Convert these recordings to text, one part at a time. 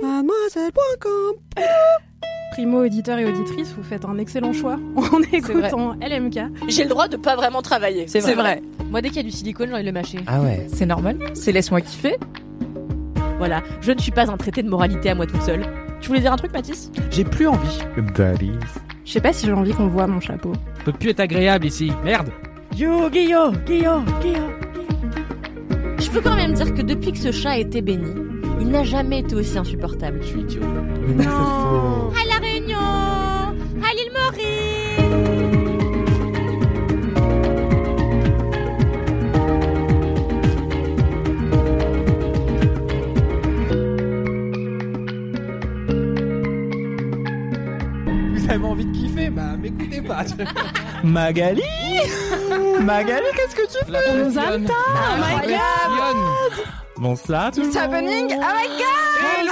Mademoiselle.com Mademoiselle.com Primo auditeur et auditrice, vous faites un excellent choix en écoutant LMK. J'ai le droit de pas vraiment travailler. C'est vrai. Moi, dès qu'il y a du silicone, j'ai envie de le mâcher. Ah ouais. C'est normal. C'est laisse-moi kiffer. Voilà, je ne suis pas un traité de moralité à moi toute seule. Tu voulais dire un truc, Mathis J'ai plus envie. Daddy. Je sais pas si j'ai envie qu'on voit mon chapeau. On peut plus être agréable ici, merde Yo, Guillaume, Guillaume, Guillaume. Je peux quand même dire que depuis que ce chat a été béni, il n'a jamais été aussi insupportable. Je suis idiot. Mais non, c'est faux. À La Réunion À l'île Maurice Vous avez envie de kiffer Bah m'écoutez pas. Magali Magali, qu'est-ce que tu On nous entend Oh my god Bonsoir tout le monde. happening? Oh my Hi,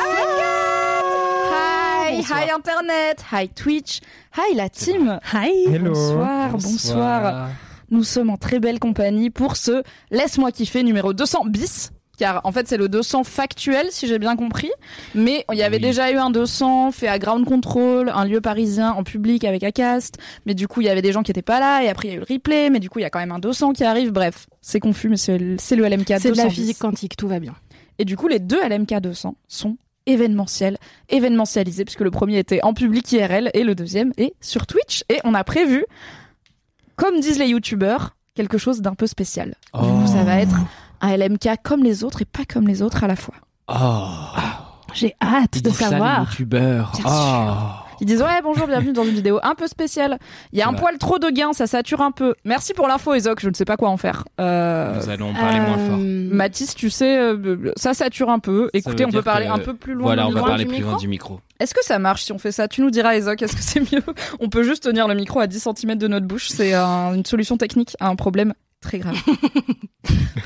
Ah, Bonsoir. hi Internet, hi Twitch, hi la team. Hi. Hello. Bonsoir, bonsoir, Nous sommes en très belle compagnie pour ce Laisse-moi kiffer numéro 200 bis. Car en fait, c'est le 200 factuel, si j'ai bien compris. Mais il y avait Oui. déjà eu un 200 fait à Ground Control, un lieu parisien en public avec Acast. Mais du coup, il y avait des gens qui n'étaient pas là. Et après, il y a eu le replay. Mais du coup, il y a quand même un 200 qui arrive. Bref, c'est confus, mais c'est le c'est le LMK 200. C'est de la physique quantique, tout va bien. Et du coup, les deux LMK 200 sont événementiels, événementialisés, puisque le premier était en public IRL et le deuxième est sur Twitch. Et on a prévu, comme disent les youtubeurs, quelque chose d'un peu spécial. Oh. Ça va être un LMK comme les autres et pas comme les autres à la fois. Ah, Oh. J'ai hâte Ils de disent ça, les savoir. youtubeurs. Bien Oh. Ils disent ouais bonjour, bienvenue dans une vidéo un peu spéciale. Il y a un Ouais. poil trop de gains, ça sature un peu. Merci pour l'info Ezoc, je ne sais pas quoi en faire. Euh, Nous allons parler moins fort. Euh, Mathis, tu sais, euh, ça sature un peu. Écoutez, veut on peut dire parler que- un peu plus loin. Voilà, dans on le va micro. parler du plus loin micro du micro. Est-ce que ça marche si on fait ça Tu nous diras, Ezoc, est-ce que c'est mieux On peut juste tenir le micro à 10 cm de notre bouche. C'est un- une solution technique à un problème très grave.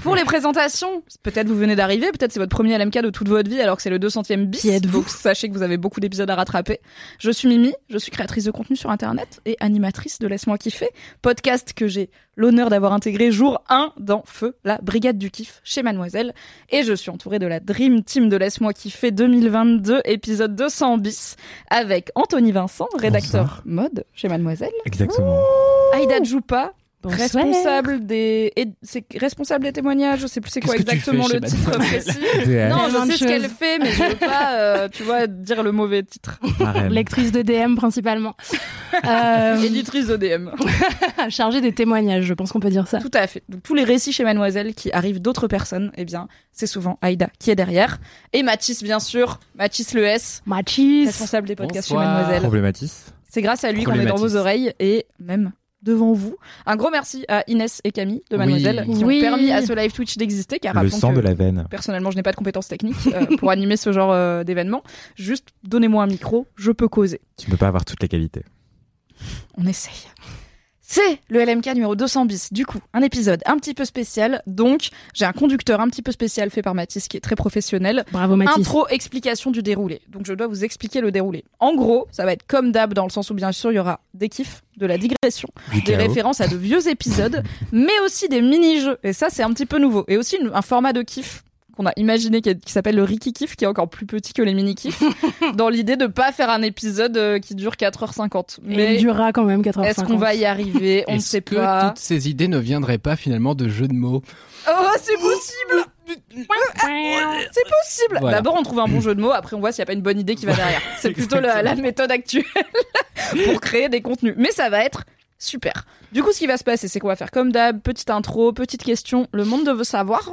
Pour les présentations, peut-être vous venez d'arriver, peut-être c'est votre premier LMK de toute votre vie alors que c'est le 200e bis. Qui êtes-vous Donc sachez que vous avez beaucoup d'épisodes à rattraper. Je suis Mimi, je suis créatrice de contenu sur Internet et animatrice de Laisse-moi kiffer, podcast que j'ai l'honneur d'avoir intégré jour 1 dans Feu, la brigade du kiff chez Mademoiselle. Et je suis entourée de la Dream Team de Laisse-moi kiffer 2022, épisode 200 bis, avec Anthony Vincent, rédacteur mode chez Mademoiselle, Exactement. Aïda Djoupa, Bonsoir. responsable des, et c'est responsable des témoignages, je sais plus c'est quoi Qu'est-ce que tu exactement fais le chez titre précis. DM, Non, Tellement je de sais ce qu'elle choses. fait, mais je veux pas, euh, tu vois, dire le mauvais titre. Marraine. Lectrice de DM principalement. Euh, Éditrice ODM. chargée des témoignages, je pense qu'on peut dire ça. Tout à fait. Donc, tous les récits chez Mademoiselle qui arrivent d'autres personnes, eh bien, c'est souvent Aïda qui est derrière. Et Mathis, bien sûr. Mathis Le S, Machis. responsable des podcasts Bonsoir. chez Mademoiselle. Problématis. C'est grâce à lui qu'on est dans Problématique. vos oreilles et même devant vous. Un gros merci à Inès et Camille de Mademoiselle Oui. qui Oui. ont permis à ce live Twitch d'exister car Le rappelons sang que de la veine. personnellement je n'ai pas de compétences techniques euh, pour animer ce genre euh, d'événement. Juste donnez-moi un micro, je peux causer. Tu ne peux pas avoir toutes les qualités. On essaye. C'est le LMK numéro 200 bis. Du coup, un épisode un petit peu spécial. Donc, j'ai un conducteur un petit peu spécial fait par Mathis qui est très professionnel. Bravo Mathis. Intro, explication du déroulé. Donc je dois vous expliquer le déroulé. En gros, ça va être comme d'hab dans le sens où bien sûr il y aura des kiffs, de la digression, Du des chaos. références à de vieux épisodes, mais aussi des mini-jeux. Et ça c'est un petit peu nouveau. Et aussi une- un format de kiff qu'on a imaginé qui, est- qui s'appelle le Riki Kiff, qui est encore plus petit que les mini-kiffs, dans l'idée de pas faire un épisode euh, qui dure 4h50. Mais Mais il durera quand même 4 h est-ce qu'on va y arriver On ne Est-ce sait que pas. toutes ces idées ne viendraient pas finalement de jeux de mots Oh, c'est possible Euh, C'est possible Voilà. D'abord, on trouve un bon jeu de mots, après, on voit s'il n'y a pas une bonne idée qui va derrière. C'est plutôt la, la méthode actuelle pour créer des contenus. Mais ça va être Super. Du coup, ce qui va se passer, c'est qu'on va faire comme d'hab, petite intro, petite question, le monde veut savoir.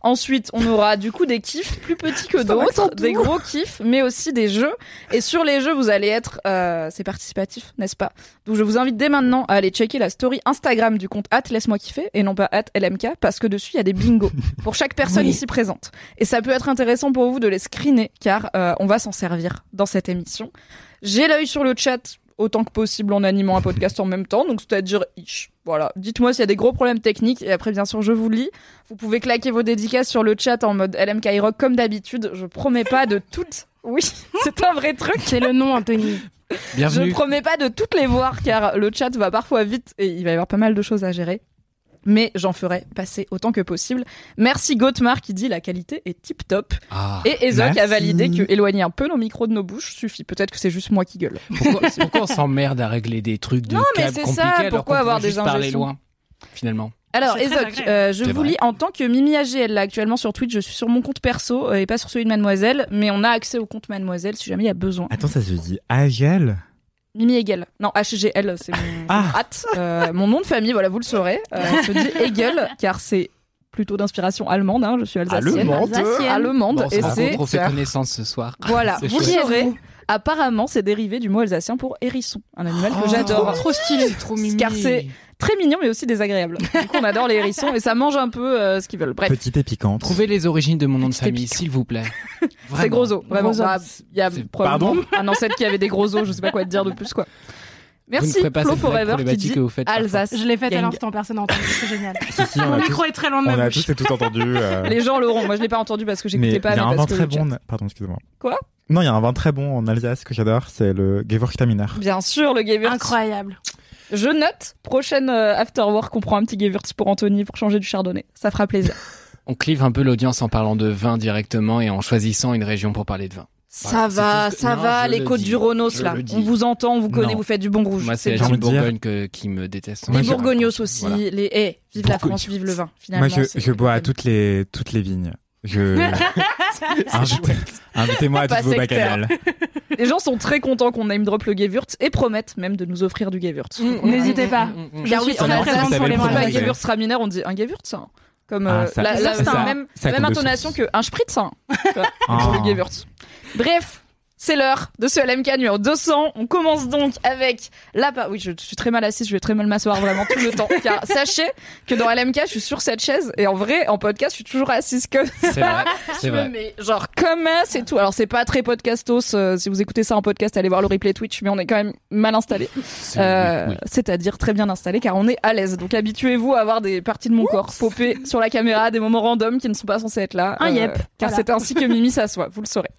Ensuite, on aura du coup des kiffs plus petits que d'autres, des gros kiffs, mais aussi des jeux. Et sur les jeux, vous allez être, euh, c'est participatif, n'est-ce pas Donc, je vous invite dès maintenant à aller checker la story Instagram du compte laisse-moi kiffer et non pas LMK, parce que dessus il y a des bingos pour chaque personne ici présente. Et ça peut être intéressant pour vous de les screener, car euh, on va s'en servir dans cette émission. J'ai l'œil sur le chat autant que possible en animant un podcast en même temps, donc c'est-à-dire ish. Voilà. Dites-moi s'il y a des gros problèmes techniques et après bien sûr je vous lis. Vous pouvez claquer vos dédicaces sur le chat en mode LMK Rock comme d'habitude. Je promets pas de toutes. Oui, c'est un vrai truc. C'est le nom, Anthony. Bienvenue. Je promets pas de toutes les voir car le chat va parfois vite et il va y avoir pas mal de choses à gérer. Mais j'en ferai passer autant que possible. Merci Gothmar qui dit la qualité est tip top. Ah. Et Ezoc a merci. validé que éloigner un peu nos micros de nos bouches suffit. Peut-être que c'est juste moi qui gueule. Pourquoi, pourquoi on s'emmerde à régler des trucs de Non, mais câbles c'est ça, compliqués alors pourquoi qu'on avoir pourrait des juste parler ingé-sons loin Finalement. Alors, C'est très Ezoc, agréable. euh, je C'est vous vrai. lis en tant que Mimi AGL. Là, actuellement sur Twitch, je suis sur mon compte perso euh, et pas sur celui de Mademoiselle, mais on a accès au compte Mademoiselle si jamais il y a besoin. Attends, ça se dit Agel Mimi Hegel. Non, HGL, c'est mon Ah. hâte. Euh, mon nom de famille, voilà, vous le saurez. Euh, on se dit Hegel, car c'est plutôt d'inspiration allemande. hein, je suis alsacienne. Allemande. Alsacienne. Allemande, Bon, on se et rencontre, c'est. on fait connaissance ce soir. Voilà, C'est vous le chouette. saurez. Apparemment, c'est dérivé du mot alsacien pour hérisson, un animal que j'adore. Ah. Trop stylé, trop mimi. Car c'est- Très mignon, mais aussi désagréable. Du coup, on adore les hérissons et ça mange un peu euh, ce qu'ils veulent. Bref. Petite et piquante. Trouvez les origines de mon nom de Petit famille, épique. s'il vous plaît. C'est gros os, vraiment. Gros os. Bah, Il y a C'est- probablement un ancêtre qui avait des gros os, je sais pas quoi te dire de plus, quoi. vous ne Merci, ferez pas Flo cette blague Forever qui problématique dit que vous faites. Alsace. Je l'ai faite à Gang. l'instant, personne n'a entendu, c'est génial. Si, si, on Mon a micro tous- est très loin de on ma a bouche. tous et tout entendu. euh, Les gens l'auront. Moi, je l'ai pas entendu parce que Mais j'écoutais pas. il y a mais un vin parce que très le chat- bon. Pardon, excuse-moi. Quoi Non, il y a un vin très bon en Alsace que j'adore, c'est le Gewürztraminer. Bien sûr, le Gewürz. Incroyable. Je note. Prochaine euh, after work, on prend un petit Gewürz pour Anthony pour changer du chardonnay. Ça fera plaisir. On clive un peu l'audience en parlant de vin directement et en choisissant une région pour parler de vin. Ça Voilà, c'est va, tout ce que- ça Non, va. je Les le côtes dis. du Rhonos, Je là. le dis. On vous entend, on vous connaît, Non. vous faites du bon rouge. Moi, c'est la C'est J'ai team envie de dire- Bourgogne que- qui me déteste. Les Moi, je- bourgognos aussi, Voilà. les. Eh, vive la Bourgogne. France, vive le vin, finalement. Moi, je, c'est- je bois à toutes les, toutes les vignes. Je... Invite- Invitez-moi à Pas toutes vos sectaire. bacchanales. Les gens sont très contents qu'on name drop le Gewürz et promettent même de nous offrir du Gewürz. N'hésitez Ah. pas. Mm, Car oui, en très Alsace, présente vous sur savez les Mm, on bras. dit le pas proposer. Gewürz Traminer, on dit un Gewürz. hein. Comme Ah, euh, ça- la, ça, la- ça- la même, ça la même compte de intonation sens. que un Spritz. hein. Voilà, Ah. pour le Gewürz. Bref, c'est l'heure de ce LMK numéro 200. On commence donc avec la... pa- Oui, je suis très mal assise, je vais très mal m'asseoir vraiment tout le temps. Car sachez que dans LMK, je suis sur cette chaise et en vrai, en podcast, je suis toujours assise comme C'est vrai, c'est vrai. mais genre comme euh, c'est tout. Alors c'est pas très podcastos. euh, si vous écoutez ça en podcast, allez voir le replay Twitch. Mais on est quand même mal installé. C'est- Euh, oui, oui. C'est-à-dire très bien installé car on est à l'aise. Donc habituez-vous à avoir des parties de mon corps popées sur la caméra, des moments randoms qui ne sont pas censés être là. Euh, Un yep, Car voilà. c'est ainsi que Mimi s'assoit. Vous le saurez.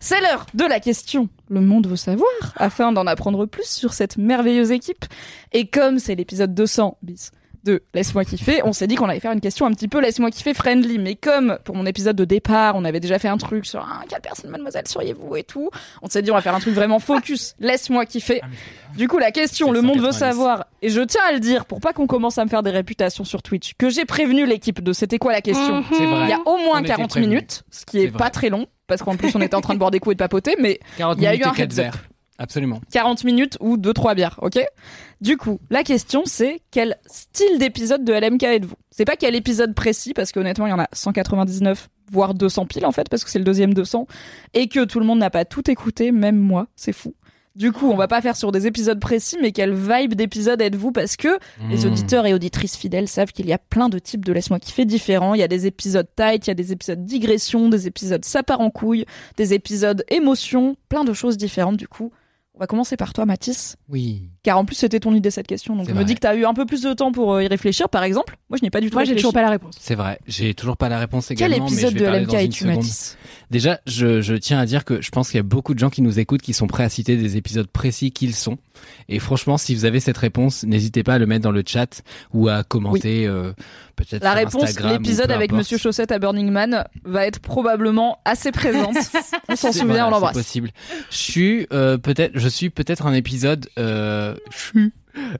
C'est l'heure de la question. Le monde veut savoir afin d'en apprendre plus sur cette merveilleuse équipe. Et comme c'est l'épisode 200 bis de Laisse-moi kiffer, on s'est dit qu'on allait faire une question un petit peu Laisse-moi kiffer friendly. Mais comme pour mon épisode de départ, on avait déjà fait un truc sur ah, quelle personne, mademoiselle, seriez-vous et tout, on s'est dit on va faire un truc vraiment focus. Laisse-moi kiffer. Ah, Du coup, la question, C'est le monde veut 190. savoir, et je tiens à le dire pour pas qu'on commence à me faire des réputations sur Twitch, que j'ai prévenu l'équipe de c'était quoi la question. C'est vrai. Il y a au On moins était 40 prévenus. minutes, ce qui est, C'est vrai. pas très long, parce qu'en plus on était en train de boire des coups et de papoter, mais 40 il y a eu minutes un et 4 heads-up. verres. Absolument. 40 minutes ou 2-3 bières, ok Du coup, la question c'est quel style d'épisode de LMK êtes-vous C'est pas quel épisode précis, parce qu'honnêtement il y en a 199, voire 200 piles en fait, parce que c'est le deuxième 200, et que tout le monde n'a pas tout écouté, même moi, c'est fou. Du coup, on va pas faire sur des épisodes précis, mais quelle vibe d'épisode êtes-vous Parce que les Mm. auditeurs et auditrices fidèles savent qu'il y a plein de types de laisse-moi kiffer différents. Il y a des épisodes tight, il y a des épisodes digression, des épisodes ça part en couille, des épisodes émotion, plein de choses différentes du coup. On va commencer par toi Mathis, Oui. car en plus c'était ton idée cette question, donc C'est je me vrai. dis que tu as eu un peu plus de temps pour euh, y réfléchir par exemple. Moi je n'ai pas du tout Moi, j'ai réfléchi. toujours pas la réponse. C'est vrai, j'ai toujours pas la réponse Quel également. mais épisode je de vais parler LMK dans une es-tu seconde. Mathis Déjà, je, je tiens à dire que je pense qu'il y a beaucoup de gens qui nous écoutent qui sont prêts à citer des épisodes précis qu'ils sont. Et franchement, si vous avez cette réponse, n'hésitez pas à le mettre dans le chat ou à commenter euh, peut-être La sur réponse, Instagram ou l'épisode peu avec importe. Monsieur Chaussette à Burning Man va être probablement assez présente. on s'en C'est- voilà, souvient, on C'est l'embrasse. possible. Je suis euh, peut-être, je suis peut-être un épisode. Euh, je suis-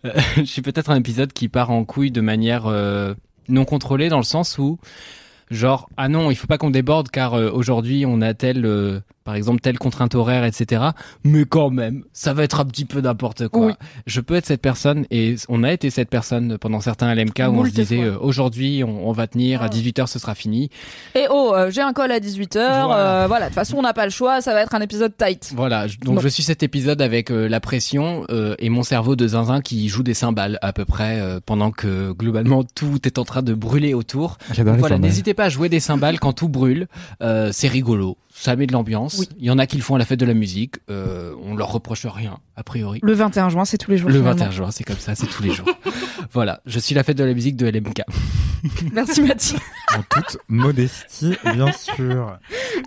euh, je suis peut-être un épisode qui part en couille de manière euh, non contrôlée dans le sens où, genre, ah non, il faut pas qu'on déborde car euh, aujourd'hui on a tel euh, par exemple telle contrainte horaire, etc. Mais quand même, ça va être un petit peu n'importe quoi. Oui. Je peux être cette personne et on a été cette personne pendant certains LMK où on se Moult disait fois. Ah. euh, aujourd'hui on, on va tenir, à 18h ce sera fini. Et oh, euh, j'ai un call à 18h. Voilà. euh, Voilà, de toute façon, on n'a pas le choix. Ça va être un épisode tight. Voilà, je- donc Non. je suis cet épisode avec euh, la pression euh, et mon cerveau de zinzin qui joue des cymbales à peu près euh, pendant que globalement tout est en train de brûler autour. J'adore les voilà, formats. n'hésitez pas à jouer des cymbales quand tout brûle, Euh, c'est rigolo, ça met de l'ambiance. Il y en a qui le font à la fête de la musique, euh, on leur reproche rien a priori. Le 21 juin, c'est tous les jours. Le finalement. 21 juin, c'est comme ça, c'est tous les jours. voilà, je suis la fête de la musique de LMK. Merci Mathilde. En toute modestie, bien sûr.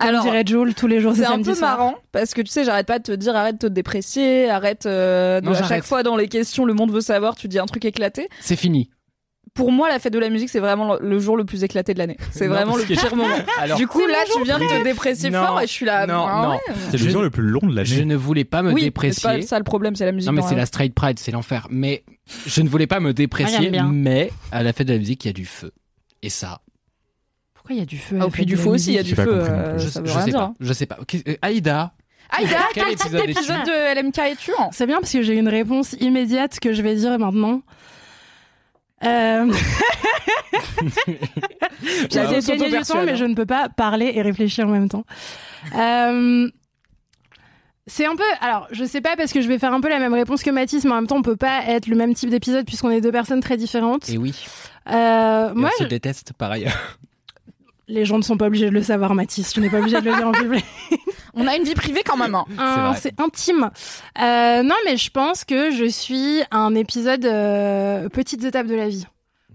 Alors, Alors, dirait Joel tous les jours du c'est un samedi peu soir. marrant parce que tu sais, j'arrête pas de te dire arrête de te déprécier, arrête euh, de- Non, à j'arrête. chaque fois dans les questions, le monde veut savoir, tu dis un truc éclaté. C'est fini. Pour moi, la fête de la musique, c'est vraiment le- le jour le plus éclaté de l'année. C'est Non, vraiment parce le que- pire moment. Alors, du coup, là, tu viens de te déprécier Non, fort et je suis là. non, ah non. ouais. C'est le Je- jour le plus long de je l'année. ne voulais pas me Oui, mais c'est déprécier. pas ça le hein. problème, c'est la musique. Non mais dans c'est la- la straight pride, c'est l'enfer. Mais je ne voulais pas me Ah, déprécier, j'aime bien. mais à la fête de la musique, il y a du feu. Et ça, Pourquoi il y a du feu à Ah, la au fête puis du de la faux aussi, il y a musique du J'ai pas feu. compris non euh, je, ça je veut rien sais dire. pas. Je sais pas. Qu'est- euh, Aïda, Aïda, Quel quel épisode es-tu épisode de LMK es-tu en C'est bien parce que j'ai une réponse immédiate que je vais dire maintenant. Euh, J'avais Wow. gagné du temps, mais je ne peux pas parler et réfléchir en même temps. Euh, C'est un peu, alors je sais pas parce que je vais faire un peu la même réponse que Mathis, mais en même temps on peut pas être le même type d'épisode puisqu'on est deux personnes très différentes. et Eh oui, Euh, moi, moi, on se déteste par ailleurs. les gens ne sont pas obligés de le savoir, Mathis. Tu n'es pas obligé de le dire en public. On a une vie privée quand même. hein. Un- vrai. C'est intime. Euh, non, mais je pense que je suis un épisode euh, petites étapes de la vie.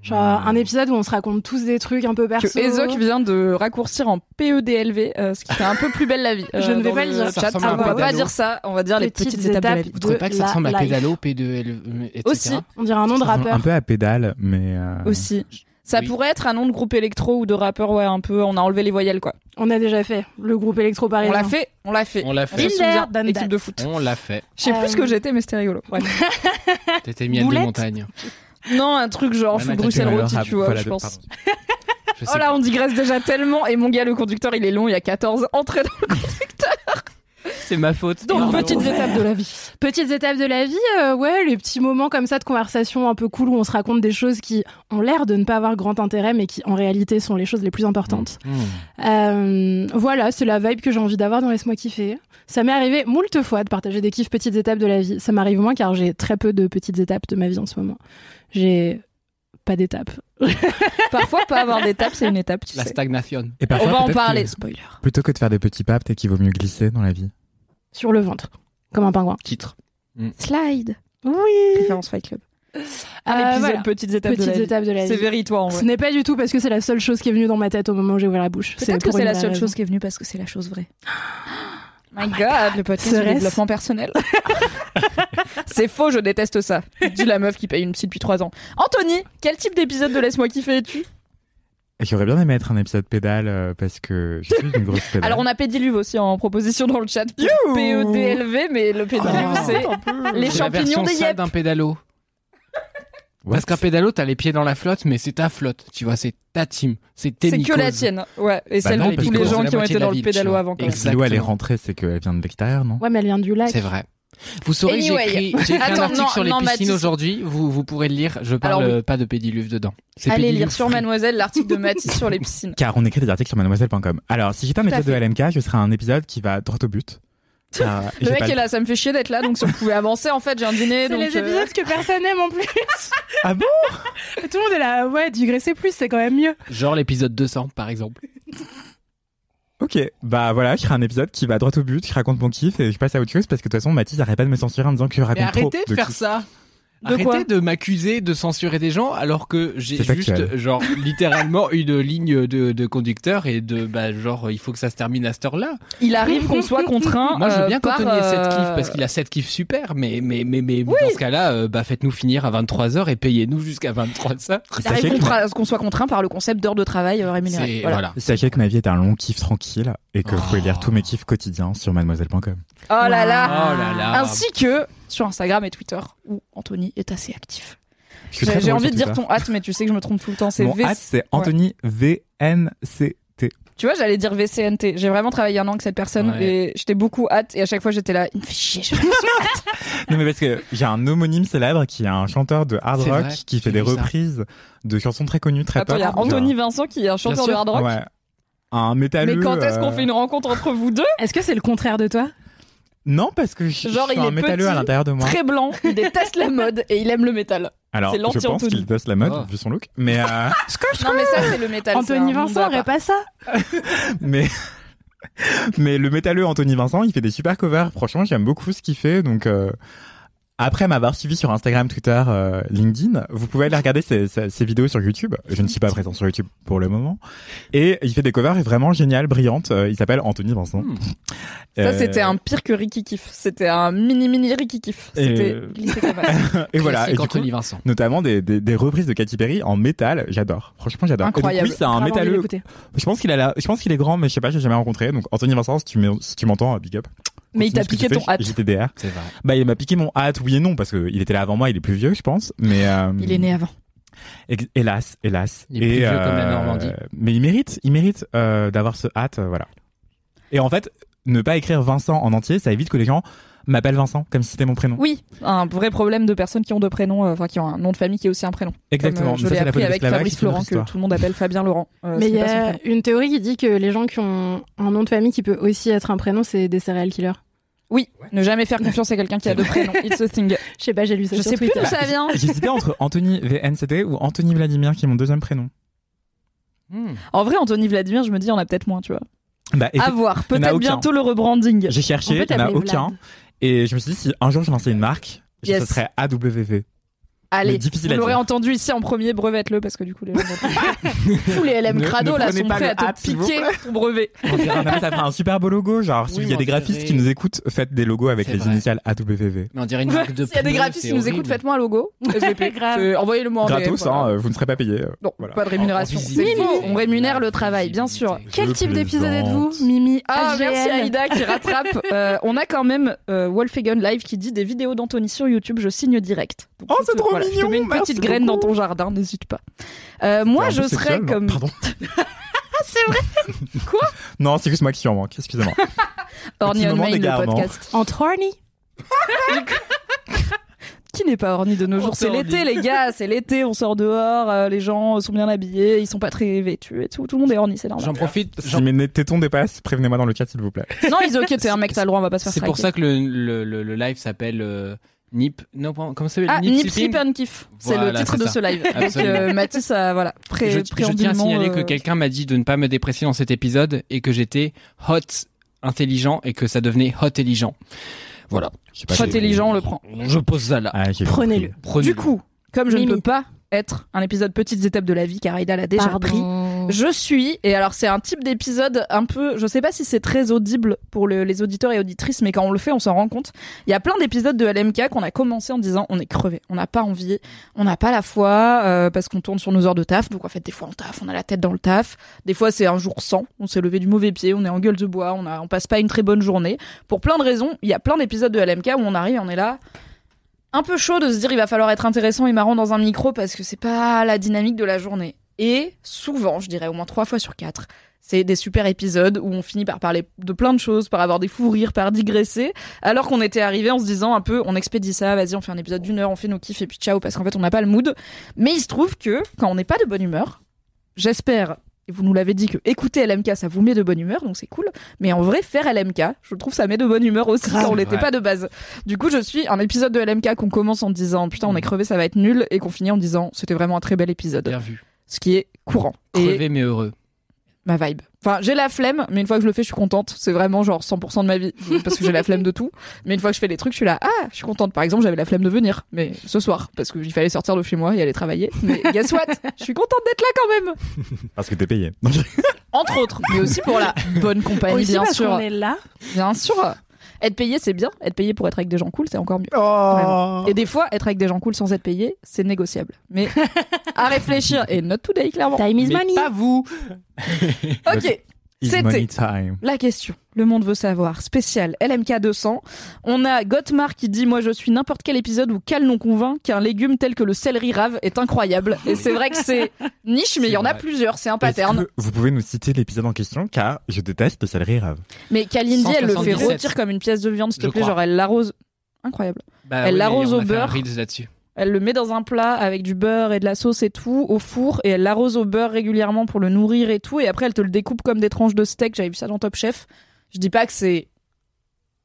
Genre un épisode où on se raconte tous des trucs un peu Que perso. Ezo vient de raccourcir en PEDLV, euh, ce qui fait un peu plus belle la vie. Euh, Je ne vais dans pas le dire. Ça Chat. ressemble Ah, à on va Pédalo. pas dire ça, on va dire les petites, étapes, de la vie. Vous trouvez pas que ça la ressemble à life. Pédalo, P2L, etc. Aussi. On dirait un nom de Un rappeur. peu à pédale, mais. euh, Aussi. Ça Oui. pourrait être un nom de groupe électro ou de rappeur, ouais, un peu. On a enlevé les voyelles, quoi. On a déjà fait le groupe électro On parisien. l'a fait, on l'a fait. On l'a Je me fait. Been souviens, there, done équipe that. de foot. On l'a fait. Je sais plus Euh, ce que j'étais, mais c'était rigolo. Ouais. T'étais mienne de Boulette. montagne. non, un truc genre, je suis Mathilde, Bruxelles alors, rôti, ah, tu vois, voilà, je pardon. pense. Je sais Oh pas. là, on digresse déjà tellement. Et mon gars, le conducteur, il est long, il y a 14 entrées dans c'est ma faute. Donc, Pardon. petites étapes de la vie. Petites étapes de la vie, euh, ouais, les petits moments comme ça de conversation un peu cool où on se raconte des choses qui ont l'air de ne pas avoir grand intérêt, mais qui en réalité sont les choses les plus importantes. Mmh. Euh, voilà, c'est la vibe que j'ai envie d'avoir dans Laisse-moi kiffer. Ça m'est arrivé moult fois de partager des kiffs petites étapes de la vie. Ça m'arrive moins car j'ai très peu de petites étapes de ma vie en ce moment. J'ai pas d'étapes. Parfois, pas avoir d'étape, c'est une étape, tu La sais. stagnation. Et parfois, On va en peut-être que- parler. Spoiler. Plutôt que de faire des petits pas, peut-être qu'il vaut mieux glisser dans la vie. Sur le ventre, comme un pingouin. Titre. Slide. Oui. Référence Fight Club. Euh, voilà. petites étapes Petites étapes de la vie. C'est véritoire en Ce vrai. n'est pas du tout parce que c'est la seule chose qui est venue dans ma tête au moment où j'ai ouvert la bouche. Peut-être que pour c'est une la vraie seule raison. chose qui est venue parce que c'est la chose vraie. Oh My God, le podcast du Serait-ce développement personnel. c'est faux, je déteste ça. Dis la meuf qui paye une psy depuis 3 ans. Anthony, quel type d'épisode de Laisse-moi kiffer Eh es-tu Et j'aurais bien aimé être un épisode pédale euh, parce que je suis une grosse ben. pédale. Alors on a Pédiluve aussi en proposition dans le chat. E P-E-D-L-V, mais Oh, le Pédiluve Ah. c'est les C'est la version champignons des sale yep. d'un pédalo. What Parce qu'un pédalo, t'as les pieds dans la flotte, mais c'est ta flotte. Tu vois, c'est ta team. C'est tes C'est que la mycoses. tienne, ouais. Et Bah celle non, de parce tous que les c'est gens la qui ont moitié été de la dans le ville, tu pédalo vois. avant. quand même. Exact. Si l'eau elle est Exactement. rentrée, c'est qu'elle vient de l'extérieur, non Ouais, mais elle vient du lac. C'est vrai. Vous saurez que Anyway. j'ai écrit, j'ai écrit un Attends, article non, sur les non, piscines Mathis. aujourd'hui. Vous, vous pourrez le lire. Je parle Alors oui. euh, pas de pédiluve dedans. C'est Allez pédiluve lire sur free. Mademoiselle l'article de Mathis sur les piscines. Car on écrit des articles sur mademoiselle.com. Alors, si j'étais un à épisode de LMK, je serais un épisode qui va droit au but. Car j'ai Le mec pas est là, ça me fait chier d'être là, donc si on pouvait avancer, en fait, j'ai un dîner. C'est donc, les euh, épisodes que personne n'aime en plus. Ah bon Tout le monde est là, ouais, digresser plus, c'est quand même mieux. Genre l'épisode 200, par exemple. Ok, bah voilà, je serais un épisode qui va droit au but, je raconte mon kiff et je passe à autre chose parce que de toute façon, Mathis arrête pas de me censurer en me disant que je Mais raconte Ah, trop arrêtez de faire kiff. ça. De arrêtez quoi de m'accuser de censurer des gens alors que j'ai C'est juste, factuel. genre, littéralement une ligne de, de conducteur et de, bah, genre, il faut que ça se termine à cette heure-là. Il arrive qu'on soit contraint. Moi, je veux euh, bien par, cantonner cette euh, kiff parce qu'il a 7 kiffs super, mais, mais, mais, mais dans ce cas-là, euh, bah, faites-nous finir à 23h et payez-nous jusqu'à 23h. Il arrive Sachez que, qu'on ma... tra- qu'on soit contraint par le concept d'heure de travail euh, rémunérée. C'est- Voilà. voilà. sachez que ma vie est un long kiff tranquille et que vous pouvez Oh. lire tous mes kiffs quotidiens sur mademoiselle.com. Oh là Oh là là là. Ah. Ainsi que sur Instagram et Twitter, où Anthony est assez actif. Je suis très J'ai j'ai drôle envie sur de dire Twitter. ton hâte, mais tu sais que je me trompe tout le temps. C'est Mon V- hâte, c'est Anthony VNC Tu vois, j'allais dire VCNT. J'ai vraiment travaillé un an avec cette personne Ouais. et j'étais beaucoup hâte. Et à chaque fois, j'étais là, il me fait chier. je- Non, mais parce que j'ai un homonyme célèbre qui est un chanteur de hard C'est rock vrai, qui fait j'ai des vu ça. reprises de chansons très connues, très Attends, il y a pop. Anthony Vincent qui est un chanteur de sûr. hard rock. Ouais. Un métalleux. Mais quand est-ce qu'on euh, fait une rencontre entre vous deux Est-ce que c'est le contraire de toi Non, parce que je, Genre, je suis il un est métalleux à petit, l'intérieur de moi. Très blanc, il déteste la mode et il aime le métal. Alors, c'est je pense l'anti-Anthony. qu'il passe la mode, Oh. vu son look. Mais, euh, Non, mais ça, c'est le métal. Anthony Vincent aurait pas ça mais, mais le métalleux Anthony Vincent, il fait des super covers. Franchement, j'aime beaucoup ce qu'il fait. Donc, euh, après m'avoir suivi sur Instagram, Twitter, euh, LinkedIn, vous pouvez aller regarder ses, ses- ses vidéos sur YouTube. Je ne suis pas présent sur YouTube pour le moment. Et il fait des covers vraiment géniales, brillantes. Euh, Il s'appelle Anthony Vincent. Hmm. Ça, Euh, c'était un pire que Ricky Kiff. C'était un mini mini Ricky Kiff. Et- C'était glissé comme ça. Et voilà. Et Classique du coup, Anthony Vincent. notamment des, des, des reprises de Katy Perry en métal. J'adore. Franchement, j'adore. Et donc, Incroyable. Oui, c'est un Grave envie métalleux. d'écouter. Je pense qu'il a la- je pense qu'il est grand, mais je sais pas, j'ai jamais rencontré. Donc, Anthony Vincent, si tu m'en- si tu m'entends, euh, big up. Mais il t'a Continue ce que piqué tu ton fais, hâte. JTDR. C'est vrai. Bah, il m'a piqué mon hâte, oui et non, parce que il était là avant moi, il est plus vieux, je pense. Mais, euh, Il est né avant. ex- Hélas, hélas. Il est plus Et, euh, vieux comme la Normandie. Mais il mérite, il mérite, euh, d'avoir ce hâte, euh, voilà. Et en fait, ne pas écrire Vincent en entier, ça évite que les gens m'appellent Vincent, comme si c'était mon prénom. Oui, un vrai problème de personnes qui ont deux prénoms, euh, enfin qui ont un nom de famille qui est aussi un prénom. Comme, Exactement. euh, je l'ai Ça, c'est la faute appris de avec l'esclavage, Fabrice c'est une autre Laurent que histoire. tout le monde appelle Fabien Laurent. Euh, Mais ce il n'est y pas son a prénom. une théorie qui dit que les gens qui ont un nom de famille qui peut aussi être un prénom, c'est des serial killers. Oui, ne jamais faire confiance à quelqu'un qui a deux prénoms. It's a thing. Je sais pas, j'ai lu ça Je sur sais plus Twitter. d'où ça vient. J'hésitais entre Anthony VNCT ou Anthony Vladimir, qui est mon deuxième prénom. Hmm. En vrai, Anthony Vladimir, je me dis, on a peut-être moins, tu vois. Bah, À effectivement, voir. il y en a Peut-être aucun. bientôt le rebranding. j'ai On peut cherché, il n'y en a t'appeler aucun. Vlad. Et je me suis dit, si un jour je lançais une marque, Yes. ce serait AWV. Allez, mais difficile vous à l'aurez dire. entendu ici en premier, brevette-le parce que du coup les gens vont- tous les LM Ne- crado ne là prenez sont pas prêts le à te hâte, s'il vous piquer ton brevet. On dirait- non, mais ça ferait un super beau logo. Genre, s'il Oui, y a mais des on graphistes dirait- qui nous écoutent, faites des logos avec C'est les vrai. initiales AWV. Mais on dirait une marque de S'il y a des pneus, graphistes c'est qui nous horrible. écoutent, faites-moi un logo. SVP. Grave. C'est- Envoyez-le-moi en DM. Gratos, voilà. hein, euh, vous ne serez pas payé. Non, Voilà. pas de rémunération. En C'est visibilité. faux. On rémunère le travail, bien sûr. Quel Je type d'épisode plaisante. êtes-vous, Mimi Ah, HGN? merci Aïda qui rattrape. Euh, on a quand même euh, Wolfegan Live qui dit des vidéos d'Anthony sur YouTube, je signe direct. Donc, Oh, je c'est te- trop voilà, Je te mignon, mets une merci petite graine dans beaucoup. ton jardin, n'hésite pas. Euh, moi, C'est un je peu serais sexuel, non comme. Pardon. c'est vrai Quoi Non, c'est juste moi qui en manque. Excusez-moi. Horny Petit on moment Main, le d'égarement. podcast. Entre horny Qui n'est pas horny de nos jours C'est l'été, les gars, c'est l'été, on sort dehors, euh, les gens sont bien habillés, ils sont pas très vêtus et tout, tout le monde est horny, c'est normal. J'en profite. Si j'en- mes tétons dépassent, prévenez-moi dans le chat, s'il vous plaît. Non, ils disent, ok, t'es un mec, t'as le droit, on va pas se faire C'est pour ça striker. que le, le, le, le live s'appelle euh, Nip. Non, comment ça s'appelle Ah, Nip Nip Sipping Slip and Kiff, c'est Voilà, le titre c'est de ça. ce live. Donc Absolument. euh, Mathis a, voilà, pré je, je tiens à préamblement, signaler euh, que quelqu'un m'a dit de ne pas me déprécier dans cet épisode et que j'étais hot intelligent et que ça devenait hot intelligent. Voilà. Hot intelligent, on le prend. Je pose ça là. Ah, j'ai Prenez-le. compris. Prenez Du coup, comme je ne Mimi. peux pas être un épisode petites étapes de la vie, car Aïda l'a déjà pris, Pardon. je suis, et alors c'est un type d'épisode un peu, je sais pas si c'est très audible pour le- les auditeurs et auditrices, mais quand on le fait, on s'en rend compte. Il y a plein d'épisodes de LMK qu'on a commencé en disant on est crevé, on n'a pas envie, on n'a pas la foi, euh, parce qu'on tourne sur nos heures de taf, donc en fait des fois on taf, on a la tête dans le taf, des fois c'est un jour sans, on s'est levé du mauvais pied, on est en gueule de bois, on, a, on passe pas une très bonne journée. Pour plein de raisons, il y a plein d'épisodes de LMK où on arrive et on est là, un peu chaud de se dire il va falloir être intéressant et marrant dans un micro parce que c'est pas la dynamique de la journée. Et souvent, je dirais au moins trois fois sur quatre, c'est des super épisodes où on finit par parler de plein de choses, par avoir des fous rires, par digresser, alors qu'on était arrivé en se disant un peu on expédie ça, vas-y on fait un épisode d'une heure, on fait nos kiffs et puis ciao parce qu'en fait on n'a pas le mood. Mais il se trouve que quand on n'est pas de bonne humeur, j'espère, et vous nous l'avez dit que écouter LMK ça vous met de bonne humeur donc c'est cool, mais en vrai faire LMK, je trouve ça met de bonne humeur aussi Grave. quand on n'était Ouais. pas de base. Du coup, je suis un épisode de LMK qu'on commence en disant putain, Mm. on est crevé, ça va être nul, et qu'on finit en disant c'était vraiment un très bel épisode. Bien vu. Ce qui est courant. Et Crevé mais heureux. ma vibe. Enfin, j'ai la flemme, mais une fois que je le fais, je suis contente. C'est vraiment genre 100% de ma vie. Parce que j'ai la flemme de tout. Mais une fois que je fais les trucs, je suis là, ah, je suis contente. Par exemple, j'avais la flemme de venir, mais ce soir, parce qu'il fallait sortir de chez moi et aller travailler. Mais guess what Je suis contente d'être là quand même. Parce que t'es payé. Entre autres, mais aussi pour la bonne Bah, compagnie, Aussi bien parce sûr. qu'on est là. Bien sûr. Être payé, c'est bien. Être payé pour être avec des gens cool, c'est encore mieux. Oh. Et des fois, être avec des gens cool sans être payé, c'est négociable. Mais à réfléchir, et not today, clairement. Time is money. Pas vous. Ok, It's C'était- money time. La question, le monde veut savoir, spécial LMK 200. On a Gottmar qui dit Moi je suis n'importe quel épisode où Cal non convainc qu'un légume tel que le céleri rave est incroyable. Et c'est vrai que c'est niche, mais il y en a vrai. plusieurs, c'est un Est-ce pattern. que vous pouvez nous citer l'épisode en question car je déteste le céleri rave. Mais Kalindi, elle le fait 177. rôtir comme une pièce de viande, s'il te Je plaît, crois. genre elle l'arrose. Incroyable. Bah Elle oui, l'arrose on a au fait un beurre. Reels là-dessus. Elle le met dans un plat avec du beurre et de la sauce et tout, au four, et elle l'arrose au beurre régulièrement pour le nourrir et tout, et après elle te le découpe comme des tranches de steak, j'avais vu ça dans Top Chef. Je dis pas que c'est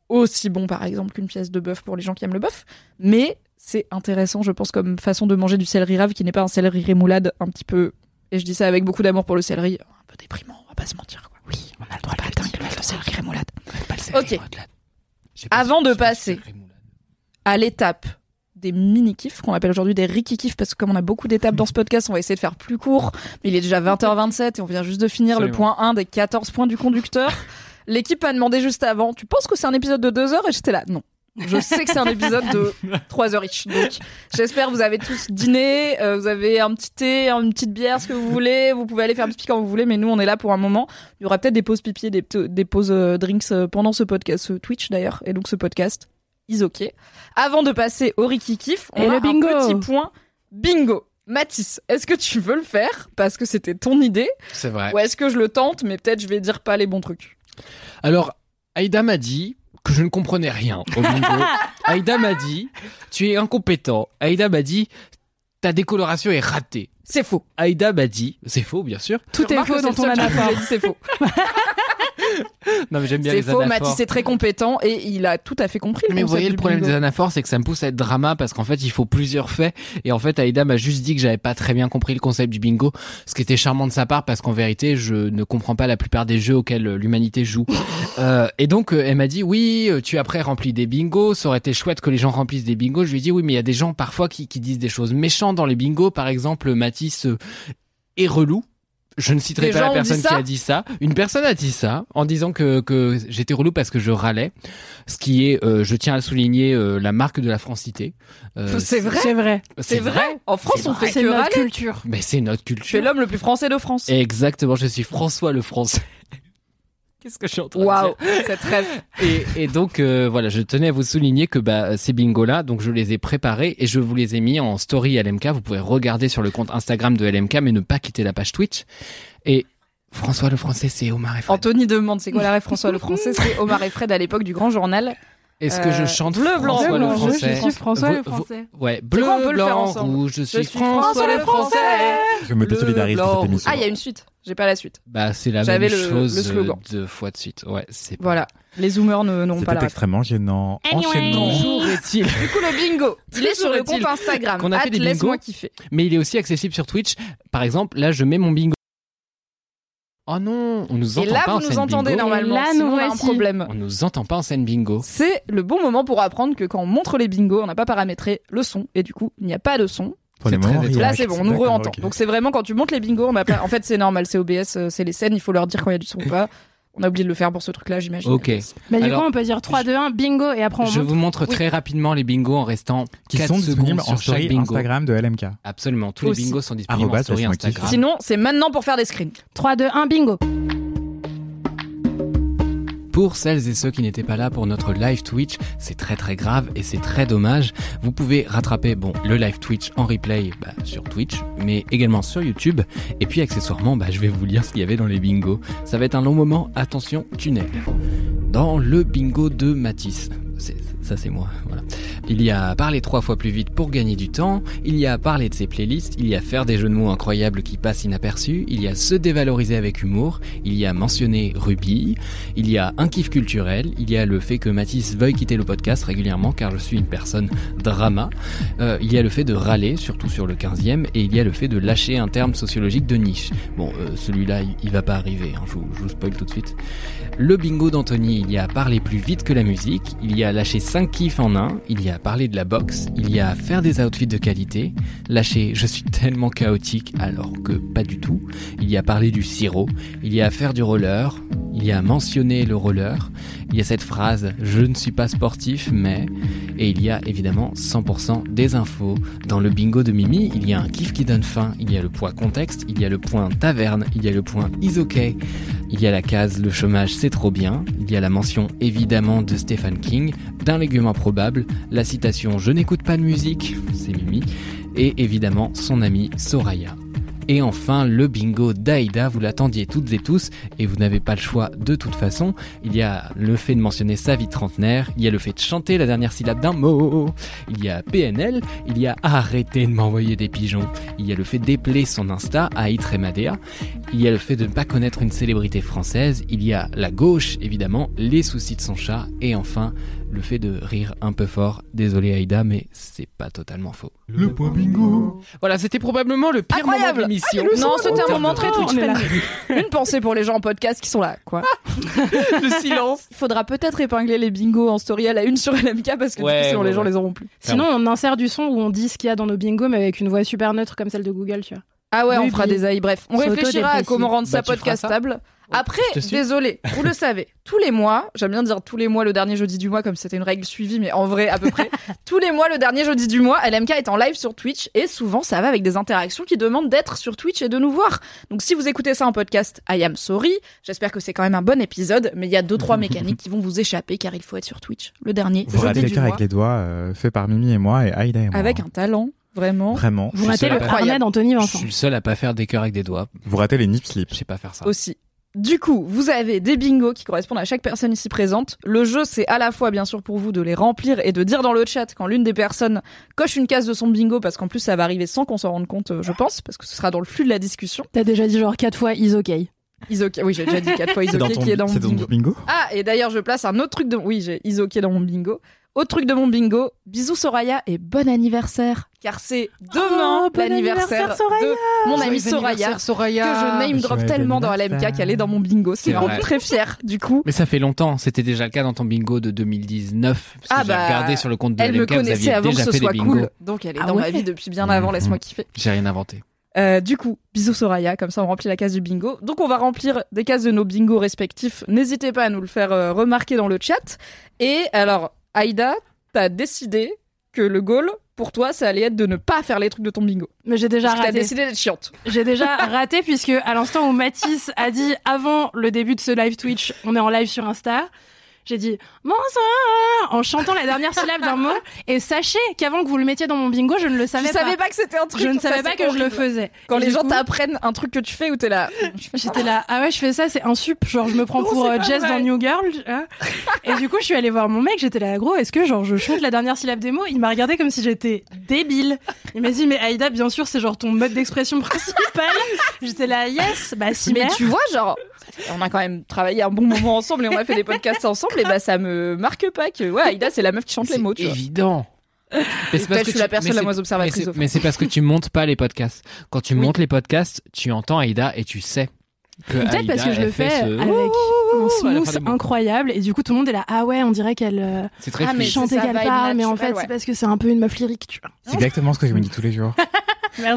aussi bon par exemple qu'une pièce de bœuf pour les gens qui aiment le bœuf, mais c'est intéressant je pense comme façon de manger du céleri rave qui n'est pas un céleri rémoulade un petit peu, et je dis ça avec beaucoup d'amour pour le céleri, un peu déprimant, on va pas se mentir quoi. Oui, on a le droit de pas dingue, le céleri rémoulade. Ok. Avant de passer à l'étape des mini-kifs, qu'on appelle aujourd'hui des rikikifs, parce que comme on a beaucoup d'étapes dans ce podcast, on va essayer de faire plus court. Mais il est déjà 20h27 et on vient juste de finir le Absolument. point 1 des 14 points du conducteur. L'équipe a demandé juste avant, tu penses que c'est un épisode de 2 heures Et j'étais là, non. Je sais que c'est un épisode de 3 heures each. Donc, j'espère que vous avez tous dîné, euh, vous avez un petit thé, une petite bière, ce que vous voulez. Vous pouvez aller faire pipi quand vous voulez, mais nous, on est là pour un moment. Il y aura peut-être des pauses pipi et des, pte- des pauses euh, drinks euh, pendant ce podcast, ce Twitch d'ailleurs, et donc ce podcast. Is ok. Avant de passer au Riki Kiff, on Et a le bingo. un petit point bingo. Mathis, est-ce que tu veux le faire parce que c'était ton idée C'est vrai. ou est-ce que je le tente mais peut-être je vais dire pas les bons trucs Alors, Aïda m'a dit que je ne comprenais rien au bingo. Aïda m'a dit, tu es incompétent. Aïda m'a dit, ta décoloration est ratée. C'est faux. Aïda m'a dit, c'est faux bien sûr. Tout est Remarque faux que dans c'est ton le seul truc que anaphore. j'ai dit, C'est faux. Non mais j'aime bien C'est les faux. anaphores. Mathis est très compétent et il a tout à fait compris. Mais vous concept voyez, le du problème bingo. des anaphores, c'est que ça me pousse à être drama parce qu'en fait, il faut plusieurs faits. Et en fait, Aïda m'a juste dit que j'avais pas très bien compris le concept du bingo, ce qui était charmant de sa part parce qu'en vérité, je ne comprends pas la plupart des jeux auxquels euh, l'humanité joue. Euh, et donc, euh, elle m'a dit, oui, euh, tu as après rempli des bingos, ça aurait été chouette que les gens remplissent des bingos. Je lui ai dit, oui, mais il y a des gens parfois qui, qui disent des choses méchantes dans les bingos. Par exemple, Mathis euh, est relou. Je ne citerai Des pas gens la ont personne dit qui ça a dit ça. Une personne a dit ça en disant que, que j'étais relou parce que je râlais ce qui est, euh, je tiens à le souligner, euh, la marque de la francité. Euh, C'est vrai. C'est vrai. C'est vrai. En France, C'est on fait C'est que notre râler. culture. Mais c'est notre Tu es culture. l'homme le plus français de France. Exactement, je suis François le Français. Qu'est-ce que je suis en train de Waouh, dire cette rêve. et, et donc euh, voilà, je tenais à vous souligner que bah, ces bingos là, donc je les ai préparés et je vous les ai mis en story LMK. Vous pouvez regarder sur le compte Instagram de LMK, mais ne pas quitter la page Twitch. Et François le Français, c'est Omar et Fred. Anthony demande c'est quoi la rêve François le français C'est Omar et Fred à l'époque du grand journal. Est-ce que je euh, chante bleu, blanc, François bleu, le blanc, je Français suis François Vous- le vous- français. Ouais, bleu, quoi, on peut le faire blanc, ensemble. rouge. Je suis, le français. Je me désolidarise de cette émission. Ah, il y a une suite. J'ai pas la suite. Bah, c'est la J'avais même le- chose le slogan. euh, deux fois de suite. Ouais, c'est Voilà. Les zoomers ne- n'auront pas C'était la ref. extrêmement gênant. Enchaînement. Toujours est-il. Du coup, le bingo, il est sur le Toujours est-il compte Instagram. qu'on a fait Hâte, des bingos. laisse-moi kiffer. Mais il est aussi accessible sur Twitch. Par exemple, là, je mets mon bingo. Oh non, on nous Et entend là, pas en vous nous scène entendez bingo. normalement. Et là, sinon, nous on a un voici. problème. On nous entend pas en scène bingo. C'est le bon moment pour apprendre que quand on montre les bingos, on n'a pas paramétré le son et du coup, il n'y a pas de son. Prenez-moi C'est en très riant. Là, c'est bon, on nous D'accord, re-entend. ok. Donc, c'est vraiment quand tu montes les bingos, on n'a pas. En fait, c'est normal, c'est OBS, euh, c'est les scènes, il faut leur dire quand il y a du son ou pas. On a oublié de le faire pour ce truc-là, j'imagine. Ok. Bah, du Alors, coup, on peut dire 3, 2, 1, bingo, et après on Je monte. vous montre très rapidement les bingos en restant Qui 4 sont secondes disponibles en sur chaque story bingo. Instagram de LMK. Absolument, tous Aussi. les bingos sont disponibles en Arrobas, story laisse-moi kiffer. Instagram. Sinon, c'est maintenant pour faire des screens. 3, 2, 1, bingo. Pour celles et ceux qui n'étaient pas là pour notre live Twitch, c'est très très grave et c'est très dommage. Vous pouvez rattraper bon le live Twitch en replay bah, sur Twitch, mais également sur YouTube. Et puis accessoirement, bah, je vais vous lire ce qu'il y avait dans les bingos. Ça va être un long moment. Attention, tunnel. Dans le bingo de Matisse. C'est- Ça c'est moi, voilà. Il y a parler trois fois plus vite pour gagner du temps, il y a parler de ses playlists, il y a faire des jeux de mots incroyables qui passent inaperçus, il y a se dévaloriser avec humour, il y a mentionner Ruby, il y a un kiff culturel, il y a le fait que Mathis veuille quitter le podcast régulièrement car je suis une personne drama, Euh, il y a le fait de râler, surtout sur le 15e, et il y a le fait de lâcher un terme sociologique de niche. Bon, euh, celui-là, il, il va pas arriver, hein, je, vous, je vous spoil tout de suite. Le bingo d'Anthony, il y a parler plus vite que la musique, il y a lâcher 5 kiffs en un, il y a parler de la boxe, il y a faire des outfits de qualité, lâcher je suis tellement chaotique alors que pas du tout, il y a parler du sirop, il y a faire du roller, il y a mentionner le roller, il y a cette phrase je ne suis pas sportif mais et il y a évidemment 100% des infos. Dans le bingo de Mimi, il y a un kiff qui donne faim, il y a le point contexte, il y a le point taverne, il y a le point is ok. Il y a la case Le chômage, c'est trop bien. Il y a la mention évidemment de Stephen King, d'un légume improbable, la citation Je n'écoute pas de musique, c'est Mimi, et évidemment son amie Soraya. Et enfin, le bingo d'Aïda, vous l'attendiez toutes et tous, et vous n'avez pas le choix de toute façon. Il y a le fait de mentionner sa vie de trentenaire, il y a le fait de chanter la dernière syllabe d'un mot, il y a PNL, il y a arrêter de m'envoyer des pigeons, il y a le fait d'épeler son Insta à Itremadea, il y a le fait de ne pas connaître une célébrité française, il y a la gauche, évidemment, les soucis de son chat, et enfin, le fait de rire un peu fort. Désolé Aïda, mais c'est pas totalement faux. Le point bingo. Voilà, c'était probablement le Oh, pire moment de Incroyable. Ah, l'émission. Non, c'était un moment très on Twitch est là. friendly. Une pensée pour les gens en podcast qui sont là, quoi. Ah. Le silence. Il faudra peut-être épingler les bingos en story à la une sur LMK parce que du coup, Ouais, sinon ouais, les gens ouais. les auront plus. Sinon, on insère du son où on dit ce qu'il y a dans nos bingos, mais avec une voix super neutre comme celle de Google, tu vois. Ah ouais, Oui, on fera puis- des AI. Bref, on S'auto-dépressif. réfléchira à comment rendre Bah, ça tu feras ça. podcastable. Après, je te suis. désolé, vous le savez, tous les mois, j'aime bien dire tous les mois le dernier jeudi du mois comme si c'était une règle suivie, mais en vrai à peu près, tous les mois le dernier jeudi du mois, LMK est en live sur Twitch et souvent ça va avec des interactions qui demandent d'être sur Twitch et de nous voir. Donc si vous écoutez ça en podcast, I am sorry, j'espère que c'est quand même un bon épisode, mais il y a deux trois mécaniques qui vont vous échapper car il faut être sur Twitch le dernier Vous jeudi ratez le du cœur mois avec les doigts, euh, fait par Mimi et moi et Aïda et moi. avec un talent vraiment Vraiment. Vous Je ratez sais le pas. carnet d'Anthony Je Vincent. suis le seul à pas faire des cœurs avec des doigts. Vous ratez les nip slips. Je sais pas faire Ah. ça. aussi. Du coup, vous avez des bingos qui correspondent à chaque personne ici présente. Le jeu, c'est à la fois, bien sûr, pour vous de les remplir et de dire dans le chat quand l'une des personnes coche une case de son bingo, parce qu'en plus, ça va arriver sans qu'on s'en rende compte, euh, je pense, parce que ce sera dans le flux de la discussion. T'as déjà dit genre quatre fois is ok. Isoké, oui, j'ai déjà dit quatre fois C'est dans Isoké ton, qui est dans mon c'est bingo. ton bingo Ah, et d'ailleurs, je place un autre truc de. Oui, j'ai Isoké dans mon bingo. Autre truc de mon bingo, bisous Soraya et bon anniversaire, car c'est demain Oh, bon l'anniversaire anniversaire, Soraya de mon ami Soraya que Ah. je name drop Joyeux tellement dans anniversaire. LMK qu'elle est dans mon bingo. C'est C'est vraiment vrai. très fier du coup. Mais ça fait longtemps. C'était déjà le cas dans ton bingo de 2019. Parce que Ah j'ai bah, regardé sur le compte de Elle me LMK, vous connaissait aviez avant que déjà ce fait des soit bingos. cool. Donc elle est Ah dans ma ouais. vie depuis bien avant, laisse-moi kiffer. J'ai rien inventé. Euh, du coup, bisous Soraya, comme ça on remplit la case du bingo. Donc on va remplir des cases de nos bingos respectifs. N'hésitez pas à nous le faire euh, remarquer dans le chat. Et alors, Aïda, t'as décidé que le goal pour toi, ça allait être de ne pas faire les trucs de ton bingo. Mais j'ai déjà Parce que t'as raté. décidé d'être chiante. J'ai déjà raté puisque à l'instant où Mathis a dit avant le début de ce live Twitch, on est en live sur Insta. J'ai dit bonsoir en chantant la dernière syllabe d'un mot et sachez qu'avant que vous le mettiez dans mon bingo, je ne le Je savais pas. savais pas que c'était un truc. je ne ça, savais c'est pas que je le horrible. faisais. Quand Et les du gens coup, t'apprennent un truc que tu fais où t'es là. J'étais là, ah ouais, je fais ça, c'est un sup. Genre, je me prends Non, pour c'est euh, pas Jess vrai. dans New Girl. tu vois. Et du coup, je suis allée voir mon mec, j'étais là, gros, est-ce que genre je chante la dernière syllabe des mots Il m'a regardé comme si j'étais débile. Il m'a dit, mais Aïda, bien sûr, c'est genre ton mode d'expression principal. J'étais là, yes, bah si, Mais merde. tu vois, genre, on a quand même travaillé un bon moment ensemble et on a fait des podcasts ensemble, et bah ça me marque pas que, ouais, Aïda, c'est la meuf qui chante les mots, tu vois. évident. Mais c'est parce Peut-être que je suis tu- la personne mais la c'est- moins mais observatrice. c'est- au fond. Mais c'est parce que tu montes pas les podcasts. Quand tu Oui. montes les podcasts, tu entends Aïda et tu sais. que Peut-être Aïda, parce que je elle le fait fais ce- avec Ah, un à la fin smooth des mots. incroyable et du coup tout le monde est là ah ouais on dirait qu'elle euh, C'est très Ah, mais fluide. chante c'est et sa qu'elle vibe parle mais en naturelle, fait ouais. c'est parce que c'est un peu une meuf lyrique tu vois C'est exactement ce que je me dis tous les jours.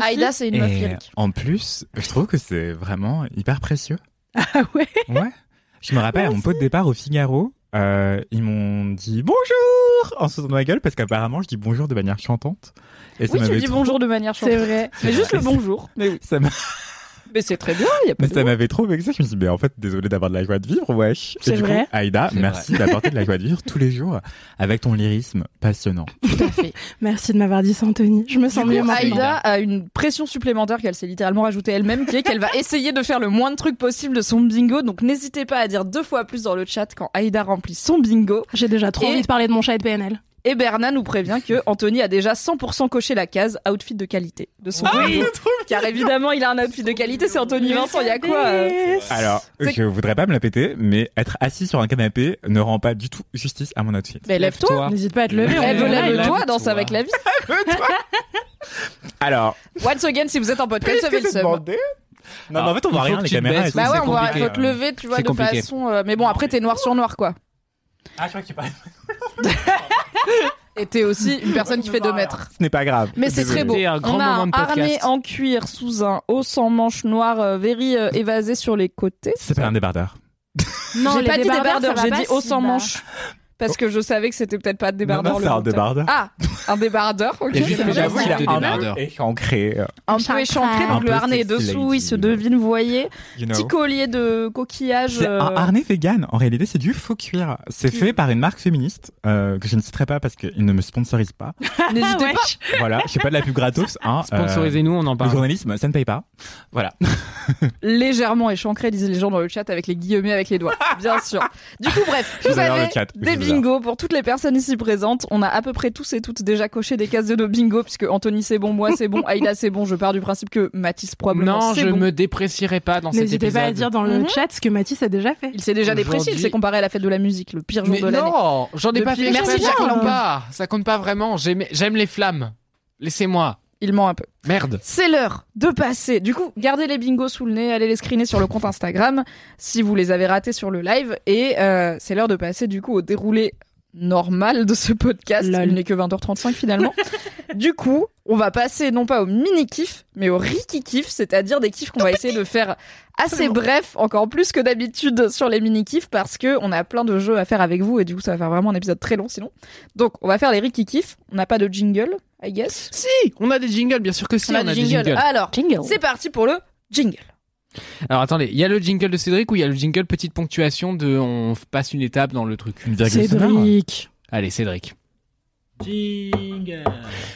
Aïda, c'est une meuf Et lyrique. en plus, je trouve que c'est vraiment hyper précieux. ah ouais Ouais. Je me rappelle à mon pot de départ au Figaro, euh, ils m'ont dit bonjour en se tournant la gueule parce qu'apparemment je dis bonjour de manière chantante. Et ça Oui, tu m'avait dis trop- bonjour de manière chante. c'est vrai Mais juste le bonjour. Mais oui. Ça m'a- Mais c'est très bien, y a pas mais de- ça m'avait trop vexé. Je me suis dit, mais en fait, désolé d'avoir de la joie de vivre, wesh. Et C'est du coup, vrai. Aïda, C'est merci d'apporter de la joie de vivre tous les jours avec ton lyrisme passionnant. merci de m'avoir dit ça Anthony je me sens Du mieux coup, maintenant Aïda a une pression supplémentaire qu'elle s'est littéralement rajoutée elle-même, qui est qu'elle va essayer de faire le moins de trucs possible de son bingo. Donc n'hésitez pas à dire deux fois plus dans le chat quand Aïda remplit son bingo. j'ai déjà trop Et- envie de parler de mon chat et de PNL Et Berna nous prévient que Anthony a déjà 100% coché la case outfit de qualité de son bingo. Car évidemment, il a un outfit de qualité, c'est Anthony Vincent, il y a quoi euh Alors, C'est- je voudrais pas me la péter, mais être assis sur un canapé ne rend pas du tout justice à mon outfit. Mais lève-toi n'hésite pas à te lever on Eh, est ben, en live. Lève-toi, Lève-toi. danse avec la vie Alors, Once again, si vous êtes en podcast, qu'est-ce ça fait que le c'est seum. demandé Non, mais en Alors, fait, on voit il faut rien, que les tu te caméras. baisses, elles sont- Bah ouais, c'est on va compliqué, faut te hein. lever, tu vois, C'est de compliqué. façon. euh, mais bon, après, t'es noir sur noir, quoi. Ah, je crois qu'il parle- Et t'es aussi une personne qui fait 2 mètres. Ce n'est pas grave. Mais c'est Désolé. très beau. C'était un grand On a moment un de podcast. harnais en cuir sous un haut sans manches noir, euh, very euh, évasé sur les côtés. C'est pas un débardeur. non J'ai les pas dit débardeurs, débardeur, ça va j'ai pas dit si haut sans bas. manches. Parce que je savais que c'était peut-être pas Non, débardeur non, le c'est un mot. débardeur. Ah, Un débardeur, ok. Il y a juste c'est le vrai. j'avoue, il a un un échancré. euh, Un peu Chancré. échancré, Un donc le peu harnais est sexy dessous, il lady. se devine, vous voyez. You know. Petit collier de coquillage. C'est un euh, harnais vegan. En réalité, c'est du faux cuir. C'est fait par une marque féministe euh, que je ne citerai pas parce qu'ils ne me sponsorisent pas. N'hésitez pas. voilà, je fais pas de la pub gratos. Hein, Euh, Sponsorisez-nous, on en le parle. journalisme, ça ne paye pas. Voilà. Légèrement échancré, disaient les gens dans le chat avec les guillemets avec les doigts. Bien sûr. Du coup, bref, Je vous vais vers avez le chat, des je vais vers. bingos pour toutes les personnes ici présentes. On a à peu près tous et toutes déjà coché des cases de nos bingos puisque Anthony c'est bon, moi c'est bon, Aïda c'est bon. Je pars du principe que Mathis probablement Non, c'est je bon. me déprécierai pas dans cet N'hésitez épisode. pas à dire dans le Mhm. chat ce que Mathis a déjà fait. Il s'est déjà déprécié, il Aujourd'hui- s'est comparé à la fête de la musique, le pire jour Mais de l'année. non, j'en ai pas Depuis- fait. Merci exprès, ça bien. compte pas. Ça compte pas vraiment. J'aime j'aime les flammes. Laissez-moi. Il ment un peu. Merde. C'est l'heure de passer. Du coup, gardez les bingos sous le nez, allez les screener sur le compte Instagram si vous les avez ratés sur le live. Et euh, c'est l'heure de passer du coup au déroulé normal de ce podcast. Lol. Il n'est que 20h35 finalement. du coup, on va passer non pas au mini-kiff, mais au riki-kiff, c'est-à-dire des kiffs qu'on va essayer de faire assez bref, encore plus que d'habitude sur les mini-kiffs, parce que on a plein de jeux à faire avec vous et du coup ça va faire vraiment un épisode très long sinon. Donc on va faire les riki-kiffs. On n'a pas de jingle, I guess. Si, on a des jingles, bien sûr que si, on a des jingles. Alors, Jingle. c'est parti pour le jingle. Alors attendez, il y a le jingle de Cédric ou il y a le jingle petite ponctuation de on f- passe une étape dans le truc. Une virgule sonore. Cédric. Allez, Cédric.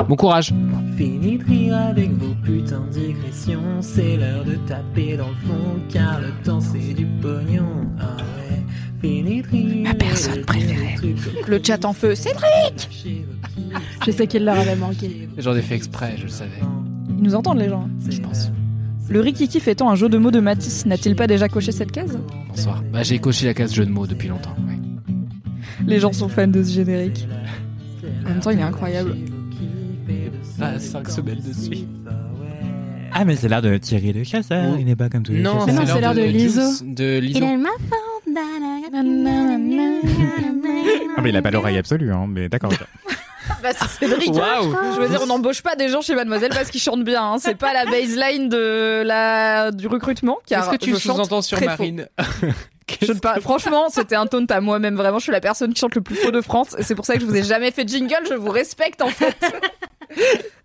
Bon courage. Fini de rire avec vos putains de digressions, c'est l'heure de taper dans le fond, car le temps c'est du pognon. Ah ouais, fini de rire. Ma personne préférée. Le chat en feu, c'est Je sais qu'il leur avait manqué. J'en ai fait exprès, je le savais. Ils nous entendent les gens. Je pense. Le Rikikif étant un jeu de mots de Matisse, n'a-t-il pas déjà coché cette case Bonsoir. Bah j'ai coché la case jeu de mots depuis longtemps. ouais. Les gens sont fans de ce générique. En même temps, il est incroyable. Ah, cinq semaines de suite. Ah, mais c'est l'art de tirer le chasseur. Oui. Il n'est pas comme tous les Non, Mais non, chasseurs. c'est l'heure de l'ISO. Juice, De l'ISO. Ah, mais il a pas l'oreille absolue, hein, mais d'accord. ok. Bah, c'est Cédric. Waouh. Je veux dire, on n'embauche pas des gens chez Mademoiselle parce qu'ils chantent bien. hein. C'est pas la baseline de la du recrutement. Qu'est-ce Car que tu je chante sous-entends sur très Marine faux. Je ne par- Franchement, c'était un taunt à moi-même. Vraiment, je suis la personne qui chante le plus faux de France. Et c'est pour ça que je vous ai jamais fait de jingle. Je vous respecte en fait.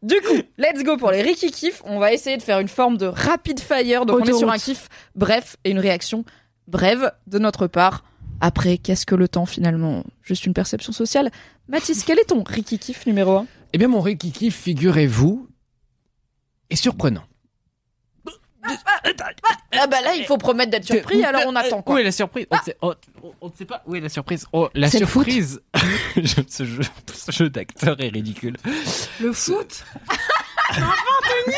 Du coup, let's go pour les Ricky Kiff. On va essayer de faire une forme de rapid fire. Donc on est Autoroute. sur un kiff bref et une réaction brève de notre part. Après, qu'est-ce que le temps finalement Juste une perception sociale. Mathis, quel est ton Ricky Kiff numéro 1 Eh bien, mon Rikiki, figurez-vous, est surprenant. Ah bah là, il faut promettre d'être surpris, alors on attend Où quoi. est la surprise Ah On ne sait- oh, on ne sait pas où est la surprise. Oh, la C'est le foot. surprise Je- Ce jeu, ce jeu d'acteur est ridicule. Le foot Anthony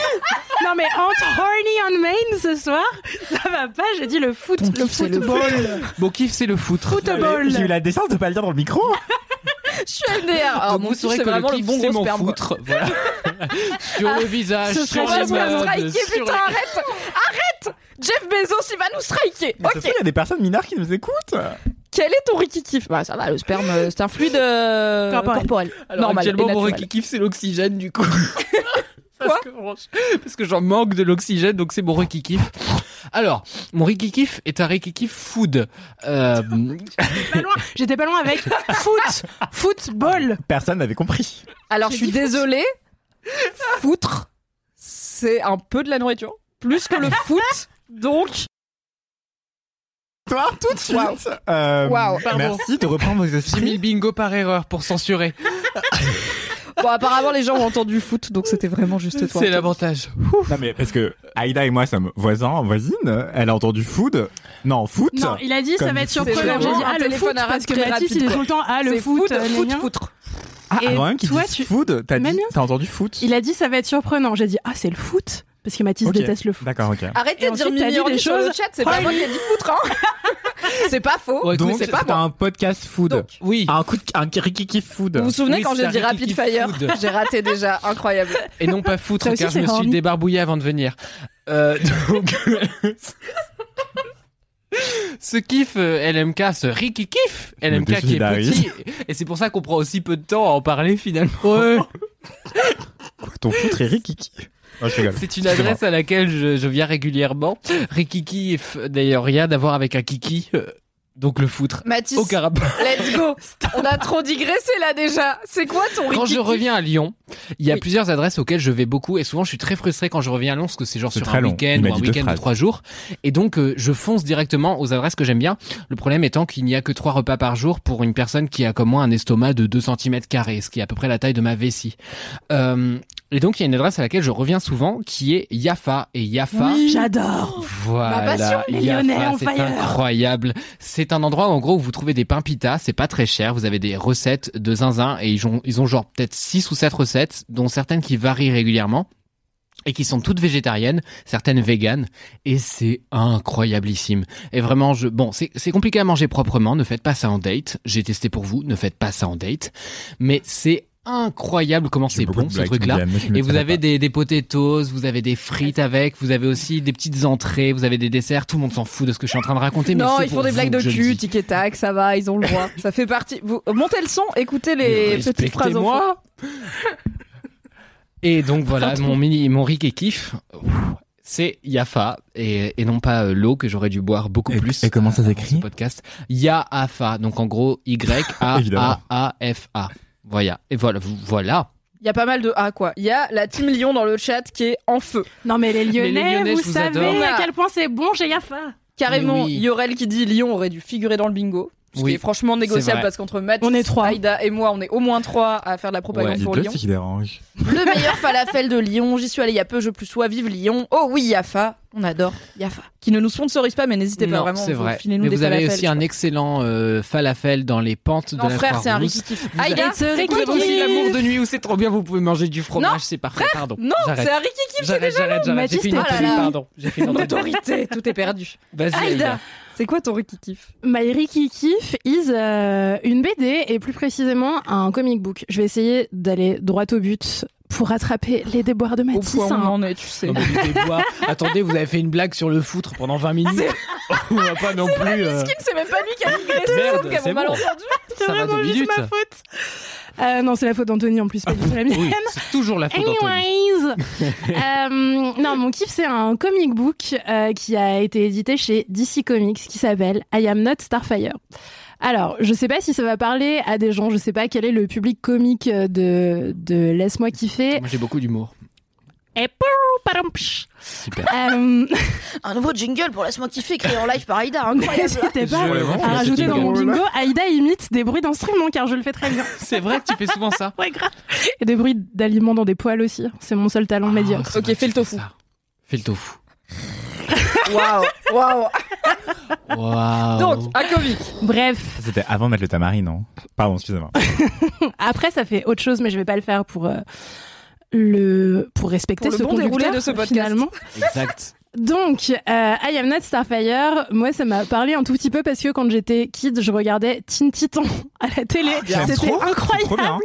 Non mais entre horny on main ce soir, ça va pas, j'ai dit le foot, le football. Mon kiff, c'est le foot. Football. J'ai eu la décence de pas le dire dans le micro. Je suis MDR. Alors Donc, mon vous kiff, saurez c'est que vraiment le le Ah, kiff, bon c'est gros m'en sperme. quoi. foutre. Voilà. sur le visage, Ce sur serait les Ouais, Vas-y, il va nous modes, striker, sur putain, les- arrête Arrête Jeff Bezos, il va nous striker Mais ça se Ok, trouve, Il y a des personnes mineures qui nous écoutent. quel est ton Ricky Kiff Bah ça va, le sperme, euh, c'est un fluide euh, Corporel. corporel. Alors Normal, actuellement, et mon naturel. qui kiffe, c'est l'oxygène du coup. Parce que, franch- parce que j'en manque de l'oxygène, donc c'est mon kiff. Alors, mon kiff est un kiff food. Euh, Pas loin, J'étais pas loin avec foot, football. Personne n'avait compris. Alors je suis désolée, foutre, c'est un peu de la nourriture, plus que le foot, donc... Toi, tout de suite. Euh, Wow. Pardon. Merci de reprendre vos J'ai mis esprits. le bingo par erreur pour censurer. Bon apparemment les gens ont entendu foot, donc c'était vraiment juste toi. C'est l'avantage. Non, mais parce que Aïda et moi sommes voisins, voisines. Elle a entendu food. Non, foot. Non, il a dit ça Comme va être du foot. surprenant. J'ai C'est dit vraiment un ah le téléphone foot arabe parce que très Mathis rapide, il est quoi. tout le temps ah le C'est foot, foot, euh, foot, gna gna. foutre. Ah, Et avant même qu'ils toi, disent tu- food, t'as Même dit- bien. t'as entendu foot. Il a dit ça va être surprenant. J'ai dit ah c'est le foot parce que Mathis Ok. déteste le foot. D'accord, ok. Arrêtez Et de dire ensuite, t'as Mimi dit en des sur le choses chat, c'est pas horribles. moi qui ai dit foutre, hein C'est pas faux. Ouais, Donc, mais c'est pas c'est moi. un podcast food. Donc, Oui. un coup de, un rikiki food. Vous vous souvenez Oui, quand c'est j'ai dit un Rapid Ricky Fire Food. J'ai raté déjà, incroyable. Et non pas foutre, Ça aussi, car je c'est me suis horny. débarbouillé avant de venir. Euh, donc. Ce kiff euh, LMK, ce Ricky kiff me LMK qui est désolidarise. petit, et c'est pour ça qu'on prend aussi peu de temps à en parler finalement. Ton foot est rikiki. Oh, je rigole. C'est une adresse à laquelle je, je viens régulièrement. Rikiki, f- d'ailleurs, rien à voir avec un kiki. euh, donc le foutre Mathis, au Karabakh. let's go. On a trop digressé là déjà. C'est quoi ton Quand je rikiki reviens à Lyon, il y a Oui. plusieurs adresses auxquelles je vais beaucoup et souvent je suis très frustré quand je reviens à Lyon parce que c'est genre C'est sur très un long. week-end Il m'a ou un dit deux week-end de phrases. trois jours et donc euh, je fonce directement aux adresses que j'aime bien. Le problème étant qu'il n'y a que trois repas par jour pour une personne qui a comme moi un estomac de 2 cm carrés, ce qui est à peu près la taille de ma vessie. Euh, et donc il y a une adresse à laquelle je reviens souvent qui est Yafa et Yafa. J'adore. Voilà, Oh, passion, les Yafa, Lyonnais en c'est fire. incroyable. C'est un endroit en gros où vous trouvez des pains pita, c'est pas très cher, vous avez des recettes de zinzin et ils ont, ils ont genre peut-être 6 ou 7 recettes dont certaines qui varient régulièrement et qui sont toutes végétariennes, certaines véganes et c'est incroyablissime. Et vraiment je bon, c'est c'est compliqué à manger proprement, ne faites pas ça en date. J'ai testé pour vous, ne faites pas ça en date, mais c'est incroyable comment c'est bon ce truc là. Et vous avez des, des potatoes, vous avez des frites avec, vous avez aussi des petites entrées, vous avez des desserts. Tout le monde s'en fout de ce que je suis en train de raconter. mais Non, c'est ils font pour des vous blagues de que je le cul, dis. tic et tac, ça va, ils ont le droit. ça fait partie. Vous montez le son, écoutez les petites phrases. en fond. Respectez-moi. Et donc voilà, mon mini, mon riz et kiff, c'est Yafa et, et non pas euh, l'eau que j'aurais dû boire beaucoup Et- plus. et comment ça euh, avant s'écrit ce podcast Yafa. Donc en gros Y A Évidemment. A A F A. Voilà. Et voilà, vous- voilà. Il y a pas mal de A quoi. Il y a la team Lyon dans le chat qui est en feu. Non mais les Lyonnais, les Lyonnais, vous, je vous savez adore. à quel point c'est bon chez Yafa. Carrément, Mais oui. Yorel qui dit Lyon aurait dû figurer dans le bingo. Ce Oui, qui est franchement c'est négociable vrai. parce qu'entre Mathis, On est trois. Aïda et moi, on est au moins trois à faire de la propagande Dites pour le Lyon. ce qui dérange. Le meilleur falafel de Lyon, j'y suis allée il y a peu, je plus sois, vive Lyon. Oh oui, Yafa, on adore Yafa. Qui ne nous sponsorise pas, mais n'hésitez pas Non, vraiment, c'est vous vrai. filez-nous Mais des vous avez falafels, aussi un excellent euh, falafel dans les pentes Non, de la frère, c'est un Croix-Rousse. rikiki. Vous avez- Aïda, c'est c'est Vous quoi avez ton aussi kiff l'amour de nuit où c'est trop bien, vous pouvez manger du Non, fromage, c'est parfait. pardon. Non, c'est j'arrête. un rikiki, c'est J'arrête, j'arrête, j'arrête. J'ai Mathis, fait une t'es- entrevue, Ah là là. pardon. J'ai fait une mon entrevue. autorité, tout est perdu. Vas-y, Aïda, Aïda. c'est quoi ton rikiki Myri qui kiffe is euh, une BD et plus précisément un comic book. Je vais essayer d'aller droit au but pour rattraper les déboires de Au Mathis. point où on hein. en est, tu sais. Non, mais vous devez boire. Attendez, vous avez fait une blague sur le foutre pendant 20 minutes. On va pas non plus. euh, C'est même pas lui qui a digressé, Merde, sauf qu'à mon c'est bon. malentendu. C'est Ça va vraiment deux juste minutes. ma faute. Euh, non, c'est la faute d'Anthony en plus, pas du tout la mienne. Oui, c'est toujours la faute d'Anthony. Anyways, Euh, non, mon kiff, c'est un comic book euh, qui a été édité chez DC Comics qui s'appelle I Am Not Starfire. Alors, je sais pas si ça va parler à des gens, je sais pas quel est le public comique euh, de, de Laisse-moi kiffer. Moi, j'ai beaucoup d'humour. Et param, psh. Super. Euh, Un nouveau jingle pour Laisse-moi kiffer créé en live par Aïda. hein, N'hésitez pas Je- à rajouter dans mon bingo, Aïda imite des bruits d'instruments car je le fais très bien. C'est vrai que tu fais souvent ça. Ouais, grave. Et des bruits d'aliments dans des poils aussi. C'est mon seul talent médiocre. Ah, c'est Ok, vrai que fais le tu tofu. ça. Fais le tofu. Waouh, waouh. Waouh. Donc, un comique. Bref, Ça, C'était avant de mettre le tamari, non Pardon, excusez-moi. Après, ça fait autre chose, mais je vais pas le faire pour euh, le pour respecter Pour le ce bon déroulé conducteur, de ce podcast. finalement. exact. Donc, euh, I Am Not Starfire, moi, ça m'a parlé un tout petit peu parce que quand j'étais kid, je regardais Teen Titan à la télé. Ah, J'aime C'était trop, c'est trop incroyable. bien.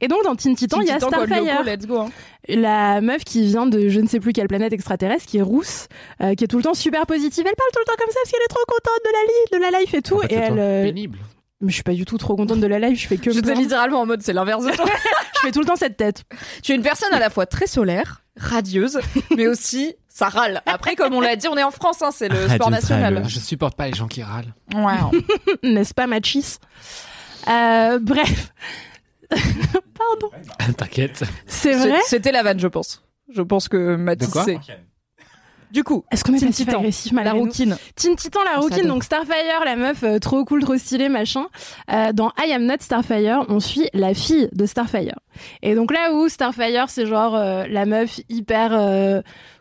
Et donc, dans Teen Titan, il y a Titan, quoi, le Starfire, loco, let's go. hein. la meuf qui vient de je ne sais plus quelle planète extraterrestre, qui est rousse, euh, qui est tout le temps super positive. Elle parle tout le temps comme ça parce qu'elle est trop contente de la, li- de la life et tout. En fait, et c'est elle, toi. euh, Pénible. je suis pas du tout trop contente de la life. Je fais que me J'étais plaindre. littéralement en mode, c'est l'inverse de toi. Je fais tout le temps cette tête. Tu es une personne à la fois très solaire, radieuse, mais aussi ça râle. Après, comme on l'a dit, on est en France, hein, c'est le sport Radieuse, national. râleuse. Je supporte pas les gens qui râlent. hein. Wow. n'est-ce pas, Machis Euh, Bref, T'inquiète. c'est vrai. C'était la vanne, je pense. Je pense que Mathis De quoi sait. Du coup, Est-ce qu'on est Teen passif Titan, agressif la malgré nous Euh, Ah, rouquine. Teen Titan, la On rouquine, s'adore. donc Starfire, la meuf euh, trop cool, trop stylée, machin. Euh, dans I Am Not Starfire, on suit la fille de Starfire. Et donc là où Starfire, c'est genre euh, la meuf hyper euh,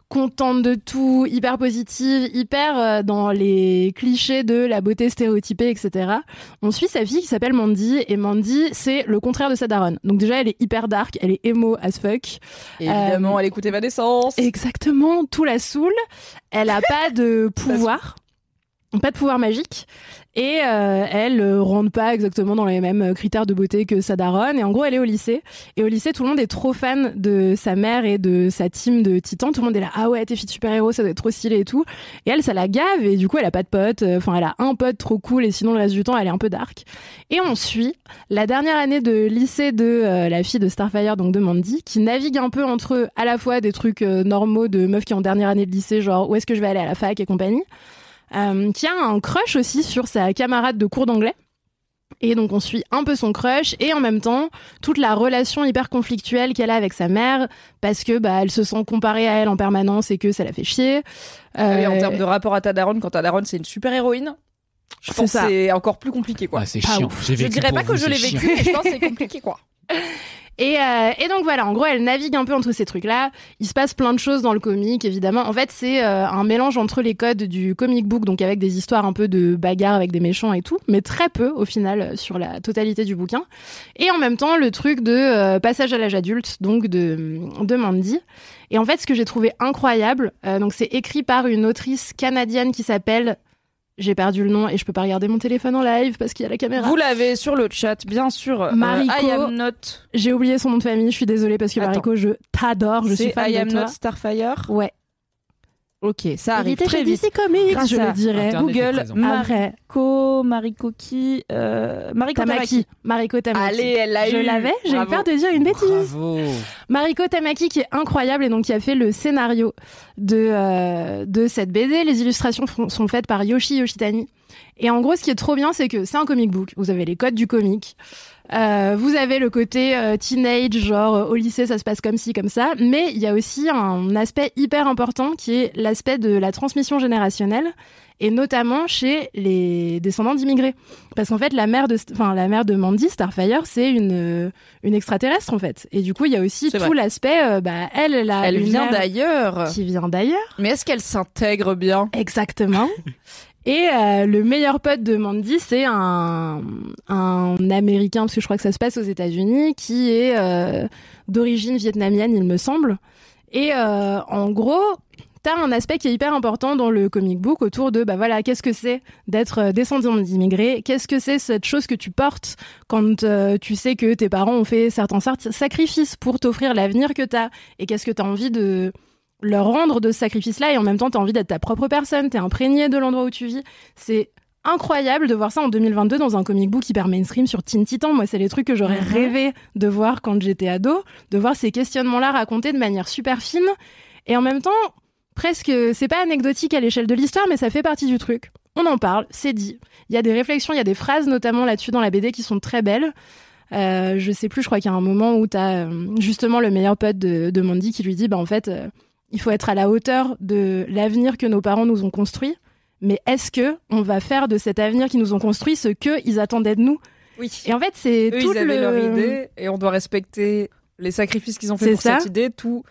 contente de tout, hyper positive, hyper euh, dans les clichés de la beauté stéréotypée, etc. On suit sa fille qui s'appelle Mandy, et Mandy, c'est le contraire de sa daronne. Donc déjà, elle est hyper dark, elle est emo as fuck. Évidemment, elle écoutait Evanescence. Exactement, tout la saoule. Elle a pas de pouvoir, pas de pouvoir magique, et euh, elle euh, rentre pas exactement dans les mêmes euh, critères de beauté que sa daronne. Et en gros, elle est au lycée. Et au lycée, tout le monde est trop fan de sa mère et de sa team de titans. Tout le monde est là, ah ouais, t'es fille de super-héros, ça doit être trop stylé et tout. Et elle, ça la gave, et du coup, elle a pas de pote. Enfin, elle a un pote trop cool, et sinon, le reste du temps, elle est un peu dark. Et on suit la dernière année de lycée de euh, la fille de Starfire, donc de Mandy, qui navigue un peu entre eux, à la fois des trucs euh, normaux de meuf qui est en dernière année de lycée, genre où est-ce que je vais aller à la fac et compagnie, euh, qui a un crush aussi sur sa camarade de cours d'anglais. Et donc on suit un peu son crush et en même temps toute la relation hyper conflictuelle qu'elle a avec sa mère parce que bah elle se sent comparée à elle en permanence et que ça la fait chier. Euh, Et Ah en termes de rapport à ta daronne, quand ta daronne c'est une super héroïne, je C'est pense que ça. c'est encore plus compliqué quoi. Ouais, Ah, c'est Pas chiant. J'ai je vécu dirais pour pas que vous, je c'est l'ai chiant. vécu, mais je pense que c'est compliqué quoi. Et, euh, et donc voilà, en gros, elle navigue un peu entre ces trucs-là. Il se passe plein de choses dans le comic, évidemment. En fait, c'est euh, un mélange entre les codes du comic book, donc avec des histoires un peu de bagarre avec des méchants et tout, mais très peu au final euh, sur la totalité du bouquin. Et en même temps, le truc de euh, passage à l'âge adulte, donc de, de Mandy. Et en fait, ce que j'ai trouvé incroyable, euh, donc c'est écrit par une autrice canadienne qui s'appelle. J'ai perdu le nom et je peux pas regarder mon téléphone en live parce qu'il y a la caméra. Vous l'avez sur le chat, bien sûr. Euh, Mariko. I am not. J'ai oublié son nom de famille, je suis désolée parce que Attends. Mariko, je t'adore, je suis C'est fan I de am toi. not Starfire. Ouais. Ok, ça arrive Vérité, très j'ai dit, vite. C'est comique, Grâce je à le dirais. Internet est Google, présent. Après, Mariko, Mariko qui, euh, Mariko Tamaki. Tamaki. Mariko Tamaki. Allez, elle l'a je eu. l'avais, j'ai eu Bravo. peur de dire une bêtise. Bravo. Mariko Tamaki qui est incroyable et donc qui a fait le scénario de, euh, de cette BD. Les illustrations font- sont faites par Yoshi Yoshitani. Et en gros, ce qui est trop bien, c'est que c'est un comic book. Vous avez les codes du comic. Euh, vous avez le côté euh, teenage, genre euh, au lycée ça se passe comme ci, comme ça, mais il y a aussi un aspect hyper important qui est l'aspect de la transmission générationnelle, et notamment chez les descendants d'immigrés. Parce qu'en fait, la mère de, enfin, la mère de Mandy, Starfire, c'est une, euh, une extraterrestre en fait. Et du coup, il y a aussi C'est tout vrai. l'aspect, euh, bah, elle, elle, a Elle une vient mère d'ailleurs. qui vient d'ailleurs. Mais est-ce qu'elle s'intègre bien Exactement. Et euh, le meilleur pote de Mandy, c'est un, un Américain, parce que je crois que ça se passe aux États-Unis, qui est euh, d'origine vietnamienne, il me semble. Et euh, en gros, t'as un aspect qui est hyper important dans le comic book autour de, bah voilà, qu'est-ce que c'est d'être euh, descendant d'immigrés Qu'est-ce que c'est cette chose que tu portes quand euh, tu sais que tes parents ont fait certains sar- sacrifices pour t'offrir l'avenir que t'as Et qu'est-ce que t'as envie de leur rendre de ce sacrifice-là et en même temps, t'as envie d'être ta propre personne, t'es imprégné de l'endroit où tu vis. C'est incroyable de voir ça en 2022 dans un comic book hyper mainstream sur Teen Titan. Moi, c'est les trucs que j'aurais rêvé de voir quand j'étais ado, de voir ces questionnements-là racontés de manière super fine et en même temps, presque, c'est pas anecdotique à l'échelle de l'histoire, mais ça fait partie du truc. On en parle, c'est dit. Il y a des réflexions, il y a des phrases notamment là-dessus dans la BD qui sont très belles. Euh, je sais plus, je crois qu'il y a un moment où t'as euh, justement le meilleur pote de, de Mandy qui lui dit, bah en fait, euh, il faut être à la hauteur de l'avenir que nos parents nous ont construit. Mais est-ce que on va faire de cet avenir qu'ils nous ont construit ce que ils attendaient de nous Oui. Et en fait, c'est Eux, tout ils avaient le- leur idée et on doit respecter les sacrifices qu'ils ont fait C'est pour ça. cette idée, tout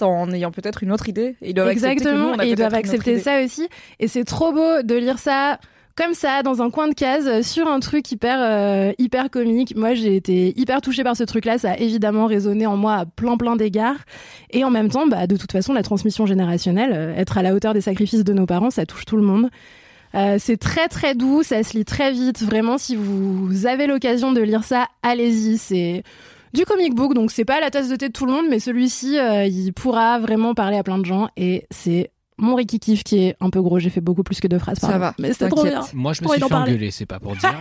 en ayant peut-être une autre idée. Et ils doivent accepter que nous, Exactement, on a et ils peut-être doivent une accepter autre ça aussi. Et c'est trop beau de lire ça comme ça, dans un coin de case, euh, sur un truc hyper, euh, hyper comique. Moi, j'ai été hyper touchée par ce truc-là. Ça a évidemment résonné en moi à plein, plein d'égards. Et en même temps, bah, de toute façon, la transmission générationnelle, euh, être à la hauteur des sacrifices de nos parents, ça touche tout le monde. Euh, c'est très très doux, ça se lit très vite. Vraiment, si vous avez l'occasion de lire ça, allez-y. C'est du comic book, donc c'est pas à la tasse de thé de tout le monde, mais celui-ci, euh, il pourra vraiment parler à plein de gens. Et c'est mon Ricky Kiff qui est un peu gros. J'ai fait beaucoup plus que deux phrases par Ça an. va, mais c'était trop t'inquiète. bien. Moi, je me On va suis en fait parler. engueuler, c'est pas pour dire.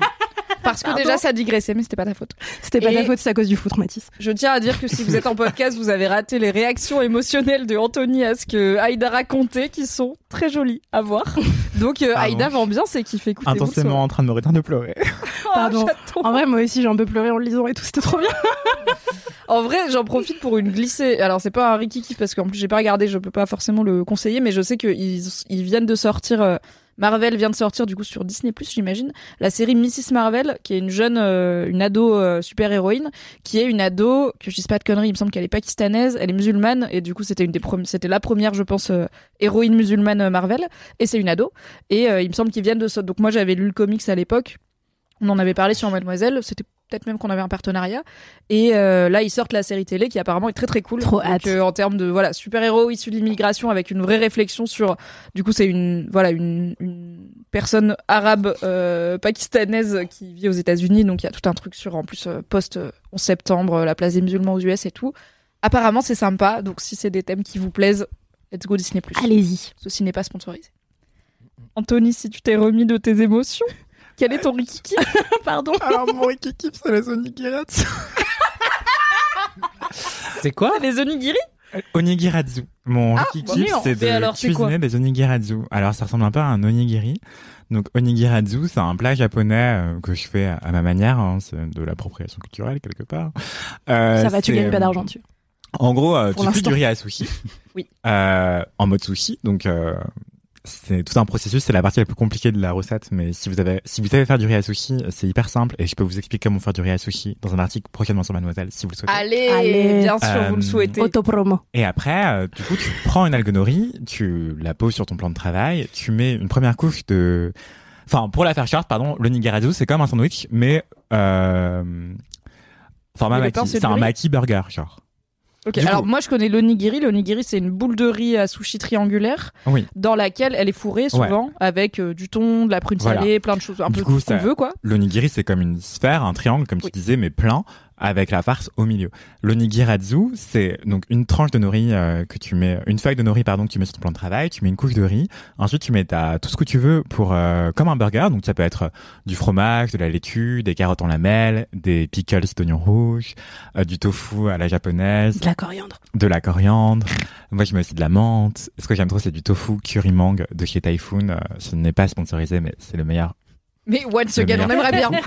Parce que Pardon déjà, ça digressait, mais c'était pas ta faute. C'était pas Et- ta faute, c'est à cause du foot, Mathis. Je tiens à dire que si vous êtes en podcast, vous avez raté les réactions émotionnelles de Anthony à ce que Aïda racontait, qui sont très jolies à voir. Donc euh, Pardon. Aïda va en bien, c'est kiffer. Écoutez, Intensément en train de me retenir de pleurer. Oh, Pardon. En vrai, moi aussi, j'ai un peu pleuré en le lisant et tout. C'était trop bien. En vrai, j'en profite pour une glissée. Alors, c'est pas un Ricky Kiff parce qu'en plus, j'ai pas regardé, je peux pas forcément le conseiller, mais je sais qu'ils ils viennent de sortir. euh, Marvel vient de sortir du coup sur Disney j'imagine, la série Mrs Marvel, qui est une jeune, euh, une ado euh, super-héroïne, qui est une ado que je dis pas de conneries, il me semble qu'elle est pakistanaise, elle est musulmane et du coup c'était une des premi- c'était la première, je pense, euh, héroïne musulmane euh, Marvel et c'est une ado et euh, il me semble qu'ils viennent de ça. Donc moi j'avais lu le comics à l'époque, on en avait parlé sur Mademoiselle, c'était peut-être même qu'on avait un partenariat et euh, là, ils sortent la série télé qui apparemment est très très cool. Trop Donc, hâte. euh, en termes de voilà super héros issus de l'immigration avec une vraie réflexion sur. Du coup, c'est une voilà une, une personne arabe euh, pakistanaise qui vit aux États-Unis. Donc il y a tout un truc sur en plus euh, post euh, 11 septembre, euh, la place des musulmans aux US et tout. Apparemment, c'est sympa. Donc si c'est des thèmes qui vous plaisent, let's go Disney+. Allez-y. Ceci n'est pas sponsorisé. Anthony, si tu t'es remis de tes émotions, quel est ton rikiki Pardon. Alors mon équipe, c'est la Sonic Girls. C'est quoi Les onigiri Onigirazu. Mon Ah, petit bon, kiff, mignon. c'est Mais de alors, c'est quoi cuisiner des onigirazu. Alors, ça ressemble un peu à un onigiri. Donc, onigirazu, c'est un plat japonais euh, que je fais à, à ma manière. hein, c'est de l'appropriation culturelle, quelque part. Euh, Ça va, tu c'est, gagnes pas euh, d'argent, tu. En gros, euh, Pour tu fais l'instant. du riz à sushi. Oui. Euh, en mode sushi. Donc, euh, c'est tout un processus. C'est la partie la plus compliquée de la recette. Mais si vous avez, si vous savez faire du riz à sushi, c'est hyper simple. Et je peux vous expliquer comment faire du riz à sushi dans un article prochainement sur Mademoiselle, si vous le souhaitez. Allez, Allez. bien sûr, vous le Euh, souhaitez. Autopromo. Et après, euh, du coup, tu prends une algue nori, tu la poses sur ton plan de travail, tu mets une première couche de... Enfin, pour la faire short, pardon, le nigarazu, c'est comme un sandwich, mais... Euh... Format Mais le maki. pain, c'est C'est du un riz maki burger, genre. Ok, Du alors coup- moi je connais l'onigiri. L'onigiri c'est une boule de riz à sushi triangulaire Oui. dans laquelle elle est fourrée souvent avec euh, du thon, de la prune Voilà. salée, plein de choses, un Du peu coup, tout ce qu'on ça- veut quoi. L'onigiri, c'est comme une sphère, un triangle, comme tu disais, mais plein, avec la farce au milieu. L'onigirazu, c'est donc une tranche de nori euh, que tu mets, une feuille de nori, pardon, que tu mets sur ton plan de travail, tu mets une couche de riz, ensuite tu mets ta, tout ce que tu veux pour, euh, comme un burger, donc ça peut être euh, du fromage, de la laitue, des carottes en lamelles, des pickles d'oignons rouges, euh, du tofu à la japonaise, De la coriandre. de la coriandre. Moi, je mets aussi de la menthe. Ce que j'aime trop, c'est du tofu curry mangue de chez Typhoon. Euh, ce n'est pas sponsorisé, mais c'est le meilleur Mais once C'est again, on meilleur. aimerait bien.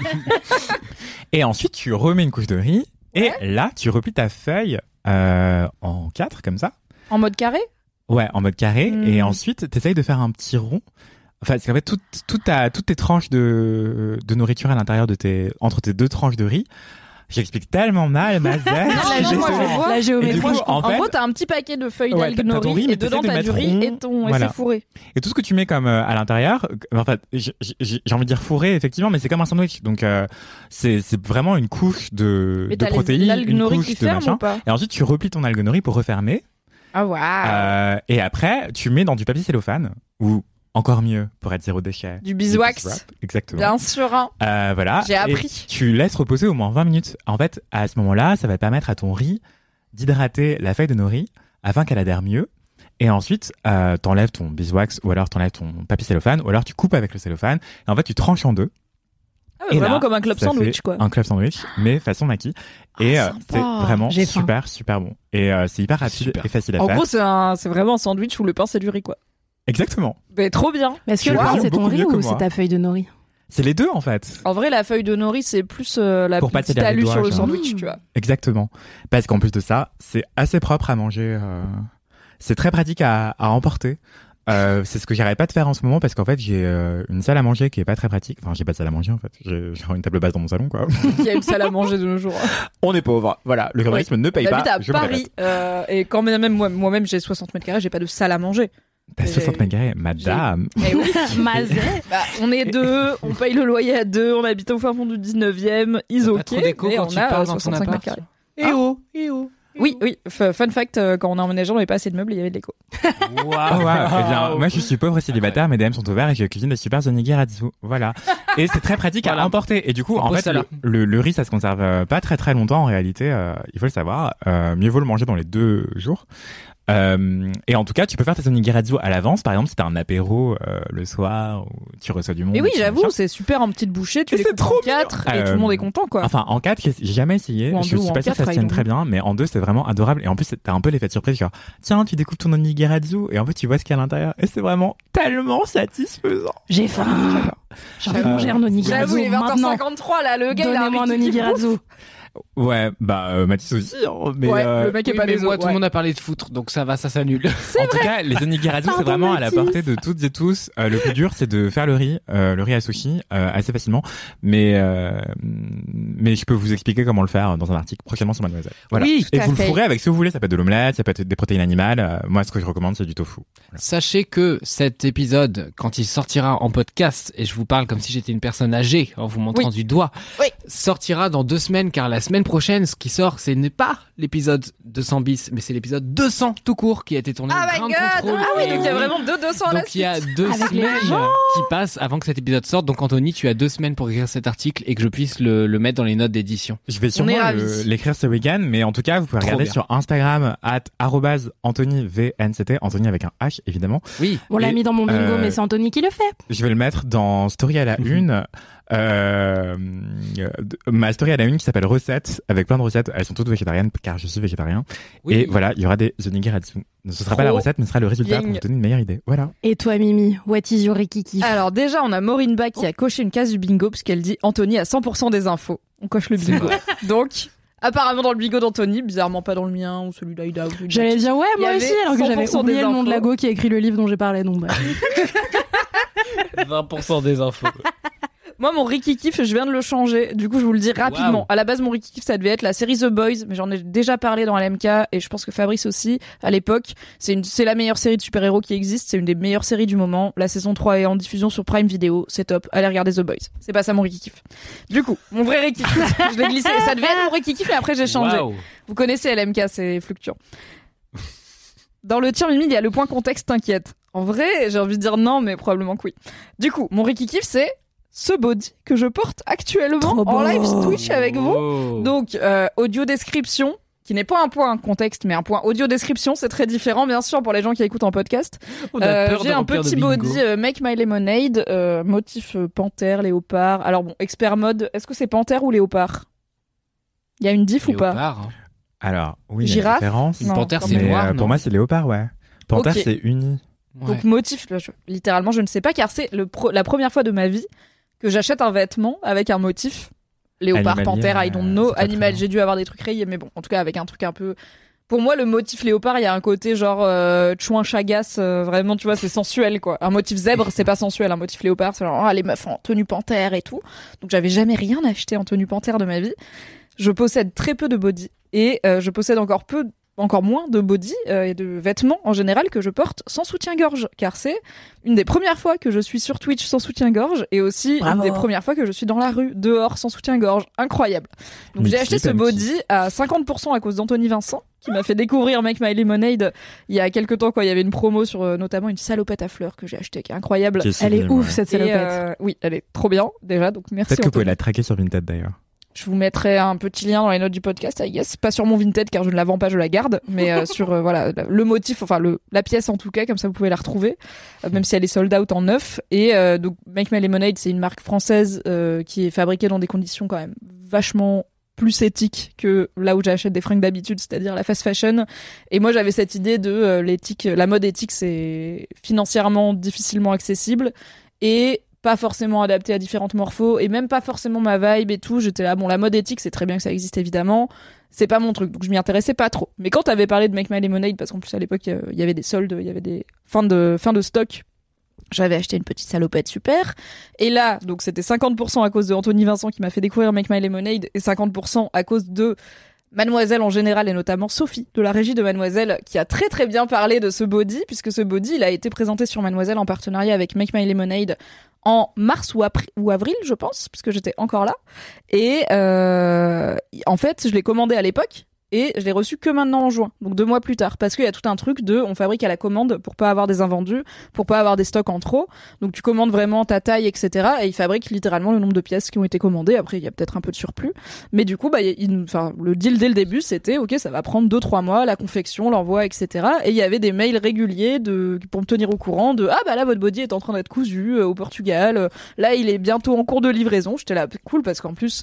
Et ensuite, tu remets une couche de riz. Et là, tu replies ta feuille euh, en quatre, comme ça. En mode carré Ouais, en mode carré. Hmm. Et ensuite, t'essayes de faire un petit rond. Enfin, parce qu'en fait, toute, toute ta- toutes tes tranches de, de nourriture à l'intérieur de tes, entre tes deux tranches de riz, j'explique tellement mal, ma zèle, je suis non, Oh, moi, désolée. je vois. La Et géométrie. du coup, en En fait, gros, t'as un petit paquet de feuilles Ouais, d'algues t'as- t'as ton nori, riz, mais et dedans t'essaies de t'as du mettre riz rond. et ton. Et Voilà. c'est fourré. Et tout ce que tu mets comme euh, à l'intérieur, euh, en fait, j- j- j- j'ai envie de dire fourré effectivement, mais c'est comme un sandwich. Donc euh, c'est c'est vraiment une couche de, Mais de t'as les- protéines, l'algue une nori couche qui de ferme ou machin. pas Et ensuite tu replies ton algonorie pour refermer. Ah waouh Euh, et après tu mets dans du papier cellophane ou encore mieux pour être zéro déchet. Du beeswax. du beeswrap, Exactement. Bien sûr, hein. Euh, voilà. J'ai Et appris. Tu laisses reposer au moins 20 minutes. En fait, à ce moment-là, ça va permettre à ton riz d'hydrater la feuille de nori afin qu'elle adhère mieux. Et ensuite, euh, t'enlèves ton beeswax ou alors t'enlèves ton papier cellophane ou alors tu coupes avec le cellophane. Et en fait, tu tranches en deux. Ah, mais Et vraiment là, comme un club ça sandwich fait quoi. Ah, Un club sandwich, mais façon maquis. et euh, c'est vraiment J'ai faim. super, super bon. Et euh, c'est hyper rapide Super. et facile à En faire. gros, c'est un- c'est vraiment un sandwich où le pain c'est du riz quoi. Exactement. Mais trop bien. Mais est-ce que Tu le vois, pain, c'est ton beaucoup riz mieux que ou moi. c'est ta feuille de nori C'est les deux en fait. En vrai, la feuille de nori, c'est plus euh, la Pour pas te petite tirer les alu doigts, sur le genre. sandwich, tu vois. Exactement. Parce qu'en plus de ça, c'est assez propre à manger. euh, C'est très pratique à, à emporter. Euh, c'est ce que j'arrête pas de faire en ce moment parce qu'en fait j'ai euh, une salle à manger qui est pas très pratique. Enfin j'ai pas de salle à manger en fait. J'ai j'ai une table basse dans mon salon quoi. Il y a une salle à manger de nos jours. On est pauvre. Voilà. Le capitalisme ne paye pas. J'habite à bah, je me Paris répète. euh, et quand même, même moi- moi-même j'ai 60 mètres carrés, j'ai pas de salle à manger. T'as J'ai- 60 mètres carrés, madame. Eh oui. Mazet. Bah, on est deux, on paye le loyer à deux, on habite au fin fond du 19e, T'as is pas ok, trop d'écho mais quand on tu a parles euh, dans ton 65 mètres appart. carrés. Eh oh, eh oh. Oui, oui, f- fun fact, euh, quand on a emménagé, on n'avait pas assez de meubles, il y avait de l'écho. Oh, Ah ouais, eh bien, moi je suis pauvre et célibataire, mes DM sont ouverts et je cuisine des super onigirazu. Voilà. Et c'est très pratique à Voilà. emporter. Et du coup, On en pose fait, ça là. le, le- le riz, ça se conserve euh, pas très très longtemps en réalité. euh, il faut le savoir. Euh, mieux vaut le manger dans les deux jours. Euh, et en tout cas, tu peux faire tes onigirazu à l'avance. Par exemple, si t'as un apéro euh, le soir ou tu reçois du monde. Mais oui, bah, tu j'avoue, manges c'est super en petite bouchée, tu Mais les c'est coupes trop en quatre et Euh, tout le monde est content ça. quoi. Enfin, en 4, j'ai jamais essayé. Ou en Je deux, ou suis en pas sûre que quatre, ça se tienne ils très bien, mais en 2, c'est vraiment adorable. Et en plus, t'as un peu l'effet de surprise, genre, tiens, tu découpes ton onigirazu et en fait, tu vois ce qu'il y a à l'intérieur. Et c'est vraiment tellement satisfaisant. J'ai faim. J'ai envie de Euh, manger un onigirazu. J'avoue, il est maintenant. 20h53 là, le gars il a Donnez-moi un envie qu'il kiffe. onigirazu. Ouais, bah euh, Mathis aussi, hein, mais Ouais, euh, le mec est Oui, pas mais des moi, autres, tout le ouais. monde a parlé de foutre, donc ça va, ça s'annule. en tout cas, les onigirazu, c'est Pardon, vraiment à la Mathis. portée de toutes et tous. Euh, le plus dur, c'est de faire le riz, euh, le riz à sushi, euh, assez facilement. Mais euh, mais je peux vous expliquer comment le faire dans un article prochainement sur Mademoiselle. Voilà. Oui, et vous le fourrez avec ce que vous voulez. Ça peut être de l'omelette, ça peut être des protéines animales. Euh, moi, ce que je recommande, c'est du tofu. Sachez que cet épisode, quand il sortira en podcast, et je vous parle comme si j'étais une personne âgée en vous montrant du doigt, Oui. sortira dans deux semaines, car la semaine prochaine, ce qui sort, ce n'est pas l'épisode 200 bis, mais c'est l'épisode 200 tout court qui a été tourné Ah au my Grand god Contrôle. Ah oui, Et donc il y a vraiment deux 200 à la Donc il y a suite. deux Avec les semaines gens. qui passent avant que cet épisode sorte. Donc Anthony, tu as deux semaines pour écrire cet article et que je puisse le, le mettre dans les notes d'édition. Je vais sûrement est ravis. le- l'écrire ce week-end, mais en tout cas, vous pouvez Trop regarder bien. sur Instagram at arobase Anthony VNCT, Anthony avec un H évidemment. Oui. On l'a Et, mis dans mon bingo, euh, mais c'est Anthony qui le fait. Je vais le mettre dans Story à la Mhm. une. Euh, euh, de- ma story à la une qui s'appelle recettes avec plein de recettes. Elles sont toutes végétariennes car je suis végétarien. Oui. Et voilà, il y aura des onigirazu. Ce sera pas la Trop recette, mais ce sera le résultat pour bien. vous donner une meilleure idée. Voilà. Et toi, Mimi, what is your rikiki Alors déjà, on a Maureen Ba qui a coché une case du bingo puisqu'elle dit Anthony a 100% des infos. On coche le bingo. Donc, apparemment dans le bingo d'Anthony, bizarrement pas dans le mien ou celui d'Aïda. ou celui de J'allais dire ouais, Il y moi avait aussi, alors que j'avais 100% des oublié le nom de infos. Lago qui a écrit le livre dont j'ai parlé. Donc, Ah, bref. 20% des infos. Moi, mon Rikikif, je viens de le changer. Du coup, je vous le dis rapidement. Waouh. À la base, mon Rikikif, ça devait être la série The Boys, mais j'en ai déjà parlé dans LMK et je pense que Fabrice aussi, à l'époque. C'est une, c'est la meilleure série de super-héros qui existe. C'est une des meilleures séries du moment. La saison 3 est en diffusion sur Prime Video. C'est top. Allez regarder The Boys. C'est pas ça mon Rikikif. Du coup, mon vrai Rikikif, je l'ai glissé. Ça devait être mon Rikikif et après, j'ai changé. Waouh. Vous connaissez LMK, c'est fluctuant. Dans le tir mimi, il y a le point contexte t'inquiète. En vrai, j'ai envie de dire non, mais probablement que oui. Du coup, mon rikikif, c'est ce body que je porte actuellement Trop beau. en live Twitch avec vous. Wow. Donc, euh, audio description, qui n'est pas un point contexte, mais un point audio description, c'est très différent, bien sûr, pour les gens qui écoutent en podcast. On a Euh, peur J'ai de un remplir de petit bingo. body euh, Make My Lemonade, euh, motif euh, panthère, léopard. Alors bon, expert mode, est-ce que c'est panthère ou léopard Il y a une diff ou pas Léopard, hein. Alors, oui, il y a une Girafe différence. Une Non, panthère, quand c'est Mais, euh, noir. pour moi, c'est léopard, ouais. Panthère, Ok. c'est uni. non Donc Ouais. motif, là, je- littéralement, je ne sais pas, car c'est le pro- la première fois de ma vie que j'achète un vêtement avec un motif. Léopard, Animalier, euh, panthère, I don't know, c'est pas très animal, bien. j'ai dû avoir des trucs rayés, mais bon, en tout cas avec un truc un peu... Pour moi, le motif léopard, il y a un côté genre euh, chouin chagas, euh, vraiment, tu vois, c'est sensuel, quoi. Un motif zèbre, c'est pas sensuel. Un motif léopard, c'est genre, ah, les meufs en tenue panthère et tout. Donc, j'avais jamais rien acheté en tenue panthère de ma vie. Je possède très peu de body et euh, je possède encore peu encore moins de body euh, et de vêtements en général que je porte sans soutien-gorge, car c'est une des premières fois que je suis sur Twitch sans soutien-gorge et aussi Bravo. une des premières fois que je suis dans la rue, dehors, sans soutien-gorge. Incroyable. Donc Mais j'ai tu acheté dis pas ce une body à 50% à cause d'Anthony Vincent, qui m'a fait découvrir Make My Lemonade il y a quelques temps, quand il y avait une promo sur euh, notamment une salopette à fleurs que j'ai achetée, qui est incroyable. Qui Elle est sublime, ouf, ouais. cette Et, salopette. euh, oui, elle est trop bien déjà, donc merci. Peut-être que vous Anthony. pouvez la traquer sur Vinted d'ailleurs. Je vous mettrai un petit lien dans les notes du podcast, I guess. Pas sur mon Vinted, car je ne la vends pas, je la garde. Mais euh, sur euh, voilà le motif, enfin le, la pièce en tout cas, comme ça vous pouvez la retrouver, euh, même si elle est sold out en neuf. Et euh, donc Make My Lemonade, c'est une marque française euh, qui est fabriquée dans des conditions quand même vachement plus éthiques que là où j'achète des fringues d'habitude, c'est-à-dire la fast fashion. Et moi j'avais cette idée de euh, l'éthique, la mode éthique, c'est financièrement difficilement accessible et pas forcément adapté à différentes morphos et même pas forcément ma vibe et tout. J'étais là, bon, la mode éthique, c'est très bien que ça existe évidemment. C'est pas mon truc, donc je m'y intéressais pas trop. Mais quand t'avais parlé de Make My Lemonade, parce qu'en plus à l'époque, euh, il y avait des soldes, il y avait des fins de, fins de stock. J'avais acheté une petite salopette super. Et là, donc c'était 50% à cause de Anthony Vincent qui m'a fait découvrir Make My Lemonade et 50% à cause de Mademoiselle en général et notamment Sophie de la régie de Mademoiselle qui a très très bien parlé de ce body puisque ce body il a été présenté sur Mademoiselle en partenariat avec Make My Lemonade en mars ou, apri- ou avril, je pense, puisque j'étais encore là. Et euh, en fait, je l'ai commandé à l'époque et je l'ai reçu que maintenant en juin, donc deux mois plus tard, parce qu'il y a tout un truc de on fabrique à la commande pour pas avoir des invendus, pour pas avoir des stocks en trop. Donc tu commandes vraiment ta taille, etc. Et ils fabriquent littéralement le nombre de pièces qui ont été commandées. Après, il y a peut-être un peu de surplus, mais du coup, bah, il- il- enfin, le deal dès le début, c'était ok, ça va prendre deux trois mois, la confection, l'envoi, etc. Et il y avait des mails réguliers de pour me tenir au courant de ah bah là votre body est en train d'être cousu euh, au Portugal, euh, là il est bientôt en cours de livraison. J'étais là cool parce qu'en plus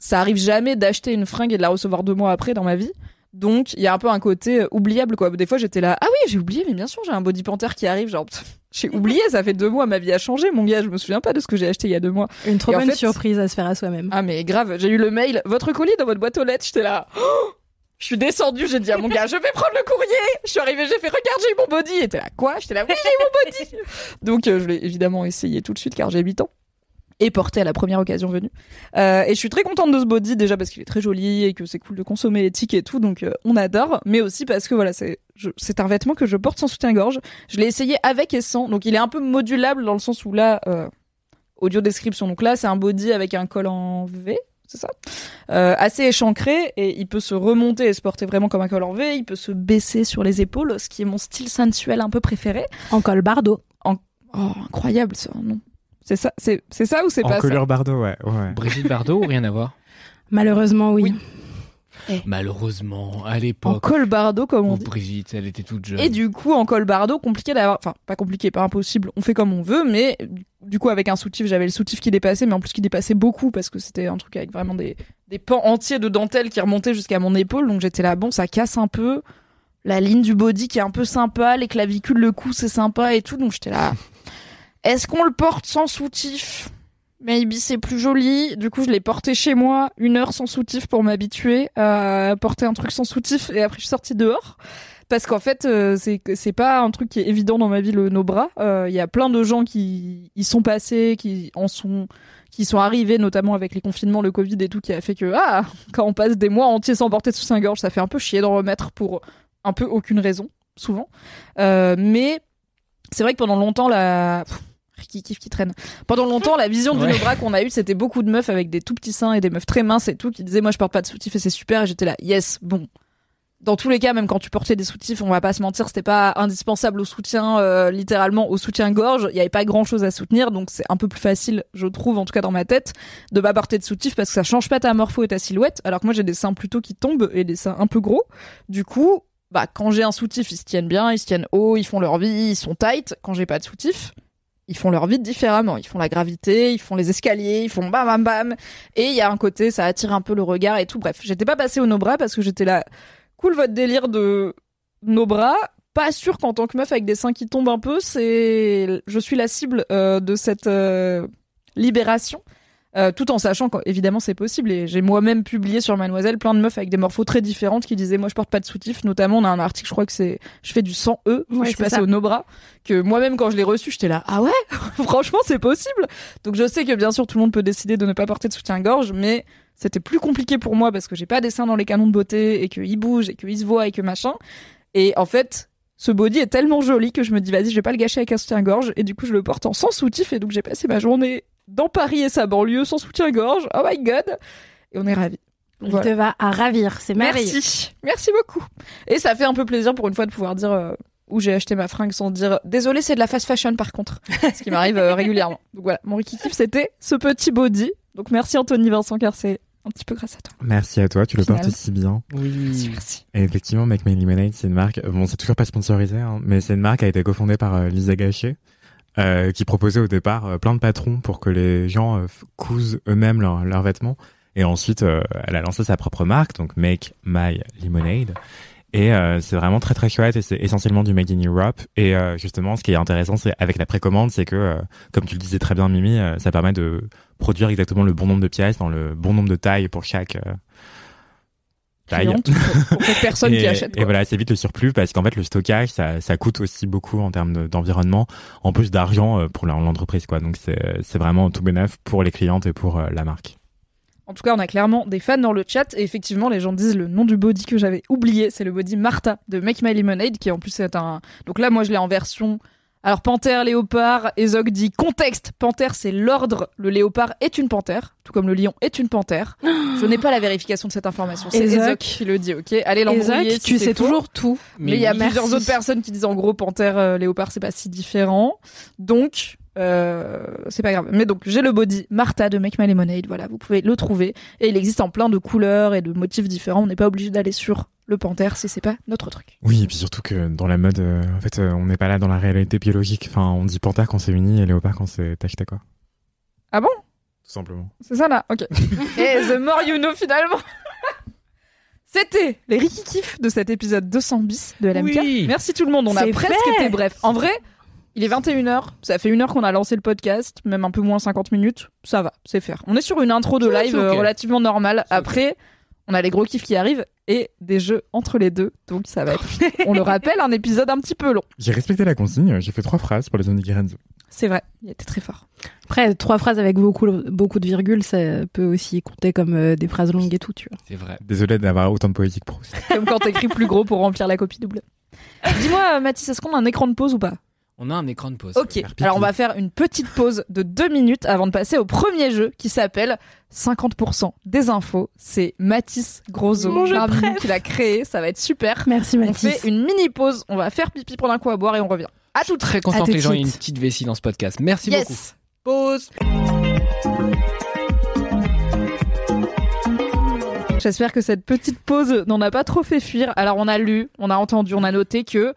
ça arrive jamais d'acheter une fringue et de la recevoir deux mois après dans ma vie. Donc il y a un peu un côté euh, oubliable quoi. Des fois j'étais là ah oui j'ai oublié mais bien sûr j'ai un body panthère qui arrive genre pff, j'ai oublié ça fait deux mois ma vie a changé mon gars je me souviens pas de ce que j'ai acheté il y a deux mois. Une trop euh, Et en bonne fait- surprise à se faire à soi-même. Ah mais grave, j'ai eu le mail, votre colis est dans votre boîte aux lettres, j'étais là. Oh je suis descendue, j'ai dit à mon gars, je vais prendre le courrier. Je suis arrivée, j'ai fait, regarde, j'ai eu mon body. Et t'es là, quoi J'étais là, oui, j'ai eu mon body. Donc euh, je l'ai évidemment essayé tout de suite car j'ai 8 ans et porté à la première occasion venue. Euh, et je suis très contente de ce body déjà parce qu'il est très joli et que c'est cool de consommer éthique et tout, donc euh, on adore. Mais aussi parce que voilà, c'est je- c'est un vêtement que je porte sans soutien-gorge. Je l'ai essayé avec et sans, donc il est un peu modulable dans le sens où là. euh, audio description. Donc là, c'est un body avec un col en V, c'est ça Euh, Assez échancré et il peut se remonter et se porter vraiment comme un col en V. Il peut se baisser sur les épaules, ce qui est mon style sensuel un peu préféré. En col bardo. Oh, incroyable ce nom. C'est ça, c'est c'est ça ou c'est En pas ça couleur bardo, ouais. ouais. Brigitte Bardot ou rien à voir Malheureusement, oui. Oui. Eh. Malheureusement, à En l'époque, colbardo, comme on où dit. Brigitte, elle était toute jeune. Et du coup, en colbardo, compliqué d'avoir. Enfin, pas compliqué, pas impossible. On fait comme on veut, mais du coup, avec un soutif, j'avais le soutif qui dépassait, mais en plus qui dépassait beaucoup parce que c'était un truc avec vraiment des, des pans entiers de dentelle qui remontaient jusqu'à mon épaule. Donc j'étais là, bon, ça casse un peu la ligne du body qui est un peu sympa, les clavicules, le cou, c'est sympa et tout. Donc j'étais là, est-ce qu'on le porte sans soutif Maybe c'est plus joli. Du coup, je l'ai porté chez moi une heure sans soutif pour m'habituer à porter un truc sans soutif et après je suis sortie dehors parce qu'en fait euh, c'est que- c'est pas un truc qui est évident dans ma vie le nos bras Euh, il y a plein de gens qui y sont passés qui en sont qui sont arrivés notamment avec les confinements le covid et tout qui a fait que ah quand on passe des mois entiers sans porter sous sa gorge ça fait un peu chier d'en remettre pour un peu aucune raison souvent Euh, mais c'est vrai que pendant longtemps la Pff, Ricky kiff qui traîne. Pendant longtemps, la vision du Ouais. nos bras qu'on a eue, c'était beaucoup de meufs avec des tout petits seins et des meufs très minces et tout qui disaient Moi, je porte pas de soutif et c'est super. Et j'étais là, yes, bon, dans tous les cas, même quand tu portais des soutifs, on va pas se mentir, c'était pas indispensable au soutien, euh, littéralement au soutien-gorge. Il y avait pas grand-chose à soutenir, donc c'est un peu plus facile, je trouve, en tout cas dans ma tête, de pas porter de soutif parce que ça change pas ta morpho et ta silhouette. Alors que moi, j'ai des seins plutôt qui tombent et des seins un peu gros. Du coup, bah quand j'ai un soutif, ils se tiennent bien, ils se tiennent haut, ils font leur vie, ils sont tight. Quand j'ai pas de soutif, ils font leur vie différemment. Ils font la gravité, ils font les escaliers, ils font bam bam bam. Et il y a un côté, ça attire un peu le regard et tout. Bref, j'étais pas passée au nos bras parce que j'étais là cool votre délire de nos bras. Pas sûr qu'en tant que meuf avec des seins qui tombent un peu, c'est je suis la cible euh, de cette euh, libération. Euh, tout en sachant qu'évidemment c'est possible et j'ai moi-même publié sur Mademoiselle plein de meufs avec des morphos très différentes qui disaient moi je porte pas de soutif notamment on a un article je crois que c'est je fais du 100 E où Ouais, je suis c'est passée ça. au no bras que moi-même quand je l'ai reçu j'étais là ah ouais franchement c'est possible donc je sais que bien sûr tout le monde peut décider de ne pas porter de soutien-gorge mais c'était plus compliqué pour moi parce que j'ai pas des seins dans les canons de beauté et qu'ils bougent et qu'ils se voient et que machin. Et en fait, ce body est tellement joli que je me dis, vas-y, je vais pas le gâcher avec un soutien-gorge. Et du coup, je le porte en sans soutif. Et donc, j'ai passé ma journée dans Paris et sa banlieue sans soutien-gorge. Oh my god! Et on est ravis. Il Voilà. te va à ravir, c'est merveilleux. Merci. Merci beaucoup. Et ça fait un peu plaisir pour une fois de pouvoir dire euh, où j'ai acheté ma fringue sans dire désolé, c'est de la fast fashion par contre. Ce qui m'arrive euh, régulièrement. Donc voilà, mon Ricky Kiff, c'était ce petit body. Donc merci Anthony Vincent, car c'est un petit peu grâce à toi. Merci à toi, tu le Final. portes si bien. Mmh. Merci, merci. Et effectivement, Make My Lemonade, c'est une marque, bon, c'est toujours pas sponsorisé, hein, mais c'est une marque qui a été cofondée par euh, Lisa Gachet, euh, qui proposait au départ euh, plein de patrons pour que les gens euh, f- cousent eux-mêmes leurs leurs vêtements. Et ensuite, euh, elle a lancé sa propre marque, donc Make My Lemonade. Et euh, c'est vraiment très très chouette et c'est essentiellement du Made in Europe. Et euh, justement, ce qui est intéressant, c'est avec la précommande, c'est que, euh, comme tu le disais très bien Mimi, euh, ça permet de produire exactement le bon nombre de pièces dans le bon nombre de tailles pour chaque euh, taille. Cliente, Pour, pour cette personne et, qui achète. et quoi. voilà, c'est vite le surplus parce qu'en fait, le stockage, ça, ça coûte aussi beaucoup en termes de- d'environnement, en plus d'argent euh, pour la- l'entreprise, quoi. Donc, c'est c'est vraiment tout bénef pour les clientes et pour euh, la marque. En tout cas, on a clairement des fans dans le chat. Et effectivement, les gens disent le nom du body que j'avais oublié. C'est le body Martha de Make My Lemonade, qui en plus est un. Donc là, moi, je l'ai en version. Alors, panthère, léopard, Ezog dit contexte. Panthère, c'est l'ordre. Le léopard est une panthère, tout comme le lion est une panthère. je n'ai pas la vérification de cette information. C'est Ezog. Ezog qui le dit, ok Allez l'embrouiller. Isaac, si tu c'est sais faux. toujours tout. Mais il y a oui. plusieurs Merci. autres personnes qui disent en gros panthère, euh, léopard, c'est pas si différent. Donc, euh, c'est pas grave. Mais donc, j'ai le body Martha de Make My Lemonade. Voilà, vous pouvez le trouver. Et il existe en plein de couleurs et de motifs différents. On n'est pas obligé d'aller sur le panthère si c'est pas notre truc. Oui, et puis surtout que dans la mode, euh, en fait, euh, on n'est pas là dans la réalité biologique. Enfin, on dit panthère quand c'est uni et léopard quand c'est tacheté, quoi. Ah bon Tout simplement. C'est ça là Ok. et The More You Know finalement C'était les rikikifs de cet épisode 200 bis de LMK. Oui. Merci tout le monde, on a C'est presque fait. été bref. En vrai, il est 21h, ça fait une heure qu'on a lancé le podcast, même un peu moins 50 minutes, ça va, c'est faire. On est sur une intro de C'est live ok. euh, relativement normale. C'est ok. Après, on a les gros kiffs qui arrivent et des jeux entre les deux, donc ça va être, on le rappelle, un épisode un petit peu long. J'ai respecté la consigne, j'ai fait trois phrases pour les Onigirenzo. C'est vrai, il était très fort. Après, trois phrases avec beaucoup, beaucoup de virgules, ça peut aussi compter comme euh, des phrases longues et tout, tu vois. C'est vrai. Désolé d'avoir autant de poétique pro. Comme quand t'écris plus gros pour remplir la copie double. Dis-moi, Mathis, est-ce qu'on a un écran de pause ou pas On a un écran de pause. Ok, pipi. alors on va faire une petite pause de deux minutes avant de passer au premier jeu qui s'appelle 50% des infos. C'est Mathis Grosso Mon jeu Barbie, préf. qui l'a créé, ça va être super. Merci On fait Mathis. une mini pause, on va faire pipi, prendre un coup à boire et on revient. À tout Très content À que tout les de gens aient une suite. petite vessie dans ce podcast. Merci beaucoup. Yes Pause J'espère que cette petite pause n'en a pas trop fait fuir. Alors on a lu, on a entendu, on a noté que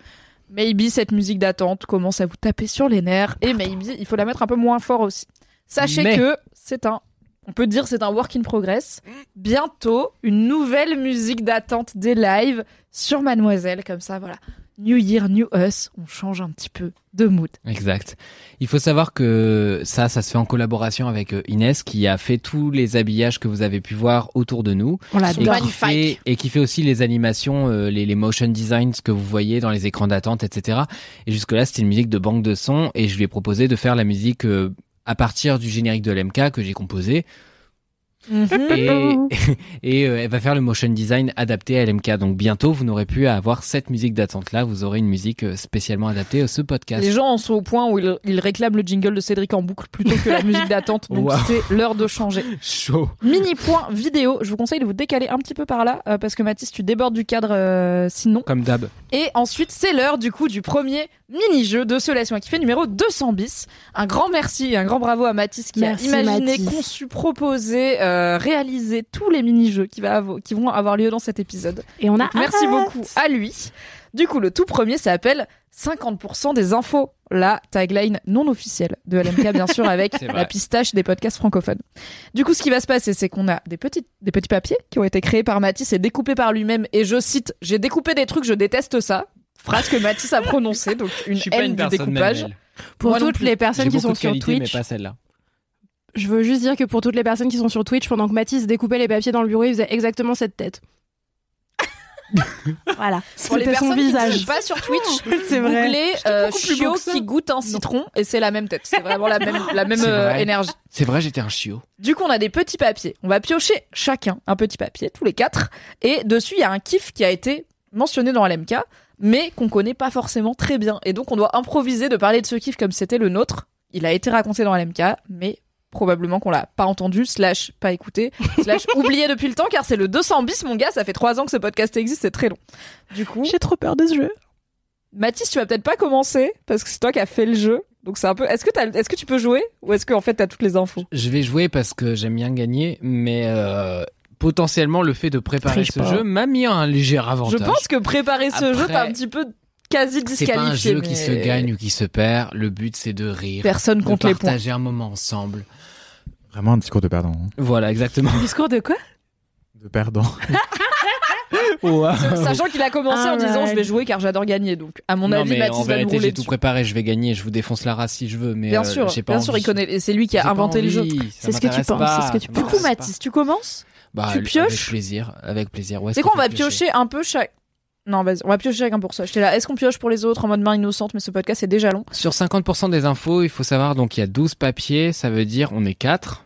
maybe cette musique d'attente commence à vous taper sur les nerfs et maybe il faut la mettre un peu moins fort aussi. Sachez Mais- que c'est un on peut dire c'est un work in progress. Bientôt une nouvelle musique d'attente des lives sur Mademoiselle comme ça voilà. New Year, New Us, on change un petit peu de mood. Exact. Il faut savoir que ça, ça se fait en collaboration avec euh, Inès qui a fait tous les habillages que vous avez pu voir autour de nous. On Et l'adore. qui, fait, et qui fait aussi les animations, euh, les, les motion designs que vous voyez dans les écrans d'attente, etc. Et jusque-là, c'était une musique de banque de sons et je lui ai proposé de faire la musique euh, à partir du générique de l'MK que j'ai composé. Mhm. Et, et euh, elle va faire le motion design adapté à l'MK. Donc bientôt, vous n'aurez plus à avoir cette musique d'attente-là. Vous aurez une musique euh, spécialement adaptée à ce podcast. Les gens en sont au point où ils, ils réclament le jingle de Cédric en boucle plutôt que la musique d'attente, donc Wow. c'est l'heure de changer. Chaud. Mini point vidéo, je vous conseille de vous décaler un petit peu par là, euh, parce que Mathis, tu débordes du cadre euh, sinon. Comme d'hab. Et ensuite, c'est l'heure du coup du premier mini-jeu de ce Laisse-moi kiffer numéro 200 bis. Un grand merci et un grand bravo à Mathis qui Merci, a imaginé, Mathis. conçu, proposé, euh, réalisé tous les mini-jeux qui, va avo- qui vont avoir lieu dans cet épisode. Et on a. Donc, merci beaucoup à lui. Du coup, le tout premier s'appelle 50% des infos. La tagline non officielle de LMK, bien sûr, avec C'est vrai. la pistache des podcasts francophones. Du coup, ce qui va se passer, c'est qu'on a des petits, des petits papiers qui ont été créés par Mathis et découpés par lui-même. Et je cite J'ai découpé des trucs, je déteste ça. Phrase que Mathis a prononcée, donc une haine du découpage. manuelle. Pour Moi non toutes plus. les personnes qui J'ai beaucoup sont de sur qualités, mais Twitch, pas celle-là. je veux juste dire que pour toutes les personnes qui sont sur Twitch, pendant que Mathis découpait les papiers dans le bureau, il faisait exactement cette tête. voilà. Pour les C'était son personnes qui ne visage. sont pas sur Twitch, C'est vrai. googlez euh, chiot qui goûte un citron et c'est la même tête. C'est vraiment la même, la même C'est euh, vrai. énergie. C'est vrai, j'étais un chiot. Du coup, on a des petits papiers. On va piocher chacun un petit papier, tous les quatre. Et dessus, il y a un kiff qui a été mentionné dans LMK, mais qu'on connaît pas forcément très bien. Et donc, on doit improviser de parler de ce kiff comme c'était le nôtre. Il a été raconté dans LMK, mais probablement qu'on l'a pas entendu, slash pas écouté, slash oublié depuis le temps, car c'est le 200 bis, mon gars. Ça fait trois ans que ce podcast existe, c'est très long. Du coup, J'ai trop peur de ce jeu. Mathis, tu vas peut-être pas commencer, parce que c'est toi qui as fait le jeu. Donc, c'est un peu. Est-ce que, t'as- est-ce que tu peux jouer Ou est-ce qu'en fait, t'as toutes les infos Je vais jouer parce que j'aime bien gagner, mais euh, potentiellement le fait de préparer Triche ce pas. jeu m'a mis un léger avantage. Je pense que préparer ce Après, jeu, t'as un petit peu quasi c'est disqualifié. pas un jeu qui mais- euh, se gagne ou qui se perd. Le but c'est de rire, Personne compte de les points. partager un moment ensemble. Vraiment un discours de perdant. hein. Voilà, exactement. Discours de quoi De perdant. Ouah. Sachant qu'il a commencé en Alright. disant je vais jouer car j'adore gagner. Donc, à mon non avis, mais en Mathis va nous vérité, rouler j'ai tout dessus. préparé. Je vais gagner. Je vous défonce la race si je veux, mais Bien euh, sûr, j'ai pas bien sûr, envie. il connaît. et C'est lui qui J'ai a pas inventé le jeu. envie, ça C'est ce que tu m'intéresse penses, pas, c'est ce que tu ça penses. Du coup, m'intéresse pas. Mathis, tu commences Bah, tu avec pioches plaisir, avec plaisir. Où est-ce C'est qu'on quoi On va peut piocher un peu chaque. Non, vas-y, on va piocher chacun pour ça. J'étais là, est-ce qu'on pioche pour les autres en mode main innocente Mais ce podcast est déjà long. Sur 50% des infos, il faut savoir, donc il y a 12 papiers, ça veut dire on est 4.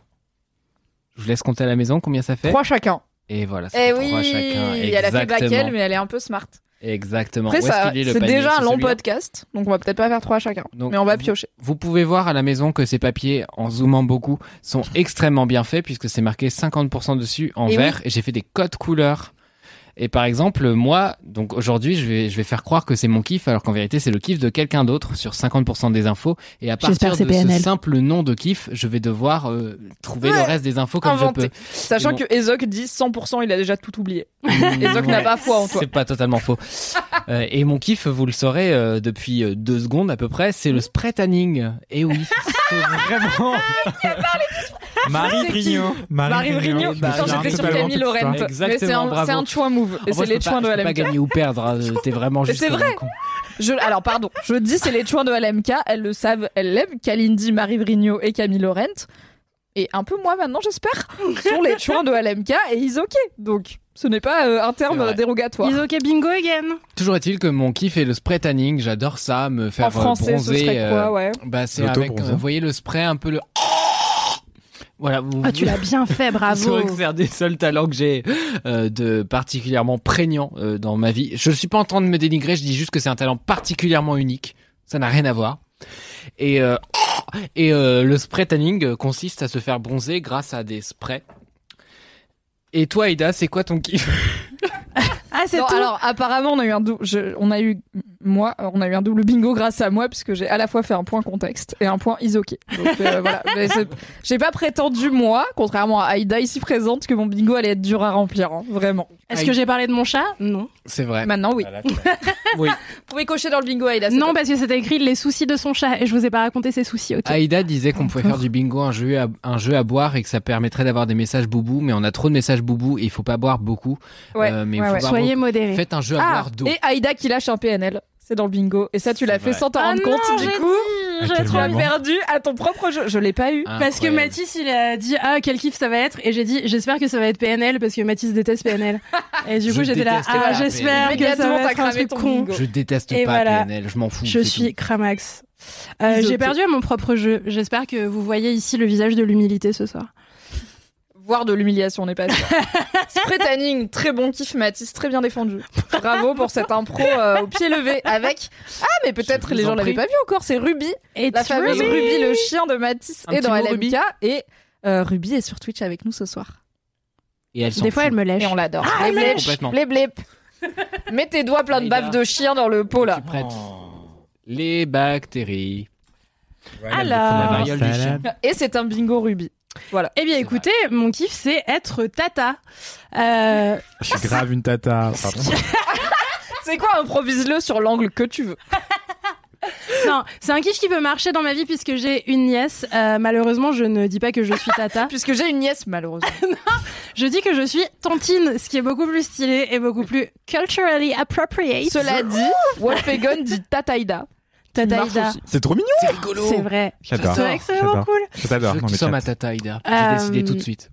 Je vous laisse compter à la maison combien ça fait. Trois chacun. Et voilà, ça Eh fait oui, trois chacun. elle a fait Exactement. Bakel, mais elle est un peu smart. Exactement. Après, Où est-ce ça- qu'il est, le c'est panier déjà un C'est long celui-là podcast, donc on va peut-être pas faire trois chacun. Donc, mais on va vous- piocher. Vous pouvez voir à la maison que ces papiers, en zoomant beaucoup, sont extrêmement bien faits puisque c'est marqué 50% dessus en Et vert et j'ai fait des codes couleurs. Et par exemple, moi, donc aujourd'hui, je vais, je vais faire croire que c'est mon kiff alors qu'en vérité, c'est le kiff de quelqu'un d'autre sur 50% des infos. Et à J'espère partir que de c'est ce PNL. simple nom de kiff, je vais devoir euh, trouver le reste des infos comme Inventer. je peux. Sachant Et bon. que Ezok dit 100%, il a déjà tout oublié. Mmh, Ezok n'a ouais. pas foi en toi. C'est pas totalement faux. Euh, et mon kiff, vous le saurez euh, depuis euh, deux secondes à peu près, c'est le spray tanning. Et oui, c'est vraiment. Marie Ah, sais Vrigno. Marie Vrigno, Bah, putain, j'ai j'étais sur totalement Camille tout ça. Laurent. Mais c'est Exactement, un, bravo. c'est un choix move. Et En vrai, c'est je peux les pas- choix de je peux pas LMK. gagner ou perdre. hein, T'es vraiment Mais juste. c'est comme vrai. un con. Je, alors, pardon, je dis c'est les choix de LMK. Elles le savent, elles l'aiment. Kalindi, Marie Vrigno et Camille Laurent. Et un peu moi maintenant, j'espère, sont les choix de LMK et Isoké. Donc, ce n'est pas euh, un terme C'est vrai. dérogatoire. Is okay bingo again. Toujours est-il que mon kiff est le spray tanning. J'adore ça, me faire en français, euh, bronzer. ce serait quoi euh, ouais. Bah, c'est L'auto avec. bronzer. euh, vous voyez le spray un peu le. Voilà. Vous, Ah, tu l'as bien fait, C'est bravo. vrai que c'est un des seuls talents que j'ai euh, de particulièrement prégnant euh, dans ma vie. Je ne suis pas en train de me dénigrer, je dis juste que c'est un talent particulièrement unique. Ça n'a rien à voir. Et, euh, et euh, le spray tanning euh, consiste à se faire bronzer grâce à des sprays. Et toi, Aïda, c'est quoi ton kiff Ah, c'est tout Alors, apparemment, on a eu un dou- je- on a eu moi, on a eu un double bingo grâce à moi puisque j'ai à la fois fait un point contexte et un point isoké. Donc euh, voilà, Mais c'est- j'ai pas prétendu moi, contrairement à Aïda ici présente, que mon bingo allait être dur à remplir, hein, vraiment. Est-ce que j'ai parlé de mon chat Non. C'est vrai. Maintenant, oui. Oui. Vous pouvez cocher dans le bingo Aïda. c'est Non, top. parce que c'était écrit les soucis de son chat et je vous ai pas raconté ses soucis, ok Aïda disait qu'on pouvait faire du bingo un jeu, à, un jeu à boire et que ça permettrait d'avoir des messages boubou, mais on a trop de messages boubou et il faut pas boire beaucoup. Ouais, Euh, mais il ouais, faut ouais. boire Soyez beaucoup. modérés. Faites un jeu à Ah, boire d'eau. et Aïda qui lâche un PNL. C'est dans le bingo. Et ça, tu C'est l'as fait vrai. sans t'en Ah rendre non, compte, du j'ai coup. À quel Tu as moment perdu à ton propre jeu. Je l'ai pas Ah, eu. Parce que Incroyable. Mathis, il a dit Ah, quel kiff ça va être. Et j'ai dit J'espère que ça va être PNL parce que Mathis déteste PNL. Et du Je coup, j'étais là déteste Ah, pas j'espère PNL. que ça Immédiatement, va t'as être un cramé truc ton con. bingo. Je déteste Et pas voilà. PNL, je m'en fous. Je c'est suis tout. Cramax. Euh, j'ai Isoté. perdu à mon propre jeu. J'espère que vous voyez ici le visage de l'humilité ce soir. Voire de l'humiliation, on n'est pas sûr. Spray tanning, très bon kiff, Mathis, très bien défendu. Bravo pour cette impro euh, au pied levé avec. Ah, mais peut-être Je vous les gens en l'avaient prie. pas vu encore, c'est Ruby, Et la fameuse Ruby. le chien de Mathis, Un est petit dans mot, LMK. Ruby. Et euh, Ruby est sur Twitch avec nous ce soir. Et elle s'en Des fois, fout. elle me lèche. Et on l'adore. les blip, Ah, complètement. Ah, les blip. Mets tes doigts plein de Aïda. baffes de chien dans le Oh pot là. Je suis prête. Les bactéries. Alors. La variole du chien. Et c'est un bingo Ruby. Eh bien, C'est écoutez, mon kiff, c'est être tata. Euh, Je suis grave une tata. Pardon. C'est quoi Improvise-le sur l'angle que tu veux. non, c'est un kiff qui peut marcher dans ma vie puisque j'ai une nièce. Euh, malheureusement, je ne dis pas que je suis tata. Puisque j'ai une nièce, malheureusement. Je dis que je suis tantine, ce qui est beaucoup plus stylé et beaucoup plus culturally appropriate. Cela dit, Wolfegon dit Tataïda. Tata marche Ida. aussi. C'est trop mignon. C'est rigolo. C'est vrai. J'adore. C'est vrai que c'est vraiment Ah, J'adore. cool. Je t'adore. Je veux dans que tu le sois chat. ma tata, Ida. J'ai Euh, décidé tout de suite.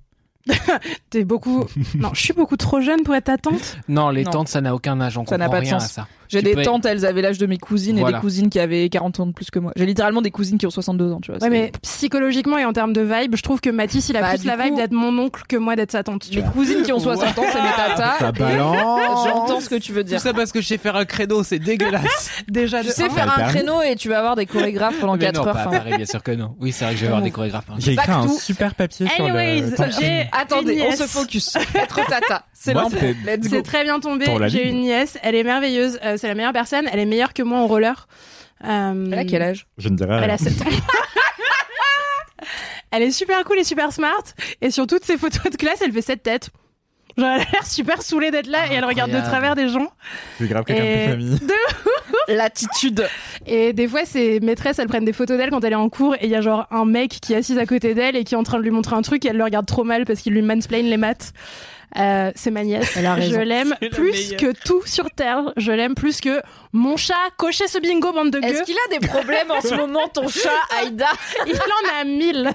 T'es beaucoup. non, je suis beaucoup trop jeune pour être ta tante. Non, les non. tantes, ça n'a aucun âge. On Ça n'a comprend pas de rien sens. à ça. J'ai Tu des peux être- tantes, elles avaient l'âge de mes cousines et Voilà. des cousines qui avaient 40 ans de plus que moi. J'ai littéralement des cousines qui ont 62 ans, tu vois. Ouais, c'est- mais psychologiquement et en termes de vibe, je trouve que Mathis, il a Bah, plus du la vibe coup- d'être mon oncle que moi d'être sa tante. tu Mes vois. cousines qui ont 60 ans, c'est mes tatas. Ça balance. J'entends ce que tu veux dire. ça parce que je sais faire un credo, c'est dégueulasse. Déjà, Tu de- sais Ah, faire Ça un permet. créneau et tu vas avoir des chorégraphes pendant Mais 4 non, heures. pas à enfin. Paris, bien sûr que non. Oui, c'est vrai que je vais avoir des chorégraphes. hein. J'ai écrit un Facto. super papier sur Anyways, le. Tant pis. j'ai Attendez, une on nièce. se focus. Être tata, c'est Moi, l'impro. c'était- Let's go. C'est très bien tombé. Pour la J'ai ligne. une nièce. Elle est merveilleuse. euh, c'est la meilleure personne. Elle est meilleure que moi en roller. Euh, Elle a quel âge Je ne dirais Elle rien. a 7 ans. elle est super cool et super smart. Et sur toutes ses photos de classe, elle fait cette tête. Genre, elle a l'air super saoulée d'être là et elle regarde de Incroyable. travers des gens. C'est grave quelqu'un de Et- ta famille. L'attitude. Et des fois, ses maîtresses, elles prennent des photos d'elle quand elle est en cours et il y a genre un mec qui est assis à côté d'elle et qui est en train de lui montrer un truc et elle le regarde trop mal parce qu'il lui mansplain les maths. Euh, c'est ma nièce. Elle a Je raison. l'aime C'est la plus meilleure. que tout sur Terre. Je l'aime plus que mon chat. Cochez ce bingo, bande de gueux. Est-ce qu'il a des problèmes en ce moment, ton chat, Aïda Il en a mille.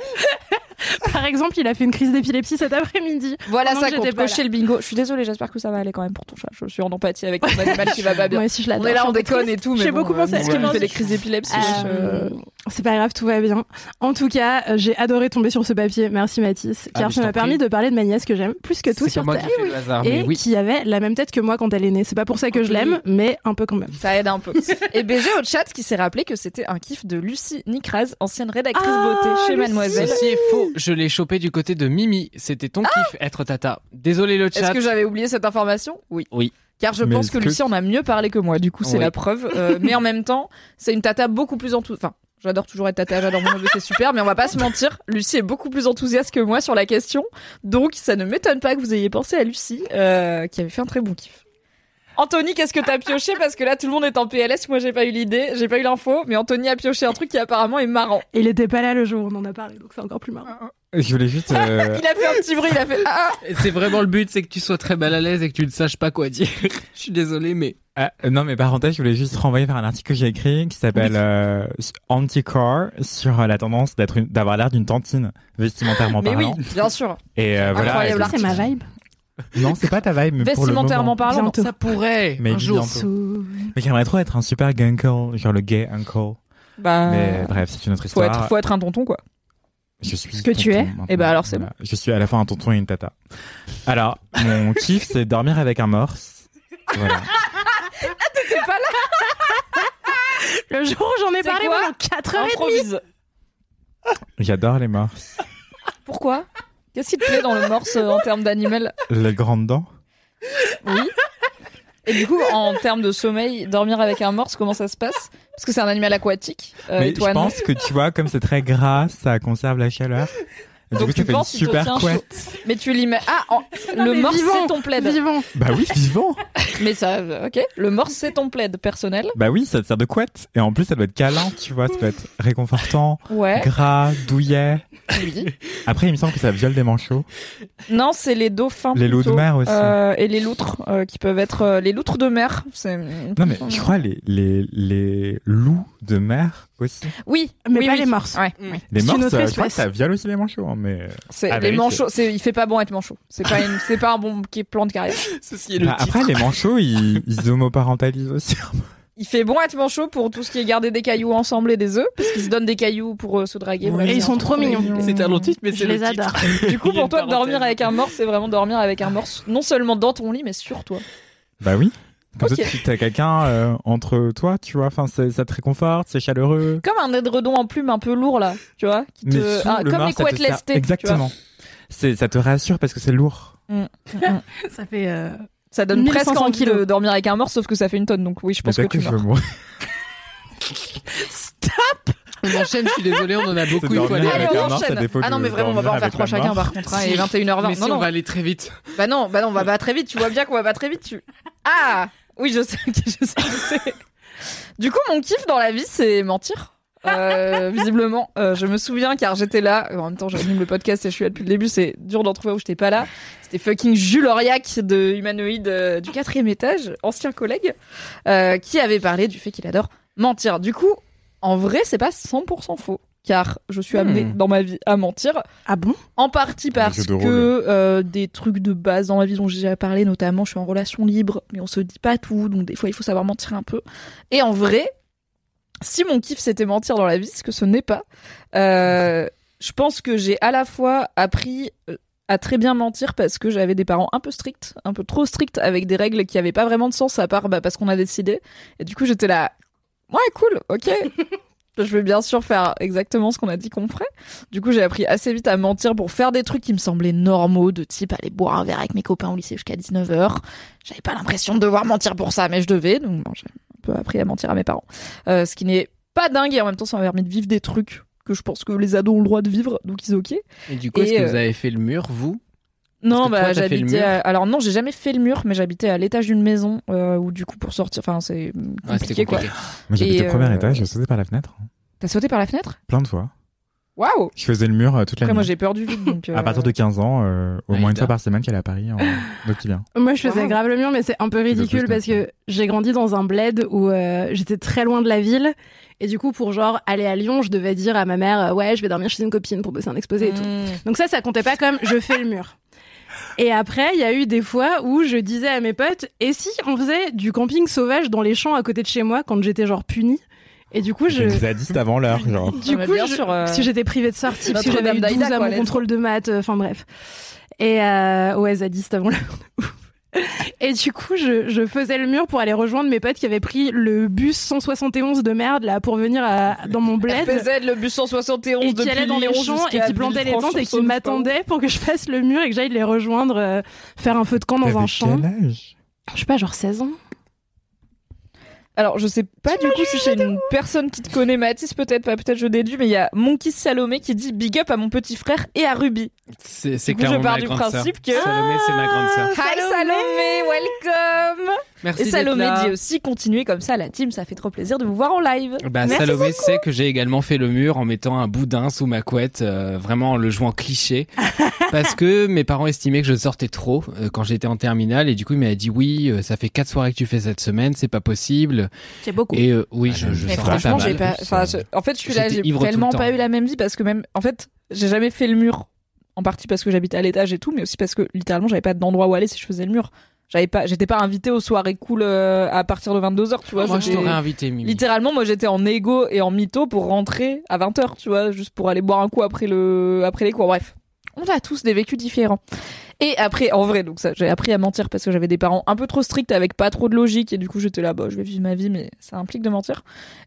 Par exemple, il a fait une crise d'épilepsie cet après-midi. Voilà, Pendant ça que compte. j'étais pas Cocher le bingo. Je suis désolée, j'espère que ça va aller quand même pour ton chat. Je suis en empathie avec ton animal qui va pas Ah bien. Moi aussi, je On l'adore. est Je là, suis on un peu déconne triste. et tout, mais J'ai bon, beaucoup pensé à ce euh, que il fait j'ai des crises d'épilepsie. Euh, C'est pas grave, tout va bien. En tout cas, euh, j'ai adoré tomber sur ce papier. Merci Mathis, Ah, car mais je ça m'a t'en permis prie. de parler de ma nièce que j'aime plus que tout C'est pas sur moi Terre. qui fais le hasard, Ah, mais Et oui. qui avait la même tête que moi quand elle est née. C'est pas pour ça que je l'aime, mais un peu quand même. Ça aide un peu. Et BG au chat qui s'est rappelé que c'était un kiff de Lucie Nicraz, ancienne rédactrice Ah, beauté chez Lucie. Mademoiselle. Ceci est faux. Je l'ai chopé du côté de Mimi. C'était ton kiff, Ah être tata. Désolé le Est-ce chat. que j'avais oublié cette information Oui. Oui. Car je Mais pense est-ce que que- Lucie en a mieux parlé que moi, du coup c'est Oui. la preuve. Euh, mais en même temps, c'est une tata beaucoup plus enthousiaste. Enfin, j'adore toujours être tata, j'adore mon jeu, c'est super, mais on va pas se mentir, Lucie est beaucoup plus enthousiaste que moi sur la question. Donc ça ne m'étonne pas que vous ayez pensé à Lucie, euh, qui avait fait un très bon kiff. Anthony, qu'est-ce que t'as pioché Parce que là, tout le monde est en PLS. Moi, j'ai pas eu l'idée, j'ai pas eu l'info, mais Anthony a pioché un truc qui apparemment est marrant. Et il était pas là le jour où on en a parlé, donc c'est encore plus marrant. Je voulais juste. euh, Il a fait un petit bruit, il a fait ah, ah. C'est vraiment le but, c'est que tu sois très mal à l'aise et que tu ne saches pas quoi dire. Je suis désolé, mais ah, non, mais parenthèse, je voulais juste renvoyer vers un article que j'ai écrit qui s'appelle euh, Anti-Core sur euh, la tendance d'être une- d'avoir l'air d'une tantine vestimentairement Mais oui, parlant. bien sûr. Et euh, voilà. Incroyable C'est ma vibe. Non, c'est pas ta vibe, mais pour le moment. Vestimentairement parlant, Bientôt. ça pourrait. Mais un jour. bientôt. Mais j'aimerais trop être un super gunkle, genre le gay uncle. bah, Mais bref, c'est une autre faut histoire. être, faut être un tonton quoi. Je suis Ce que tu es. maintenant. Eh ben alors, c'est Voilà. Je suis à la fois un tonton et une tata. Alors, mon kiff, c'est dormir avec un morse. Voilà. Le jour où j'en ai C'est parlé quoi pendant 4 heures. Improvise. J'adore les morses. Pourquoi Qu'est-ce qui te plaît dans le morse euh, en termes d'animal Les grandes dents. Oui. Et du coup, en termes de sommeil, dormir avec un morse, comment ça se passe Parce que c'est un animal aquatique. euh, Mais et toi, je non. pense que tu vois, comme c'est très gras, ça conserve la chaleur. Et du Donc coup, tu ça fait une penses qu'il te super tient couette. Mais tu l'y mets. Ah, en- le mais morse, vivant, c'est ton plaid. Vivant. Bah oui, vivant. Mais ça, euh, ok. Le morse, c'est ton plaid personnel. Bah oui, ça te sert de couette. Et en plus, ça doit être câlin, tu vois. Ça doit être réconfortant, Ouais. gras, douillet. Oui. Après, il me semble que ça viole des manchots. Non, c'est les dauphins. Les loups de plutôt. mer aussi. Euh, et les loutres euh, qui peuvent être euh, les loutres de mer. C'est Non, mais je crois les, les, les loups de mer aussi. Oui, Mais oui, pas oui. les morses. Ouais. Les C'est une morses, autre euh, je crois que espèce. ça viole aussi les manchots. hein, mais... C'est Ah, les vérifier. manchots. C'est il fait pas bon être manchot. C'est pas une- c'est pas un bon qui est plan de carrière. Ceci est Bah, après, les manchots, ils, ils homoparentalisent aussi. Il fait bon être manchot pour tout ce qui est garder des cailloux ensemble et des œufs parce qu'ils se donnent des cailloux pour euh, se draguer. bref, Et ils c'est un sont truc trop de- mignons. C'est un long titre, mais Je c'est le les titre. adore. Du coup, Il y a pour une toi, de dormir parenthèse. avec un morse, c'est vraiment dormir avec un morse, non seulement dans ton lit, mais sur toi. Bah oui. Comme Ok. ça, tu as quelqu'un euh, entre toi, tu vois. Enfin, c'est- ça te réconforte, c'est chaleureux. Comme un édredon en plume un peu lourd, là, tu vois, qui te- Mais sous ah, le comme mars, les ça te couettes sert- lestées. tu vois. Exactement. C'est, ça te rassure parce que c'est lourd. Ça fait. euh, Ça donne presque 1500 envie de kilos. dormir avec un morse, sauf que ça fait une tonne. Donc oui, je pense que, Peut-être tu que bah je meurs. veux mourir. On enchaîne, je suis désolé, on en a beaucoup. C'est Il faut aller dormir Allez, avec arrêter. un on morse, à enchaîne. défaut Ah non, de mais vraiment, on va dormir pas en faire avec trois la chacun morse. par contre. hein, et 21h20. Mais si non, on non. va aller très vite. Bah non, bah non, on va pas très vite. Tu vois bien qu'on va pas très vite. Tu... Ah Oui, je sais, ok, je sais, je sais. Du coup, mon kiff dans la vie, c'est mentir. Euh, visiblement, Euh, je me souviens car j'étais là. En même temps, j'anime le podcast et je suis là depuis le début. C'est dur d'en trouver où j'étais pas là. C'était fucking Jules Auriac de Humanoïde euh, du quatrième étage, ancien collègue, euh, qui avait parlé du fait qu'il adore mentir. Du coup, en vrai, c'est pas 100% faux car je suis amenée Hmm. dans ma vie à mentir. Ah bon En partie parce jeux de que euh, des trucs de base dans la vie dont j'ai déjà parlé, notamment je suis en relation libre, mais on se dit pas tout, donc des fois il faut savoir mentir un peu. Et en vrai, si mon kiff c'était mentir dans la vie, ce que ce n'est pas, euh, je pense que j'ai à la fois appris euh, à très bien mentir parce que j'avais des parents un peu stricts, un peu trop stricts, avec des règles qui avaient pas vraiment de sens à part bah, parce qu'on a décidé. Et du coup j'étais là, ouais cool, ok. Je vais bien sûr faire exactement ce qu'on a dit qu'on ferait. Du coup, j'ai appris assez vite à mentir pour faire des trucs qui me semblaient normaux, de type aller boire un verre avec mes copains au lycée jusqu'à 19h. J'avais pas l'impression de devoir mentir pour ça, mais je devais. Donc, bon, j'ai un peu appris à mentir à mes parents. Euh, ce qui n'est pas dingue et en même temps, ça m'a permis de vivre des trucs que je pense que les ados ont le droit de vivre, donc ils ok. Et du coup, Et est-ce que euh, vous avez fait le mur, vous Non, que toi, bah t'as fait le j'habitais. mur à- Alors non, j'ai jamais fait le mur, mais j'habitais à l'étage d'une maison euh, où du coup pour sortir, enfin c'est Ouais, compliqué quoi. Moi, j'habitais Et, au premier euh, étage, je sautais par la fenêtre. hein. T'as sauté par la fenêtre Plein de fois. Waouh Je faisais le mur euh, toute la Après moi nuit. j'ai peur du vide donc. euh, À partir de 15 ans, euh, au moins une Aïda. fois par semaine qu'elle est à Paris, en... donc il vient. Moi, je faisais Wow. grave le mur, mais c'est un peu ridicule plus, parce que j'ai grandi dans un bled où euh, j'étais très loin de la ville. Et du coup, pour genre aller à Lyon, je devais dire à ma mère, euh, ouais, je vais dormir chez une copine pour bosser un exposé et tout. Hmm. Donc ça, ça comptait pas comme je fais le mur. Et après, il y a eu des fois où je disais à mes potes, et si on faisait du camping sauvage dans les champs à côté de chez moi quand j'étais genre punie Et du coup, je. J'ai des zadistes avant l'heure, genre. Du mais coup, bien je- sûr, euh, parce que j'étais privée de sortie, parce que Notre-Dame j'avais eu 12 d'Aïda, à quoi, mon let's contrôle de maths, euh, enfin bref. Et euh, ouais, zadiste avant l'heure. Et du coup, je, je faisais le mur pour aller rejoindre mes potes qui avaient pris le bus 171 de merde là pour venir à- dans mon bled PZ, le bus 171 et de qui allaient dans les Piliron champs et jusqu'à qui plantaient les tentes et qui Villefranche-sur-Saône, je sais m'attendaient pour que je fasse le mur et que j'aille les rejoindre euh, faire un feu de camp dans un T'avais champ. hein. quel âge Je sais pas, genre 16 ans. pas où. Alors, je sais pas du coup si c'est une personne qui te connaît, Mathis, peut-être pas, peut-être je déduis, mais il y a Monkey Salomé qui dit big up à mon petit frère et à Ruby. C'est c'est Du coup, clairement je pars ma du grande principe sœur. que- Salomé, c'est ma grande sœur. Hi Salomé, welcome! Merci Et d'être Salomé là. dit aussi continuez comme ça, la team, ça fait trop plaisir de vous voir en live. Bah, Merci Salomé sait que j'ai également fait le mur en mettant un boudin sous ma couette, euh, vraiment en le jouant cliché, parce que mes parents estimaient que je sortais trop euh, quand j'étais en terminale et du coup ils m'avaient dit oui, euh, ça fait quatre soirées que tu fais cette semaine, c'est pas possible. C'est beaucoup. Et euh, oui, je, je Mais sortais pas Ah, franchement, mal. j'ai pas. plus, enfin, euh, je- En fait, je suis là, j'étais j'ai ivre tout le tellement temps. pas eu la même vie parce que même. En fait, j'ai jamais fait le mur. En partie parce que j'habitais à l'étage et tout, mais aussi parce que littéralement, j'avais pas d'endroit où aller si je faisais le mur. J'avais pas, j'étais pas invité aux soirées cool euh, à partir de 22h, tu vois. Moi, je j'étais- t'aurais invité, Mimi. Littéralement, moi j'étais en égo et en mytho pour rentrer à 20h, tu vois, juste pour aller boire un coup après, le... après les cours. Bref, on a tous des vécus différents. Et après, en vrai, donc ça, j'ai appris à mentir parce que j'avais des parents un peu trop stricts avec pas trop de logique et du coup j'étais là, bah, je vais vivre ma vie, mais ça implique de mentir.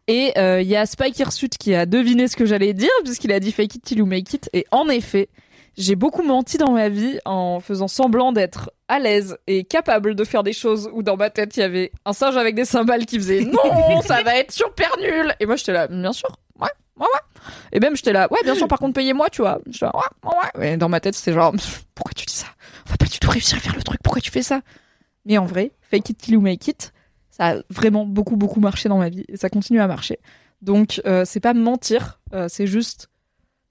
Et euh, il y a Spike Hirsute qui a deviné ce que j'allais dire puisqu'il a dit fake it till you make it. Et en effet, j'ai beaucoup menti dans ma vie en faisant semblant d'être à l'aise et capable de faire des choses où dans ma tête il y avait un singe avec des cymbales qui faisait non, ça va être super nul. Et moi j'étais là, bien sûr, ouais, ouais, ouais. Et même j'étais là, ouais, bien sûr, par contre, payez-moi, tu vois. J'étais là, ouais, ouais, ouais. Et dans ma tête c'était genre, pourquoi tu dis ça On va pas du tout réussir à faire le truc, pourquoi tu fais ça Mais en vrai, fake it till you make it, ça a vraiment beaucoup, beaucoup marché dans ma vie et ça continue à marcher. Donc euh, c'est pas mentir, euh, c'est juste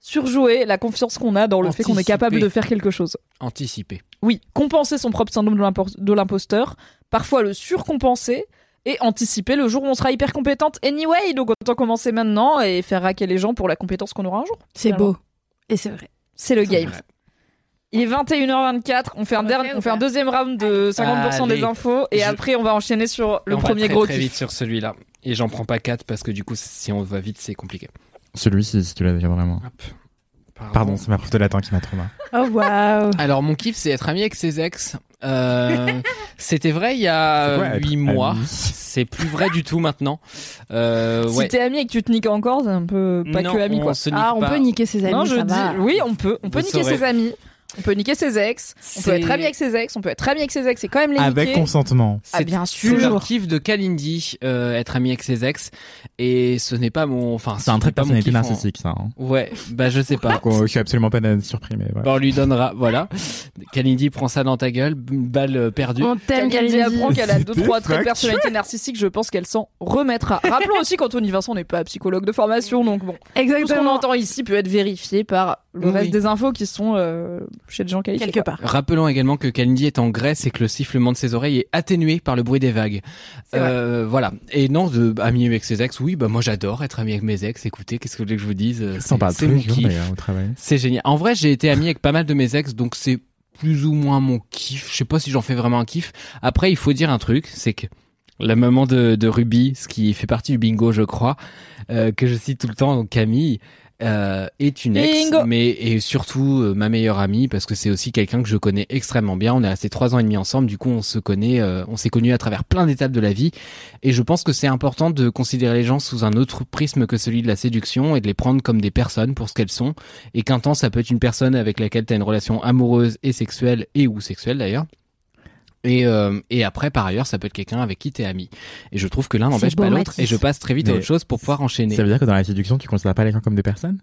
surjouer la confiance qu'on a dans le fait qu'on est Anticiper. capable de faire quelque chose. Anticiper. Oui, compenser son propre syndrome de l'impo- de l'imposteur, parfois le surcompenser et anticiper le jour où on sera hyper compétente anyway. Donc autant commencer maintenant et faire raquer les gens pour la compétence qu'on aura un jour. C'est Finalement. beau. Et c'est vrai. C'est le C'est game. vrai. Il est 21h24, on fait un, Ok dernier, ou on fait un pas deuxième round de 50% des Allez. infos et Je- après on va enchaîner sur le On va premier très, gros très kiff. vite sur celui-là. Et j'en prends pas quatre parce que du coup, si on va vite, c'est compliqué. Celui-ci, si tu l'as déjà vraiment. Hop. Ah, Pardon, c'est ma prof de latin qui m'a trauma. Oh waouh. Alors, mon kiff, c'est être ami avec ses ex. Euh, C'était vrai il y a C'est quoi, être 8 mois. ami C'est plus vrai du tout maintenant. Euh, Si ouais. t'es ami et que tu te niques encore, c'est un peu pas Non, que ami on quoi. se nique Ah, on pas. peut niquer ses amis. non, je ça dis, va. oui, on peut. On peut Vous niquer saurez. ses amis, on peut niquer ses ex, on peut C'est- être ami avec ses ex, on peut être ami avec ses ex et quand même les Avec niquer. consentement. Ah, C'est bien c'est sûr. leur kiff de Kalindi, euh, être ami avec ses ex. Et ce n'est pas mon. Enfin, C'est un trait de pas mon personnalité kiff en- narcissique, ça. hein. Ouais, bah je sais pas. Donc, euh, Je suis absolument pas surpris, mais voilà. Bah, on lui donnera, voilà. Kalindi prend ça dans ta gueule, b- balle euh, perdue. Oh. On t'aime, Kalindi apprend Kalindi. qu'elle a deux C'était trois traits de factuel. personnalité narcissique, je pense qu'elle s'en remettra. Rappelons aussi qu'Anthony Vincent n'est pas psychologue de formation, donc bon, tout ce qu'on Exactement. entend ici peut être vérifié par le Oui. reste des infos qui sont euh, chez des gens qualifiés. Quelque quoi. part. Rappelons également que Kalindi est en Grèce et que le sifflement de ses oreilles est atténué par le bruit des vagues. C'est vrai. Euh, voilà. Et non, de, ami avec ses ex, oui, bah moi j'adore être ami avec mes ex. Écoutez, qu'est-ce que vous voulez que je vous dise euh, On s'en parle c'est tous les mon jours, kiff. d'ailleurs, au travail. C'est génial. En vrai, j'ai été ami avec pas mal de mes ex, donc c'est plus ou moins mon kiff. Je sais pas si j'en fais vraiment un kiff. Après, il faut dire un truc, c'est que la maman de, de Ruby, ce qui fait partie du bingo, je crois, euh, que je cite tout le temps, donc Camille, euh, est une ex, Bingo. mais et surtout euh, ma meilleure amie parce que c'est aussi quelqu'un que je connais extrêmement bien. On est resté trois ans et demi ensemble, du coup on se connaît, euh, on s'est connus à travers plein d'étapes de la vie. Et je pense que c'est important de considérer les gens sous un autre prisme que celui de la séduction et de les prendre comme des personnes pour ce qu'elles sont et qu'un temps ça peut être une personne avec laquelle tu as une relation amoureuse et sexuelle et ou sexuelle d'ailleurs. Et, euh, et après, par ailleurs, ça peut être quelqu'un avec qui t'es ami. Et je trouve que l'un n'empêche beau, pas l'autre. Mathis. Et je passe très vite à Mais autre chose pour pouvoir enchaîner. Ça veut dire que dans la séduction, tu considères pas les gens comme des personnes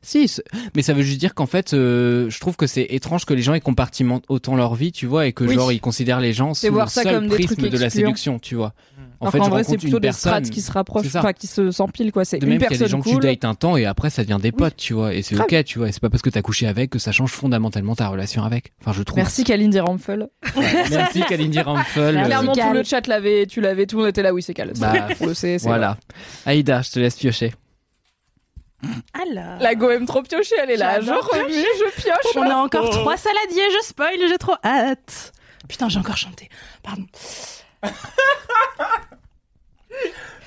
Si, ce- mais ça veut juste dire qu'en fait, euh, je trouve que c'est étrange que les gens ils compartimentent autant leur vie, tu vois, et que Oui. genre ils considèrent les gens sous voir le ça seul comme des prisme trucs de la excluants. Hmm. séduction, tu vois. En Alors fait, qu'en je vrai, c'est rencontre plutôt une des personne. strates qui se rapprochent, C'est ça. enfin qui se s'empilent quoi. C'est De une même qu'il y a des personne gens que cool. tu dates un temps et après ça devient des potes, tu vois, et c'est Grave. ok, tu vois, et c'est pas parce que t'as couché avec que ça change fondamentalement ta relation avec. Enfin, je trouve. Merci Kalindi Ramphel. Euh, Merci Kalindi Ramphal. Merci. Clairement, tout Cal. le chat l'avait, tu l'avais, tout le monde était là, oui, c'est Cal. Bah, On le sait, c'est Voilà. Aïda, je te laisse piocher. Alors. vrai. La go aime trop piocher, elle est là. Je J'adore remue, je pioche. On a encore trois saladiers, je spoil, j'ai trop hâte. Putain, j'ai encore chanté. Pardon.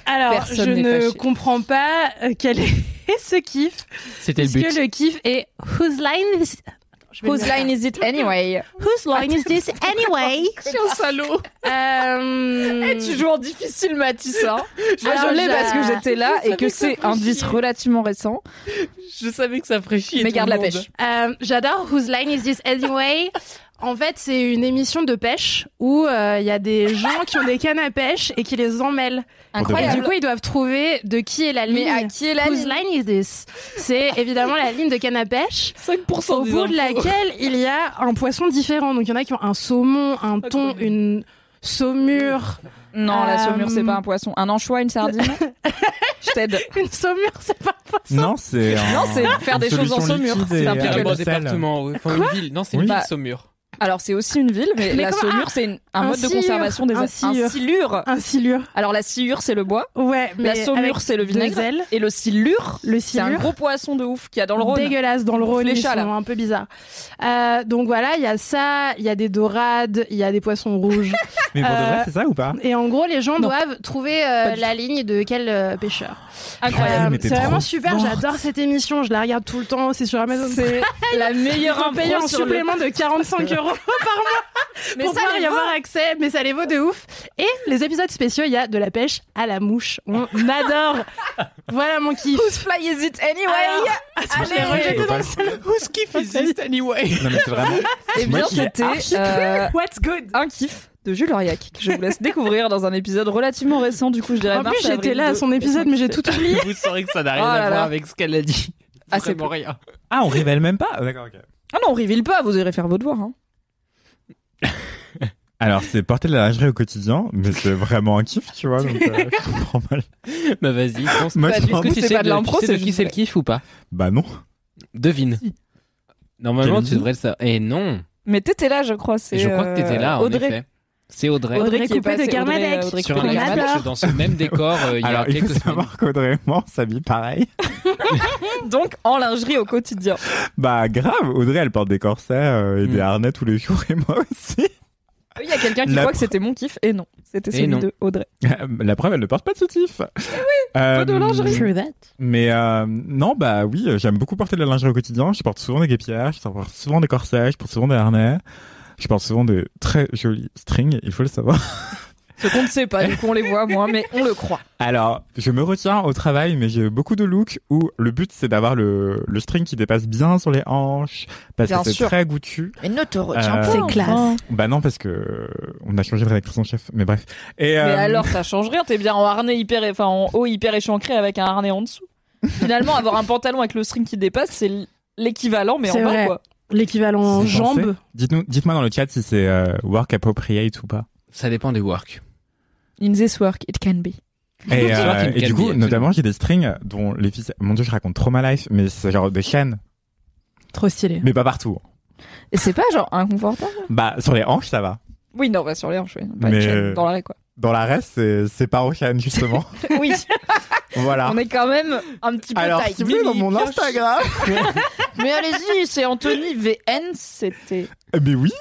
Alors, Personne je n'est ne fâché. comprends pas euh, quel est ce kiff. C'était le Est-ce but. que le kiff est Whose line is, Attends, je vais Whose le- line is it anyway? Whose line is this anyway Chien salaud! Euh, Eh, tu joues en difficile, Mathis. Hein. Moi, Alors, je l'ai je- parce que j'étais là Je et que savais c'est que ça un ferait vice chier. relativement récent. Je savais que ça ferait chier. mais tout garde le la monde. pêche. Euh, J'adore Whose Line Is This Anyway. En fait, c'est une émission de pêche où euh, il y a des gens qui ont des cannes à pêche et qui les emmêlent. Et du Incroyable. coup, ils doivent trouver de qui est la Mais ligne. à qui est la Whose ligne line is this C'est évidemment la ligne de canne à pêche 5% au des bout infos. de laquelle il y a un poisson différent. Donc il y en a qui ont un saumon, un thon, une saumure. Non, la Euh, saumure, c'est pas un poisson. Un anchois, une sardine. Je t'aide. Une saumure, c'est pas un poisson. Non, c'est. un- Non, c'est faire une des choses en solution saumure. liquide C'est et un avec pickle. du Carrément sel. département, euh, ouais. Enfin, une ville. Non, c'est une Oui. ville Bah, Saumur. Alors, c'est aussi une ville, mais, Mais la comment- saumure, c'est une- un un, mode de silure, conservation des un un silure. silure. Un silure. Alors, la silure, c'est le bois. Ouais, mais la saumure, avec c'est le deux vinaigre. ailes. Et le silure, Le c'est un silure. gros poisson de ouf qu'il y a dans le Rhône. Dégueulasse dans le Rhône, ils Flécha, sont là. un peu bizarres. Euh, donc voilà, il y a ça, il y a des dorades, il y a des poissons rouges. Mais pour de Euh, vrai, c'est ça ou pas Et en gros, les gens Non. doivent trouver euh, Pas du Ah, la ligne de quel euh, pêcheur. Ouais, Euh, Incroyable. mais t'es c'est vraiment trop super, forte. j'adore cette émission, je la regarde tout le temps, c'est sur Amazon. C'est la meilleure Ils ont payé impro un sur le- supplément de 45 euros par mois. Mais pour ça, pouvoir les y vaut. avoir accès, mais ça les vaut de ouf. Et les épisodes spéciaux, il y a de la pêche à la mouche. On adore. voilà mon kiff. Whose fly is it anyway Alors, Allez. je l'ai rejeté Faut dans pas le le- salon. Who's kiff is this anyway Non, mais c'est vraiment. Eh Moi bien, qui ai c'était euh, What's good un kiff de Jules Auriac que je vous laisse découvrir dans un épisode relativement récent. Du coup, je dirais En mars, plus, j'étais avril là à de- son épisode, mais j'ai tout oublié. Vous saurez que ça n'a rien Oh à là voir là. avec ce qu'elle a dit. Ah, c'est bon Vraiment rien. Ah, on révèle même pas D'accord, ok. Ah non, on reveal pas, vous irez faire vos devoirs. hein. Alors, c'est porter de la lingerie au quotidien, mais c'est vraiment un kiff, tu vois. Donc, euh, je comprends mal. Bah vas-y, pense. Moi, Bah, je du pense- coup, c'est pas de l'impro, tu sais c'est de qui juste- c'est le kiff ou pas Bah non. Devine. Normalement, Kevin tu devrais le savoir. Eh non Mais t'étais là, je crois. c'est, Je crois euh, que t'étais là, en Audrey. effet. C'est Audrey. Audrey, Audrey qui est Coupet de passée- Kermadec. Audrey, Audrey Sur Coupet un de Coupé. Kermadec. match dans ce même décor euh, il y a Alors, il quelques faut semaines. savoir qu'Audrey et moi, on s'habille pareil. Donc, en lingerie au quotidien. Bah, grave. Audrey, elle porte des corsets euh, et Mm. des harnais tous les jours, et moi aussi. Il y a quelqu'un qui La croit que pre- c'était mon kiff, et non. C'était Et celui non. de Audrey. La preuve, elle ne porte pas de soutif. Eh Oui, Euh, de lingerie. True that. Mais euh, non, bah oui, euh, j'aime beaucoup porter de la lingerie au quotidien. Je porte souvent des guépières, je porte souvent des corsets, je porte souvent des harnais. Je porte souvent de très jolis strings, il faut le savoir. Ce qu'on ne sait pas, du coup, on les voit moins, mais on le croit. Alors, je me retiens au travail, mais j'ai beaucoup de looks où le but c'est d'avoir le, le string qui dépasse bien sur les hanches, parce Bien que c'est sûr. très goûtu. Mais ne te retiens Euh, pas, C'est classe. Bah non, parce que euh, on a changé de rédactrice en chef, mais bref. Et, Mais euh, alors, ça change rien. T'es bien en harnais hyper, enfin, en haut hyper échancré avec un harnais en dessous. Finalement, avoir un pantalon avec le string qui dépasse, c'est l'équivalent, mais en C'est bas, vrai. quoi. L'équivalent vous en pensez jambes. Dites-nous, dites-moi dans le chat si c'est euh, work appropriate ou pas. Ça dépend des works. In this work, it can be. Et, Sur euh, Team et Calvi, du coup, absolument. notamment, j'ai des strings dont les fils. Mon dieu, je raconte trop ma life, mais c'est genre des chaînes, Trop stylé. mais pas partout. Et c'est pas genre inconfortable Bah, sur les hanches, ça va. Oui, non, bah, sur les hanches, oui. Pas Mais- une chaîne dans l'arrêt, quoi. Dans la reste, c'est- c'est pas aux chaînes, justement. Oui, voilà. on est quand même un petit peu Alors, tight. si vous voulez, dans Mimi, mon pioche. Instagram. Mais allez-y, c'est Anthony VN, c'était. mais oui,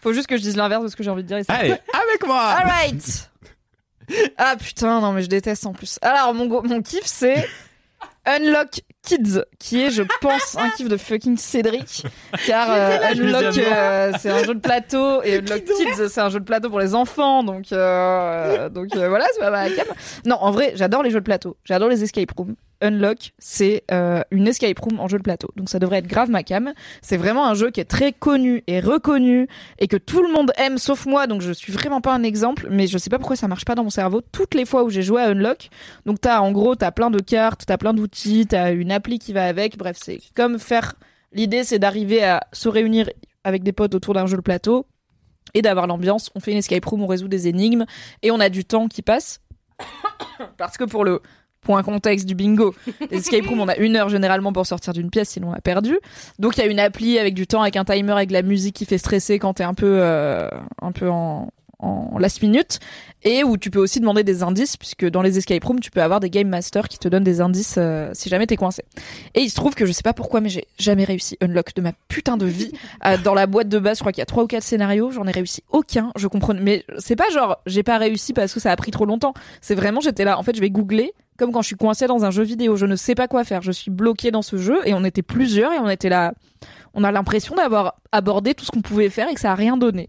Faut juste que je dise l'inverse de ce que j'ai envie de dire ici. allez, avec moi. Alright Ah putain, non mais je déteste en plus. Alors mon, go- mon kiff c'est Unlock Kids, qui est je pense un kiff de fucking Cédric, car euh, Unlock euh, c'est un jeu de plateau et Unlock Kids c'est un jeu de plateau pour les enfants, donc euh, donc euh, voilà c'est pas ma cam. Non en vrai j'adore les jeux de plateau, j'adore les escape rooms. Unlock, c'est euh, une escape room en jeu de plateau. Donc ça devrait être grave ma cam. C'est vraiment un jeu qui est très connu et reconnu et que tout le monde aime sauf moi, donc je suis vraiment pas un exemple, mais je sais pas pourquoi ça marche pas dans mon cerveau. Toutes les fois où j'ai joué à Unlock, donc t'as en gros, t'as plein de cartes, t'as plein d'outils, t'as une appli qui va avec, bref, c'est comme faire. L'idée c'est d'arriver à se réunir avec des potes autour d'un jeu de plateau et d'avoir l'ambiance. On fait une escape room, on résout des énigmes et on a du temps qui passe. Parce que pour le point contexte du bingo, les escape room, on a une heure généralement pour sortir d'une pièce, sinon on a perdu. Donc il y a une appli avec du temps, avec un timer, avec de la musique qui fait stresser quand t'es un peu, euh, un peu en, en last minute, et où tu peux aussi demander des indices, puisque dans les escape rooms, tu peux avoir des game masters qui te donnent des indices euh, si jamais t'es coincé. Et il se trouve que je sais pas pourquoi, mais j'ai jamais réussi unlock de ma putain de vie. Euh, dans la boîte de base, je crois qu'il y a trois ou quatre scénarios, j'en ai réussi aucun. Je comprends, mais c'est pas genre j'ai pas réussi parce que ça a pris trop longtemps. C'est vraiment j'étais là. En fait, je vais googler. Comme quand je suis coincée dans un jeu vidéo, je ne sais pas quoi faire. Je suis bloquée dans ce jeu et on était plusieurs et on était là on a l'impression d'avoir abordé tout ce qu'on pouvait faire et que ça a rien donné.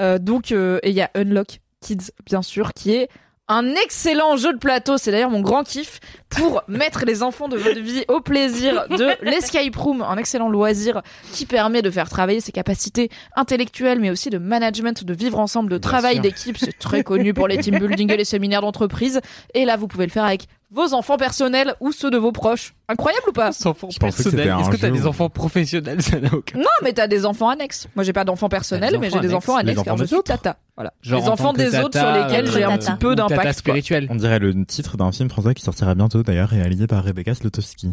Euh, donc, euh, et il y a Unlock Kids, bien sûr, qui est un excellent jeu de plateau. C'est d'ailleurs mon grand kiff pour mettre les enfants de votre vie au plaisir de l'escape room, un excellent loisir qui permet de faire travailler ses capacités intellectuelles, mais aussi de management, de vivre ensemble, de Bien travail sûr. d'équipe. C'est très connu pour les team building et les séminaires d'entreprise. Et là, vous pouvez le faire avec vos enfants personnels ou ceux de vos proches. Incroyable ou pas Je pensais que c'était un Est-ce que t'as jeu des où- enfants professionnels Ça n'a aucun Non, mais t'as des enfants annexes. Moi, j'ai pas d'enfants personnels, T'as des mais j'ai enfants des enfants annexes. annexes Les car enfants je des suis autres. tata. Voilà. Genre les en enfants tant que des autres sur tata, lesquels euh, j'ai un tata. petit peu Ou tata d'impact. quoi. spirituel. On dirait le titre d'un film français qui sortira bientôt, d'ailleurs, réalisé par Rebecca Slotowski.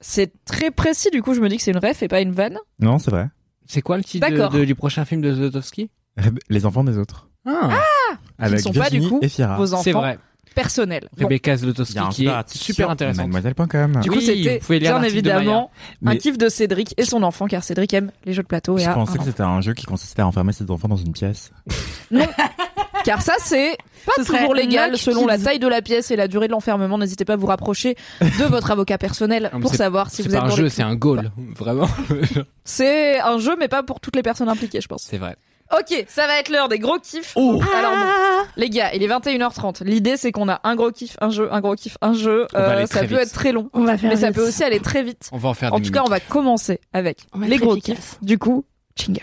C'est très précis, du coup, je me dis que c'est une ref et pas une vanne. Non, c'est vrai. C'est quoi le titre de- D'accord. de- du prochain film de Zotowski Rebe- Les enfants des autres. Ah, Avec sont pas, du Virginie coup, et Fiera. Vos C'est enfants vrai. Eh personnels. Bon, Rebecca Il Zlotowski y a un qui est article super sur intéressante. Mademoiselle.com. du coup, Oui, c'était vous pouvez lire bien l'article de Maya. évidemment un Mais- kiff de Cédric et son enfant, car Cédric aime les jeux de plateau et Je a un pensais que enfant. c'était un jeu qui consistait à enfermer ses enfants dans une pièce. Car ça, c'est pas Ce serait toujours légal Knock selon la Kids. taille de la pièce et la durée de l'enfermement. N'hésitez pas à vous rapprocher de votre avocat personnel mais pour c'est- savoir si C'est vous êtes pas un dans les jeu, Bah. c'est un goal. Vraiment. C'est un jeu, mais pas pour toutes les personnes impliquées, je pense. C'est vrai. Ok, ça va être l'heure des gros kiffs. Oh. Alors bon, Ah. les gars, il est 21h30. L'idée c'est qu'on a un gros kiff, un jeu, un gros kiff, un jeu. Euh, On va aller ça très peut vite. être très long, On va faire mais ça vite. peut aussi aller très vite. On va en faire En des tout cas, on va commencer avec On va les être gros efficace. kiffs. Du coup, jingle.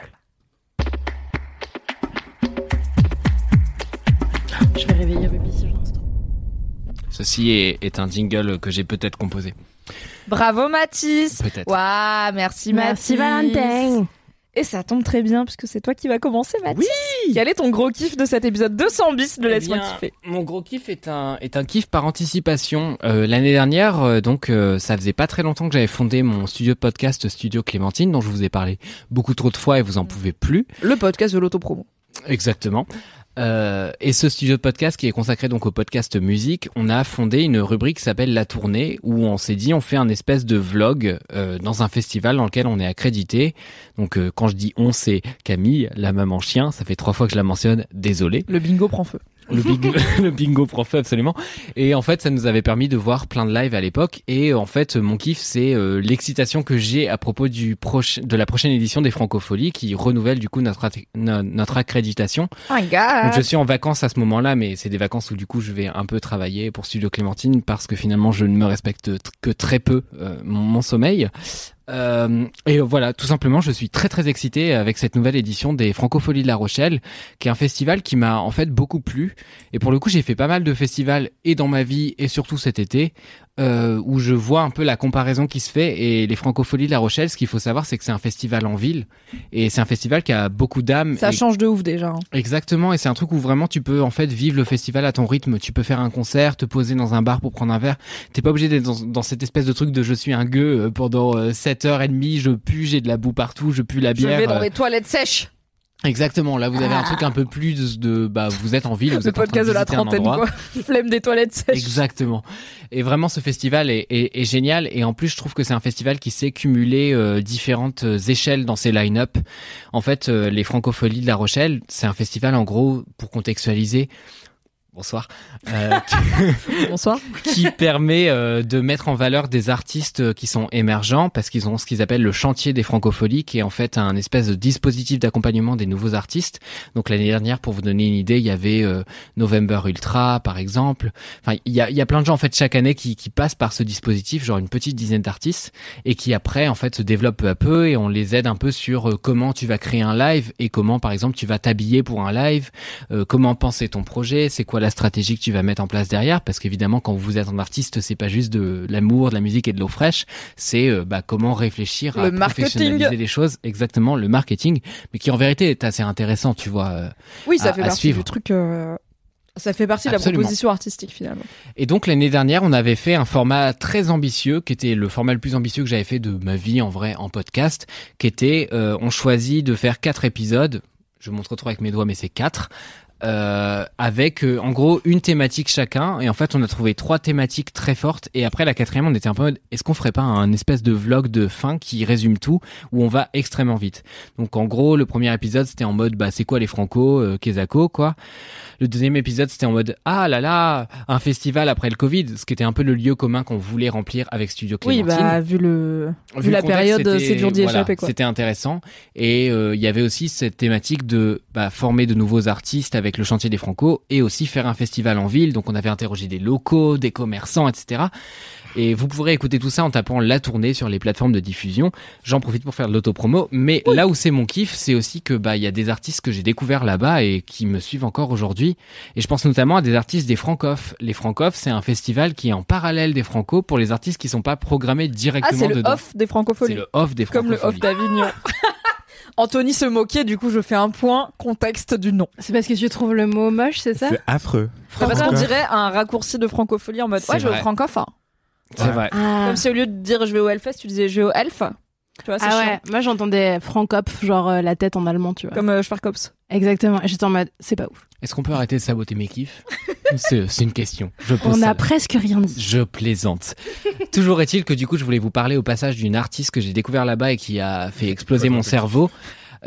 Je vais réveiller Ruby si l'instant. mimiques. Ceci est, est un jingle que j'ai peut-être composé. Bravo Mathis. Peut-être. Waouh, merci Merci Mathis. Valentine. Et ça tombe très bien puisque c'est toi qui va commencer Mathis. Quel est ton gros kiff de cet épisode 200 bis de Eh Laisse-moi bien, kiffer Mon gros kiff est un, est un kiff par anticipation. Euh, L'année dernière, euh, donc, euh, ça faisait pas très longtemps que j'avais fondé mon studio de podcast Studio Clémentine, dont je vous ai parlé beaucoup trop de fois et vous en Mm. pouvez plus. Le podcast de l'autopromo. Exactement. Euh, et ce studio de podcast qui est consacré donc au podcast musique, on a fondé une rubrique qui s'appelle La Tournée où on s'est dit on fait un espèce de vlog euh, dans un festival dans lequel on est accrédité. Donc euh, quand je dis on c'est Camille, la maman chien, ça fait trois fois que je la mentionne, désolé. Le bingo prend feu. Le bingo, le bingo prend feu, absolument. Et en fait, ça nous avait permis de voir plein de lives à l'époque. Et euh, en fait, mon kiff, c'est euh, l'excitation que j'ai à propos du proche, de la prochaine édition des Francopholies qui renouvelle du coup notre, attra- no- notre accréditation. Oh my god. Donc, je suis en vacances à ce moment-là, mais c'est des vacances où du coup, je vais un peu travailler pour Studio Clémentine parce que finalement, je ne me respecte tr- que très peu euh, mon, mon sommeil. Euh, et voilà, tout simplement, je suis très très excité avec cette nouvelle édition des Francopholies de La Rochelle, qui est un festival qui m'a en fait beaucoup plu. Et pour le coup, j'ai fait pas mal de festivals et dans ma vie et surtout cet été, euh, où je vois un peu la comparaison qui se fait. Et les Francopholies de La Rochelle, ce qu'il faut savoir, c'est que c'est un festival en ville et c'est un festival qui a beaucoup d'âme. Ça et- change de ouf déjà. hein. Exactement, et c'est un truc où vraiment tu peux en fait vivre le festival à ton rythme. Tu peux faire un concert, te poser dans un bar pour prendre un verre. T'es pas obligé d'être dans, dans cette espèce de truc de je suis un gueux euh, pendant 7h30, je pue, j'ai de la boue partout, je pue la Je bière. vais dans euh. les toilettes sèches. Exactement, là vous avez un truc un peu plus de, de- bah vous êtes en ville, vous Le êtes en train podcast de, de la visiter un trentaine endroit. quoi. Flemme des toilettes sèches. Exactement. Et vraiment, ce festival est, est- est génial. Et en plus, je trouve que c'est un festival qui sait cumuler euh, différentes euh, échelles dans ses line-up. En fait, euh, les Francopholies de La Rochelle, c'est un festival, en gros, pour contextualiser. Bonsoir. Euh, Bonsoir. qui permet euh, de mettre en valeur des artistes euh, qui sont émergents parce qu'ils ont ce qu'ils appellent le chantier des francopholies qui est en fait un espèce de dispositif d'accompagnement des nouveaux artistes. Donc l'année dernière, pour vous donner une idée, il y avait euh, November Ultra par exemple. Enfin, il y a, il y a plein de gens en fait chaque année qui, qui passent par ce dispositif, genre une petite dizaine d'artistes et qui après en fait se développent peu à peu et on les aide un peu sur euh, comment tu vas créer un live et comment par exemple tu vas t'habiller pour un live euh, comment penser ton projet, c'est quoi la stratégie que tu vas mettre en place derrière, parce qu'évidemment quand vous êtes un artiste, c'est pas juste de l'amour, de la musique et de l'eau fraîche, c'est euh, bah, comment réfléchir à Le marketing. professionnaliser les choses, exactement le marketing, mais qui en vérité est assez intéressant, tu vois. euh. Oui, ça À- fait à partie suivre. du truc. euh, Ça fait partie de la Absolument. proposition artistique finalement. Et donc l'année dernière, on avait fait un format très ambitieux, qui était le format le plus ambitieux que j'avais fait de ma vie en vrai en podcast, qui était euh, on choisit de faire quatre épisodes. Je montre trop avec mes doigts, mais c'est quatre. Euh, avec euh, en gros une thématique chacun et en fait on a trouvé trois thématiques très fortes et après la quatrième on était un peu en mode, est-ce qu'on ferait pas un espèce de vlog de fin qui résume tout où on va extrêmement vite donc en gros le premier épisode c'était en mode bah c'est quoi les franco euh, Quesaco quoi le deuxième épisode, c'était en mode ah là là, un festival après le Covid, ce qui était un peu le lieu commun qu'on voulait remplir avec Studio Oui, Clémentine. bah vu le Vu la le contexte, période, euh, c'était- c'est dur d'y voilà, échapper, quoi. C'était intéressant et euh, il y avait aussi cette thématique de bah, former de nouveaux artistes avec le chantier des Franco et aussi faire un festival en ville. Donc on avait interrogé des locaux, des commerçants, etc. Et vous pourrez écouter tout ça en tapant la tournée sur les plateformes de diffusion. J'en profite pour faire de l'autopromo, mais là où c'est mon kiff, c'est aussi que bah il y a des artistes que j'ai découverts là-bas et qui me suivent encore aujourd'hui. Et je pense notamment à des artistes des Francof. Les Francof, c'est un festival qui est en parallèle des Franco pour les artistes qui sont pas programmés ah directement c'est le dedans. off des C'est francophonies. le off des Comme le off francophonies. d'Avignon. Anthony se moquait, du coup je fais un point contexte du nom. C'est parce que tu trouves le mot moche, c'est ça C'est affreux. C'est parce qu'on Francof. dirait un raccourci de francophonie en mode C'est ouais je vais au vrai. francof. hein. C'est vrai. Ah, Comme si au lieu de dire je vais au Hellfest, tu disais je vais au Elf. Tu vois, c'est Ah chiant. ouais, moi j'entendais Frankopf, genre euh, la tête en allemand, tu vois. Comme euh, Schwarzkopf. Exactement, et j'étais en mode, c'est pas ouf. Est-ce qu'on peut arrêter de saboter mes kiffs C'est c'est une question. Je pose On ça a là. presque rien dit. Je plaisante. Toujours est-il que du coup, je voulais vous parler au passage d'une artiste que j'ai découvert là-bas et qui a fait exploser mon cerveau.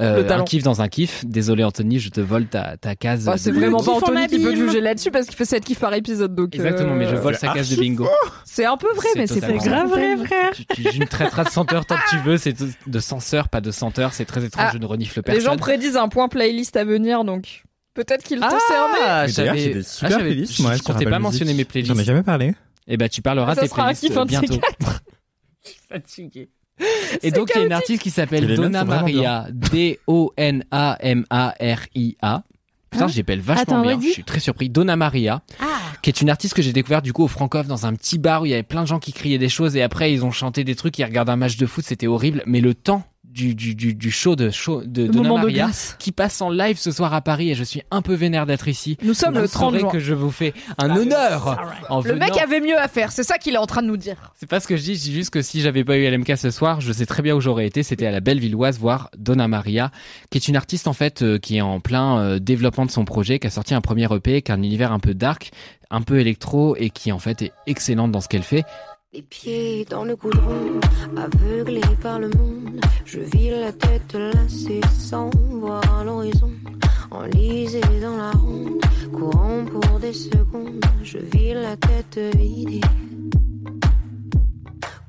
Euh, Le talent. un kiff dans un kiff. Désolé Anthony, je te vole ta, ta case. Bah, c'est de- vraiment kiff pas en Anthony qui peut abîme. juger là-dessus parce qu'il fait 7 kiffs par épisode. Donc, euh, Exactement, mais je vole sa case de bingo. C'est un peu vrai, C'est mais c'est pas totalement grave. vrai, frère. Tu, tu- tu me traiteras de senteur tant que tu veux, c'est de- de censeur, pas de senteur, c'est très étrange, Ah, je ne renifle Les gens personne. prédisent un point playlist à venir, donc peut-être qu'ils t'ont cerné. Ah, Mais d'ailleurs, j'avais- j'ai des ah, super j'avais- playlists, je- moi, Je sur comptais Apple pas Music. mentionner mes playlists. J'en ai jamais parlé. Et bah, tu parleras Ça tes sera un playlists kiff un euh, de ces bientôt. Et donc, il y a une artiste qui Et s'appelle les notes Donna sont vraiment Maria. D-O-N-A-M-A-R-I-A. Hein Putain, j'appelle vachement Attends, bien. redis. Je suis très surpris. Donna Maria, Ah. qui est une artiste que j'ai découverte du coup au Francoff dans un petit bar où il y avait plein de gens qui criaient des choses et après ils ont chanté des trucs, ils regardaient un match de foot, c'était horrible. Mais le temps du, du, du, du show de, show de Donna moment de Maria, grâce. qui passe en live ce soir à Paris et je suis un peu vénère d'être ici. Nous sommes Vous le 30 saurez juin. que je vous fais un honneur en Le mec venant. avait mieux à faire, c'est ça qu'il est en train de nous dire. C'est pas ce que je dis, je dis juste que si j'avais pas eu LMK ce soir, je sais très bien où j'aurais été, c'était à la Bellevilloise voir Donna Maria, qui est une artiste en fait euh, qui est en plein euh, développement de son projet, qui a sorti un premier EP, qui a un univers un peu dark, un peu électro et qui en fait est excellente dans ce qu'elle fait. Les pieds dans le goudron, aveuglé par le monde, je vis la tête lassée sans voir l'horizon. Enlisé dans la ronde, courant pour des secondes, je vis la tête vidée.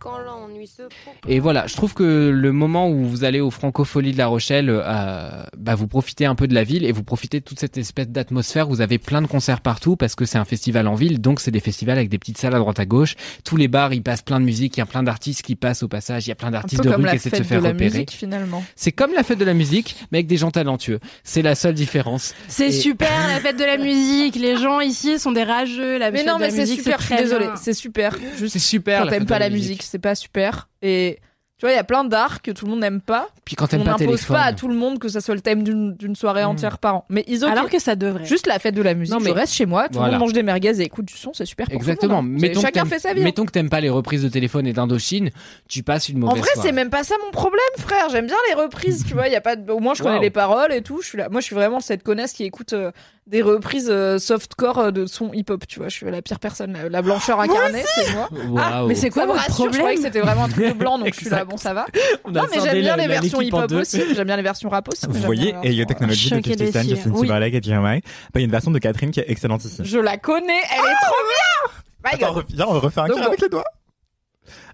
Quand l'ennui se propose- Et voilà, je trouve que le moment où vous allez au Francofolie de La Rochelle, euh, bah vous profitez un peu de la ville et vous profitez de toute cette espèce d'atmosphère. Vous avez plein de concerts partout parce que c'est un festival en ville, donc c'est des festivals avec des petites salles à droite à gauche. Tous les bars, ils passent plein de musique, il y a plein d'artistes qui passent au passage, il y a plein Un d'artistes peu de comme rue qui la essaient de se fête de faire la repérer. musique finalement. C'est comme la fête de la musique, mais avec des gens talentueux. C'est la seule différence. C'est Et- super la fête de la musique. Les gens ici sont des rageux. La Mais fête non, de mais la c'est musique, super, je très suis désolée, bien. c'est super. C'est super. Quand la t'aimes fête pas de la musique, c'est pas super. Et tu vois, il y a plein d'arts que tout le monde n'aime pas. Puis quand On t'aimes pas n'impose téléphone. pas à tout le monde que ça soit le thème d'une d'une soirée Mm. entière par an. Mais ils ont Alors que ça devrait. juste la fête de la musique. Non, mais- Je reste chez moi, tout le Voilà. monde mange des merguez et écoute du son, c'est super. pour tout le monde, Exactement. hein. Mettons C'est- que Chacun t'aimes- fait sa vie. hein. Mettons que t'aimes pas les reprises de téléphone et d'Indochine, tu passes une En mauvaise vrai, soirée. c'est même pas ça mon problème, frère. J'aime bien les reprises, tu vois. Y a pas de... Au moins, je connais Wow. les paroles et tout. Je suis là... Moi, je suis vraiment cette connasse qui écoute euh, des reprises euh, softcore euh, de son hip-hop, tu vois. Je suis la pire personne. La, la blancheur incarnée, c'est moi. Waouh. Mais c'est quoi Ça me votre rassure, Je croyais problème que c'était vraiment un truc de blanc, donc je suis là, Exact. bon, ça va. On a Non, mais scindé j'aime bien la- les la- versions l'équipe en hip-hop deux. aussi. J'aime bien les versions rap aussi. mais Vous j'aime voyez, bien les Elio versions- Technology de Choqué des Kifty Stan, filles. Justin Oui. Timberlake et Jeremiah. Bah, Il y a une version de Catherine qui est excellente ici. Je la connais, elle est trop bien. My Attends, God. reviens, on refait un Donc cœur bon. avec les doigts.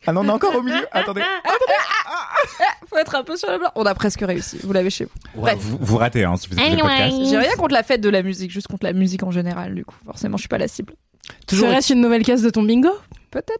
Ah non, on est encore au milieu. Attendez. Faut être un peu sur le blanc. On a presque réussi. Vous l'avez chez vous. Waouh. Vous, vous ratez, hein, si vous écoutez le podcast. J'ai rien contre la fête de la musique, juste contre la musique en général. Du coup, forcément, je suis pas la cible. Toujours Serait-ce une nouvelle case de ton bingo Peut-être.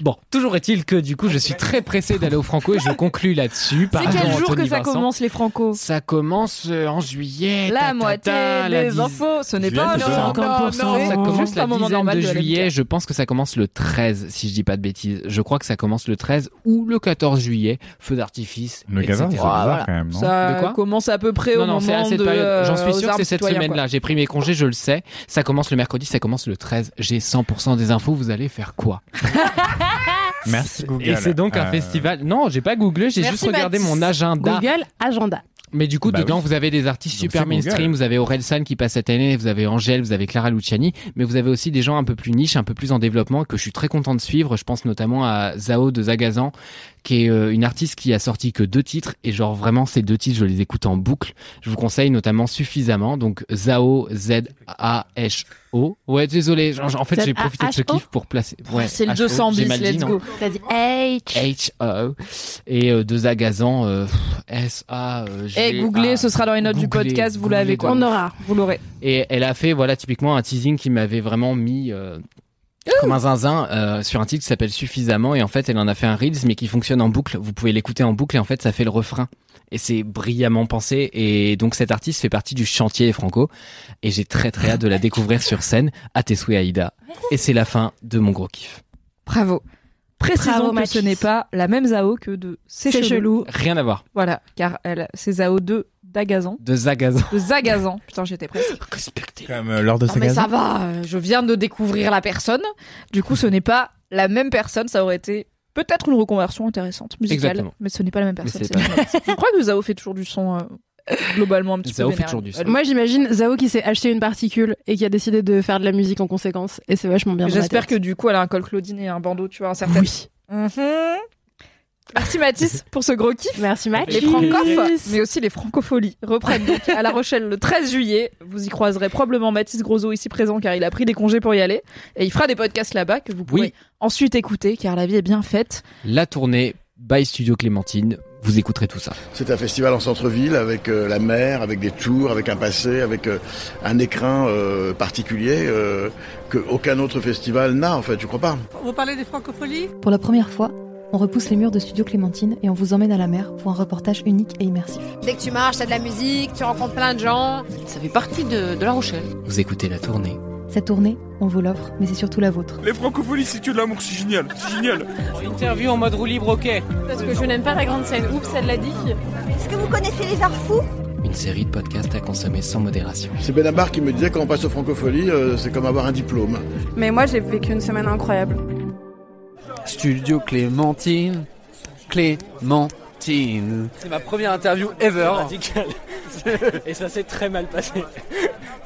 Bon, toujours est-il que du coup, je suis très pressé d'aller au Franco et je conclue là-dessus. C'est Pardon, quel jour Anthony que ça Vincent. commence les Franco Ça commence euh, en juillet. La ta, ta, moitié ta, la des dix- infos, ce n'est Juillet, pas c'est ça. Non, un non, 50%. ça commence Juste un la moment dizaine normal de de la juillet. LMK. Je pense que ça commence le 13, si je dis pas de bêtises. Je crois que ça commence le 13 ou le 14 juillet. Feu d'artifice. Le etc. gazard, c'est bizarre quand même, non De Ça quoi commence à peu près au Non, non, c'est à moment cette de. période. J'en suis euh, sûr aux que armes c'est cette citoyennes, semaine-là. J'ai pris mes congés, je le sais. Ça commence le mercredi, ça commence le 13. J'ai 100% des infos. Vous allez faire quoi Merci Google. Et c'est donc un Euh, festival. Non, j'ai pas googlé, j'ai Merci, juste regardé Mathis. mon agenda. Google Agenda. Mais du coup, Bah dedans, oui. vous avez des artistes Donc super c'est Google. mainstream, vous avez Aurel San qui passe cette année, vous avez Angèle, vous avez Clara Luciani, mais vous avez aussi des gens un peu plus niche, un peu plus en développement, que je suis très content de suivre. Je pense notamment à Zao de Zagazan, qui est euh, une artiste qui a sorti que deux titres, et genre vraiment, ces deux titres, je les écoute en boucle. Je vous conseille notamment suffisamment, donc Zao, Z-A-H-O. Ouais, désolé, genre, en fait, j'ai profité de ce Z-A-H-O? kiff pour placer. Ouais, C'est le H-O, j'ai 200 bis, mal dit, let's non go. T'as dit H. H-O. Et euh, de Zagazan, euh, S-A-G. Eh, googlez, ce sera dans les notes du Googlez, podcast, vous googlez, l'avez quoi. On aura. Vous l'aurez. Et elle a fait, voilà, typiquement un teasing qui m'avait vraiment mis euh, comme un zinzin euh, sur un titre qui s'appelle Suffisamment et en fait elle en a fait un reels mais qui fonctionne en boucle. Vous pouvez l'écouter en boucle et en fait ça fait le refrain. Et c'est brillamment pensé et donc cet artiste fait partie du chantier Franco et j'ai très très hâte de la découvrir sur scène à Tessue Aïda. Et c'est la fin de mon gros kiff. Bravo. Précisons Bravo, que Mathis. ce n'est pas la même Zao que de C'est C'est chelou. chelou. Rien à voir. Voilà, car elle, c'est Zao 2 d'Agazan. De Zagazan. De Zagazan. Putain, j'étais presque. Comme euh, lors de Non, ces mais ça va, euh, je viens de découvrir la personne. Du coup, ce n'est pas la même personne. Ça aurait été peut-être une reconversion intéressante musicale, Exactement. mais ce n'est pas la même personne. Mais c'est c'est dommage. je crois que Zao fait toujours du son euh, globalement un petit Zao peu. fait vénère. toujours du son. Elle- Moi, j'imagine Zao qui s'est acheté une particule et qui a décidé de faire de la musique en conséquence. Et c'est vachement bien. dans la J'espère tête. que du coup, elle a un col Claudine et un bandeau, tu vois, un certain. Oui. Merci Mathis pour ce gros kiff. Merci Mathis. Les francophes, mais aussi les francopholies, reprennent donc à La Rochelle le 13 juillet. Vous y croiserez probablement Mathis Grosso ici présent car il a pris des congés pour y aller. Et il fera des podcasts là-bas que vous pourrez ensuite écouter car la vie est bien faite. La tournée by Studio Clémentine, vous écouterez tout ça. C'est un festival en centre-ville avec euh, la mer, avec des tours, avec un passé, avec euh, un écrin euh, particulier euh, que aucun autre festival n'a en fait, tu crois pas Vous parlez des francopholies Pour la première fois, on repousse les murs de Studio Clémentine et on vous emmène à la mer pour un reportage unique et immersif. Dès que tu marches, t'as de la musique, tu rencontres plein de gens. Ça fait partie de, La Rochelle. Vous écoutez la tournée. Cette tournée, on vous l'offre, mais c'est surtout la vôtre. Les francophonies, c'est que de l'amour, c'est génial, c'est génial. Interview en mode roue libre, ok. Parce que je n'aime pas la grande scène. Oups, elle l'a dit. Est-ce que vous connaissez les arts fous Une série de podcasts à consommer sans modération. C'est Benabar qui me disait quand on passe aux francopholies, euh, c'est comme avoir un diplôme. Mais moi, j'ai vécu une semaine incroyable. Studio Clémentine. Clémentine. C'est ma première interview ever. Et ça s'est très mal passé.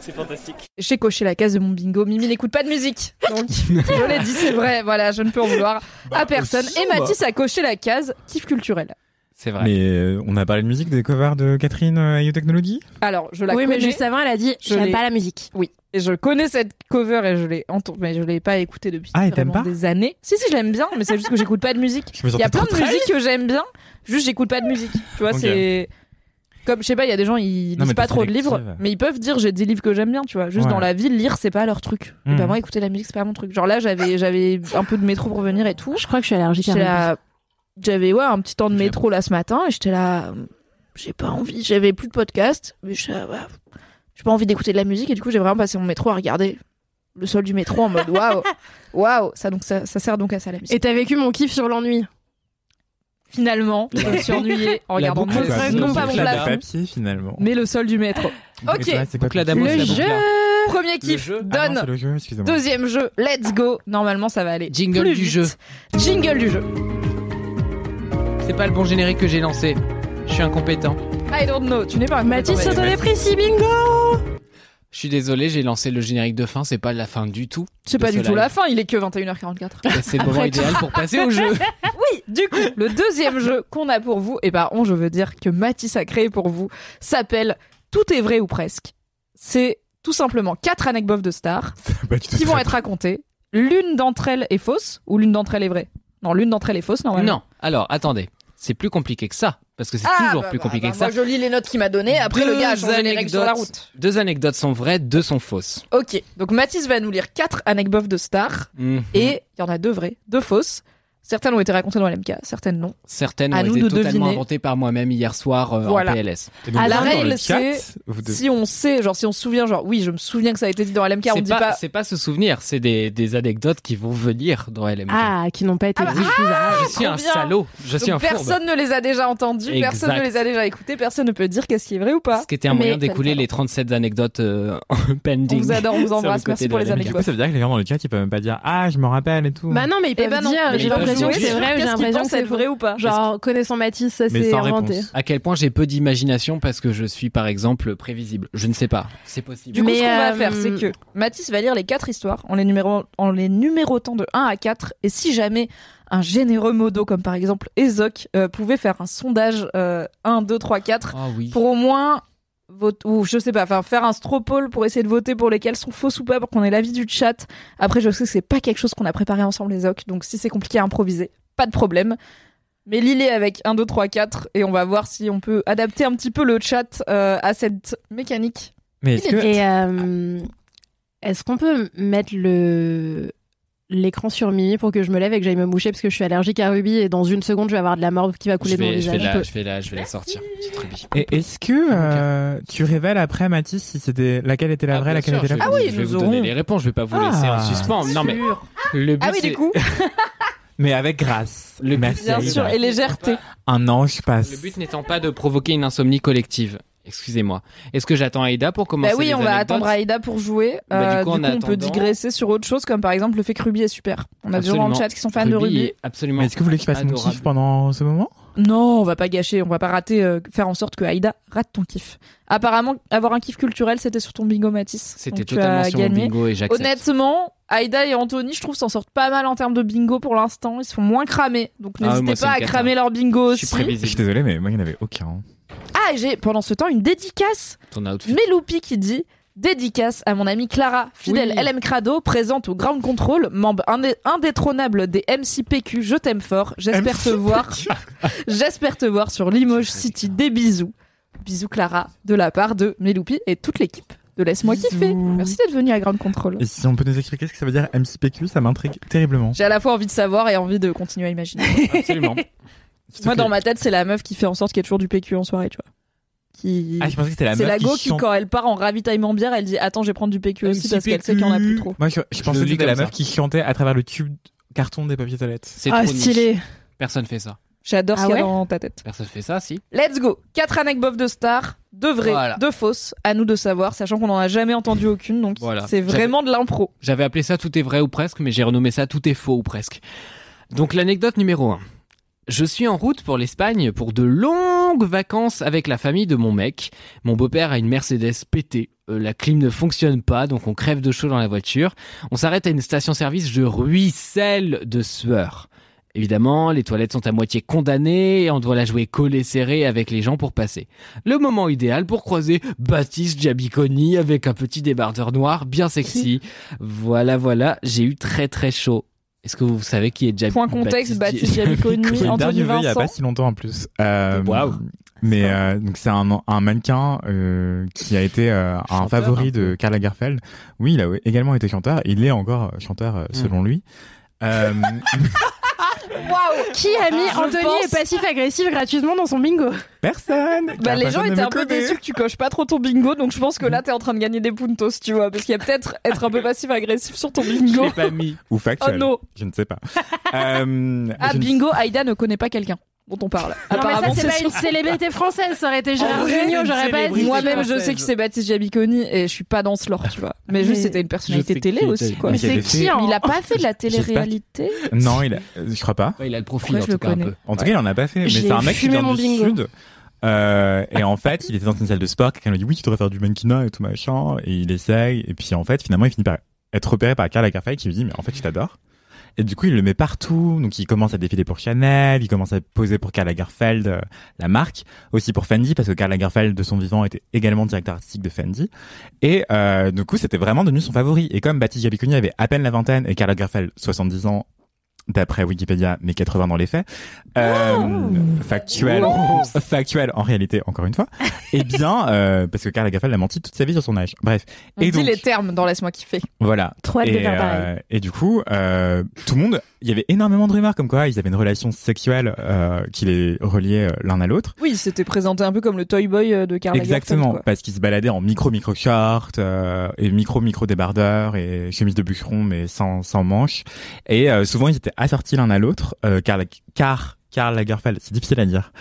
C'est fantastique. J'ai coché la case de mon bingo. Mimi n'écoute pas de musique. Donc, je l'ai dit, c'est vrai. Voilà, je ne peux en vouloir à personne. aussi, et Mathis bah. a coché la case kiff culturel. C'est vrai. Mais euh, on a parlé de musique des covers de Catherine euh, à Technology Alors, je la Oui, connais. mais juste avant, elle a dit Je j'aime l'ai- pas la musique. Oui. Et je connais cette cover et je l'ai entendue, mais je l'ai pas écoutée depuis Ah, et t'aimes vraiment pas des années. Si, si, je l'aime bien, mais c'est juste que j'écoute pas de musique. me Il y a sentais plein trop de trahie. musiques que j'aime bien, juste j'écoute pas de musique. Tu vois, Ok. c'est. Comme, je sais pas, il y a des gens, ils Non, lisent mais pas t'es trop de livres, sélective. mais ils peuvent dire j'ai des livres que j'aime bien, tu vois. Juste Ouais. dans la vie, lire, c'est pas leur truc. Et Mhm. bah, moi, écouter la musique, c'est pas mon truc. Genre là, j'avais j'avais un peu de métro pour venir et tout. Je crois que je suis allergique à la musique. J'avais, ouais, un petit temps de métro là ce matin et j'étais là. J'ai pas envie, j'avais plus de podcast, mais je euh, j'ai pas envie d'écouter de la musique et du coup j'ai vraiment passé mon métro à regarder le sol du métro en mode waouh waouh ça donc ça, ça sert donc à ça la musique Et t'as vécu mon kiff sur l'ennui. finalement je me suis ennuyée en regardant non- non pas mon plafond papier finalement. mais le sol du métro ok Et toi, c'est quoi le ton kiff jeu hein. premier kiff jeu Ah non, donne c'est le jeu, excusez-moi. deuxième jeu let's go normalement ça va aller jingle plus du vite. jeu. jingle du jeu C'est pas le bon générique que j'ai lancé. Je suis incompétent. I don't know tu n'es pas Mathis s'autodéprécie, bingo Je suis désolé, j'ai lancé le générique de fin, c'est pas la fin du tout. c'est de pas ce du tout la live. fin il est que 21h44 Et C'est le moment Après idéal tout. pour passer au jeu. Oui, du coup, le deuxième jeu qu'on a pour vous, et par on, je veux dire que Mathis a créé pour vous, s'appelle Tout est vrai ou presque. C'est tout simplement quatre anecdotes de stars qui vont être racontées. L'une d'entre elles est fausse ou l'une d'entre elles est vraie Non, l'une d'entre elles est fausse normalement. Non, alors attendez, c'est plus compliqué que ça, parce que c'est Ah, toujours bah, plus bah, compliqué bah, que ça. Moi, je lis les notes qu'il m'a données. Après, le Deux gars a changé les règles sur la anecdotes- route. Deux anecdotes sont vraies, deux sont fausses. Ok, donc Mathis va nous lire quatre anecdotes de stars Mhm. et il y en a deux vraies, deux fausses. Certaines ont été racontées dans LMK, certaines non. Certaines À ont nous été de totalement deviner. inventées par moi-même hier soir euh, Voilà. en PLS. à la règle, c'est si on sait, genre si on se souvient, genre oui, je me souviens que ça a été dit dans LMK, on C'est dit pas, pas. c'est pas se souvenir, c'est des, des anecdotes qui vont venir dans LMK. Ah, qui n'ont pas été diffusées. je suis un salaud, je suis Ah, Donc un fourbe. personne ne les a déjà entendues, personne Exact. ne les a déjà écoutées, personne ne peut dire qu'est-ce qui est vrai ou pas. Ce qui était un moyen d'écouler les 37 anecdotes euh, pending. On vous adore, on vous sur le embrasse, côté merci de pour les LMK. anecdotes. Ça veut dire que les gens dans le chat ils peuvent même pas dire Ah, je m'en rappelle et tout. Bah non, mais ils Eh peuvent ben non. dire Mais j'ai ils peuvent l'impression que jouer c'est sur vrai ou j'ai qu'est-ce qu'ils l'impression que pensent c'est être vrai faux. ou pas. Genre, connaissant Matisse, ça Mais c'est sans inventé. réponse. À quel point j'ai peu d'imagination parce que je suis par exemple prévisible. Je ne sais pas. C'est possible. Du coup, ce qu'on va faire, euh, c'est que Mathis va lire les quatre histoires en les, numéro... en les numérotant de 1 à 4. Et si jamais un généreux modo, comme par exemple Ezoc, euh, pouvait faire un sondage euh, 1, 2, 3, 4 Ah oui. pour au moins. vote- ou je sais pas, enfin faire un straw poll pour essayer de voter pour lesquelles sont fausses ou pas pour qu'on ait l'avis du chat. Après, je sais que c'est pas quelque chose qu'on a préparé ensemble, Ezoc, donc si c'est compliqué à improviser, pas de problème. Mais l'îler avec 1, 2, 3, 4 et on va voir si on peut adapter un petit peu le chat euh, à cette mécanique. Et euh, est-ce qu'on peut mettre le l'écran sur Mimi pour que je me lève et que j'aille me moucher parce que je suis allergique à Ruby et dans une seconde je vais avoir de la morve qui va couler Je de mon vais, je vais visage. la, je vais la, je vais la sortir. Petite Ruby. Et est-ce que euh, tu révèles après, Mathis, si c'était laquelle était Ah, la vraie, Ah, Bien laquelle sûr, était je la vais vous- Je vais vous donner les réponses. Je vais pas vous laisser Ah. en suspens. Non mais le but Ah oui, c'est- du coup, Mais avec grâce. Le Merci. bien sûr, et légèreté. Un ange passe. Le but n'étant pas de provoquer une insomnie collective. Excusez-moi. Est-ce que j'attends Aïda pour Bah commencer oui, les on va anecdotes attendre Aïda pour jouer. Bah, du Euh, coup, du coup, en on peut attendant- digresser sur autre chose, comme par exemple le fait que Ruby est super. On a des gens dans le Absolument. chat qui sont fans de Ruby Ruby. est Absolument. Mais est-ce que vous voulez que je fasse mon adorable. kiff pendant ce moment Non, on va pas gâcher, on va pas rater, euh, faire en sorte que Aïda rate ton kiff. Apparemment, avoir un kiff culturel, c'était sur ton bingo, Matisse. C'était Donc, tu totalement as sur mon gagné. bingo et j'accepte. Honnêtement, Aïda et Anthony, je trouve, s'en sortent pas mal en termes de bingo pour l'instant. Ils se font moins cramer. Donc Ah ouais, n'hésitez moi, c'est pas à une cata. cramer leur bingo aussi. Je suis désolé, mais moi, il n'y en avait aucun. Ah, et j'ai pendant ce temps une dédicace. Ton outfit. Meloupi qui dit Dédicace à mon amie Clara, fidèle LM Crado, présente au Ground Control, membre indé- indétrônable des MCPQ. Je t'aime fort. J'espère te voir. J'espère te voir sur Limoges City. Des bisous. Bisous Clara, de la part de Meloupi et toute l'équipe de Laisse-moi kiffer. Merci d'être venu à Ground Control. Et si on peut nous expliquer ce que ça veut dire MCPQ, ça m'intrigue terriblement. J'ai à la fois envie de savoir et envie de continuer à imaginer. Absolument. Moi, que- dans ma tête, c'est la meuf qui fait en sorte qu'il y ait toujours du PQ en soirée, tu vois. Qui... Ah, je pensais que c'était la C'est meuf la qui go qui, chante. Ah, quand elle part en ravitaillement bière, elle dit Attends, je vais prendre du PQ aussi parce qu'elle sait qu'il y en a plus trop. Moi, je, je Je pensais le que lis c'était la comme meuf ça. qui chantait à travers le tube carton des papiers toilettes. C'est Ah, trop niche. stylé. Personne fait ça. J'adore Ah ce qu'il y a ouais dans ta tête. Personne fait ça, si. Let's go Quatre anecdotes de stars, de vraies, Voilà. de fausses, à nous de savoir, sachant qu'on n'en a jamais entendu aucune, donc Voilà. c'est vraiment de l'impro. J'avais appelé ça tout est vrai ou presque, mais j'ai renommé ça tout est faux ou presque. Donc l'anecdote numéro 1. Je suis en route pour l'Espagne pour de longues vacances avec la famille de mon mec. Mon beau-père a une Mercedes pétée. Euh, la clim ne fonctionne pas, donc on crève de chaud dans la voiture. On s'arrête à une station-service, je ruisselle de sueur. Évidemment, les toilettes sont à moitié condamnées et on doit la jouer collée serrée avec les gens pour passer. Le moment idéal pour croiser Baptiste Giabiconi avec un petit débardeur noir bien sexy. Voilà, voilà, j'ai eu très très chaud. Est-ce que vous savez qui est Giabiconi Point contexte, Baptiste Giabiconi, Il y a une Anthony dernière vue il y a Vincent. pas si longtemps en plus. Euh, Mais euh, donc c'est un, un mannequin euh, qui a été euh, un favori de Karl Lagerfeld. Oui, il a également été chanteur. Il est encore euh, chanteur Mm. euh, selon lui. Euh, Waouh Qui a mis Je Ah, Anthony pense- est passif agressif gratuitement dans son bingo Personne. Bah, car les gens personne ne étaient me un peu connaît. déçus que tu coches pas trop ton bingo, donc je pense que là t'es en train de gagner des puntos, tu vois, parce qu'il y a peut-être être un peu passif-agressif sur ton bingo. mis. Ou factuel. Oh non. Je ne sais pas. Euh, Ah, je ne- bingo, Aïda ne connaît pas quelqu'un dont on parle. Non, mais ça, Apparemment, c'est pas sûr. une célébrité française, ça aurait été Gérard Jugnot, j'aurais pas dit. Moi-même, je sais que c'est Baptiste Giabiconi et je suis pas dans ce lore, tu vois. Mais, juste, Mais- c'était une personnalité télé qui aussi, était- quoi. Mais c'est Mais qui, en- Il a Ah. pas fait de la télé-réalité. Non, il a- euh, je crois pas. il a le profil Pourquoi en je tout le cas, un connais peu. Euh, En tout cas, il en a pas fait. Mais J'ai c'est un mec qui fumé vient mon du bingo. sud. Euh, et en fait, il était dans une salle de sport. Quelqu'un lui dit oui, tu devrais faire du mannequinat et tout machin. Et il essaye. Et puis en fait, finalement, il finit par être repéré par Karl Lagerfeld qui lui dit mais en fait, je t'adore. Et du coup, il le met partout. Donc, il commence à défiler pour Chanel, il commence à poser pour Karl Lagerfeld, euh, la marque, aussi pour Fendi, parce que Karl Lagerfeld, de son vivant, était également directeur artistique de Fendi. Et euh, du coup, c'était vraiment devenu son favori. Et comme Baptiste Gabiconi avait à peine la vingtaine et Karl Lagerfeld 70 ans, d'après Wikipédia, mais 80 dans les faits, euh, factuel, factuel en réalité, encore une fois, eh bien, euh, parce que Karl Lagerfeld a menti toute sa vie sur son âge. Bref. On dit les termes dans Laisse-moi kiffer. Voilà. Trop hâte de et, faire pareil. et du coup, euh, tout le monde, il y avait énormément de rumeurs comme quoi ils avaient une relation sexuelle euh, qui les reliait euh, l'un à l'autre. Oui, c'était présenté un peu comme le Toy Boy euh, de Karl Exactement, Lagerfeld, quoi. parce qu'ils se baladaient en micro micro short euh, et micro micro débardeur et chemise de bûcheron mais sans sans manches. Et euh, souvent ils étaient assortis l'un à l'autre. Euh, Karl car Karl Lagerfeld, c'est difficile à dire.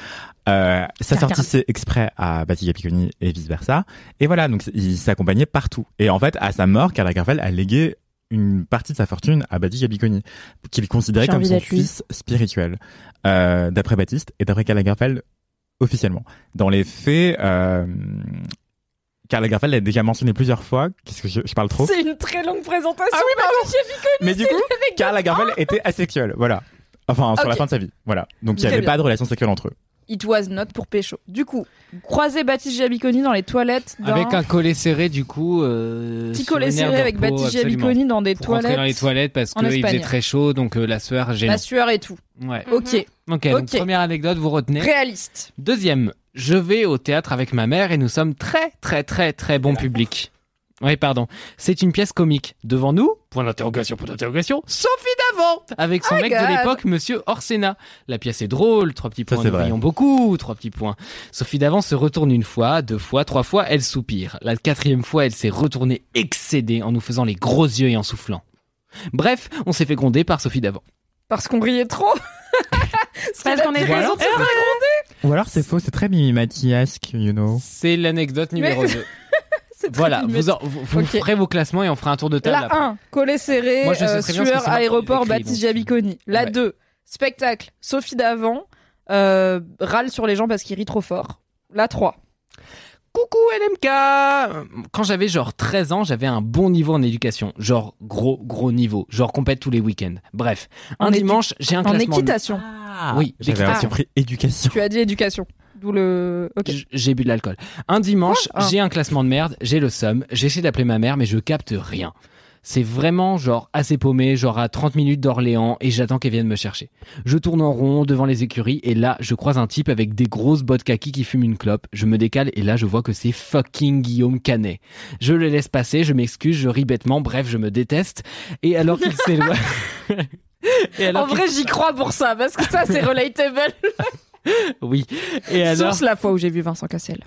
Euh, s'assortissait exprès à Batti Gapiconi et vice versa. Et voilà, donc ils s'accompagnaient partout. Et en fait, à sa mort, Karl Lagerfeld a légué une partie de sa fortune à Batti Gapiconi, qu'il considérait J'ai comme envie son d'être lui. fils spirituel, euh, d'après Baptiste et d'après Karl Lagerfeld officiellement. Dans les faits, euh, Karl Lagerfeld l'a déjà mentionné plusieurs fois. Qu'est-ce que je, je parle trop C'est une très longue présentation. Ah oui, Baptiste Mais du coup, Karl Lagerfeld était asexuel, voilà. Enfin, sur la Ok. fin de sa vie, voilà. Donc il Très n'y avait bien. pas de relation sexuelle entre eux. Ah. It was not pour Pécho. Du coup, croiser Baptiste Giabiconi dans les toilettes d'un Avec un collet serré, du coup. euh, petit sur collet une aire serré de avec repos, Baptiste absolument. Giabiconi dans des Pour rentrer toilettes. dans les toilettes parce en qu'il faisait Espagne. très chaud, donc euh, la sueur gênante. La sueur et tout. Ouais. Ok. Ok, donc Ok. première anecdote, vous retenez. Réaliste. Deuxième, je vais au théâtre avec ma mère et nous sommes très très très très bon public. Oui, pardon. C'est une pièce comique. Devant nous, point d'interrogation, point d'interrogation, Sophie Davant Avec son Oh mec God. de l'époque, Monsieur Orsena. La pièce est drôle, trois petits Ça, points, c'est nous vrai. rions beaucoup, trois petits points. Sophie Davant se retourne une fois, deux fois, trois fois, elle soupire. La quatrième fois, elle s'est retournée excédée en nous faisant les gros yeux et en soufflant. Bref, on s'est fait gronder par Sophie Davant. Parce qu'on riait trop. Parce qu'on est très raison de se faire Ou alors c'est faux, c'est très Mimi Makiasque, you know. C'est l'anecdote numéro Mais- 2. voilà, vous, en- vous, vous Ok. ferez vos classements et on fera un tour de table. La après. 1, collet serré, Moi, je sais euh, très bien ce que sueur, c'est marqué, aéroport, écrit, Baptiste donc. euh, Jabiconi. La Ouais. 2, spectacle, Sophie Davant, euh, râle sur les gens parce qu'il rit trop fort. La 3. Coucou LMK Quand j'avais genre 13 ans, j'avais un bon niveau en éducation. Genre gros, gros niveau. Genre compète tous les week-ends. Bref, un En édu- dimanche, j'ai un en classement. Ah, équitation. Ah. Ah. oui, j'avais l'équitation. compris éducation. Tu as dit éducation. D'où le. Ok. Ah. J- J'ai bu de l'alcool. Un dimanche, j'ai un classement de merde, j'ai le somme, j'essaie d'appeler ma mère, mais je capte rien. C'est vraiment genre assez paumé, genre à 30 minutes d'Orléans, et j'attends qu'elle vienne me chercher. Je tourne en rond devant les écuries, et là, je croise un type avec des grosses bottes kaki qui fume une clope. Je me décale, et là, je vois que c'est fucking Guillaume Canet. Je le laisse passer, je m'excuse, je ris bêtement, bref, je me déteste. Et alors qu'il s'éloigne... Et alors en qu'il- vrai, j'y crois pour ça, parce que ça, c'est relatable. Oui. Et alors... Source la fois où j'ai vu Vincent Cassel.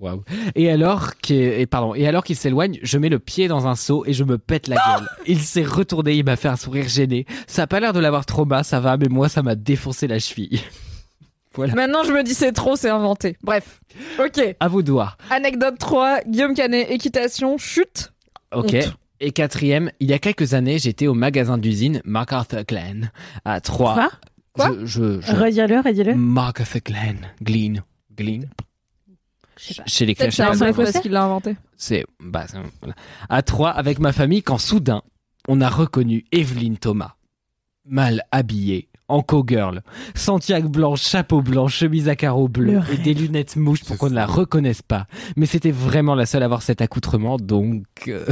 Waouh. Et alors qu'il et pardon, et alors qu'il s'éloigne, je mets le pied dans un seau et je me pète la gueule. Ah Il s'est retourné, il m'a fait un sourire gêné. Ça a pas l'air de l'avoir trop bas, ça va, mais moi ça m'a défoncé la cheville. voilà. Maintenant, je me dis c'est trop, c'est inventé. Bref. Ok. À vos doigts. Anecdote 3, Guillaume Canet, équitation, chute. Ok. Honte. Et quatrième, il y a quelques années, j'étais au magasin d'usine MacArthur Glen à 3. Quoi Quoi je, je, je- Redis-le, redis-le. Hmm. MacArthur Glen, Glen, Glen. Chez les Peut-être Clash. c'est un je sais mot pas. parce qu'il l'a inventé. C'est bah, c'est- voilà. à trois avec ma famille quand soudain on a reconnu Evelyne Thomas, mal habillée, en co-girl, Santiago blanc, chapeau blanc, chemise à carreaux bleus et des lunettes mouches pour qu'on ne la reconnaisse pas. Mais c'était vraiment la seule à avoir cet accoutrement, donc euh,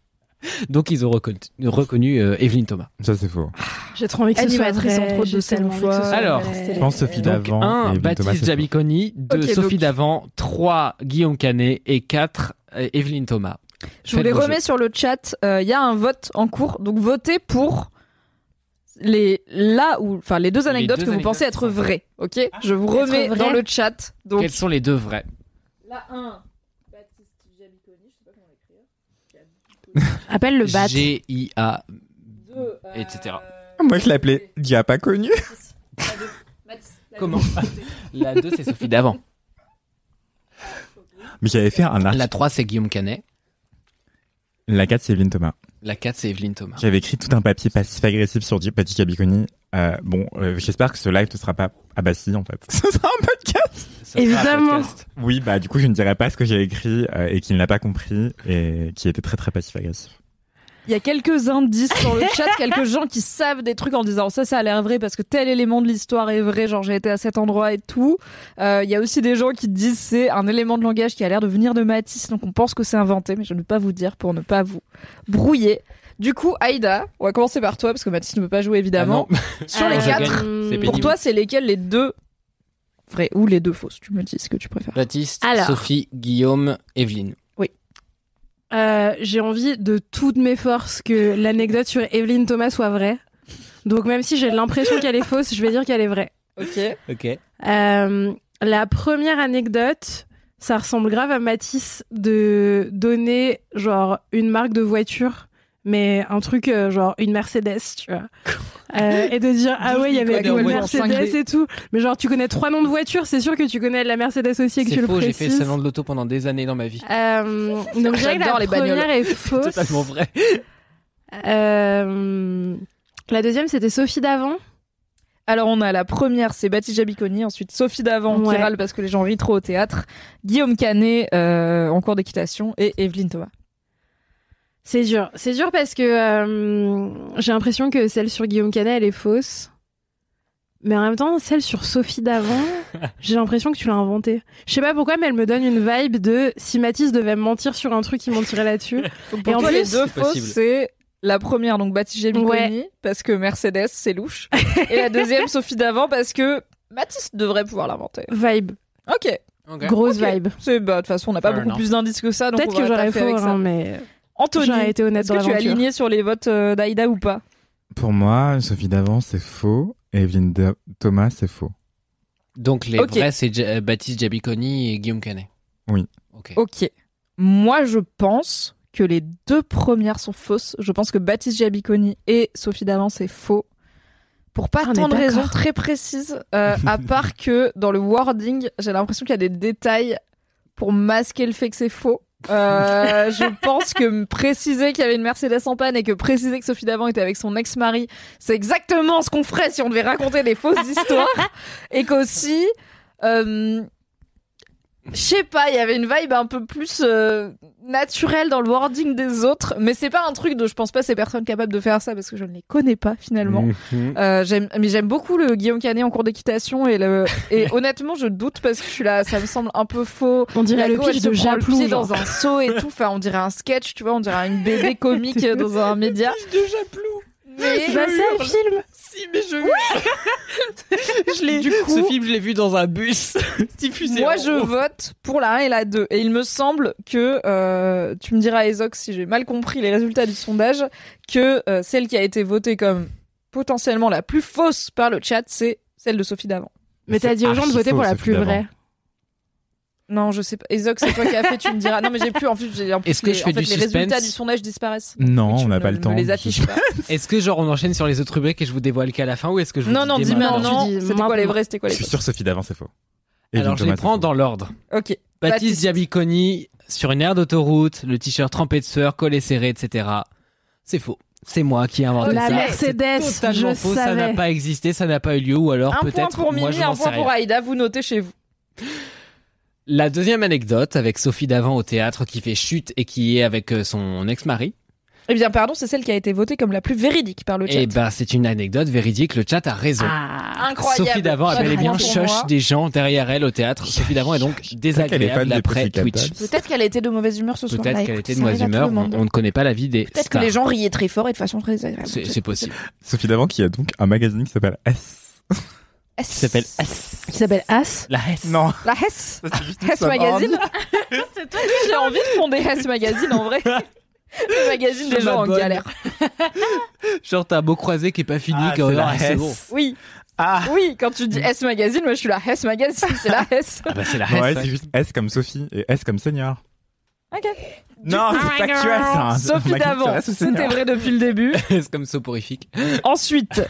donc ils ont reconnu, reconnu euh, Evelyne Thomas. Ça c'est faux. Ah, J'ai trop envie que ce soit Animatrice vrai, entre autres j'ai de Salon tellement envie que ce Floyd. soit Alors, vrai. Je pense Sophie Donc, Davant et 1, Evelyne Thomas, Baptiste c'est Jabiconi, 2, Ok, Sophie donc- Davant, 3, Guillaume Canet et 4, Evelyne Thomas. Je vous les Faites vos remets jeux. sur le chat. Euh, Il y a un vote en cours, donc votez pour les là où, enfin les deux Les anecdotes deux que vous anecdotes pensez être qui sont vraies. Ok, je vous Être remets vraies. dans le chat. Donc Quels sont les deux vrais la 1. Appelle le bat. G-I-A, etc. Moi je l'appelais Dia pas connu. Comment La 2, c'est Sophie d'avant. Mais j'avais fait un article. La 3, c'est Guillaume Canet. La 4 c'est Evelyne Thomas. La 4, c'est Evelyne Thomas. J'avais écrit tout un papier passif-agressif sur Dieu Petit Cabiconi. Euh, bon, euh, j'espère que ce live ne sera pas abassi en fait. Ce sera un podcast Évidemment. oui, bah du coup je ne dirai pas ce que j'ai écrit euh, et qu'il n'a pas compris et qui était très très passif-agressif. Il y a quelques indices sur le chat, quelques gens qui savent des trucs en disant ça, ça a l'air vrai parce que tel élément de l'histoire est vrai, genre j'ai été à cet endroit et tout. Euh, Il y a aussi des gens qui disent c'est un élément de langage qui a l'air de venir de Matisse, donc on pense que c'est inventé, mais je ne peux pas vous dire pour ne pas vous brouiller. Du coup, Aïda, on va commencer par toi parce que Matisse ne peut pas jouer évidemment. Ah non. sur les Je gagne, quatre, Hmm. c'est pour pénible. toi, c'est lesquels les deux vrais ou les deux fausses Tu me dis ce que tu préfères. Baptiste, Alors. Sophie, Guillaume, Evelyne. Euh, j'ai envie de toutes mes forces que l'anecdote sur Evelyne Thomas soit vraie. Donc même si j'ai l'impression qu'elle est fausse, je vais dire qu'elle est vraie. Ok. Ok. Euh, la première anecdote, ça ressemble grave à Matisse de donner genre une marque de voiture, mais un truc euh, genre une Mercedes, tu vois. Euh, et de dire ah ouais il y avait connais en une voiture en Mercedes 5D. et tout mais genre tu connais trois noms de voitures c'est sûr que tu connais la Mercedes aussi et que tu C'est le faux, j'ai fait le précises salon de l'auto pendant des années dans ma Ah, vie. Euh, donc je dirais que J'adore la les bagnoles. première est C'est fausse totalement vrai. Euh, la deuxième, c'était Sophie d'avant. Alors on a la première, c'est Baptiste Jabiconi, ensuite Sophie Davant Ouais. qui râle parce que les gens rient trop au théâtre, Guillaume Canet euh, en cours d'équitation et Evelyne Thomas. C'est dur. C'est dur parce que euh, j'ai l'impression que celle sur Guillaume Canet, elle est fausse. Mais en même temps, celle sur Sophie d'avant, j'ai l'impression que tu l'as inventée. Je sais pas pourquoi, mais elle me donne une vibe de si Mathis devait me mentir sur un truc, il mentirait là-dessus. Donc pour toi, les deux fausses, c'est la première, donc Baptiste Jabiconi, Ouais. parce que Mercedes, c'est louche, et la deuxième, Sophie Davant, parce que Mathis devrait pouvoir l'inventer. Vibe. Ok. Ok. Grosse Ok. vibe. C'est- bah, De toute façon, on n'a pas Fair beaucoup enough. plus d'indices que ça. donc Peut-être on que va j'aurais taffer avec faux, ça. hein, mais. Anthony, j'aurais été honnête est-ce dans que tu es l'aventure. aligné sur les votes euh, d'Aïda ou pas Pour moi, Sophie Davant, c'est faux. Et Evelyne Da- Thomas, c'est faux. Donc les Ok. vrais, c'est Ja- euh, Baptiste Jabiconi et Guillaume Canet. Oui. Ok. Ok. Moi, je pense que les deux premières sont fausses. Je pense que Baptiste Giabiconi et Sophie Davant, c'est faux. Pour pas Ah, on tant est de d'accord. raisons très précises, euh, à part que dans le wording, j'ai l'impression qu'il y a des détails pour masquer le fait que c'est faux. Euh, je pense que me préciser qu'il y avait une Mercedes en panne et que préciser que Sophie Davant était avec son ex-mari, c'est exactement ce qu'on ferait si on devait raconter des fausses histoires. Et qu'aussi, euh, je sais pas, il y avait une vibe un peu plus euh, naturelle dans le wording des autres, mais c'est pas un truc de je pense pas ces personnes capables de faire ça parce que je ne les connais pas Mmh. finalement. Mhm. Euh, j'aime- mais j'aime beaucoup le Guillaume Canet en cours d'équitation et, le, et honnêtement je doute parce que je suis là, ça me semble un peu faux. On dirait Lago, le pitch elle se de prend le Japlou, pied genre. dans un seau et tout, enfin on dirait un sketch, tu vois, on dirait une BD comique dans un média. Mais Bah, c'est un film. Si, mais je. je l'ai. Ce film, je l'ai vu dans un bus. diffusé. Moi, en je haut. vote pour la 1 et la 2. Et il me semble que, euh, tu me diras, Ezox, si j'ai mal compris les résultats du sondage, que euh, celle qui a été votée comme potentiellement la plus fausse par le chat, c'est celle de Sophie Davant. Mais t'as dit aux gens de voter pour la plus vraie. Non, je sais pas. Ezox, c'est toi qui as fait, tu me diras. Non, mais j'ai plus. En plus, j'ai en plus, Est-ce que les, je fais en fait, du les résultats suspense du sondage disparaissent. Non, on n'a pas ne le temps. me les affiche pas. Est-ce que genre on enchaîne sur les autres rubriques et je vous dévoile qu'à la fin ou est-ce que je vous Non, dis non, dès dis maintenant maintenant. C'était quoi les vrais, c'était quoi Je les suis fausses sûr, Sophie Davant, c'est faux. Alors Evelyne je les Thomas, prends dans l'ordre. Ok. Baptiste Diabiconi sur une aire d'autoroute, le t-shirt trempé de sueur, collet serré, etc. C'est faux. C'est moi qui ai inventé La ça. Mercedes, C'est totalement je faux. Ça savais. n'a pas existé, ça n'a pas eu lieu ou alors Un point peut-être. pour moi, Mimi, je un n'en sais point pour rien. Aïda, vous notez chez vous. La deuxième anecdote avec Sophie Davant au théâtre qui fait chute et qui est avec euh, son ex-mari. Eh bien, pardon, c'est celle qui a été votée comme la plus véridique par le chat. Et ben c'est une anecdote véridique. Le chat a raison. Incroyable. Sophie Davant a bel et bien Pour shush moi. des gens derrière elle au théâtre. Sophie Davant est donc fan désagréable des après Pussycat Twitch. Dolls. Peut-être qu'elle a été de mauvaise humeur ce soir. Peut-être Bah, qu'elle écoute, était de ça mauvaise arrive à humeur. tout le On, monde. hein. on ne connaît pas la vie des. Peut-être que les gens stars. riaient très fort et de façon très désagréable. C'est c'est possible. Sophie Davant, qui a donc un magazine qui s'appelle S. Qui s'appelle S. Qui s'appelle As. La Hesse. Non. La Hess Hess ça me Magazine C'est toi qui j'ai envie de fonder Hess Magazine en vrai. Le magazine Je des gens en m'abonne. galère. Genre, t'as un beau croisé qui est pas fini. Ah, qui est en c'est la Ah. mode, ah, c'est Hesse. bon. Oui. Oui, quand tu dis Hess Magazine, moi je suis la Hess Magazine, c'est la Hess. Ah bah, c'est la Hesse. Ouais, c'est juste S comme Sophie et S comme Seigneur. Ok. Non, Du- c'est factuel, ça, hein. Sophie Magazine, ça d'avant, reste au c'était Seigneur. vrai depuis le début. c'est comme soporifique. Ensuite,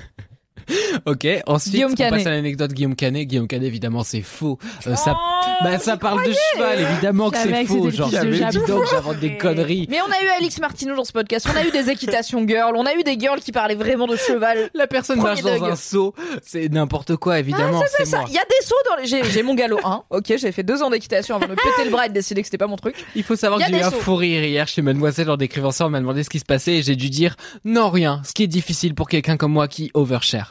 Ok, ensuite, Guillaume on Canet. passe à l'anecdote Guillaume Canet. Guillaume Canet, évidemment, c'est faux. Euh, ça Oh, bah, ça parle de cheval, évidemment que J'avais c'est que c'était faux. le Genre, fils de dis Jabou. donc, j'invente des conneries. mais on a eu Alix Martineau dans ce podcast, on a eu des équitations girls, on a eu des girls qui parlaient vraiment de cheval. La personne marche Premier dans dog. un seau, c'est n'importe quoi, évidemment. Ah, c'est c'est ça. moi. Il y a des sauts dans les. J'ai, j'ai mon galop 1. Ok, j'ai fait deux ans d'équitation avant de me péter le bras et de décider que c'était pas mon truc. Il faut savoir Il y que a j'ai eu des un sauts. fou rire hier chez Mademoiselle en décrivant ça. On m'a demandé ce qui se passait et j'ai dû dire non, rien. Ce qui est difficile pour quelqu'un comme moi qui overshare.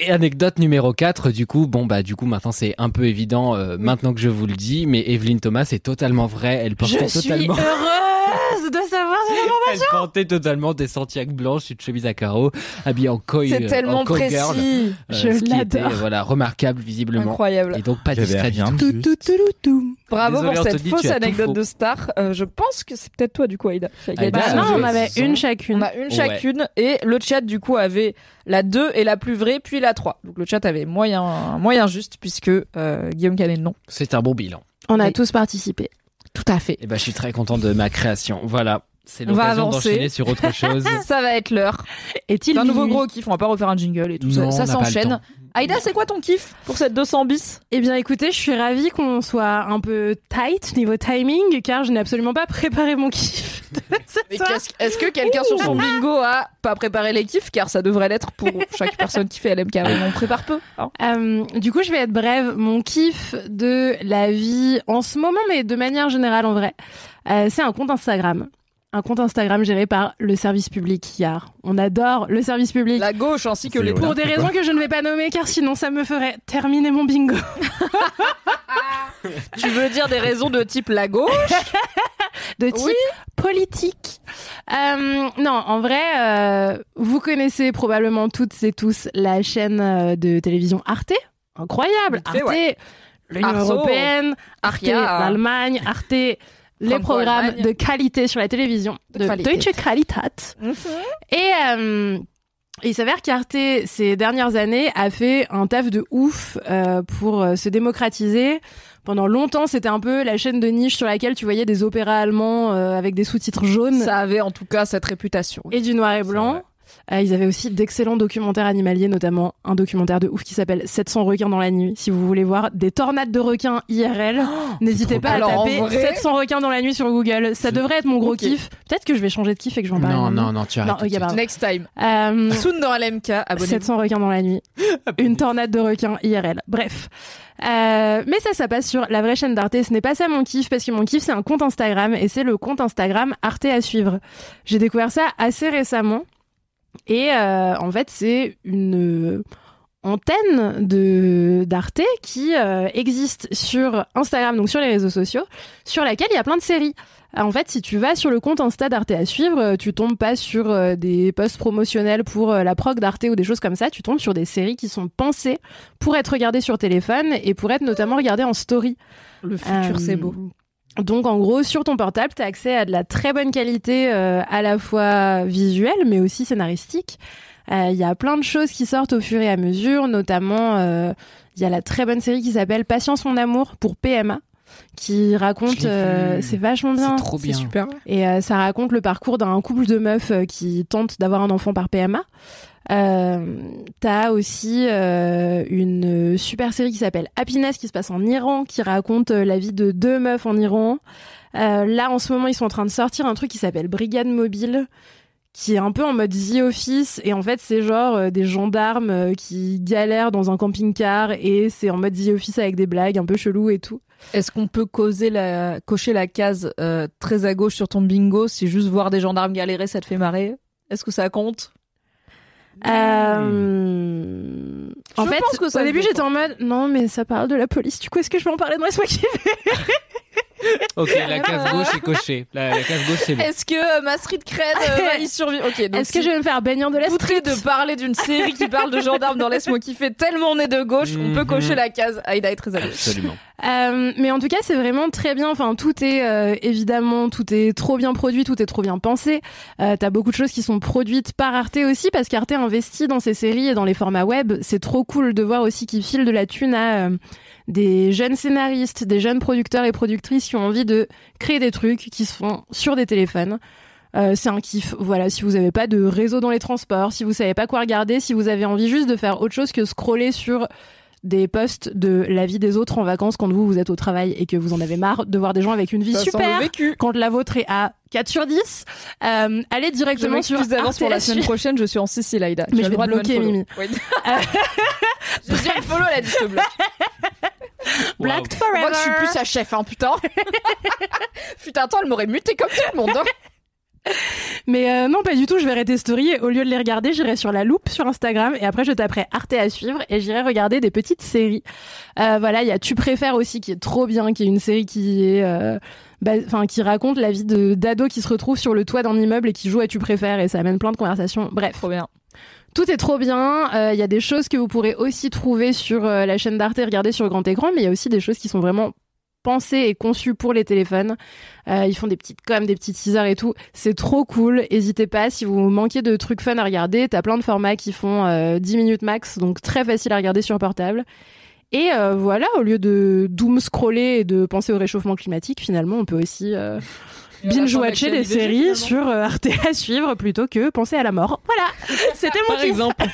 et anecdote numéro 4, du coup, bon, bah, du coup, maintenant c'est un peu évident, euh, maintenant que je vous le dis, mais Evelyne Thomas est totalement vraie. Elle portait Je suis totalement. heureuse de savoir cette information. Elle portait totalement des Santiago blanches, une chemise à carreaux, habillée en coy. C'est euh, tellement en cowgirl, précis. euh, Je ce qui était, l'adore. euh, Voilà, remarquable visiblement. Incroyable. Et donc pas J'avais discret du rien tout. de juste. Bravo Désolé, pour cette Anthony, fausse tu as tout anecdote faux. de star. Euh, je pense que c'est peut-être toi du coup, Aïda. Tu as Aïda, gagné. Bah non, on avait une chacune. On a une chacune et le chat du coup avait la 2 et la plus vraie puis la 3. Donc le chat avait moyen moyen juste puisque euh, Guillaume Canet non. C'est un bon bilan. On a tous participé. Tout à fait. Et ben, je suis très content de ma création. Voilà. C'est On va l'occasion avancer. d'enchaîner sur autre chose. Ça va être l'heure. Est-il un nouveau minuit gros kiff On va pas refaire un jingle et tout Non, ça. on Ça n'a pas le s'enchaîne. temps. Aïda, c'est quoi ton kiff pour cette 200 bis Eh bien, écoutez, je suis ravie qu'on soit un peu tight niveau timing, car je n'ai absolument pas préparé mon kiff. Mais qu'est-ce- Est-ce que quelqu'un sur son bingo a pas préparé les kiffs Car ça devrait l'être pour chaque personne qui fait LMK. Ah, mais On prépare peu. hein. Euh, du coup, je vais être brève. Mon kiff de la vie en ce moment, mais de manière générale en vrai, euh, c'est un compte Instagram. Un compte Instagram géré par le service public hier. On adore le service public. La gauche ainsi que les Pour des raisons que je ne vais pas nommer, car sinon ça me ferait terminer mon bingo. Tu veux dire des raisons de type la gauche de type politique. Euh, non, en vrai, euh, vous connaissez probablement toutes et tous la chaîne euh, de télévision Arte. Incroyable, Vite Arte. fait, ouais. l'Union Arso. européenne, Arte, Ikea. l'Allemagne, Arte, les programmes Allemagne. de qualité sur la télévision de qualité. Deutsche Qualität. Et euh, il s'avère qu'Arte, ces dernières années, a fait un taf de ouf euh, pour euh, se démocratiser. Pendant longtemps, c'était un peu la chaîne de niche sur laquelle tu voyais des opéras allemands euh, avec des sous-titres jaunes. Ça avait en tout cas cette réputation. Et du noir et blanc. Euh, ils avaient aussi d'excellents documentaires animaliers, notamment un documentaire de ouf qui s'appelle 700 requins dans la nuit. Si vous voulez voir des tornades de requins IRL, n'hésitez pas à Alors, en taper vrai- 700 requins dans la nuit sur Google. Ça devrait être mon gros kiff. Peut-être que je vais changer de kiff et que j'en parle. Non, maintenant. non, non, tu arrêtes. tout ok, de suite. pardon. Next time. Euh, Soon dans LMK, abonnez-vous. 700 requins dans la nuit. Une tornade de requins IRL. Bref. Euh, mais ça, ça passe sur la vraie chaîne d'Arte. Ce n'est pas ça mon kiff, parce que mon kiff, c'est un compte Instagram, et c'est le compte Instagram Arte à suivre. J'ai découvert ça assez récemment. Et euh, en fait, c'est une euh, antenne de d'Arte qui euh, existe sur Instagram, donc sur les réseaux sociaux, sur laquelle il y a plein de séries. Euh, En fait, si tu vas sur le compte Insta d'Arte à suivre, euh, tu tombes pas sur euh, des posts promotionnels pour euh, la prog d'Arte ou des choses comme ça, tu tombes sur des séries qui sont pensées pour être regardées sur téléphone et pour être notamment regardées en story. Le futur, c'est beau. Donc en gros, sur ton portable, tu as accès à de la très bonne qualité euh, à la fois visuelle mais aussi scénaristique. Euh, Il y a plein de choses qui sortent au fur et à mesure, notamment euh, il y a la très bonne série qui s'appelle Patience mon amour pour PMA qui raconte euh, c'est vachement bien trop c'est bien. super et euh, ça raconte le parcours d'un couple de meufs euh, qui tentent d'avoir un enfant par PMA euh, t'as aussi euh, une super série qui s'appelle Happiness qui se passe en Iran, qui raconte euh, la vie de deux meufs en Iran. Euh, là, en ce moment, ils sont en train de sortir un truc qui s'appelle Brigade Mobile, qui est un peu en mode The Office. Et en fait, c'est genre euh, des gendarmes euh, qui galèrent dans un camping-car et c'est en mode The Office avec des blagues un peu chelou et tout. Est-ce qu'on peut causer la... cocher la case euh, très à gauche sur ton bingo si juste voir des gendarmes galérer, ça te fait marrer Est-ce que ça compte Euh, Je en fait, pense que ça au se début, vaut, j'étais en mode non, mais ça parle de la police. Du coup, est-ce que je peux en parler dans laisse Ok, la case gauche est cochée. La, la case gauche, c'est bon. Est-ce que euh, ma street cred euh, va y survivre Ok. donc Est-ce que si je vais me faire baigner de la outré de parler d'une série qui parle de gendarmes dans Laisse-moi kiffer, tellement on est de gauche, on peut Mhm. cocher la case Aïda est très à gauche. Absolument. Euh, mais en tout cas, c'est vraiment très bien. Enfin, tout est euh, évidemment, tout est trop bien produit, tout est trop bien pensé. Euh, T'as beaucoup de choses qui sont produites par Arte aussi, parce qu'Arte investit dans ses séries et dans les formats web. C'est trop cool de voir aussi qu'ils filent de la thune à euh, des jeunes scénaristes, des jeunes producteurs et productrices qui ont envie de créer des trucs qui se font sur des téléphones. Euh, c'est un kiff. Voilà, si vous n'avez pas de réseau dans les transports, si vous savez pas quoi regarder, si vous avez envie juste de faire autre chose que scroller sur des posts de la vie des autres en vacances quand vous vous êtes au travail et que vous en avez marre de voir des gens avec une vie Ça sent super le vécu. quand la vôtre est à 4 sur 10 euh, allez directement Je sur m'excuse d'avance pour la RTL. semaine prochaine, je suis en Sicile Aïda. Mais Tu je as le vais droit te de bloquer, m'unfollow. Mimi. Oui. J'ai déjà le follow, elle a dit je te bloque. Blacked forever. Moi, je suis plus sa chef, hein, putain. putain, attends, elle m'aurait muté comme tout le monde. hein. mais euh, non pas du tout je verrai tes stories et au lieu de les regarder j'irai sur la loupe sur Instagram et après je taperai Arte à suivre et j'irai regarder des petites séries Euh, voilà il y a Tu préfères aussi qui est trop bien qui est une série qui est euh, bah, enfin qui raconte la vie de d'ado qui se retrouve sur le toit d'un immeuble et qui joue à Tu préfères et ça amène plein de conversations bref trop bien tout est trop bien. Euh, Il y a des choses que vous pourrez aussi trouver sur euh, la chaîne d'Arte et regarder sur grand écran, mais il y a aussi des choses qui sont vraiment pensées et conçues pour les téléphones. Euh, ils font des petites coms, des petits teasers et tout. C'est trop cool. N'hésitez pas si vous manquez de trucs fun à regarder. T'as plein de formats qui font euh, 10 minutes max, donc très facile à regarder sur portable. Et euh, voilà, au lieu de doom scroller et de penser au réchauffement climatique, finalement, on peut aussi euh, binge watcher des séries sur euh, Arte à suivre plutôt que penser à la mort. Voilà, c'était mon Par kiff. exemple.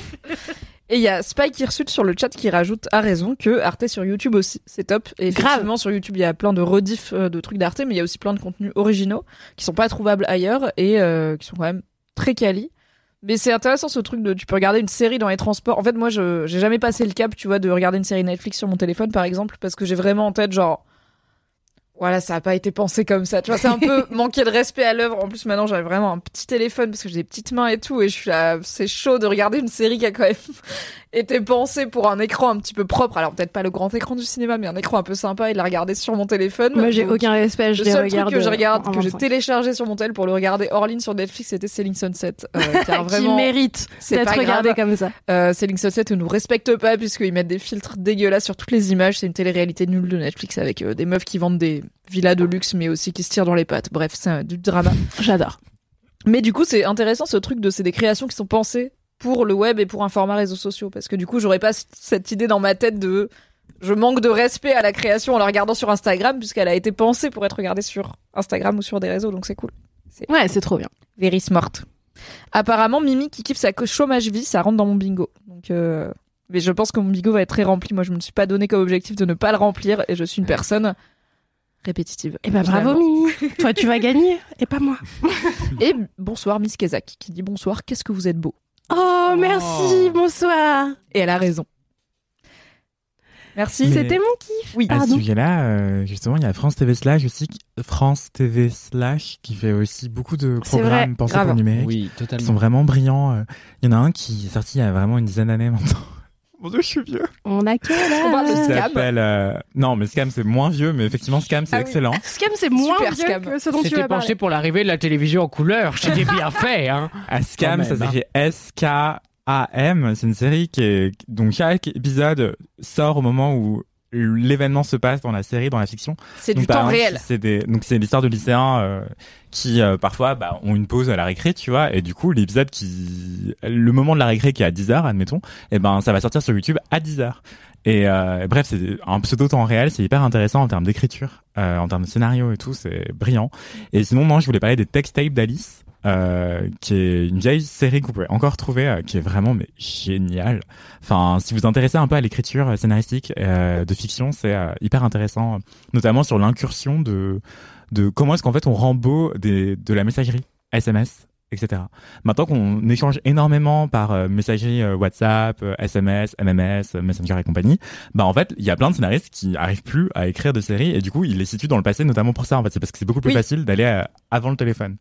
Et il y a Spike Hirsute sur le chat qui rajoute à raison que Arte sur YouTube aussi, c'est top. Et effectivement, sur YouTube, il y a plein de rediffs euh, de trucs d'Arte, mais il y a aussi plein de contenus originaux qui sont pas trouvables ailleurs et euh, qui sont quand même très quali. Mais c'est intéressant ce truc de tu peux regarder une série dans les transports. En fait, moi, je j'ai jamais passé le cap, tu vois, de regarder une série Netflix sur mon téléphone, par exemple, parce que j'ai vraiment en tête genre voilà, ça n'a pas été pensé comme ça. Tu vois, c'est un peu manquer de respect à l'œuvre. En plus, maintenant, j'avais vraiment un petit téléphone parce que j'ai des petites mains et tout. Et je suis là, c'est chaud de regarder une série qui a quand même été pensée pour un écran un petit peu propre. Alors, peut-être pas le grand écran du cinéma, mais un écran un peu sympa et de la regarder sur mon téléphone. Moi, j'ai aucun respect, je le les seul regarde truc que je en- regarde, en que j'ai 25. téléchargé sur mon tel pour le regarder hors ligne sur Netflix, c'était Selling Sunset. euh, car Qui vraiment, mérite c'est d'être pas regardé grave. comme ça. Euh, Selling Sunset ne nous respecte pas puisqu'ils mettent des filtres dégueulasses sur toutes les images. C'est une télé-réalité nulle de Netflix avec euh, des meufs qui vendent des villas de luxe mais aussi qui se tirent dans les pattes. Bref, c'est euh, du drama. J'adore. Mais du coup, c'est intéressant ce truc de c'est des créations qui sont pensées pour le web et pour un format réseaux sociaux parce que du coup, j'aurais pas c- cette idée dans ma tête de je manque de respect à la création en la regardant sur Instagram puisqu'elle a été pensée pour être regardée sur Instagram ou sur des réseaux donc c'est cool. Ouais, c'est trop bien. Very smart. Apparemment, Mimi qui kiffe sa co- chômage vie, ça rentre dans mon bingo. Donc, euh, mais je pense que mon bingo va être très rempli. Moi, je me suis pas donné comme objectif de ne pas le remplir et je suis une personne répétitive. Eh ben bravo Finalement. Mimi, toi tu vas gagner et pas moi. Et bonsoir Miss Kezak qui dit bonsoir. Qu'est-ce que vous êtes beau. Oh merci, bonsoir. Et elle a raison. Merci. Mais- C'était mon kiff. Oui. À ce Pardon. sujet-là, euh, justement, il y a France TV Slash aussi, qui- France TV Slash, qui fait aussi beaucoup de C'est vrai, programmes pensés pour grave. le numérique. Oui, totalement. Ils sont vraiment brillants. euh. Il y en a un qui est sorti il y a vraiment une dizaine d'années maintenant. Mon dieu, je suis vieux. On a quel âge parle de Il s'appelle, euh, Non, mais Scam, c'est moins vieux, mais effectivement, Scam, Ah c'est excellent. Scam, c'est moins Super vieux Scam. que ce dont tu C'était vas penché parler. pour l'arrivée de la télévision en couleur. C'était bien fait, hein. À Ah, Scam, Quand ça même, hein. s'écrit S-K-A-M. C'est une série qui est. Donc, chaque épisode sort au moment où l'événement se passe dans la série, dans la fiction. C'est Donc, du par temps réel. Bah, hein, C'est des... Donc, c'est l'histoire de lycéens euh, qui, euh, parfois, bah, ont une pause à la récré, tu vois. Et du coup, l'épisode qui. Le moment de la récré qui est à 10h, admettons, et ben, ça va sortir sur YouTube à 10h. Et euh, bref, c'est un pseudo temps réel, c'est hyper intéressant en termes d'écriture, euh, en termes de scénario et tout, c'est brillant. Et sinon, non, je voulais parler des text tapes d'Alice, euh, qui est une vieille série que vous pouvez encore trouver, euh, qui est vraiment mais géniale. Enfin, si vous vous intéressez un peu à l'écriture euh, scénaristique euh, de fiction, c'est euh, hyper intéressant, notamment sur l'incursion de de comment est-ce qu'en fait on rend beau des, de la messagerie SMS etc. Maintenant qu'on échange énormément par euh, messagerie euh, WhatsApp, euh, SMS, MMS, euh, Messenger et compagnie, bah en fait, il y a plein de scénaristes qui arrivent plus à écrire de séries et du coup, ils les situent dans le passé notamment pour ça en fait, c'est parce que c'est beaucoup plus Oui. facile d'aller euh, avant le téléphone.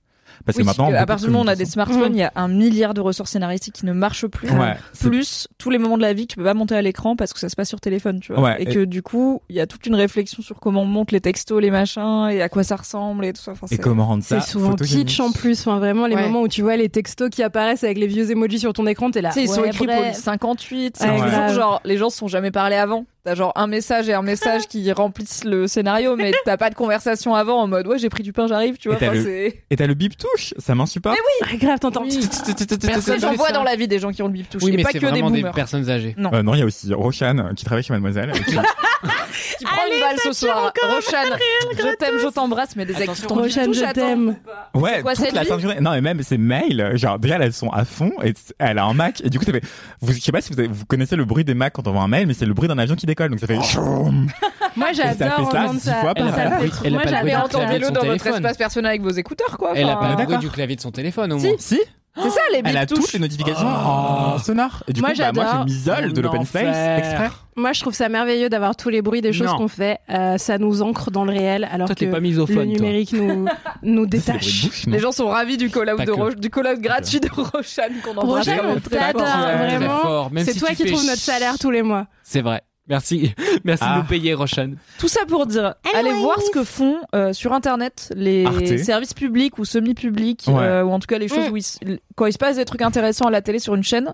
Parce Oui, que maintenant, à beaucoup partir de du moment où on a des communication- smartphones, il y a un milliard de ressources scénaristiques qui ne marchent plus. Ouais, c'est- plus tous les moments de la vie que tu peux pas monter à l'écran parce que ça se passe sur téléphone, tu vois. Ouais, et, et- que du coup, il y a toute une réflexion sur comment on monte les textos, les machins et à quoi ça ressemble et tout ça. Enfin, et c'est- comment rendre ça C'est souvent photogénique. kitsch en plus, enfin, vraiment les Ouais. moments où tu vois les textos qui apparaissent avec les vieux emojis sur ton écran, t'es là. Tu sais, ils sont ouais, écrits pour le bref. 58. C'est Ouais. toujours Grave. genre, les gens se sont jamais parlé avant. T'as genre un message et un message qui remplissent le scénario, mais t'as pas de conversation avant en mode ouais, j'ai pris du pain, j'arrive, tu vois. Et t'as Enfin, le, c'est- et t'as le bip touche, ça m'insupporte. Ah, grave, t'entends. Personne, j'en vois dans la vie des gens qui ont le bip touche. Oui, et mais pas c'est que des vraiment des boomers. personnes âgées. Non. Euh, non, il y a aussi Roshan euh, qui travaille chez Mademoiselle. et qui- qui prend une balle ce soir. Rochane, je t'aime, je t'embrasse, mais des actes qui t'ont dit Rochane, touche je à ton- t'aime. Ouais, quoi, toute cette la vie ceinture. Non, mais même ses mails, euh, genre déjà elles sont à fond et t- elle a un Mac et du coup ça fait. Vous, je sais pas si vous, avez- vous connaissez le bruit des Macs quand on voit un mail, mais c'est le bruit d'un avion qui décolle, donc ça fait. Moi Et ça fait j'adore ça entendre dix ça. fois par Ça me heure. fait Oui, trop- elle a Moi j'avais pas le bruit du clavier de Entendez-le son dans votre téléphone. espace personnel avec vos écouteurs, quoi. Elle a Enfin, pas le bruit d'accord. du clavier de son téléphone au Si. moins. Si. C'est ça, les Elle a bip toutes touches. les notifications en sonore. Et du Moi, coup, bah, moi j'adore. je m'isole de Mon l'open enfer. space exprès. Moi, je trouve ça merveilleux d'avoir tous les bruits des choses Non. qu'on fait. Euh, ça nous ancre dans le réel, alors Toi, que t'es pas misophone, le toi. numérique nous, nous C'est le bruit détache. de bouche, non Les gens sont ravis du call-out Pas de que. Ro- du call-out gratuit de Rochane qu'on embrasse. Rochane, quand même on très fort. t'adore, Ah, Très vraiment. fort, même C'est si toi tu qui fais trouves ch- notre salaire tous les Bah mois. C'est vrai. Merci. Merci de nous payer, Roshan. Tout ça pour dire, allez voir ce que font euh, sur internet les Arte. services publics ou semi-publics, Ouais. euh, ou en tout cas les choses Mm. où il s- quand il se passe des trucs intéressants à la télé sur une chaîne,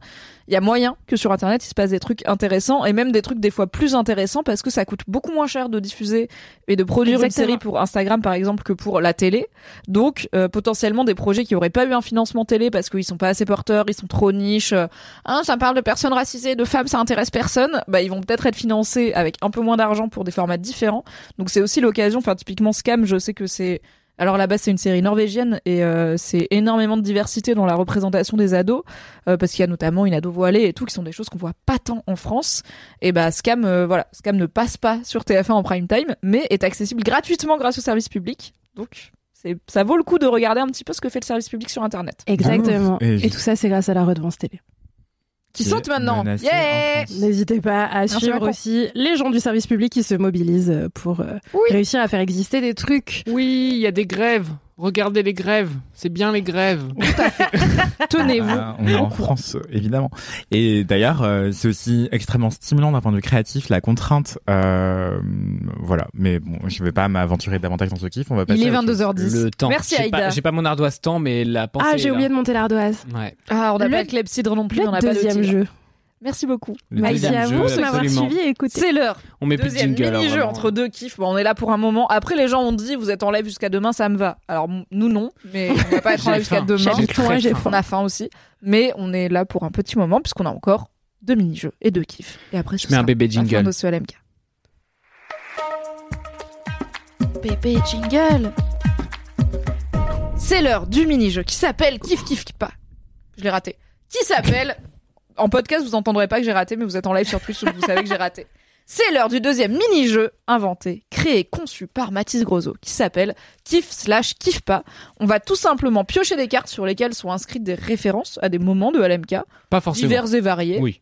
il y a moyen que sur internet il se passe des trucs intéressants et même des trucs des fois plus intéressants parce que ça coûte beaucoup moins cher de diffuser et de produire Exactement. une série pour Instagram par exemple que pour la télé. Donc euh, potentiellement des projets qui auraient pas eu un financement télé parce qu'ils sont pas assez porteurs, ils sont trop niches. euh, Hein, ça parle de personnes racisées, de femmes, ça intéresse personne. Bah ils vont peut-être être financés avec un peu moins d'argent pour des formats différents. Donc c'est aussi l'occasion. Enfin typiquement Scam, je sais que c'est alors là-bas, c'est une série norvégienne et euh, c'est énormément de diversité dans la représentation des ados, euh, parce qu'il y a notamment une ado voilée et tout, qui sont des choses qu'on voit pas tant en France. Et bah Scam, euh, voilà, Scam ne passe pas sur TF1 en prime time, mais est accessible gratuitement grâce au service public. Donc c'est, ça vaut le coup de regarder un petit peu ce que fait le service public sur Internet. Exactement. Et Et, je- tout ça, c'est grâce à la redevance télé. qui sautent maintenant. Yeah N'hésitez pas à Merci suivre Macron. aussi les gens du service public qui se mobilisent pour euh, réussir à faire exister des trucs. Oui, il y a des grèves. Regardez les grèves. C'est bien les grèves. Tenez-vous. Ah, on est en France, euh, évidemment. Et d'ailleurs, euh, c'est aussi extrêmement stimulant d'un point de vue créatif, la contrainte. Euh, voilà, mais bon, je vais pas m'aventurer davantage dans ce kiff. On va passer est au kiff. 22h10. Le temps. Merci, J'ai pas- Aïda. J'ai pas mon ardoise temps, mais la pensée. Ah, est j'ai là. oublié de monter l'ardoise. Ouais. Ah, on n'a Le- pas de clepsydre non plus, le on n'a pas de deuxième tigre. jeu. Merci beaucoup. Le deuxième jeu, absolument. C'est l'heure. On met plus de Deuxième jingle, alors, mini-jeu vraiment. entre deux kiffs. Bon, on est là pour un moment. Après, les gens ont dit vous êtes en live jusqu'à demain, ça me va. Alors, m- nous, non, mais on va pas être en J'ai live jusqu'à faim. demain. J'ai très faim. On a faim aussi. Mais on est là pour un petit moment, puisqu'on a encore deux mini-jeux et deux kiffs. Et après, Je mets un bébé jingle. de ce LMK. Bébé jingle. C'est l'heure du mini-jeu qui s'appelle Kiff Kiff Kiff pas. Je l'ai raté. Qui s'appelle En podcast, vous entendrez pas que j'ai raté, mais vous êtes en live sur Twitch, donc vous savez que j'ai raté. C'est l'heure du deuxième mini-jeu inventé, créé, conçu par Mathis Grosso, qui s'appelle Kiff slash Kiff pas. On va tout simplement piocher des cartes sur lesquelles sont inscrites des références à des moments de LMK. Pas forcément. Divers et variés. Oui.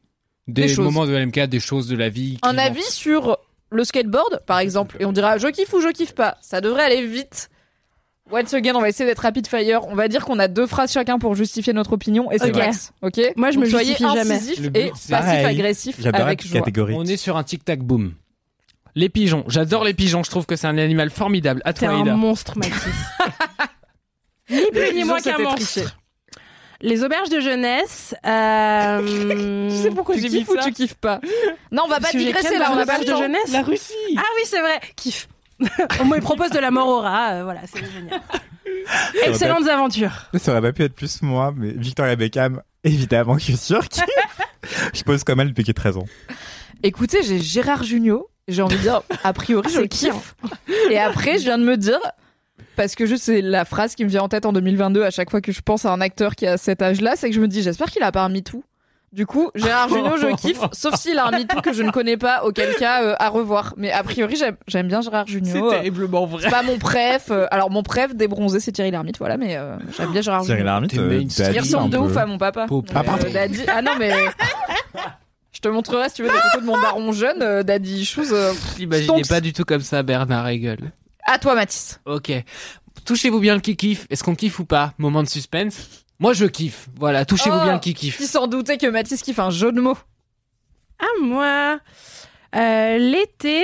Des, Des choses. moments de LMK, des choses de la vie. Un avis sur le skateboard, par exemple, et on dira je kiffe ou je kiffe pas. Ça devrait aller vite. Once again, on va essayer d'être rapid fire. On va dire qu'on a deux phrases chacun pour justifier notre opinion et c'est Ok. max. Ok. Moi, je Donc, me soyez justifie jamais. incisif Le but, et c'est- passif Pareil. agressif J'adore la avec petite joie. On est sur un tic-tac boom. Les pigeons. J'adore les pigeons. Je trouve que c'est un animal formidable. À T'es toi, un Aïda. monstre, Mathis. ni plus ni pigeons, moins qu'un c'était monstre. triché. Les auberges de jeunesse. Euh... tu sais pourquoi j'ai mis ça kiffes pas Non, Ah on va bah, pas digresser là, on a pas le de temps. jeunesse. La Russie. hein. Ah oui, c'est vrai. Kiff. Au moins, il propose de la mort au rat. euh, voilà, c'est génial. Excellentes aventures. Ça aurait pas pu être plus moi, mais Victoria Beckham, évidemment, je suis sûr que je pose comme elle depuis 13 ans. Écoutez, j'ai Gérard Junior. J'ai envie de dire, a priori, hein je C'est le kiffe. Et après, je viens de me dire, parce que juste c'est la phrase qui me vient en tête en 2022 à chaque fois que je pense à un acteur qui a cet âge-là, c'est que je me dis, j'espère qu'il a pas un MeToo. Du coup, Gérard Junior, je kiffe, sauf s'il a un MeToo que je ne connais pas, auquel cas, euh, à revoir. Mais a priori, j'aime- j'aime bien Gérard Junior. C'est terriblement vrai. C'est pas mon préf. euh, alors, mon préf des bronzés, c'est Thierry Lhermitte, voilà, mais euh, j'aime bien Gérard Thierry Junior. Lhermitte, T'es euh, mainstream. daddy Il ressemble de un ouf peu. à mon papa. Pauvre. Ah, Donc, euh, pardon. Daddy- Ah non, mais. Je te montrerai si tu veux des photos de mon baron jeune, euh, Daddy Shoes. euh, J'imaginais stomps. pas du tout comme ça, Bernard Hegel. À toi, Mathis. Ok. Touchez-vous bien le qui-kiff. Est-ce qu'on kiffe ou pas Moment de suspense. Moi, je kiffe. Voilà, touchez-vous Oh, bien le qui-kiff. Qui s'en doutait que Mathis kiffe un jeu de mots Ah, moi. Euh, L'été.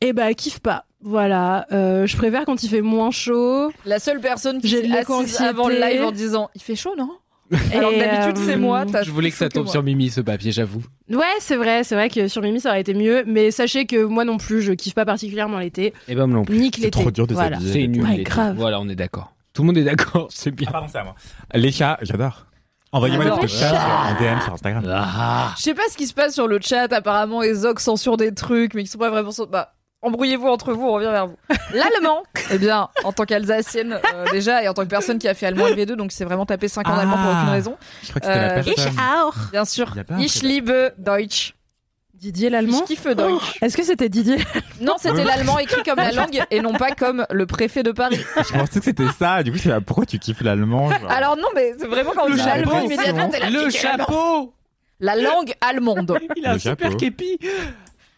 Eh ben, kiffe pas. Voilà. Euh, je préfère quand il fait moins chaud. La seule personne qui J'ai s'est de assise l'éco-anxiété. avant le live en disant Il fait chaud, non Alors que Et, d'habitude, euh, c'est moi. t'as Je voulais que plus ça chaud tombe moi. sur Mimi, ce papier, j'avoue. Ouais, c'est vrai, c'est vrai que sur Mimi ça aurait été mieux, mais sachez que moi non plus, je kiffe pas particulièrement l'été. Et ben, non plus. Nique l'été. voilà. C'est nul. Ouais, l'été. grave. Voilà, on est d'accord. Tout le monde est d'accord, c'est bien. Ah, pardon, c'est à moi. Les chats, j'adore. Envoyez-moi des Alors, photos de les chats en DM sur Instagram. Ah. Je sais pas ce qui se passe sur le chat. Apparemment, Ezoc censure des trucs, mais qui sont pas vraiment. cens- Bah, embrouillez-vous entre vous, on revient vers vous. L'allemand, eh bien, en tant qu'Alsacienne, euh, déjà, et en tant que personne qui a fait allemand LV2, donc c'est vraiment tapé 5 ans Ah, d'allemand pour aucune raison. je crois que c'était la personne. Ich Bien sûr. Il y a pas un Ich truc- liebe Deutsch. Didier l'allemand Je kiffe Deutsch. Est-ce que c'était Didier Non, c'était Ouais. l'allemand écrit comme la langue et non pas comme le préfet de Paris. Je pensais que c'était ça. Du coup, je suis là, pourquoi tu kiffes l'allemand genre Alors non, mais c'est vraiment quand on dit allemand, immédiatement, t'es là, Le kick l'allemand. chapeau La langue allemande. Il a Le un super chapeau. képi.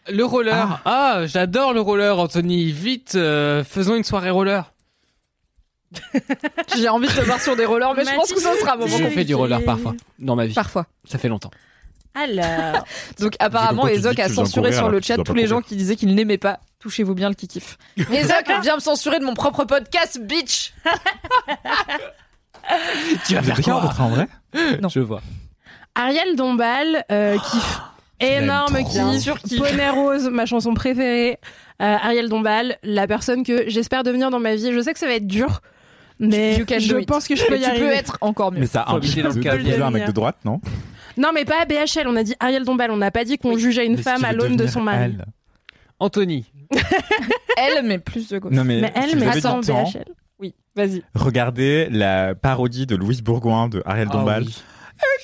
Le roller. Ah, j'adore le roller, Anthony. Vite, euh, faisons une soirée roller. J'ai envie de te voir sur des rollers, mais je pense que ça sera un moment Je fais compliqué. du roller parfois dans ma vie. Parfois. Ça fait longtemps. Alors, Donc apparemment, J'ai compris, tu Ezoc dis que a tu faisais un censuré courir, sur alors le que tu chat dois tous pas les courir. gens qui disaient qu'ils n'aimaient pas. Touchez-vous bien le kikif. Ezoc vient me censurer de mon propre podcast, bitch. Tu vas Vous êtes faire déjà quoi rencontrés en vrai Je vois. Ariel Dombal euh, kiffe. Énorme l'aime trop. Bien sûr kiff. Poney Rose, ma chanson préférée. Euh, Ariel Dombal, la personne que j'espère devenir dans ma vie. Je sais que ça va être dur, mais You can je do it. pense que je peux y Et tu arriver. peux être encore mieux. Mais ça Faut implique habiter dans de le cadre. de- un mec de droite, non Non, mais pas BHL. On a dit Ariel Dombal. On n'a pas dit qu'on jugeait une Mais si femme tu à veux l'aune de devenir son mari. elle. Anthony. Elle, mais plus de gauche. Non, mais Mais si elle, vous mais avez du attends, temps, BHL. Oui, vas-y. Regardez la parodie de Louise Bourgoin de Ariel Ah Dombal. oui.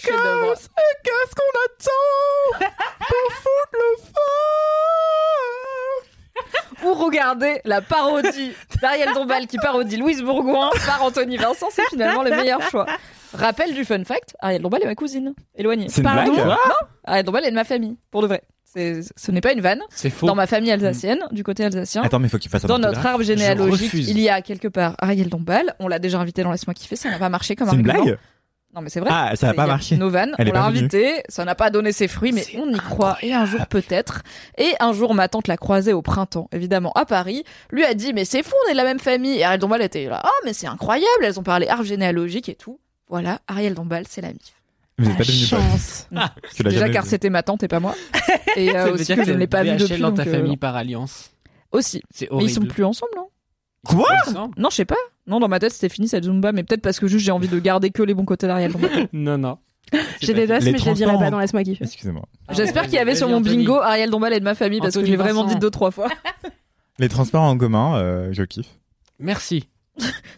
Chef-d'œuvre. Qu'est-ce qu'on attend pour foutre le feu Ou regardez la parodie d'Ariel Dombal qui parodie Louise Bourgoin par Anthony Vincent, c'est finalement le meilleur choix. Rappel du fun fact Ariel Dombal est ma cousine, éloignée. C'est une Pardon blague Non Quoi Ariel Dombal est de ma famille, pour de vrai. C'est- Ce n'est pas une vanne. C'est faux. Dans ma famille alsacienne, du côté alsacien. Attends, mais faut qu'il fasse un Dans autographe. notre arbre Je généalogique, refuse. il y a quelque part Ariel Dombal. On l'a déjà invité dans Laisse-moi kiffer, ça n'a pas marché comme C'est une argument. blague Non, mais c'est vrai. Ah, ça n'a C'est- pas il y a marché. Nos vannes, Elle est on l'a pas venue. invitée, ça n'a pas donné ses fruits, mais on y croit. Et un jour peut-être. Et un jour, ma tante l'a croisée au printemps, évidemment, à Paris. Lui a dit, mais c'est fou, on est de la même famille. Et Ariel Dombal était là, oh, mais c'est incroyable, elles ont parlé arbre généalogique et tout. Voilà, Ariel Dombal, c'est la mif. Vous n'êtes pas devenu chance. pote. Tu l'as Déjà jamais car vu. c'était ma tante et pas moi. Et euh, Ça veut aussi dire que je t'es ne l'ai pas vu VHL depuis. dans ta donc, euh, famille par alliance. Aussi. C'est Mais horrible. ils sont plus ensemble, non Quoi Non, je sais pas. Non, dans ma tête c'était fini cette Zumba, mais peut-être parce que juste j'ai envie de garder que les bons côtés d'Ariel Dombal. Non, non. J'ai des doses, Les mais je les dirai transports pas en- dans Laisse-moi kiffer. Excusez-moi. Ah, J'espère qu'il y avait sur mon Anthony. bingo Ariel Dombal et de ma famille parce que Anthony j'ai vraiment Vincent. dit deux trois fois. Les transports en commun, euh, je kiffe. Merci.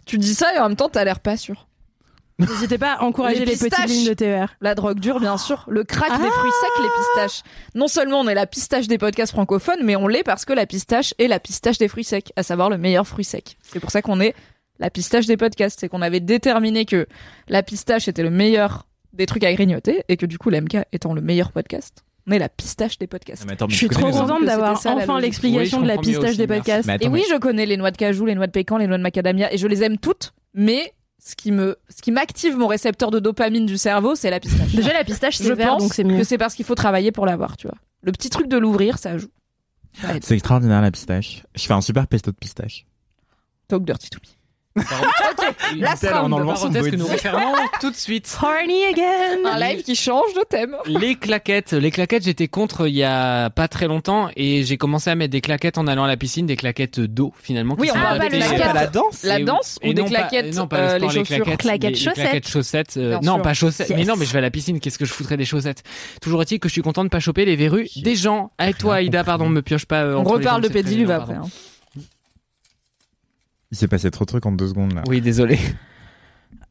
tu dis ça et en même temps t'as l'air pas sûr. N'hésitez pas à encourager les, petites pistaches. lignes de TER. La drogue dure, bien sûr. Le crack, les fruits secs, les pistaches. Non seulement on est la pistache des podcasts francophones, mais on l'est parce que la pistache est la pistache des fruits secs, à savoir le meilleur fruit sec. C'est pour ça qu'on est la pistache des podcasts. C'est qu'on avait déterminé que la pistache était le meilleur des trucs à grignoter et que du coup, l'MK étant le meilleur podcast, on est la pistache des podcasts. Mais attends, mais Je suis tu trop connais les contente autres. d'avoir C'était ça, la enfin logique. l'explication de la pistache des podcasts. Mais attends, et oui, mais- je connais les noix de cajou, les noix de pécan, les noix de macadamia, et je les aime toutes, mais ce qui me, ce qui m'active mon récepteur de dopamine du cerveau, c'est la pistache. Déjà, la pistache, c'est je vert, pense donc c'est mieux. que c'est parce qu'il faut travailler pour l'avoir, tu vois. Le petit truc de l'ouvrir, ça joue. C'est extraordinaire la pistache. Je fais un super pesto de pistache. Talk dirty to me. Là, Last round. que nous refermons tout de suite. Horny again. Un live qui change de thème. Les claquettes, les claquettes, j'étais contre il y a pas très longtemps et j'ai commencé à mettre des claquettes en allant à la piscine, des claquettes d'eau finalement. qui Oui, on sont va arrêtées. parler de claquettes. La danse La danse Et ou des non pas- claquettes, Non, pas le euh, sport, les les chaussures claquettes, Claquettes les- les chaussettes. claquettes chaussettes. euh, Bien non, sûr. pas chaussettes. Mais Yes. non, mais je vais à la piscine. Qu'est-ce que je foutrais des chaussettes Toujours est-il que je suis content de pas choper les verrues des gens. Avec toi, Aïda, pardon, me pioche pas. euh, On entre les reparle de jambes, c'est très Pédiluve gênant, après. pardon. hein. Il s'est passé trop de trucs en deux secondes là. Oui, désolé.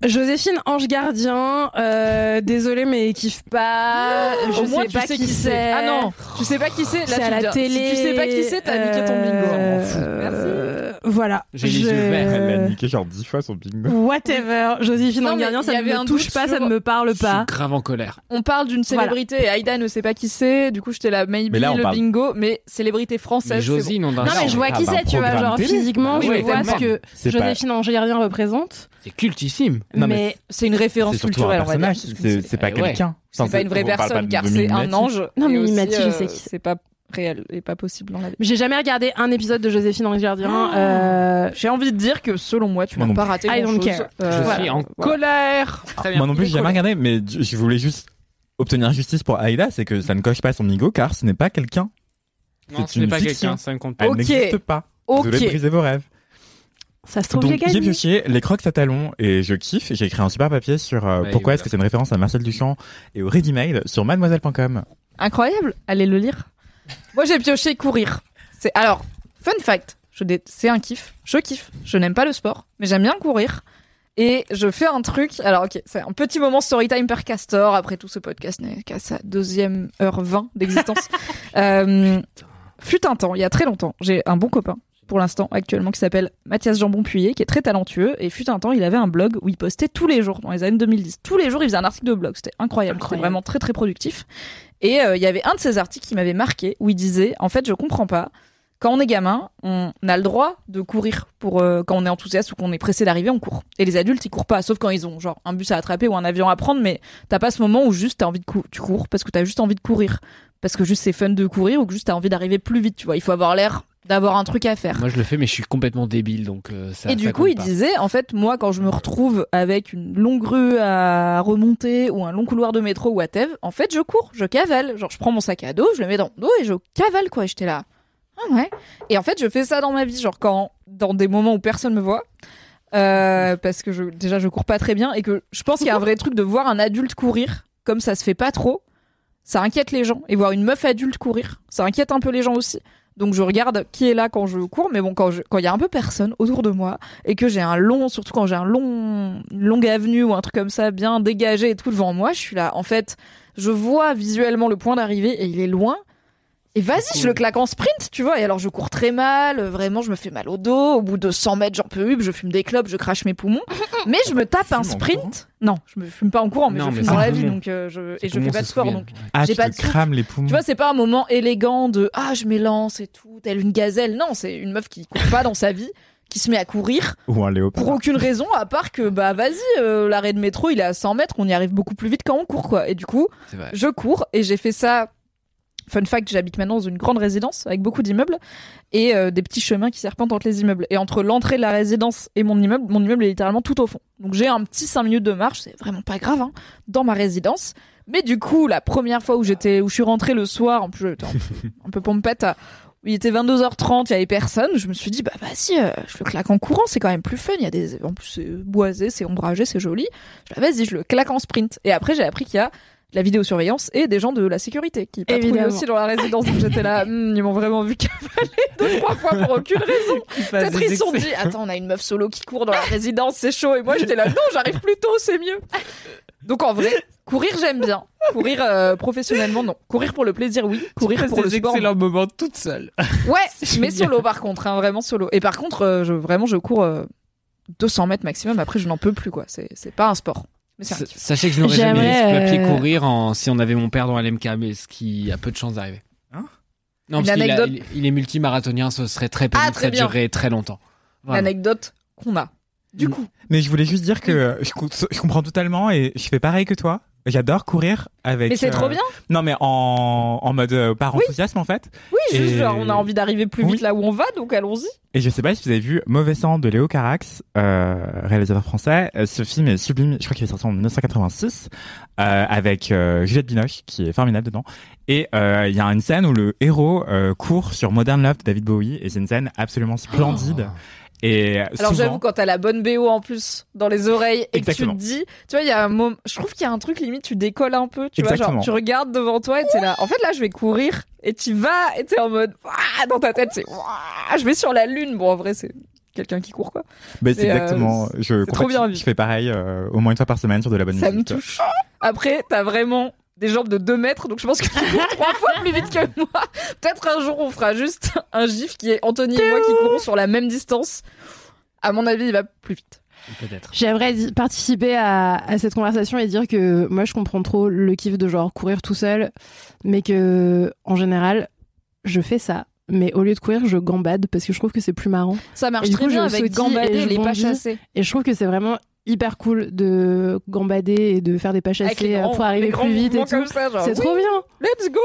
Joséphine Ange Gardien, euh, désolé mais kiffe pas. Je Au moins, sais tu pas sais qui, qui c'est. c'est. Ah non, tu sais pas qui c'est, là, C'est tu à la dis- ah, si télé. tu sais pas qui c'est, t'as niqué ton bingo. euh, On m'en fout. euh, Voilà. J'ai les Je- yeux verts. Elle l'a niqué genre dix fois son bingo. Whatever, Joséphine Non, Ange mais Gardien, il y ça ne avait un me touche doute pas, ça sur- ne me parle pas. Grave en colère. On parle d'une célébrité et Aïda ne sait pas qui c'est, du coup j'étais là, maybe Mais là, on le parle- bingo, mais célébrité Mais française. c'est Josine, bon. on a- Non, mais je vois qui c'est, tu vois, genre physiquement, je vois ce que C'est pas- Joséphine Ange Gardien représente. C'est cultissime. Non, mais mais- c'est une référence C'est surtout culturelle, un on va dire. personnage, c'est c'est pas Eh ouais. quelqu'un. C'est Enfin, pas une vraie on parle pas personne de car c'est un Dominati. ange. Non, mais et aussi, Illuminati, je euh, sais qui c'est. C'est pas réel et pas possible dans la vie. J'ai jamais regardé un épisode de Joséphine Ange Gardien. euh, J'ai envie de dire que selon moi, tu Moi n'as non pas plus. raté I don't grand-chose. care. Euh, Je voilà. suis en Voilà. Colère Moi non plus, j'ai jamais regardé, mais je je voulais juste obtenir justice pour Aïda, c'est que ça ne coche pas son bingo car ce n'est pas quelqu'un. Non, C'est ce n'est une pas fiction. quelqu'un, ça ne compte pas. Elle Ok. n'existe pas. Vous Ok. Désolé, brisez vos rêves. Ça se trouve, j'ai Donc j'ai gagné. pioché les crocs à talons et je kiffe. J'ai écrit un super papier sur euh, Ouais, pourquoi voilà. est-ce que c'est une référence à Marcel Duchamp et au Ready Mail sur mademoiselle.com. Incroyable, allez le lire. Moi j'ai pioché courir. C'est alors fun fact, je dé- c'est un kiff, je kiffe. Je n'aime pas le sport, mais j'aime bien courir. Et je fais un truc. Alors ok, c'est un petit moment story time per castor. Après tout, ce podcast n'est qu'à sa deuxième heure 20 d'existence. Euh, fut un temps, il y a très longtemps, j'ai un bon copain pour l'instant actuellement qui s'appelle Mathias Jambon Puyer qui est très talentueux et fut un temps il avait un blog où il postait tous les jours dans les années 2010 tous les jours il faisait un article de blog c'était incroyable, c'était vraiment très très productif et euh, il y avait un de ces articles qui m'avait marqué où il disait en fait je comprends pas quand on est gamin on a le droit de courir pour euh, quand on est enthousiaste ou qu'on est pressé d'arriver on court et les adultes ils courent pas sauf quand ils ont genre un bus à attraper ou un avion à prendre mais t'as pas ce moment où juste t'as envie de cou- tu cours parce que t'as juste envie de courir parce que juste c'est fun de courir ou que juste t'as envie d'arriver plus vite tu vois il faut avoir l'air d'avoir un truc à faire Moi, je le fais, mais je suis complètement débile, donc euh, ça. et du ça coup, compte il pas. disait, en fait, moi, quand je me retrouve avec une longue rue à remonter ou un long couloir de métro ou à Thèves, en fait, je cours, je cavale. Genre, je prends mon sac à dos, je le mets dans mon dos et je cavale, quoi. Et j'étais là. Ah ouais. Et en fait, je fais ça dans ma vie, genre, quand, dans des moments où personne me voit. Euh, parce que je, déjà, je cours pas très bien et que je pense qu'il y a un vrai truc de voir un adulte courir, comme ça se fait pas trop ça inquiète les gens. Et voir une meuf adulte courir, ça inquiète un peu les gens aussi. Donc je regarde qui est là quand je cours, mais bon, quand je- quand il y a un peu personne autour de moi et que j'ai un long, surtout quand j'ai un long, une longue avenue ou un truc comme ça bien dégagé et tout devant moi, je suis là. En fait, je vois visuellement le point d'arrivée et il est loin. Et vas-y, je le claque en sprint, tu vois. Et alors, je cours très mal, euh, vraiment, je me fais mal au dos. Au bout de 100 mètres, j'en peux plus, je fume des clopes, je crache mes poumons. Mais je me tape un sprint. Non, je me fume pas en courant, mais je Non, mais fume ça dans la se vie, souvient. donc euh, je, Ces et je fais poumons pas de se sport, souviennent. donc Ah, j'ai tu pas te de souffle. crames les poumons. Tu vois, c'est pas un moment élégant de ah, je m'élance et tout, telle une gazelle. Non, c'est une meuf qui court pas dans sa vie, qui se met à courir Ou un léopard. pour aucune raison, à part que, bah, vas-y, euh, l'arrêt de métro, il est à 100 mètres, on y arrive beaucoup plus vite quand on court, quoi. Et du coup, C'est vrai. je cours et j'ai fait ça. Fun fact, j'habite maintenant dans une grande résidence avec beaucoup d'immeubles et euh, des petits chemins qui serpentent entre les immeubles. Et entre l'entrée de la résidence et mon immeuble, mon immeuble est littéralement tout au fond. Donc j'ai un petit 5 minutes de marche, c'est vraiment pas grave, hein, dans ma résidence. Mais du coup, la première fois où j'étais, où je suis rentrée le soir, en plus, j'étais un peu- un peu pompette, à- il était 22h30, il y avait personne. Je me suis dit, bah vas-y, euh, je le claque en courant, c'est quand même plus fun. Il y a des, en plus, c'est boisé, c'est ombragé, c'est joli. Je dis, vas-y, je le claque en sprint. Et après, j'ai appris qu'il y a de la vidéosurveillance et des gens de la sécurité qui patrouillaient Évidemment. aussi dans la résidence. Donc j'étais là, Hmm, ils m'ont vraiment vu cavaler deux, trois fois pour aucune raison. fassent Peut-être des ils se sont excès. dit, attends, on a une meuf solo qui court dans la résidence, c'est chaud. Et moi, j'étais là, non, j'arrive plus tôt, c'est mieux. Donc en vrai, courir j'aime bien. Courir euh, professionnellement non. Courir pour le plaisir oui. Courir pour le des sport. excellents moments toute seule. non. Ouais, mais solo par contre, hein, vraiment solo. Et par contre, euh, je, vraiment je cours euh, 200 mètres maximum. Après je n'en peux plus quoi. C'est c'est pas un sport. Mais c'est un kiff. Sachez que je n'aurais jamais J'aimerais, mis ce papier euh, courir en- si on avait mon père dans LMK, mais ce qui a peu de chances d'arriver. non, Une parce qu'il a- anecdote. il, il est multimarathonien, ce serait très pénible, Ah, très ça bien. durerait très longtemps. Voilà. L'anecdote qu'on a. Du coup. Mais je voulais juste dire que je, co- je comprends totalement et je fais pareil que toi. J'adore courir avec. euh, Mais c'est trop bien. Non, mais en, en mode euh, par enthousiasme en fait. Oui, juste Et- genre on a envie d'arriver plus vite là où on va, donc allons-y. Et je sais pas si vous avez vu Mauvais sang de Léo Carax, euh, réalisateur français. Euh, Ce film est sublime. Je crois qu'il est sorti en 1986 euh, avec euh, Juliette Binoche qui est formidable dedans. Et euh, il y a une scène où le héros euh, court sur Modern Love de David Bowie et c'est une scène absolument splendide. Et Alors souvent- j'avoue quand t'as la bonne BO en plus dans les oreilles et Exactement. que tu te dis, tu vois, il y a un moment, je trouve qu'il y a un truc limite, tu décolles un peu, tu vois, Exactement. genre tu regardes devant toi et t'es là. En fait là, je vais courir et tu vas et t'es en mode Ouah dans ta tête, c'est Ouah, je vais sur la lune. Bon en vrai c'est quelqu'un qui court quoi. Bah, c'est Mais, euh, exactement. je c'est trop crois bien que je fais pareil euh, au moins une fois par semaine sur de la bonne ça me musique. touche. Après t'as vraiment des jambes de 2 mètres, donc je pense que tu cours trois fois plus vite que moi. Peut-être un jour on fera juste un gif qui est Anthony et moi qui courons sur la même distance. À mon avis, il va plus vite. Peut-être. J'aimerais di- participer à, à cette conversation et dire que moi, je comprends trop le kiff de genre courir tout seul, mais que en général, je fais ça. Mais au lieu de courir, je gambade parce que je trouve que c'est plus marrant. Ça marche Et du très coup, bien je avec sautille gambader, et je les pas bondis. chasser. Et je trouve que c'est vraiment hyper cool de gambader et de faire des pas Avec les chassés euh, grands- pour les arriver grands plus vite et mouvements tout. comme ça, genre, C'est trop oui, bien. Let's go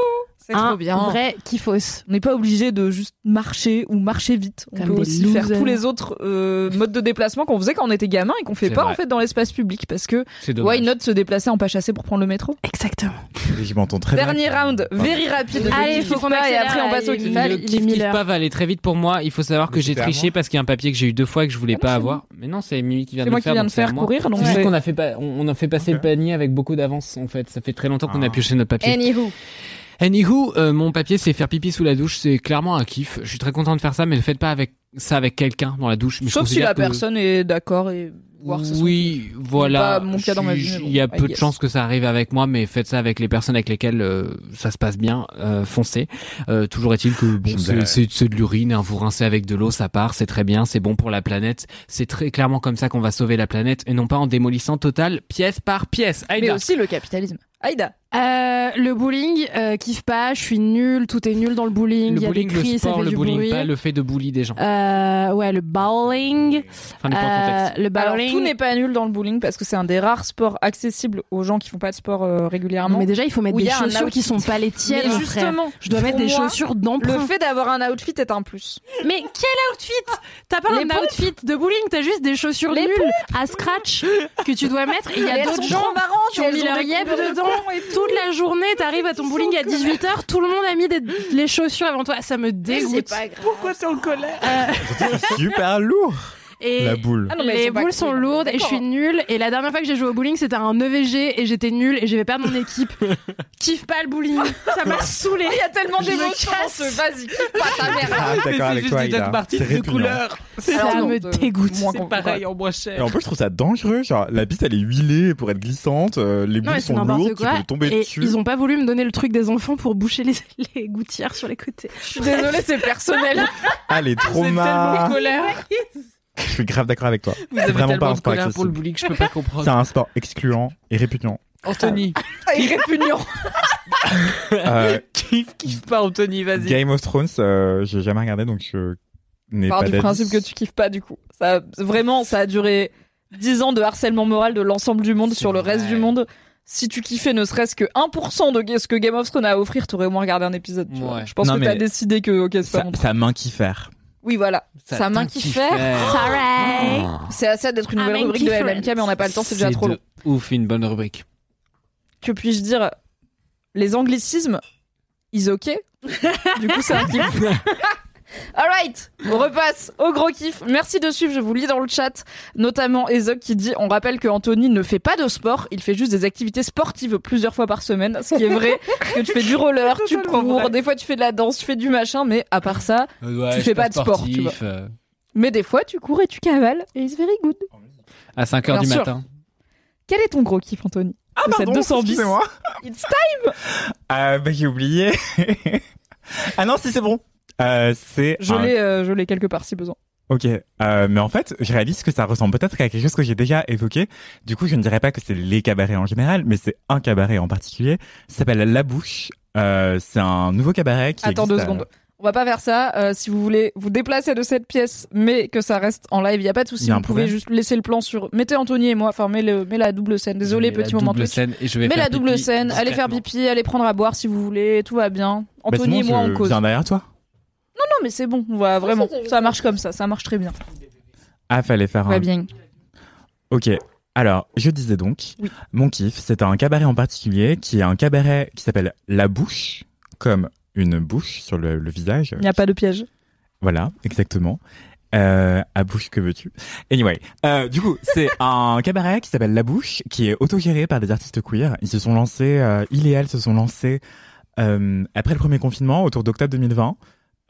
C'est Un trop bien. vrai kiffos. Ah, On n'est pas obligé de juste marcher ou marcher vite. On Comme peut des aussi losers. faire tous les autres euh, modes de déplacement qu'on faisait quand on était gamin et qu'on fait C'est pas vrai. en fait dans l'espace public parce que C'est dommage. why not se déplacer en pas chassé pour prendre le métro Exactement. Et je m'entends très bien. Dernier round, very rapide. Allez, il faut qu'on et accélère, après on là, passe au il- kiff. Allez, Le il est kiff, kiff Miller. pas va aller très vite pour moi. Il faut savoir que j'ai c'était à triché parce qu'il y a un papier que j'ai eu deux fois et que je voulais pas avoir. Mais non, c'est Mimi qui vient C'est de moi le qui faire. viens donc de c'est à faire moi. courir, donc C'est juste c'est- qu'on a fait pas- on, on a fait passer le panier avec beaucoup d'avance en fait. Ça fait très longtemps qu'on a pioché notre papier. Anywho. Anywho, euh, mon papier c'est faire pipi sous la douche. C'est clairement un kiff. Je suis très content de faire ça, mais ne faites pas avec ça avec quelqu'un dans la douche. Mais je Sauf si considère la que- personne est d'accord et voir que ce soit- oui, voilà. Pas mon cas dans ma vie, mais bon, Il y a I peu de guess. chances que ça arrive avec moi, mais faites ça avec les personnes avec lesquelles euh, ça se passe bien. euh, foncez. Euh, toujours est-il que bon, c'est- c'est c'est de l'urine. hein, vous rincez avec de l'eau, ça part, c'est très bien, c'est bon pour la planète. C'est très clairement comme ça qu'on va sauver la planète et non pas en démolissant total pièce par pièce. Mais Aïda. aussi le capitalisme. Aïda. Euh, le bowling, euh, kiffe pas, je suis nulle, tout est nul dans le bowling. le Il y a bowling, des cris, le ça sport, fait le du bowling, bruit. pas le fait de bully des gens. Euh, ouais, le bowling. du Euh, point de contexte. Euh, le Alors, bowling. tout n'est pas nul dans le bowling parce que c'est un des rares sports accessibles aux gens qui font pas de sport euh, régulièrement. Non, mais déjà, il faut mettre Où des y a un chaussures qui outfit. sont pas les tiennes, Mais mon justement, frère. Je dois mettre pour des moi, chaussures d'emprunt. Le fait d'avoir un outfit est un plus. Mais quel outfit T'as pas Les un pompes. outfit de bowling, t'as juste des chaussures Les nulles à scratch que tu dois mettre. Il y Mais a elles d'autres sont gens trop marrantes, qui et ont elles mis ont leur des yep couleurs de dedans. temps et tout. Toute la journée, t'arrives à ton bowling à 18h, tout le monde a mis des, les chaussures avant toi. Ça me dégoûte. Pourquoi t'es en colère Super lourd. Et La boule. Ah non, mais elles les sont pas boules sont cool. lourdes et je D'accord. suis nulle. Et la dernière fois que j'ai joué au bowling, c'était un EVG et j'étais nulle et je vais perdre mon équipe. Kiffe pas le bowling. Ça m'a saoulé. Il y a tellement Je me d'émotions dans ce casse. vas-y, kiffe pas ta Mais mère. Ah, d'accord c'est avec juste toi, des Doc Aïda. Martens C'est de répugnant. couleur. Ça me dégoûte. C'est pareil en bois cher. Et en plus, je trouve ça dangereux. Genre, la piste, elle est huilée pour être glissante. euh, Non, mais les boules c'est sont n'importe lourdes, tu quoi. peux tomber et dessus. ils ont pas voulu me donner le truc des enfants pour boucher les, les gouttières sur les côtés. Je suis désolée, c'est personnel. Ah, les traumas. colère. Je suis grave d'accord avec toi. Vous C'est avez vraiment pas tellement un de sport colère pour le accessible. bowling, je peux pas comprendre. C'est un sport excluant et répugnant. Ah, Anthony. Il est répugnant. Euh, Kiffe, kiffe pas, Anthony, vas-y. Game of Thrones, euh, j'ai jamais regardé, donc je n'ai Part pas du d'avis. principe que tu kiffes pas du coup. Ça, vraiment, ça a duré 10 ans de harcèlement moral de l'ensemble du monde sur le reste du monde. Si tu kiffais ne serait-ce que 1% de ce que Game of Thrones a à offrir, t'aurais au moins regardé un épisode. tu vois. Ouais. Je pense Non, que t'as mais décidé que ok, c'est pas Ça, mon truc. ça main qui faire. Oui, voilà. Ça Ça main t'inquiète. qui fait. Sorry. Ah. C'est à ça d'être une nouvelle main rubrique de kiffer. MMK, mais on n'a pas le temps, c'est déjà C'est trop de long. Ouf, une bonne rubrique. Que puis-je dire Les anglicismes, is ok. du coup, c'est un kiff. Alright, on repasse au gros kiff. Merci de suivre, je vous lis dans le chat, notamment Ezok qui dit on rappelle que Anthony ne fait pas de sport, il fait juste des activités sportives plusieurs fois par semaine, ce qui est vrai, parce que tu fais du roller, tu cours, des fois tu fais de la danse, tu fais du machin, mais à part ça, tu fais pas de sport, tu vois. euh, Mais des fois tu cours et tu cavales, et it's very good. À 5h du Bien sûr. matin. Quel est ton gros kiff, Anthony Ah, pardon, excusez-moi. It's time Ah, bah, j'ai oublié. ah non, si, c'est bon. Euh, c'est. Je un- l'ai, euh, je l'ai quelque part si besoin. Ok, euh, mais en fait, je réalise que ça ressemble peut-être à quelque chose que j'ai déjà évoqué. Du coup, je ne dirais pas que c'est les cabarets en général, mais c'est un cabaret en particulier. Ça s'appelle La Bouche. Euh, c'est un nouveau cabaret qui Attends deux existe à- Bah, secondes. On va pas faire ça. Euh, si vous voulez vous déplacer de cette pièce, mais que ça reste en live, il y a pas de souci. Y a un Vous pouvez problème. juste laisser le plan sur. Mettez Anthony et moi. Enfin, mets, le- mets la double scène. Désolé, mets la petit moment. double Twitch. scène et je vais mets faire la double pipi scène. Allez faire discrètement. pipi. Allez prendre à boire si vous voulez. Tout va bien. Bah, Anthony et sinon, moi je on cause. viens Non, derrière toi. non, mais c'est bon. On va vraiment. Ah, ça, j'ai Ça marche comme ça. Ça marche très bien. Ah, fallait faire Tout un. va bien. Ok. Alors, je disais donc, mon kiff, c'est un cabaret en particulier qui est un cabaret qui s'appelle La Bouche, comme une bouche sur le, le visage. Il n'y a pas de piège. Voilà, exactement. Euh, à bouche que veux-tu Anyway, euh, du coup, c'est un cabaret qui s'appelle La Bouche, qui est autogéré par des artistes queer. Ils se sont lancés, euh, il et elle se sont lancés euh, après le premier confinement, autour d'octobre 2020.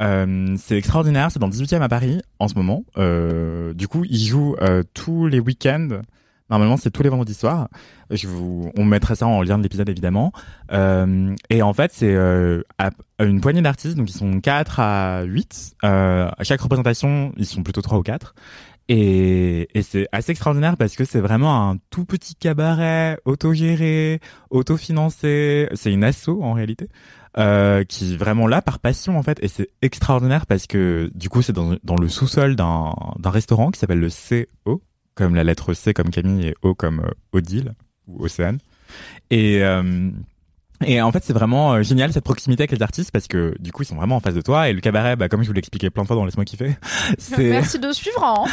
Euh, c'est extraordinaire, c'est dans le 18e à Paris en ce moment. Euh, du coup, ils jouent euh, tous les week-ends. Normalement, c'est tous les vendredis soirs. Je vous, on mettra ça en lien de l'épisode évidemment. Euh, et en fait, c'est euh, à- à une poignée d'artistes, donc ils sont 4 à 8. Euh, à chaque représentation, ils sont plutôt 3 ou 4. Et, et c'est assez extraordinaire parce que c'est vraiment un tout petit cabaret autogéré, autofinancé. C'est une asso en réalité euh, qui est vraiment là par passion en fait. Et c'est extraordinaire parce que du coup c'est dans, dans le sous-sol d'un d'un restaurant qui s'appelle le CO, comme la lettre C comme Camille et O comme euh, Odile ou Océane. Et euh, et en fait, c'est vraiment euh, génial cette proximité avec les artistes parce que du coup, ils sont vraiment en face de toi. Et le cabaret, bah, comme je vous l'expliquais plein de fois dans Laisse-moi kiffer, c'est Merci de suivre. hein.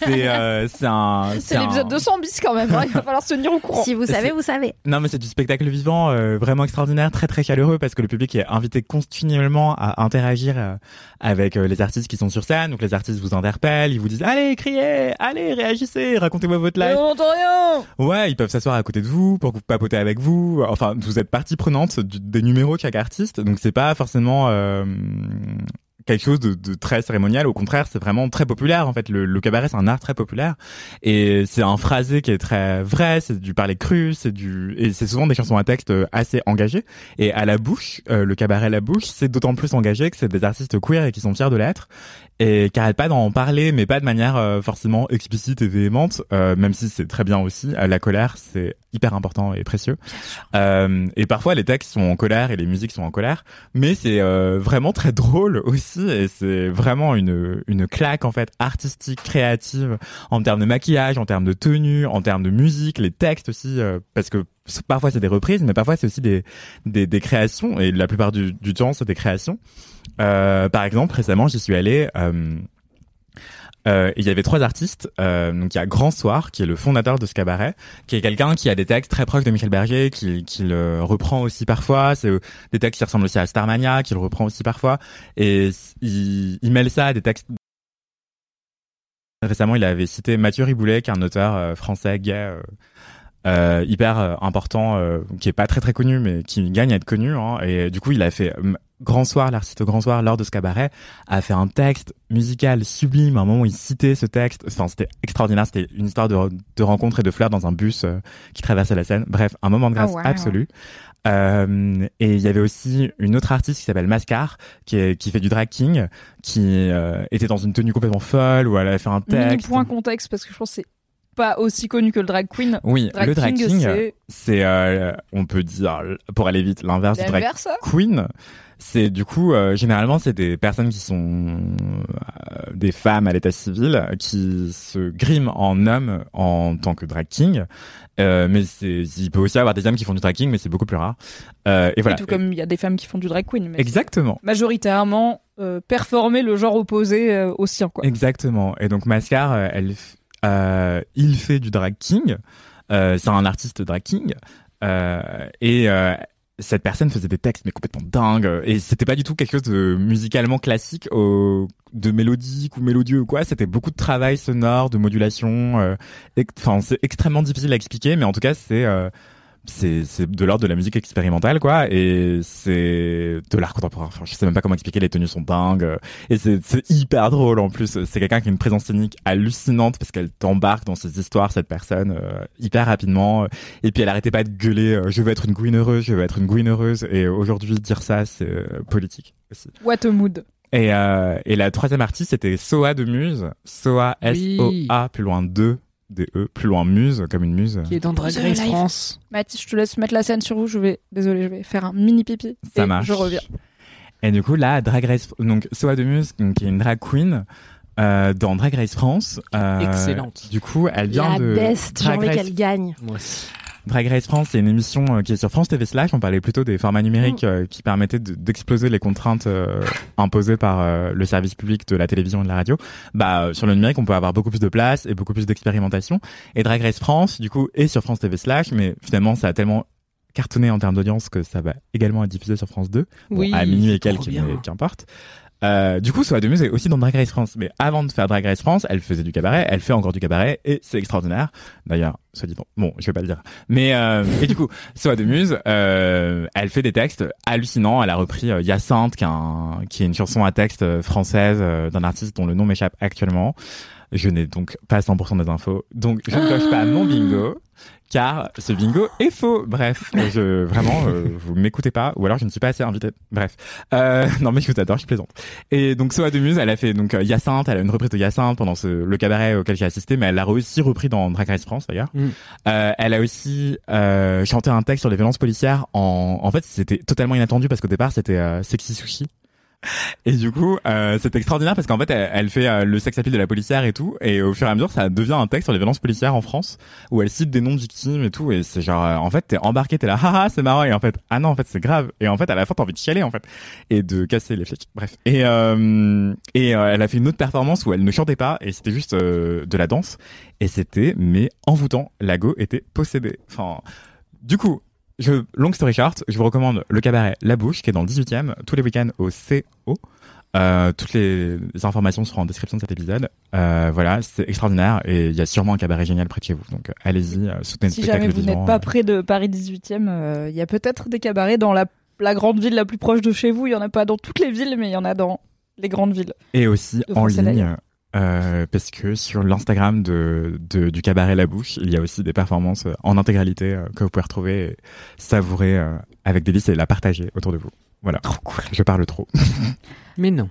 c'est euh, c'est un C'est un- l'épisode 200 bis quand même. hein. Il va falloir se tenir au courant. Si vous savez, vous savez. Non, mais c'est du spectacle vivant, euh, vraiment extraordinaire, très très chaleureux, parce que le public est invité continuellement à interagir euh, avec euh, les artistes qui sont sur scène. Donc les artistes vous interpellent, ils vous disent allez criez, allez réagissez, racontez-moi votre Mais life. on n'entend rien. Ouais, ils peuvent s'asseoir à côté de vous pour que vous papotez avec vous. Enfin, vous êtes partie prenante du- des numéros de chaque artiste, donc c'est pas forcément euh, quelque chose de, de très cérémonial. Au contraire, c'est vraiment très populaire. En fait, le, le cabaret c'est un art très populaire et c'est un phrasé qui est très vrai. C'est du parler cru, c'est du et c'est souvent des chansons à texte euh, assez engagées. Et à la bouche, euh, le cabaret à la bouche, c'est d'autant plus engagé que c'est des artistes queer et qui sont fiers de l'être et qui arrêtent pas d'en parler, mais pas de manière euh, forcément explicite et véhémente, euh, même si c'est très bien aussi. Euh, la colère, c'est hyper important et précieux. Euh, et parfois, les textes sont en colère et les musiques sont en colère, mais c'est euh, vraiment très drôle aussi, et c'est vraiment une, une claque en fait artistique, créative, en termes de maquillage, en termes de tenue, en termes de musique, les textes aussi, euh, parce que parfois c'est des reprises, mais parfois c'est aussi des, des, des créations, et la plupart du, du temps, c'est des créations. Euh, par exemple, récemment, j'y suis allé. Euh, euh, il y avait trois artistes. Euh, donc il y a Grand Soir, qui est le fondateur de ce cabaret, qui est quelqu'un qui a des textes très proches de Michel Berger, qui, qui le reprend aussi parfois. C'est euh, des textes qui ressemblent aussi à Starmania, qui le reprend aussi parfois. Et il, il mêle ça à des textes Récemment, il avait cité Mathieu Riboulet, qui est un auteur euh, français gay euh, euh, hyper euh, important, euh, qui est pas très très connu, mais qui gagne à être connu. hein. et du coup, il a fait euh, Grand Soir, l'artiste au Grand Soir, lors de ce cabaret, a fait un texte musical sublime. À un moment, il citait ce texte. Enfin, c'était extraordinaire. C'était une histoire de, re- de rencontre et de fleurs dans un bus euh, qui traversait la Seine. Bref, un moment de grâce Oh, wow. absolu. Euh, et il y avait aussi une autre artiste qui s'appelle Mascar, qui, est- qui fait du drag king, qui euh, était dans une tenue complètement folle, où elle avait fait un Mini texte. point contexte, parce que je pense que c'est pas aussi connu que le drag queen. Oui, le drag king, c'est- c'est, euh, on peut dire, pour aller vite, l'inverse du drag L'inverse queen. C'est du coup, euh, généralement, c'est des personnes qui sont euh, des femmes à l'état civil qui se griment en hommes en tant que drag king. Euh, mais c'est, il peut aussi y avoir des hommes qui font du drag king, mais c'est beaucoup plus rare. Euh, et voilà. Tout comme il y a des femmes qui font du drag queen. Mais Exactement. c'est Majoritairement euh, performer le genre opposé euh, au sien, quoi. Exactement. Et donc Mascar, euh, elle, f- euh, il fait du drag king. Euh, c'est un artiste drag king. Euh, et euh, cette personne faisait des textes mais complètement dingues. Et c'était pas du tout quelque chose de musicalement classique, au- de mélodique ou mélodieux ou quoi. C'était beaucoup de travail sonore, de modulation. euh, ex- Enfin, c'est extrêmement difficile à expliquer, mais en tout cas, c'est euh, c'est c'est de l'ordre de la musique expérimentale quoi et c'est de l'art contemporain enfin je sais même pas comment expliquer les tenues sont dingues euh, et c'est c'est hyper drôle en plus c'est quelqu'un qui a une présence scénique hallucinante parce qu'elle t'embarque dans ses histoires cette personne euh, hyper rapidement et puis elle arrêtait pas de gueuler euh, je veux être une gouine heureuse je veux être une gouine heureuse et aujourd'hui dire ça c'est euh, politique aussi What a mood. et, euh, et la troisième artiste, c'était Soa de Muse. Soa, Oui. S-O-A, plus loin 2, D-E, plus loin Muse, comme une muse. Qui est dans Drag The Race Life. France. Mathis, je te laisse mettre la scène sur vous. Je vais, désolé, je vais faire un mini pipi. Ça et marche. Je reviens. Et du coup, là, Drag Race, donc Soa de Muse, qui est une drag queen, euh, dans Drag Race France. euh, Excellente. Du coup, elle vient La de. best, j'ai Drag envie Race qu'elle gagne. Drag Race France, c'est une émission euh, qui est sur France TV Slash. On parlait plutôt des formats Mm. numériques euh, qui permettaient de- d'exploser les contraintes euh, imposées par euh, le service public de la télévision et de la radio. Bah, euh, sur le numérique, on peut avoir beaucoup plus de place et beaucoup plus d'expérimentation. Et Drag Race France, du coup, est sur France TV Slash, mais finalement, ça a tellement cartonné en termes d'audience que ça va également être diffusé sur France 2. Bon, Oui, à minuit et trop quelques, bien. mais qu'importe. Euh, du coup, Soa de Muse est aussi dans Drag Race France. Mais avant de faire Drag Race France, elle faisait du cabaret, elle fait encore du cabaret, et c'est extraordinaire. D'ailleurs, soit dit en- bon, je vais pas le dire. Mais euh, et du coup, Soa de Muse, euh, elle fait des textes hallucinants. Elle a repris euh, Hyacinthe, qui est, un- qui est une chanson à texte euh, française euh, d'un artiste dont le nom m'échappe actuellement. Je n'ai donc pas 100% des infos, donc je ne coche pas mon bingo, car ce bingo est faux. Bref, je, vraiment, euh, vous m'écoutez pas, ou alors je ne suis pas assez invité. Bref, Euh, non mais je vous adore, je plaisante. Et donc Soa de Muse, elle a fait donc euh, Hyacinthe, elle a une reprise de Hyacinthe pendant ce, le cabaret auquel j'ai assisté, mais elle l'a aussi repris dans Drag Race France d'ailleurs. Euh, elle a aussi euh, chanté un texte sur les violences policières. En, en fait, c'était totalement inattendu parce qu'au départ, c'était euh, Sexy Sushi. Et du coup, euh, c'est extraordinaire parce qu'en fait, elle, elle fait euh, le sex appeal de la policière et tout, et au fur et à mesure, ça devient un texte sur les violences policières en France, où elle cite des noms de victimes et tout, et c'est genre, euh, en fait, t'es embarqué, t'es là, ah ah, c'est marrant, et en fait, ah non, en fait, c'est grave, et en fait, à la fin, t'as envie de chialer, en fait, et de casser les flics, bref. Et euh, et euh, elle a fait une autre performance où elle ne chantait pas, et c'était juste euh, de la danse, et c'était mais envoûtant, la go était possédée. Enfin, du coup, je, long story short, je vous recommande le cabaret La Bouche, qui est dans le 18 e tous les week-ends au CO. Euh, toutes les informations seront en description de cet épisode. Euh, voilà, c'est extraordinaire et il y a sûrement un cabaret génial près de chez vous. Donc euh, allez-y, euh, soutenez Si le spectacle jamais vous vivant, n'êtes pas euh. près de Paris 18e, euh, il y a peut-être des cabarets dans la, la grande ville la plus proche de chez vous. Il y en a pas dans toutes les villes, mais il y en a dans les grandes villes. Et aussi De en français, ligne, d'ailleurs. euh, parce que sur l'Instagram de, de- du cabaret La Bouche, il y a aussi des performances euh, en intégralité euh, que vous pouvez retrouver, et savourer euh, avec délice et la partager autour de vous. Voilà. Trop cool. Je parle trop. Mais non.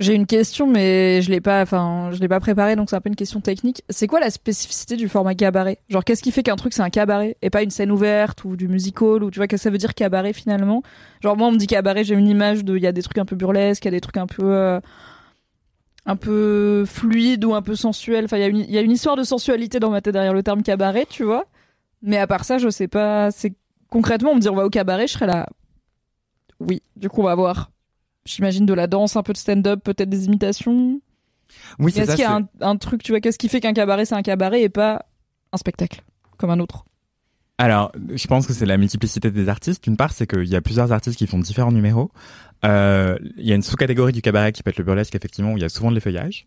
J'ai une question, mais je l'ai pas, enfin, je l'ai pas préparée, donc c'est un peu une question technique. C'est quoi la spécificité du format cabaret Genre, qu'est-ce qui fait qu'un truc c'est un cabaret et pas une scène ouverte ou du musical ou tu vois qu'est-ce que ça veut dire cabaret finalement Genre moi on me dit cabaret, j'ai une image de, il y a des trucs un peu burlesques, il y a des trucs un peu, euh, un peu fluide ou un peu sensuel. Enfin, il y, a une- il y a une histoire de sensualité dans ma tête derrière le terme cabaret, tu vois. Mais à part ça, je sais pas. C'est concrètement, on me dit on va au cabaret, je serais là. Oui, du coup on va voir. J'imagine de la danse, un peu de stand-up, peut-être des imitations. Oui, Mais c'est Est-ce ça. qu'il y a c'est- un, un truc, tu vois, qu'est-ce qui fait qu'un cabaret c'est un cabaret et pas un spectacle comme un autre Alors, je pense que c'est la multiplicité des artistes. D'une part, c'est qu'il y a plusieurs artistes qui font différents numéros. Euh, Il y a une sous-catégorie du cabaret qui peut être le burlesque, effectivement, où il y a souvent de l'effeuillage.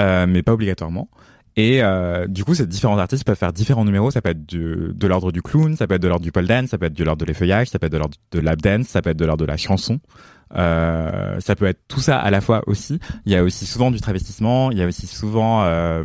euh, mais pas obligatoirement. Et euh, du coup, ces différents artistes peuvent faire différents numéros. Ça peut être du- de l'ordre du clown, ça peut être de l'ordre du pole dance, ça peut être de l'ordre de l'effeuillage, ça peut être de l'ordre de l'ap dance, ça peut être de l'ordre de la chanson. Euh, ça peut être tout ça à la fois aussi. Il y a aussi souvent du travestissement, il y a aussi souvent euh,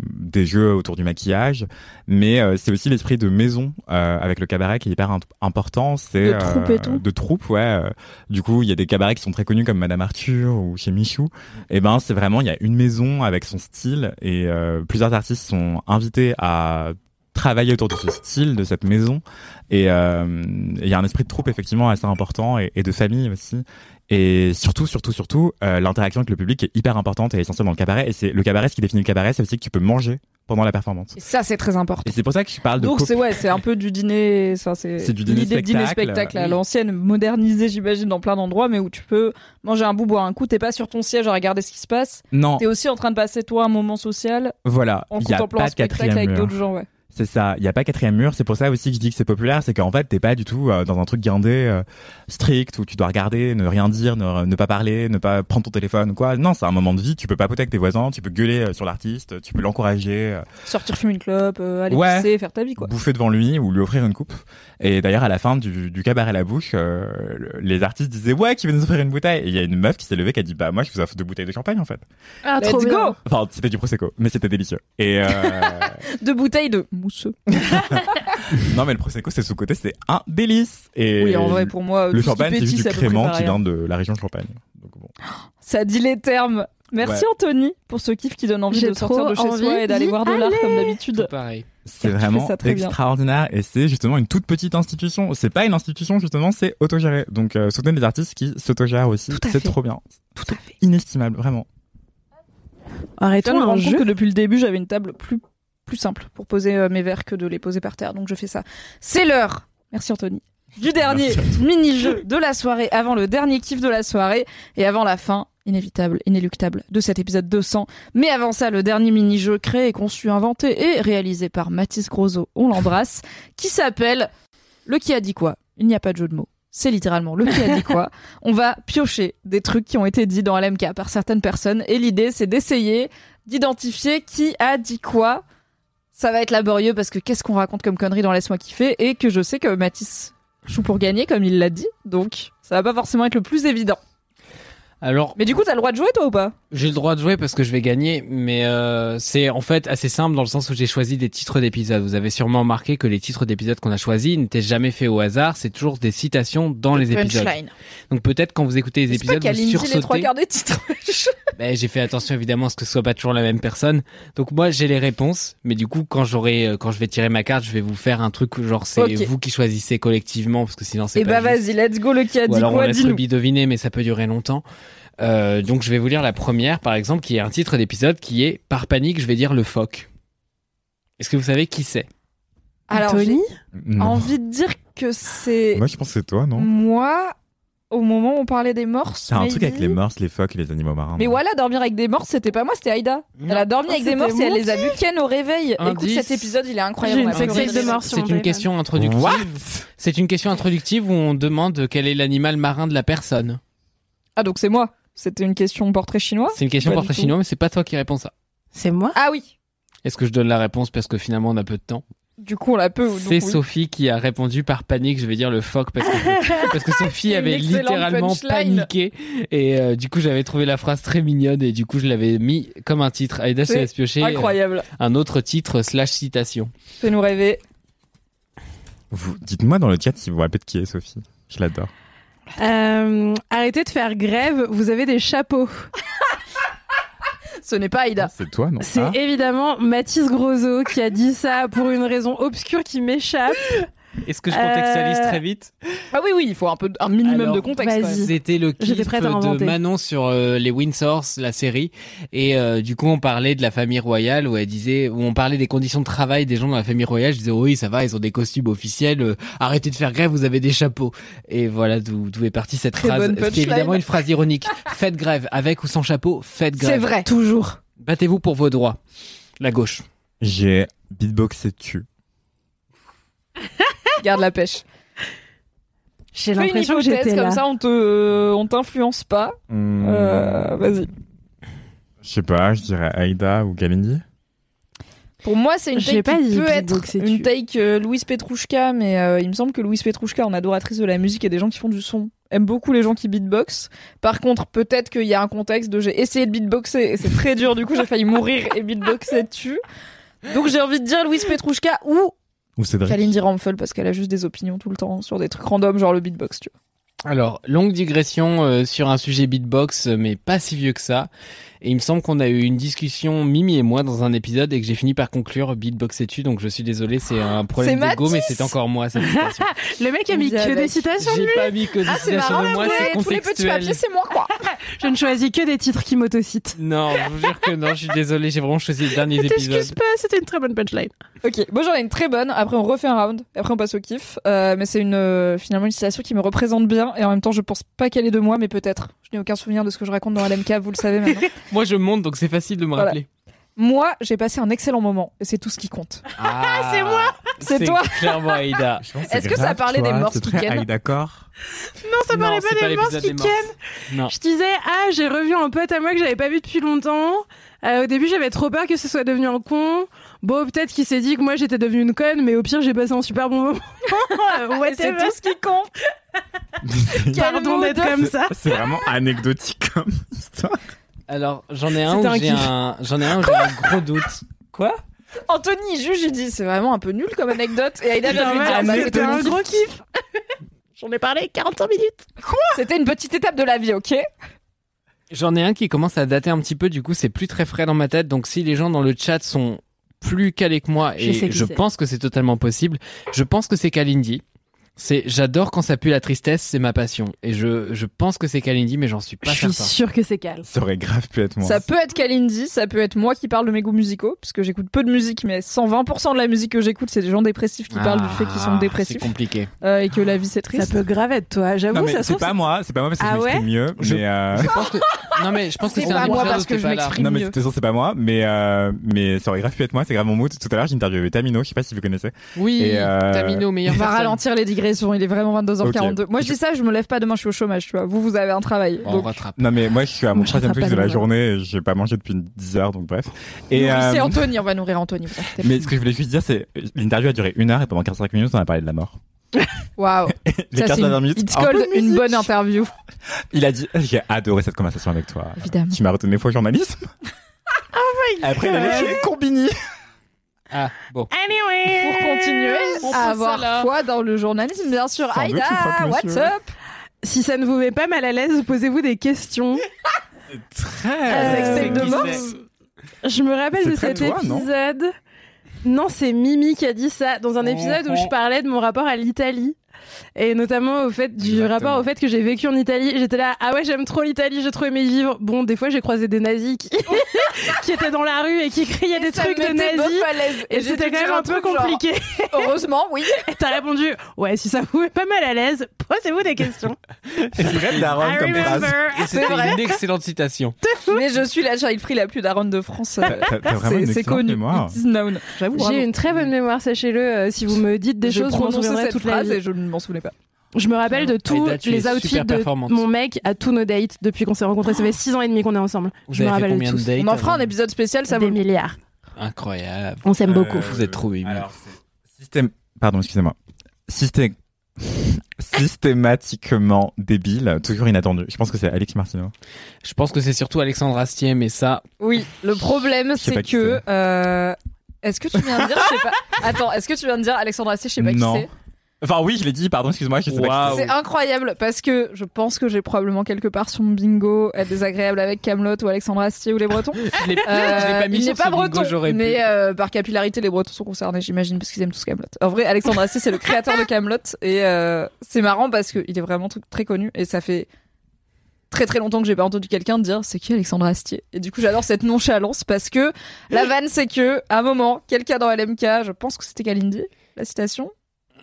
des jeux autour du maquillage, mais euh, c'est aussi l'esprit de maison euh, avec le cabaret qui est hyper int- important. C'est De troupe et tout. de troupe, ouais. euh, Du coup, il y a des cabarets qui sont très connus comme Madame Arthur ou chez Michou. Et ben, c'est vraiment, il y a une maison avec son style et euh, plusieurs artistes sont invités à travailler autour de ce style, de cette maison. Et euh, et il y a un esprit de troupe effectivement assez important et, et de famille aussi. Et surtout, surtout, surtout, euh, l'interaction avec le public est hyper importante et essentielle dans le cabaret. Et c'est le cabaret, ce qui définit le cabaret, c'est aussi que tu peux manger pendant la performance. Et ça, c'est très important. Et c'est pour ça que je parle de Donc couple. c'est ouais, c'est un peu du dîner, enfin, c'est C'est du dîner l'idée de dîner spectacle, spectacle à oui. l'ancienne, modernisée j'imagine dans plein d'endroits, mais où tu peux manger un bout, boire un coup, t'es pas sur ton siège à regarder ce qui se passe. Non. T'es aussi en train de passer toi un moment social. Voilà, En il n'y a contemplant un pas de spectacle quatrième avec mur. d'autres gens, ouais. C'est ça, il n'y a pas quatrième mur, c'est pour ça aussi que je dis que c'est populaire, c'est qu'en fait, t'es pas du tout euh, dans un truc guindé, euh, strict, où tu dois regarder, ne rien dire, ne, ne pas parler, ne pas prendre ton téléphone ou quoi. Non, c'est un moment de vie, tu peux papoter avec tes voisins, tu peux gueuler euh, sur l'artiste, tu peux l'encourager, euh, Sortir fumer une clope, euh, aller Ouais. pisser, faire ta vie quoi. bouffer devant lui ou lui offrir une coupe. Et d'ailleurs, à la fin du, du cabaret à la bouche, euh, le- les artistes disaient ouais, qui veut nous offrir une bouteille. Et il y a une meuf qui s'est levée qui a dit bah moi je vous offre deux bouteilles de champagne en fait. Ah, trop bien. Enfin, c'était du prosecco, mais c'était délicieux. Et euh, Deux bouteilles de mousseux. non, mais le prosecco c'est sous côté, c'est un délice. Et Oui, en vrai, pour moi, tout ce le qui champagne c'est pétille, juste c'est du à peu près crément qui pareil, hein. vient de la région Champagne. Ça dit les termes. Merci Ouais. Anthony pour ce kiff qui donne envie J'ai de sortir trop de chez envie soi et d'aller d'y voir de l'art aller. comme d'habitude. Pareil. C'est vraiment ça très bien. extraordinaire et c'est justement une toute petite institution. C'est pas une institution justement, c'est autogéré. Donc euh, soutenez les artistes qui s'autogèrent aussi, c'est trop bien. Tout à fait. Inestimable, vraiment. Arrêtons un me rendre compte jeu. que depuis le début, j'avais une table plus, plus simple pour poser euh, mes verres que de les poser par terre, donc je fais ça. C'est l'heure Merci Anthony. Du dernier Merci à toi. mini-jeu de la soirée, avant le dernier kiff de la soirée et avant la fin inévitable, inéluctable de cet épisode 200. Mais avant ça, le dernier mini-jeu créé, conçu, inventé et réalisé par Mathis Grosso, on l'embrasse, qui s'appelle Le qui a dit quoi Il n'y a pas de jeu de mots. C'est littéralement le qui a dit quoi. On va piocher des trucs qui ont été dits dans LMK par certaines personnes et l'idée c'est d'essayer d'identifier qui a dit quoi. Ça va être laborieux parce que qu'est-ce qu'on raconte comme conneries dans Laisse-moi kiffer et que je sais que Mathis joue pour gagner comme il l'a dit donc ça va pas forcément être le plus évident. Alors, Mais du coup t'as le droit de jouer toi ou pas J'ai le droit de jouer parce que je vais gagner, mais euh, c'est en fait assez simple dans le sens où j'ai choisi des titres d'épisodes. Vous avez sûrement remarqué que les titres d'épisodes qu'on a choisis n'étaient jamais faits au hasard, c'est toujours des citations dans les épisodes. punchline. Donc peut-être quand vous écoutez les C'est pas épisodes, qu'elle vous dit les trois sursautez. quarts des titres. Ben, j'ai fait attention évidemment à ce que ce soit pas toujours la même personne. Donc moi j'ai les réponses, mais du coup quand j'aurai, euh, quand je vais tirer ma carte, je vais vous faire un truc où, genre c'est Ok. vous qui choisissez collectivement parce que sinon c'est Et pas bah juste. vas-y let's go le qui a Ou dit alors on quoi laisse dis-nous. Ruby deviner, mais ça peut durer longtemps. Euh, donc je vais vous lire la première, par exemple, qui est un titre d'épisode qui est Par panique, je vais dire le phoque. Est-ce que vous savez qui c'est Alors Anthony j'ai envie de dire que c'est Moi je pense que c'est toi, Mm. non moi au moment où on parlait des morses. Ah, C'est un truc avec maybe. les morses, les phoques et les animaux marins. Mais voilà, dormir avec des morses, c'était pas moi, c'était Aïda. Elle a dormi Ah, avec des c'était morses et elle mon les a kiff. vus ken au réveil. Écoute, Indice. cet épisode, il est incroyable. J'ai une on a pleuré sextape de rire. morse sur C'est une question introductive. c'est une question introductive où on demande quel est l'animal marin de la personne. Ah, donc c'est moi. C'était une question portrait chinois C'est une question Oh. Pas portrait du tout. chinois, mais c'est pas toi qui réponds ça. C'est moi Ah oui. Est-ce que je donne la réponse parce que finalement on a peu de temps Du coup, on la peut. donc C'est oui. Sophie qui a répondu par panique, je vais dire le phoque parce que, parce que Sophie Une avait excellente littéralement punchline. paniqué et euh, du coup j'avais trouvé la phrase très mignonne et du coup je l'avais mis comme un titre. Aïda se C'est laisse piocher euh, incroyable. un autre titre slash citation. Fais-nous rêver. Vous, dites-moi dans le chat si vous vous rappelez de qui est Sophie. Je l'adore. Euh, arrêtez de faire grève, vous avez des chapeaux. Ce n'est pas Aïda. C'est toi, non C'est Ah. évidemment Mathis Grosso qui a dit ça pour une raison obscure qui m'échappe. Est-ce que je contextualise Euh, très vite Ah oui, oui, il faut un, peu, un minimum Alors, de contexte. quand même. C'était le J'étais kiff prête à inventer. de Manon sur euh, les Windsors, la série. Et euh, du coup, on parlait de la famille royale où elle disait, où on parlait des conditions de travail des gens dans la famille royale. Je disais, oui, ça va, ils ont des costumes officiels. euh, arrêtez de faire grève, vous avez des chapeaux. Et voilà d'où d'où est partie cette Très phrase. bonne C'était punchline. évidemment une phrase ironique. faites grève, avec ou sans chapeau, faites grève. C'est vrai. Toujours. Battez-vous pour vos droits. La gauche. J'ai beatboxé dessus. Garde la pêche. J'ai Fais une l'impression que hypothèse, j'étais comme là. Euh, Hmm. ça, on te, on t'influence pas. Euh, vas-y. Hmm. Je sais pas, je dirais Aïda ou Kalindi. Pour moi, c'est une J'ai taille pas qui dit peut Big être Book, c'est une tu. taille que Louise Petrouchka, mais euh, il me semble que Louise Petrouchka, en adoratrice de la musique et des gens qui font du son, aime beaucoup les gens qui beatbox. Par contre, peut-être qu'il y a un contexte de j'ai essayé de beatboxer et c'est très dur, du coup j'ai failli mourir et beatboxer dessus. Donc j'ai envie de dire Louise Petrouchka ou Ou Cédric. Kalindi Ramphel parce qu'elle a juste des opinions tout le temps sur des trucs random genre le beatbox, tu vois. Alors, longue digression euh, sur un sujet beatbox, euh, mais pas si vieux que ça. Et il me semble qu'on a eu une discussion, Mimi et moi, dans un épisode et que j'ai fini par conclure beatbox et tu. Donc, je suis désolé, c'est un problème Ah, C'est Ah, d'ego, mais Matisse c'est encore moi. cette citation. Le mec a mis que des citations de J'ai lui. pas mis que des Ah, c'est citations marrant, de moi, ouais, c'est tous les petits papiers, contextuel. c'est moi quoi. Je ne choisis que des titres qui m'autocitent. non, je vous jure que non, je suis désolé, j'ai vraiment choisi les derniers épisodes. pas, c'était une très bonne punchline. Ok, bon j'en ai une très bonne, après on refait un round, après on passe au kiff, Euh, mais c'est une euh, finalement une citation qui me représente bien, et en même temps je pense pas qu'elle est de moi, mais peut-être. Je n'ai aucun souvenir de ce que je raconte dans LMK, vous le savez maintenant. Moi, je monte, donc c'est facile de me Voilà. rappeler. Moi, j'ai passé un excellent moment, et c'est tout ce qui compte. Ah, c'est moi C'est toi clairement Aïda. Est-ce que ça parlait des morts qui ken d'accord. Non, ça Non, parlait c'est pas, pas des morts l'épisode qui des morts. ken. Non. Je disais, ah, j'ai revu un pote à moi que j'avais pas vu depuis longtemps. Euh, au début, j'avais trop peur que ce soit devenu un con. Bon, peut-être qu'il s'est dit que moi j'étais devenue une conne, mais au pire, j'ai passé un super bon moment. Et c'est tout ce qui compte. Pardon d'être comme ça. C'est vraiment anecdotique comme histoire. Alors, j'en ai un C'était où un j'ai kiff. un, j'en ai un où j'ai un gros doute. Quoi Anthony il juge, il dit c'est vraiment un peu nul comme anecdote, et Aïda vient de lui dire bah, c'était un kiff. gros kiff. J'en ai parlé 45 minutes. Quoi C'était une petite étape de la vie, ok J'en ai un qui commence à dater un petit peu, du coup c'est plus très frais dans ma tête. Donc si les gens dans le chat sont plus calés que moi, Je sais et qui je c'est. pense que c'est totalement possible, je pense que c'est Kalindi. C'est j'adore quand ça pue la tristesse, c'est ma passion. Et je, je pense que c'est Kalindi, mais j'en suis pas Je suis certain. sûre que c'est Cal. Ça aurait grave pu être moi. Ça peut être Kalindi, ça peut être moi qui parle de mes goûts musicaux, parce que j'écoute peu de musique, mais 120% de la musique que j'écoute, c'est des gens dépressifs qui parlent du fait qu'ils sont Ah, dépressifs C'est compliqué. euh, et que la vie c'est triste. Ça peut grave être toi, Non, j'avoue, mais ça se c'est trouve. pas moi, c'est pas moi parce que Ah je m'exprime ouais mieux, mais euh, Je pense que- Non mais je pense que C'est c'est pas un moi épisode parce où que t'es je pas là. m'exprime Non mais de toute façon c'est pas moi, mais euh, mais ça aurait grave pu être moi, c'est grave mon mood. Tout à l'heure j'ai interviewé Tamino, je sais pas si vous connaissez. Oui, Et, euh, Tamino, On meilleur. va personne. ralentir les digressions, il est vraiment 22h42. Ok. Moi je dis ça, je me lève pas demain, je suis au chômage, tu vois. Vous, vous avez un travail. Bon, on donc- rattrape. Non mais moi je suis à mon Je troisième rattrape truc pas de la le journée, et j'ai pas mangé depuis 10 heures donc bref. Et Oui, c'est euh, Anthony, on va nourrir Anthony. vous inquiétez pas. mais ce que je voulais juste dire c'est l'interview a duré une heure et pendant 45 minutes on a parlé de la mort. Waouh. Les Ça, c'est 15 dernières une... minutes, It's un peu called de une bonne interview. Il a dit j'ai adoré cette conversation avec toi. Évidemment. Tu m'as retenu fois au journalisme. Ah Après il a lâché Combini. Ah bon. Anyway, Pour continuer on à pousse ça avoir là. foi dans le journalisme, bien sûr. Sans doute, Aïda, on frappe, what's monsieur. up Si ça ne vous met pas mal à l'aise, posez-vous des questions. Très. Sextape de Morse. Euh, Je me rappelle Euh, C'est de très cet toi, non épisode. Non, c'est Mimi qui a dit ça dans un Oh, épisode où je parlais de mon rapport à l'Italie et notamment au fait du rapport au fait que j'ai vécu en Italie. J'étais là, ah ouais, j'aime trop l'Italie, j'ai trop aimé y vivre. Bon, des fois j'ai croisé des nazis qui, qui étaient dans la rue et qui criaient des Ça trucs de nazis. mettait bof à l'aise. Et j'ai c'était dû quand même dire un peu truc genre, compliqué. Heureusement, oui. Et T'as répondu, ouais, si ça vous met pas mal à l'aise, posez-vous des questions. C'est vrai daronne I comme phrase. remember. Et C'est C'était vrai. une excellente citation. Mais je suis la child free la plus daronne de France. euh, T'as- t'as- t'as vraiment C'est- une C'est excellente connu. mémoire. It's known. J'avoue. bravo. J'ai une très bonne mémoire, sachez-le. euh, si vous me dites des je choses, je m'en prononçais souviendrai cette toute la phrase vie. et je ne m'en souvenais pas. Je me rappelle de tous Aïda, tu les es outfits super de performante. mon mec à tous nos dates depuis qu'on s'est rencontrés. Ça fait 6 ans et demi qu'on est ensemble. Vous je me avez fait rappelle de combien de tous. dates On en fera un avant épisode spécial, ça Des vaut. milliards. Incroyable. On s'aime beaucoup. Euh, Vous êtes trop mimi. Alors, c'est- système. Pardon, excusez-moi. Systé- Systématiquement débile, toujours inattendu. Je pense que c'est Alex Martino. Je pense que c'est surtout Alexandre Astier, mais ça, Oui, le problème, sais c'est pas qui que. euh, Est-ce que tu viens de dire, je sais pas. Attends, est-ce que tu viens de dire Alexandre Astier, je sais pas non. Ah qui c'est Enfin, oui, je l'ai dit, pardon, excuse-moi, je sais pas qui C'est incroyable parce que je pense que j'ai probablement quelque part son bingo être désagréable avec Camelot ou Alexandre Astier ou les Bretons. je l'ai je l'ai Euh, pas mis il sur n'est pas ce bingo, breton, j'aurais pu. mais euh, par capillarité, les Bretons sont concernés, j'imagine, parce qu'ils aiment tous Camelot. En vrai, Alexandre Astier, c'est le créateur de Camelot, et euh, c'est marrant parce que il est vraiment tr- très connu, et ça fait très très longtemps que j'ai pas entendu quelqu'un dire c'est qui Alexandre Astier. Et du coup, j'adore cette nonchalance parce que la vanne, c'est que à un moment, quelqu'un dans LMK, je pense que c'était Kalindi, la citation.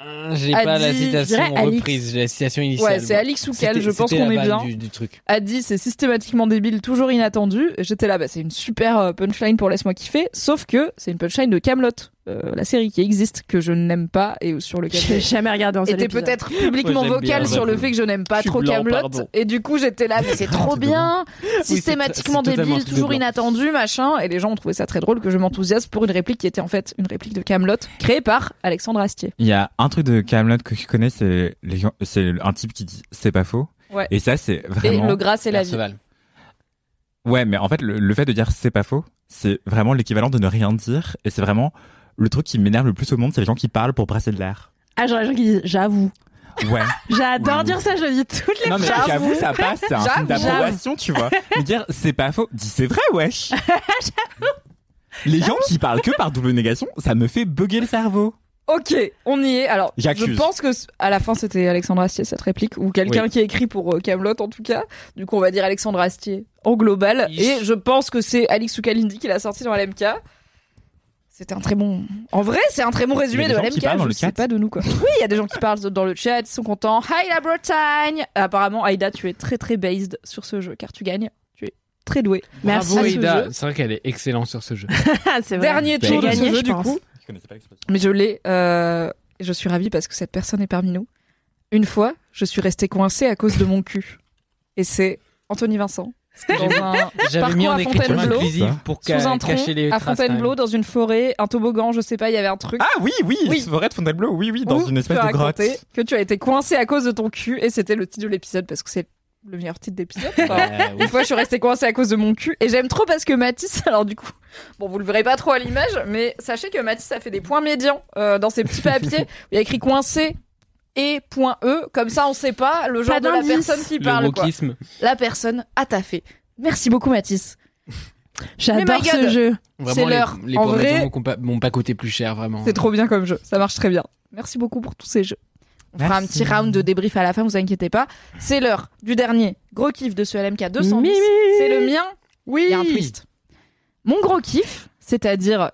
Euh, J'ai a pas la dit- je dirais citation Alix. reprise, j'ai la citation initiale. Ouais, c'est moi. Alix ou Cal, C'était- je pense c'était qu'on la est vanne bien. Du, du truc. a dit c'est systématiquement débile, toujours inattendu. Et J'étais là, bah, c'est une super euh, punchline pour laisse-moi kiffer. Sauf que c'est une punchline de Camelot. euh, la série qui existe que je n'aime pas et sur lequel J'ai jamais regardé un seul était épisode. peut-être Moi, publiquement j'aime bien, vocal sur le j'avoue. fait que je n'aime pas Je suis trop blanc, Camelot pardon. et du coup j'étais là mais c'est trop bien systématiquement c'est totalement un débile truc de toujours blanc. inattendu machin et les gens ont trouvé ça très drôle que je m'enthousiasme pour une réplique qui était en fait une réplique de Camelot créée par Alexandre Astier Il y a un truc de Camelot que je connais, c'est les gens- c'est un type qui dit c'est pas faux. Ouais. Et ça, c'est vraiment. et le gras c'est la vie Ouais, mais en fait, le, le fait de dire c'est pas faux, c'est vraiment l'équivalent de ne rien dire. Et c'est vraiment le truc qui m'énerve le plus au monde, c'est les gens qui parlent pour brasser de l'air. Ah, genre les gens qui disent j'avoue. Ouais. J'adore Oui. dire ça, je le dis toutes les Non, mais fois. j'avoue, ça passe, c'est un film J'avoue. d'approbation, tu vois. Mais dire c'est pas faux, dis c'est vrai, wesh. Les gens qui parlent que par double négation, ça me fait bugger le cerveau. Ok, on y est. Alors, je J'accuse. pense que c- à la fin c'était Alexandre Astier cette réplique ou quelqu'un Oui. qui a écrit pour euh, Camelot en tout cas. Du coup, on va dire Alexandre Astier en global. Et je pense que c'est Alix Soukalindi qui l'a sorti dans LMK. C'était un très bon. En vrai, c'est un très bon Il y a résumé des de gens LMK. qui parlent dans je le sais chat. pas de nous quoi. Oui, il y a des gens qui parlent dans le chat, ils sont contents. Hi la Bretagne. Apparemment, Aïda, tu es très très based sur ce jeu car tu gagnes. Tu es très doué. Merci. Bravo, À ce Ida. jeu. C'est vrai qu'elle est excellente sur ce jeu. Ah, C'est vrai. Dernier J'ai tour de gagné, ce jeu je du pense. coup. Mais je l'ai. euh, je suis ravie parce que cette personne est parmi nous. Une fois, je suis restée coincée à cause de mon cul. Et c'est Anthony Vincent. C'était dans un J'avais mis parcours en à écriture Fontainebleau, inclusive pour sous ca- un tronc, cacher les à traces. Fontainebleau, quand dans une forêt, un toboggan, je sais pas, il y avait un truc. Ah oui, oui, Oui. forêt de Fontainebleau, oui, oui, dans Où une espèce tu as de grotte. raconté Que tu as été coincée à cause de ton cul et c'était le titre de l'épisode parce que c'est le meilleur titre d'épisode. Euh, Enfin, Ouais, oui. Une fois, je suis restée coincée à cause de mon cul et j'aime trop parce que Mathis, alors du coup, bon, vous le verrez pas trop à l'image, mais sachez que Mathis a fait des points médians euh, dans ses petits papiers où il y a écrit coincé et point E, comme ça on sait pas le genre Pas de la d'indice. personne qui Le parle. quoi. wokisme. La personne a taffé. Merci beaucoup Mathis. Mais J'adore my ce God, jeu. Vraiment, C'est les- l'heure. Les En pauvres vrai, gens m'ont pas- m'ont pas coûté plus cher, vraiment. c'est trop bien comme jeu, ça marche très bien. Merci beaucoup pour tous ces jeux. On fera un Merci. petit round de débrief à la fin, vous inquiétez pas. C'est l'heure du dernier gros kiff de ce LMK 210. Mimi C'est le mien. Oui. Il y a un twist. Mon gros kiff, c'est-à-dire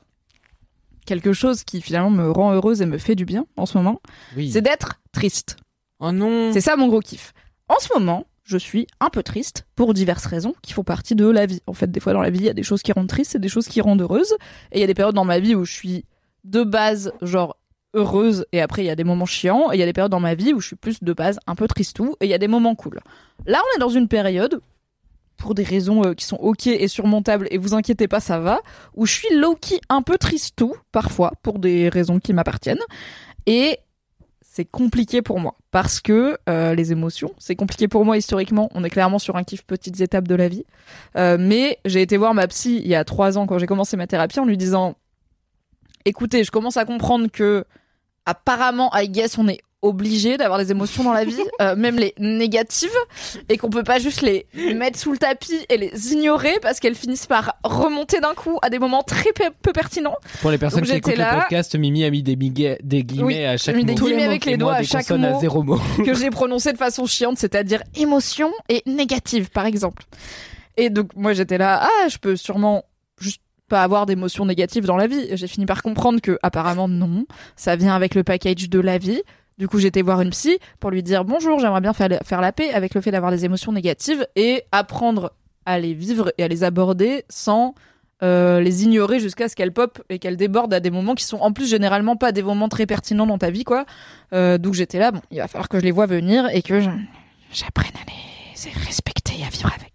quelque chose qui finalement me rend heureuse et me fait du bien en ce moment, c'est d'être triste. Oh non. C'est ça mon gros kiff. En ce moment, je suis un peu triste pour diverses raisons qui font partie de la vie. En fait, des fois dans la vie, il y a des choses qui rendent triste et des choses qui rendent heureuse. Et il y a des périodes dans ma vie où je suis de base genre heureuse et après il y a des moments chiants et il y a des périodes dans ma vie où je suis plus de base un peu tristou et il y a des moments cool. Là, on est dans une période pour des raisons euh, qui sont ok et surmontables et vous inquiétez pas ça va où je suis low key un peu tristou parfois pour des raisons qui m'appartiennent et c'est compliqué pour moi parce que euh, les émotions, c'est compliqué pour moi historiquement. On est clairement sur un kiff petites étapes de la vie. Euh, mais j'ai été voir ma psy il y a trois ans quand j'ai commencé ma thérapie en lui disant écoutez, je commence à comprendre que apparemment, I guess, on est obligé d'avoir des émotions dans la vie, euh, même les négatives, et qu'on peut pas juste les mettre sous le tapis et les ignorer parce qu'elles finissent par remonter d'un coup à des moments très peu, peu pertinents. Pour les personnes Donc qui j'étais écoutent là- le podcast, Mimi a mis des, biga- des guillemets Oui, à chaque j'ai mis mot. des guillemets avec Et les moi, doigts à des chaque consonnes mot à zéro mot. que j'ai prononcé de façon chiante, c'est-à-dire émotion et négative, par exemple. Et donc moi j'étais là, ah je peux sûrement juste pas avoir d'émotions négatives dans la vie. Et J'ai fini par comprendre que apparemment non, ça vient avec le package de la vie. Du coup, j'étais voir une psy pour lui dire bonjour, j'aimerais bien faire, faire la paix avec le fait d'avoir des émotions négatives et apprendre à les vivre et à les aborder sans euh, les ignorer jusqu'à ce qu'elles popent et qu'elles débordent à des moments qui sont en plus généralement pas des moments très pertinents dans ta vie, quoi. Euh, donc j'étais là, bon, il va falloir que je les vois venir et que je- j'apprenne à les respecter et à vivre avec.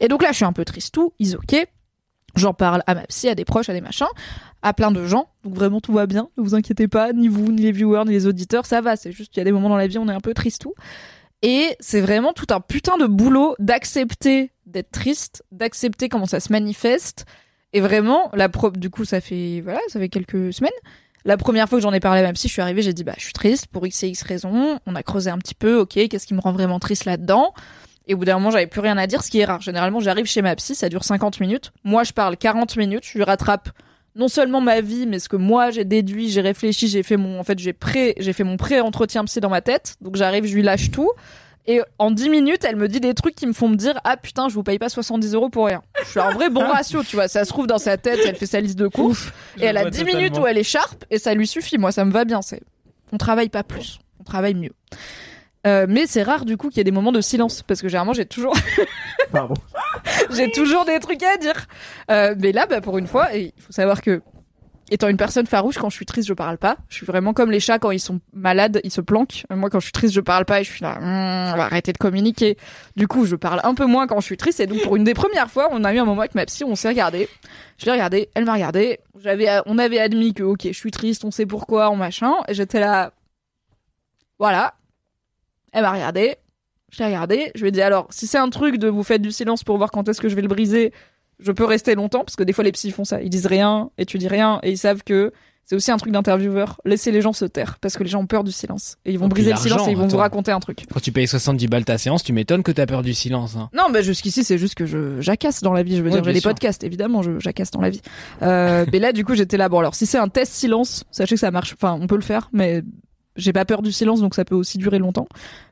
Et donc là, je suis un peu tristou, isoqué. J'en parle à ma psy, à des proches, à des machins, à plein de gens. Donc vraiment, tout va bien. Ne vous inquiétez pas, ni vous, ni les viewers, ni les auditeurs, ça va. C'est juste qu'il y a des moments dans la vie, on est un peu tristou. Et c'est vraiment tout un putain de boulot d'accepter d'être triste, d'accepter comment ça se manifeste. Et vraiment, la pro- du coup, ça fait, voilà, ça fait quelques semaines. La première fois que j'en ai parlé à ma psy, je suis arrivée, j'ai dit, bah, je suis triste pour x et x raisons. On a creusé un petit peu, ok, qu'est-ce qui me rend vraiment triste là-dedans? Et au bout d'un moment, j'avais plus rien à dire, ce qui est rare. Généralement, j'arrive chez ma psy, ça dure 50 minutes. Moi, je parle 40 minutes, je lui rattrape non seulement ma vie, mais ce que moi j'ai déduit, j'ai réfléchi, j'ai fait mon, en fait, j'ai pré, j'ai fait mon pré-entretien psy dans ma tête. Donc j'arrive, je lui lâche tout. Et en 10 minutes, elle me dit des trucs qui me font me dire, ah putain, je vous paye pas 70 euros pour rien. Je suis un vrai bon ratio, tu vois. Ça se trouve dans sa tête, elle fait sa liste de courses. je Et elle a vois 10 minutes totalement. où elle est sharp, et ça lui suffit. Moi, ça me va bien. C'est, on travaille pas plus, on travaille mieux. Euh, mais c'est rare du coup qu'il y ait des moments de silence parce que généralement j'ai toujours j'ai toujours des trucs à dire. Euh, mais là, bah, pour une fois, et il faut savoir que Étant une personne farouche, quand je suis triste, je parle pas. Je suis vraiment comme les chats quand ils sont malades, ils se planquent. Euh, Moi, quand je suis triste, je parle pas et je suis là, Hum, on va arrêter de communiquer. Du coup, je parle un peu moins quand je suis triste. Et donc, pour une des premières fois, on a eu un moment avec ma psy, on s'est regardé. Je l'ai regardé, elle m'a regardé. J'avais, on avait admis que, ok, je suis triste, on sait pourquoi, on machin. Et j'étais là, voilà. Elle m'a regardé. Je l'ai regardé. Je lui ai dit, alors, si c'est un truc de vous faites du silence pour voir quand est-ce que je vais le briser, je peux rester longtemps, parce que des fois les psys font ça. Ils disent rien, et tu dis rien, et ils savent que c'est aussi un truc d'intervieweur. Laissez les gens se taire, parce que les gens ont peur du silence. Et ils vont Et puis briser le silence l'argent, et ils vont vous attends. raconter un truc. Quand tu payes 70 balles ta séance, tu m'étonnes que t'as peur du silence. hein. Non, mais jusqu'ici, c'est juste que je jacasse dans la vie. Je Ouais, veux dire, j'ai bien des sûr. podcasts, évidemment, je jacasse dans la vie. Euh, mais là, du coup, j'étais là. Bon, alors, si c'est un test silence, sachez que ça marche. Enfin, on peut le faire, mais j'ai pas peur du silence, donc ça peut aussi durer longtemps.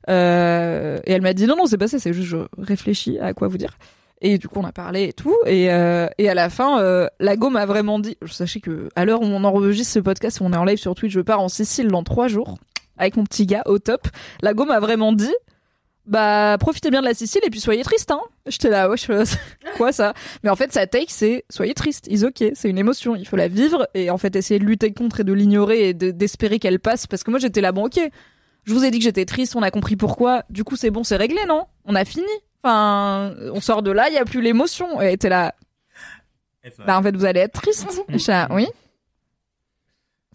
Euh, et elle m'a dit non, non, c'est pas ça. C'est juste, je réfléchis à quoi vous dire. Et du coup, on a parlé et tout. Et, euh, et à la fin, euh, Lago m'a vraiment dit. Sachez que à l'heure où on enregistre ce podcast, où on est en live sur Twitch, je pars en Sicile dans trois jours avec mon petit gars au top. Lago m'a vraiment dit bah profitez bien de la Sicile et puis soyez triste hein. J'étais là ouais je... quoi ça Mais en fait sa take c'est soyez triste, is ok, c'est une émotion, il faut la vivre et en fait essayer de lutter contre et de l'ignorer et de- d'espérer qu'elle passe parce que moi j'étais là bon ok. Je vous ai dit que j'étais triste, on a compris pourquoi. Du coup c'est bon, c'est réglé non On a fini. Enfin, on sort de là, il y a plus l'émotion et t'es là bah en fait vous allez être triste. J'étais là oui.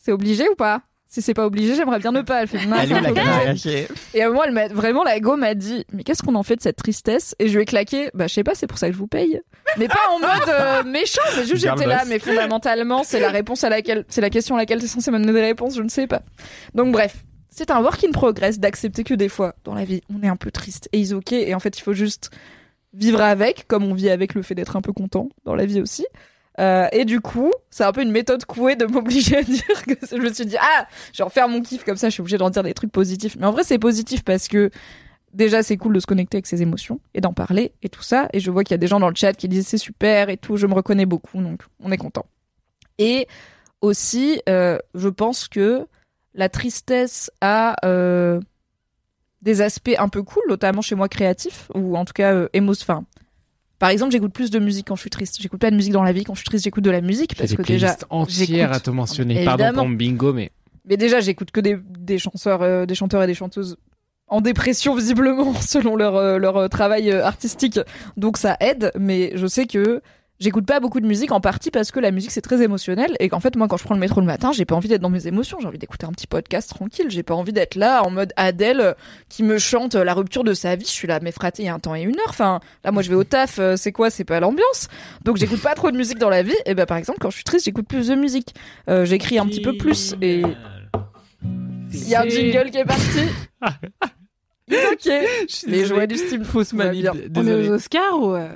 C'est obligé ou pas Si c'est pas obligé, j'aimerais bien ne pas. Elle fait, non, Allez, Ah, c'est la obligé. grenade. Et à un moment, elle m'a vraiment la go m'a dit mais qu'est-ce qu'on en fait de cette tristesse Et je lui ai claqué bah je sais pas, c'est pour ça que je vous paye. Mais pas en mode euh, méchant, mais juste Girl j'étais là. boss. Mais fondamentalement, c'est la réponse à laquelle, c'est la question à laquelle t'es censé me donner des réponses. Je ne sais pas. Donc bref, c'est un work in progress d'accepter que des fois dans la vie on est un peu triste et is ok. Et en fait, il faut juste vivre avec, comme on vit avec le fait d'être un peu content dans la vie aussi. Euh, et du coup, c'est un peu une méthode couée de m'obliger à dire que je me suis dit ah, je vais en faire mon kiff comme ça, je suis obligée d'en dire des trucs positifs. Mais en vrai, c'est positif parce que déjà c'est cool de se connecter avec ses émotions et d'en parler et tout ça. Et je vois qu'il y a des gens dans le chat qui disent c'est super et tout, je me reconnais beaucoup, donc on est content. Et aussi, euh, je pense que la tristesse a euh, des aspects un peu cool, notamment chez moi créatif, ou en tout cas euh, émo- enfin, Par exemple, j'écoute plus de musique quand je suis triste. J'écoute pas de musique dans la vie quand je suis triste. J'écoute de la musique J'ai parce des que déjà, playlists entières j'écoute- à te mentionner. Pardon Évidemment. pour mon bingo, mais Mais déjà, j'écoute que des, des chanteurs, euh, des chanteurs et des chanteuses en dépression visiblement selon leur euh, leur euh, travail euh, artistique. Donc ça aide, mais je sais que j'écoute pas beaucoup de musique en partie parce que la musique c'est très émotionnel et qu'en fait moi quand je prends le métro le matin, j'ai pas envie d'être dans mes émotions, j'ai envie d'écouter un petit podcast tranquille, j'ai pas envie d'être là en mode Adèle euh, qui me chante euh, la rupture de sa vie, je suis là mais fraté, il y a un temps et une heure. Enfin, là moi je vais au taf, euh, c'est quoi, c'est pas l'ambiance. Donc j'écoute pas trop de musique dans la vie et ben par exemple quand je suis triste, j'écoute plus de musique. Euh, j'écris un petit peu plus et il y a un jingle qui est parti. ok. Les joies du Steam. Fausse mamie. On est aux Oscars ou euh,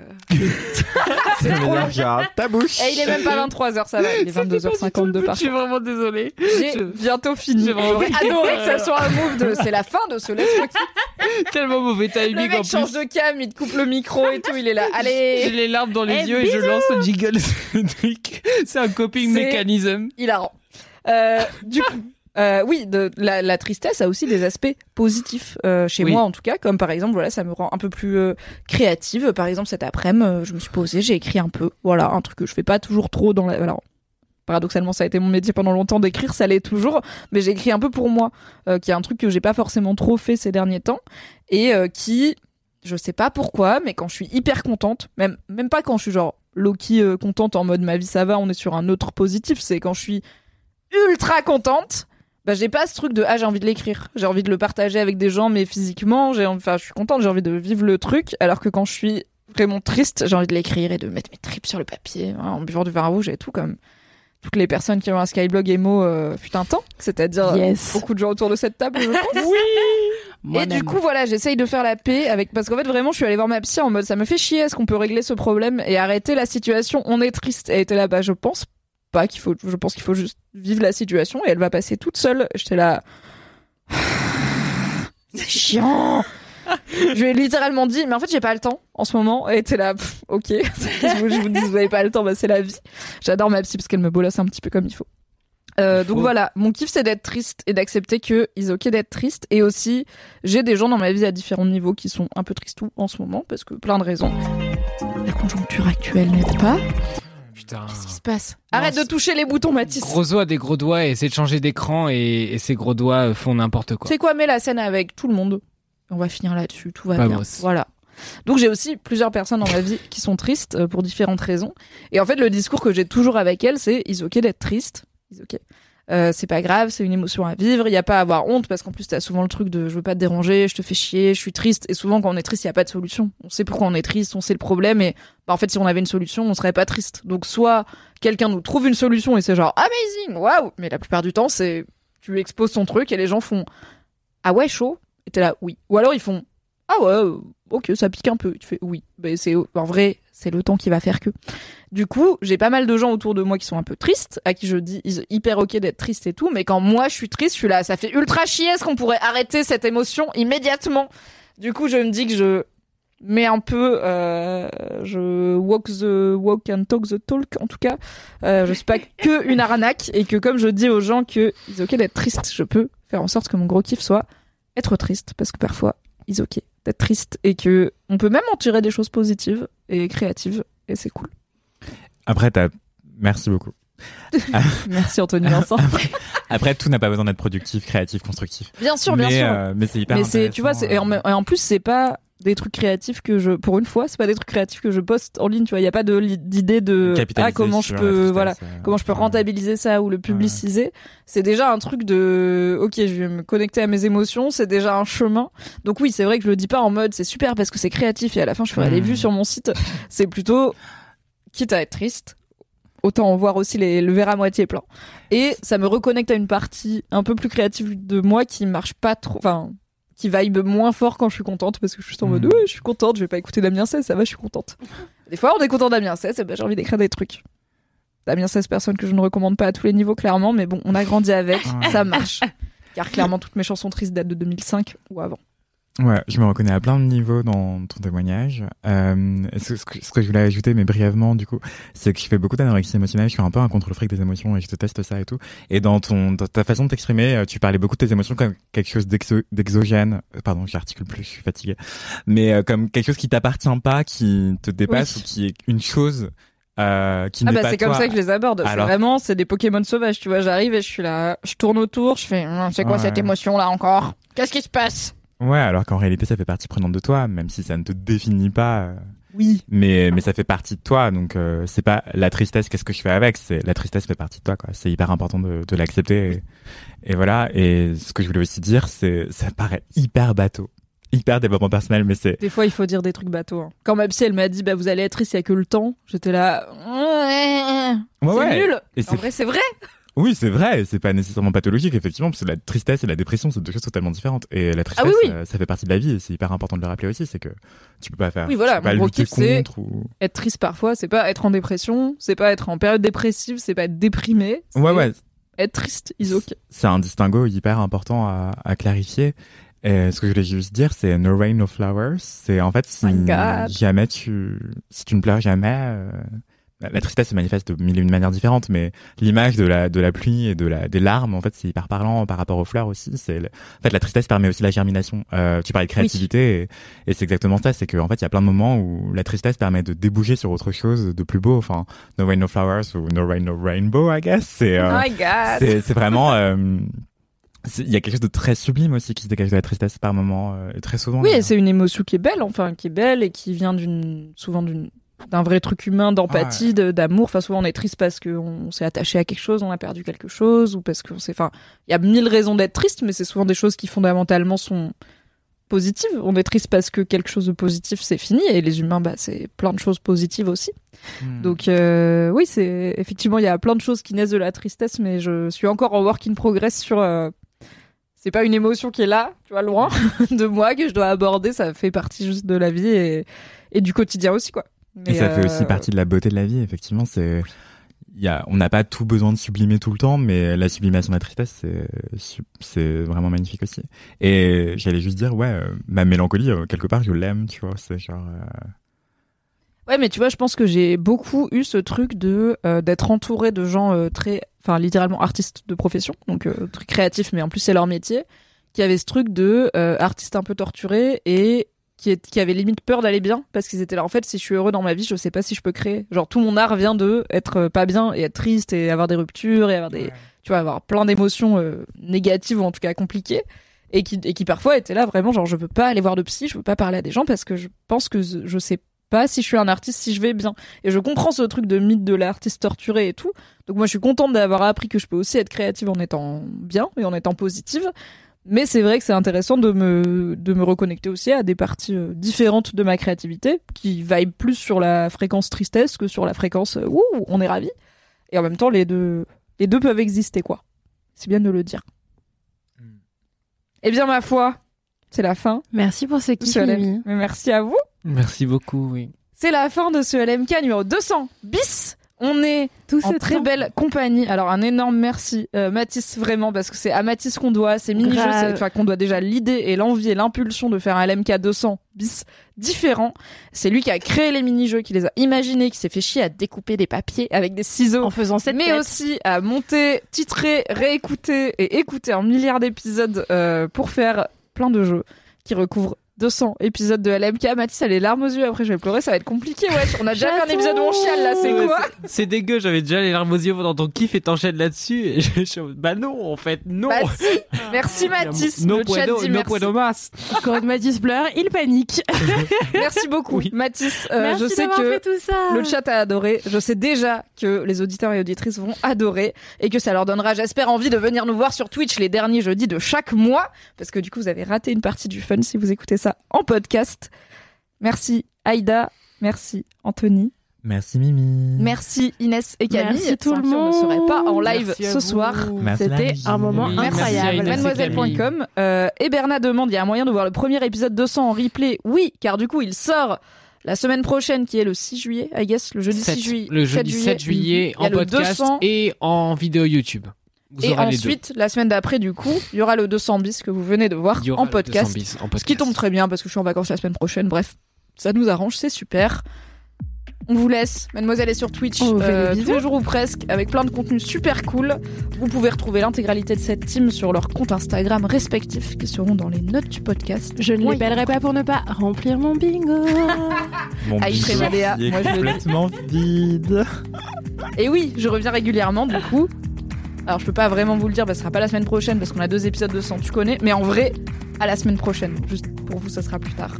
C'est trop long. Regarde ta bouche. Et Eh, il est même Eh, pas 23h, ça va. Il est 22h52 par Je suis vraiment désolé. J'ai bientôt fini. J'aurais adoré Euh. que ça soit un move de. C'est la fin de ce Let's Rock. Tellement mauvais Le timing en mec plus. change de cam, il te coupe le micro et tout, il est là. Allez. J'ai les larmes dans les Eh, yeux et je bisous. lance le jiggle truc. C'est un coping C'est- mécanisme. hilarant. Euh, du coup, euh, oui, de, la, la tristesse a aussi des aspects positifs euh, chez Oui. moi en tout cas, comme par exemple, voilà, ça me rend un peu plus euh, créative. Par exemple, cet après-midi, euh, je me suis posée, j'ai écrit un peu. Voilà, un truc que je fais pas toujours trop dans la. Alors, paradoxalement, ça a été mon métier pendant longtemps d'écrire, ça l'est toujours, mais j'ai écrit un peu pour moi, euh, qui est un truc que j'ai pas forcément trop fait ces derniers temps et euh, qui je sais pas pourquoi, mais quand je suis hyper contente, même, même pas quand je suis genre Loki euh, contente en mode ma vie ça va, on est sur un autre positif, c'est quand je suis ultra contente, bah j'ai pas ce truc de ah j'ai envie de l'écrire, j'ai envie de le partager avec des gens, mais physiquement, j'ai envie- enfin je suis contente, j'ai envie de vivre le truc, alors que quand je suis vraiment triste, j'ai envie de l'écrire et de mettre mes tripes sur le papier hein, en buvant du vin rouge et tout comme toutes les personnes qui ont un Skyblog emo euh, fut un temps, c'est-à-dire Yes. beaucoup de gens autour de cette table, je pense. Et du coup, voilà, j'essaye de faire la paix avec. Parce qu'en fait, vraiment, je suis allée voir ma psy en mode ça me fait chier, est-ce qu'on peut régler ce problème et arrêter la situation On est triste. Et elle était là, bah, je pense pas qu'il faut. Je pense qu'il faut juste vivre la situation et elle va passer toute seule. J'étais là. C'est chiant Je lui ai littéralement dit, mais en fait, j'ai pas le temps en ce moment. Et elle était là, Pff, ok. je, vous, je vous dis, vous avez pas le temps, bah, c'est la vie. J'adore ma psy parce qu'elle me bolosse un petit peu comme il faut. Euh, donc voilà, mon kiff c'est d'être triste et d'accepter que ils ok d'être triste et aussi j'ai des gens dans ma vie à différents niveaux qui sont un peu tristous en ce moment parce que plein de raisons. La conjoncture actuelle n'aide pas. putain. Qu'est-ce qui se passe Arrête de toucher les boutons, Mathis. Grosso a des gros doigts et essaie de changer d'écran et, et ses gros doigts euh, font n'importe quoi. C'est quoi, mets la scène avec tout le monde. On va finir là-dessus, tout va Pas bien. boss. Voilà. Donc j'ai aussi plusieurs personnes dans ma vie qui sont tristes euh, pour différentes raisons. Et en fait, le discours que j'ai toujours avec elles, c'est ils ok d'être triste, ils ok. Euh, c'est pas grave, c'est une émotion à vivre, il y a pas à avoir honte parce qu'en plus t'as souvent le truc de je veux pas te déranger, je te fais chier, je suis triste et souvent quand on est triste, il y a pas de solution. On sait pourquoi on est triste, on sait le problème et bah, en fait si on avait une solution, on serait pas triste. Donc soit quelqu'un nous trouve une solution et c'est genre amazing, waouh, mais la plupart du temps c'est tu exposes ton truc et les gens font ah ouais chaud et t'es là oui ou alors ils font ah ouais euh, ok ça pique un peu tu fais oui mais c'est en vrai c'est le temps qui va faire que du coup j'ai pas mal de gens autour de moi qui sont un peu tristes à qui je dis ils sont hyper ok d'être triste et tout mais quand moi je suis triste je suis là ça fait ultra chier est-ce qu'on pourrait arrêter cette émotion immédiatement du coup je me dis que je mais un peu euh, je walk the walk and talk the talk en tout cas euh, je suis pas que une arnaque et que comme je dis aux gens que ils ok d'être triste je peux faire en sorte que mon gros kiff soit être triste parce que parfois ils ok d'être triste et que on peut même en tirer des choses positives et créatives et c'est cool Après, t'as. Merci beaucoup. merci Anthony Vincent Après, tout n'a pas besoin d'être productif, créatif, constructif. bien sûr bien Mais, sûr euh, mais c'est hyper mais c'est tu vois intéressant, euh, c'est et en, et en plus c'est pas des trucs créatifs que je pour une fois c'est pas des trucs créatifs que je poste en ligne tu vois il y a pas de li- d'idée de Capitaliser ah comment je sur peux la voilà tristesse, euh, comment je peux rentabiliser ça ou le publiciser c'est déjà un truc de ok je vais me connecter à mes émotions c'est déjà un chemin donc oui c'est vrai que je le dis pas en mode c'est super parce que c'est créatif et à la fin je ferai des Mm. vues sur mon site c'est plutôt quitte à être triste autant en voir aussi les, le verre à moitié plein. Et ça me reconnecte à une partie un peu plus créative de moi qui marche pas trop, enfin, qui vibe moins fort quand je suis contente parce que je suis juste en mode, ouais, je suis contente, je vais pas écouter Damien 16, ça va, je suis contente. Des fois, on est content Damien 16, ben, j'ai envie d'écrire des trucs. Damien 16, personne que je ne recommande pas à tous les niveaux, clairement, mais bon, on a grandi avec, ça marche. Car clairement, toutes mes chansons tristes datent de 2005 ou avant. Ouais, je me reconnais à plein de niveaux dans ton témoignage. Euh, ce, ce que, ce que je voulais ajouter, mais brièvement, du coup, c'est que je fais beaucoup d'anorexie émotionnelle. Je suis un peu un contrôle fric des émotions et je déteste ça et tout. Et dans ton, dans ta façon de t'exprimer, euh, tu parlais beaucoup de tes émotions comme quelque chose d'exo- d'exogène. Euh, Pardon, j'articule plus, je suis fatigué. Mais euh, comme quelque chose qui t'appartient pas, qui te dépasse Oui. ou qui est une chose euh, qui Ah n'est bah pas c'est comme toi. ça que je les aborde. C'est Alors- Vraiment, c'est des Pokémon sauvages. Tu vois, j'arrive et je suis là, je tourne autour, je fais, Hum, c'est quoi Ouais. cette émotion là encore Qu'est-ce qui se passe Ouais, alors qu'en réalité, ça fait partie prenante de toi, même si ça ne te définit pas. euh, Oui. Mais, mais ça fait partie de toi, donc euh, c'est pas la tristesse, qu'est-ce que je fais avec c'est La tristesse fait partie de toi, quoi. C'est hyper important de, de l'accepter. Et, et voilà, et ce que je voulais aussi dire, c'est ça paraît hyper bateau, hyper développement personnel, mais c'est... Des fois, il faut dire des trucs bateaux. hein. Quand ma psy, elle m'a dit, bah vous allez être triste, il y a que le temps. J'étais là, Hum, Ouais, c'est ouais. nul. Et en c'est- vrai, c'est vrai. Oui, c'est vrai, c'est pas nécessairement pathologique, effectivement, parce que la tristesse et la dépression, c'est deux choses totalement différentes. Et la tristesse, Ah oui, oui. euh, ça fait partie de la vie, et c'est hyper important de le rappeler aussi, c'est que tu peux pas faire... Oui, voilà, tu peux pas mon gros lutter kiff, c'est- contre ou... Être triste parfois, c'est pas être en dépression, c'est pas être en période dépressive, c'est pas être déprimé. c'est Ouais, ouais, Être triste, is ok. c'est un distinguo hyper important à, à clarifier. Et ce que je voulais juste dire, c'est No Rain, No Flowers. C'est en fait, si My God. jamais tu, si tu ne pleures jamais, euh, la, la tristesse se manifeste de mille et une manières différentes, mais l'image de la, de la pluie et de la, des larmes, en fait, c'est hyper parlant par rapport aux fleurs aussi. C'est, le- en fait, la tristesse permet aussi la germination. Euh, tu parlais de créativité et, et c'est exactement ça. C'est qu'en fait, il y a plein de moments où la tristesse permet de déboucher sur autre chose de plus beau. Enfin, No Rain, No Flowers ou No Rain, No Rainbow, I guess. C'est, euh, Oh My God. c'est- c'est vraiment. euh, c'est- Il y a quelque chose de très sublime aussi qui se dégage de la tristesse par moment, euh, et très souvent. Oui, et c'est une émotion qui est belle, enfin, qui est belle et qui vient d'une, souvent d'une, d'un vrai truc humain, d'empathie, de- d'amour. Enfin, souvent on est triste parce qu'on s'est attaché à quelque chose, on a perdu quelque chose, ou parce qu'on s'est, enfin, il y a mille raisons d'être triste, mais c'est souvent des choses qui fondamentalement sont positives. On est triste parce que quelque chose de positif c'est fini, et les humains, bah, c'est plein de choses positives aussi. Hmm. Donc, euh, oui, c'est, effectivement, il y a plein de choses qui naissent de la tristesse, mais je suis encore en work in progress sur, euh, c'est pas une émotion qui est là, tu vois, loin de moi, que je dois aborder. Ça fait partie juste de la vie et, et du quotidien aussi, quoi. Et Mais, ça fait euh, aussi partie de la beauté de la vie, effectivement. C'est, il y a, on n'a pas tout besoin de sublimer tout le temps, mais la sublimation de la tristesse, c'est, su- c'est vraiment magnifique aussi. Et j'allais juste dire, ouais, euh, ma mélancolie, euh, quelque part, je l'aime, tu vois. C'est genre. euh, Ouais, mais tu vois, je pense que j'ai beaucoup eu ce truc de euh, d'être entouré de gens euh, très, enfin littéralement artistes de profession, donc euh, très créatifs, mais en plus c'est leur métier, qui avait ce truc de euh, artiste un peu torturé et qui, est- qui avaient limite peur d'aller bien parce qu'ils étaient là. En fait, si je suis heureux dans ma vie, je sais pas si je peux créer. Genre, tout mon art vient de être euh, pas bien et être triste et avoir des ruptures et avoir des, tu vois, avoir plein d'émotions euh, négatives ou en tout cas compliquées. Et qui, et qui parfois étaient là vraiment, genre, je veux pas aller voir de psy, je veux pas parler à des gens parce que je pense que je je sais pas si je suis un artiste, si je vais bien. Et je comprends ce truc de mythe de l'artiste torturé et tout. Donc moi, je suis contente d'avoir appris que je peux aussi être créative en étant bien et en étant positive. Mais c'est vrai que c'est intéressant de me, de me reconnecter aussi à des parties euh, différentes de ma créativité qui vibe plus sur la fréquence tristesse que sur la fréquence euh, ouh, on est ravi. Et en même temps, les deux, les deux peuvent exister, quoi. C'est bien de le dire. Eh bien, ma foi, c'est la fin. Merci pour ces kiffs, Mais Merci à vous. Merci beaucoup, oui. C'est la fin de ce LMK numéro 200 bis. On est tous en très belle compagnie. Alors un énorme merci euh, Mathis vraiment parce que c'est à Mathis qu'on doit ces mini-jeux, Grave. c'est- enfin qu'on doit déjà l'idée et l'envie et l'impulsion de faire un LMK 200 bis différent. C'est lui qui a créé les mini-jeux, qui les a imaginés, qui s'est fait chier à découper des papiers avec des ciseaux en faisant cette mais tête. aussi à monter, titrer, réécouter et écouter un milliard d'épisodes euh, pour faire plein de jeux qui recouvrent 200 épisodes de LMK. Mathis a les larmes aux yeux après je vais pleurer, ça va être compliqué ouais. On a déjà fait un épisode où on chiale là, c'est Ouais, quoi c'est- C'est dégueu, j'avais déjà les larmes aux yeux pendant ton kiff et t'enchaînes là-dessus. Et je, suis en mode, bah non, en fait, non. Bah si. Merci Mathis. No le chat puedo- dit no merci. puedo más. Quand Mathis pleure, il panique. Merci beaucoup Mathis. Euh, Merci je sais d'avoir que fait tout ça. le chat a adoré. Je sais déjà que les auditeurs et auditrices vont adorer et que ça leur donnera, j'espère, envie de venir nous voir sur Twitch les derniers jeudis de chaque mois parce que du coup vous avez raté une partie du fun si vous écoutez ça en podcast. Merci Aïda. Merci Anthony. Merci Mimi. Merci Inès et Camille. Mm. Merci tout Sans le qui on ne serait pas en live Merci à ce vous. soir. Merci C'était à un vous. moment Oui, merci à incroyable. Inès et Mademoiselle.com. Euh, et Bernard demande il y a un moyen de voir le premier épisode 200 en replay Oui, car du coup, il sort la semaine prochaine, qui est le 6 juillet, I guess, le jeudi Sept- 6 juillet. le jeudi 7 juillet, Il y a en le podcast 200. et en vidéo YouTube. Vous Et aurez les deux. ensuite, la semaine d'après, du coup, il y aura le 200 bis que vous venez de voir Il y aura en le podcast, 200 bis en Ce qui tombe très bien parce que je suis en vacances la semaine prochaine. Bref, ça nous arrange, c'est super. On vous laisse. Mademoiselle est sur Twitch euh, vous fait des tous les jours ou presque avec plein de contenus super cool. Vous pouvez retrouver l'intégralité de cette team sur leurs comptes Instagram respectifs qui seront dans les notes du podcast. Je ne Oui. l'appellerai pas pour ne pas remplir mon bingo. Mon Ah, il serait bijou Madea, qui est moi, je le dis. complètement vide. Et oui, je reviens régulièrement du coup. Alors je peux pas vraiment vous le dire, bah, ce sera pas la semaine prochaine parce qu'on a deux épisodes de 100, tu connais. Mais en vrai, à la semaine prochaine. Juste pour vous, ça sera plus tard.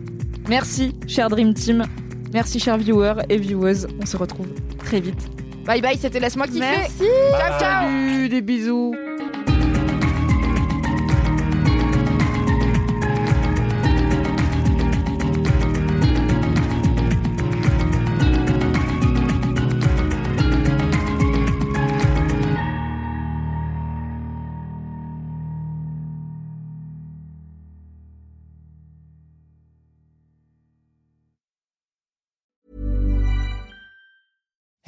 Merci, cher Dream Team. Merci, chers viewers et viewers. On se retrouve très vite. Bye bye, c'était Laisse-moi kiffer. Merci. Ciao, ciao. des bisous.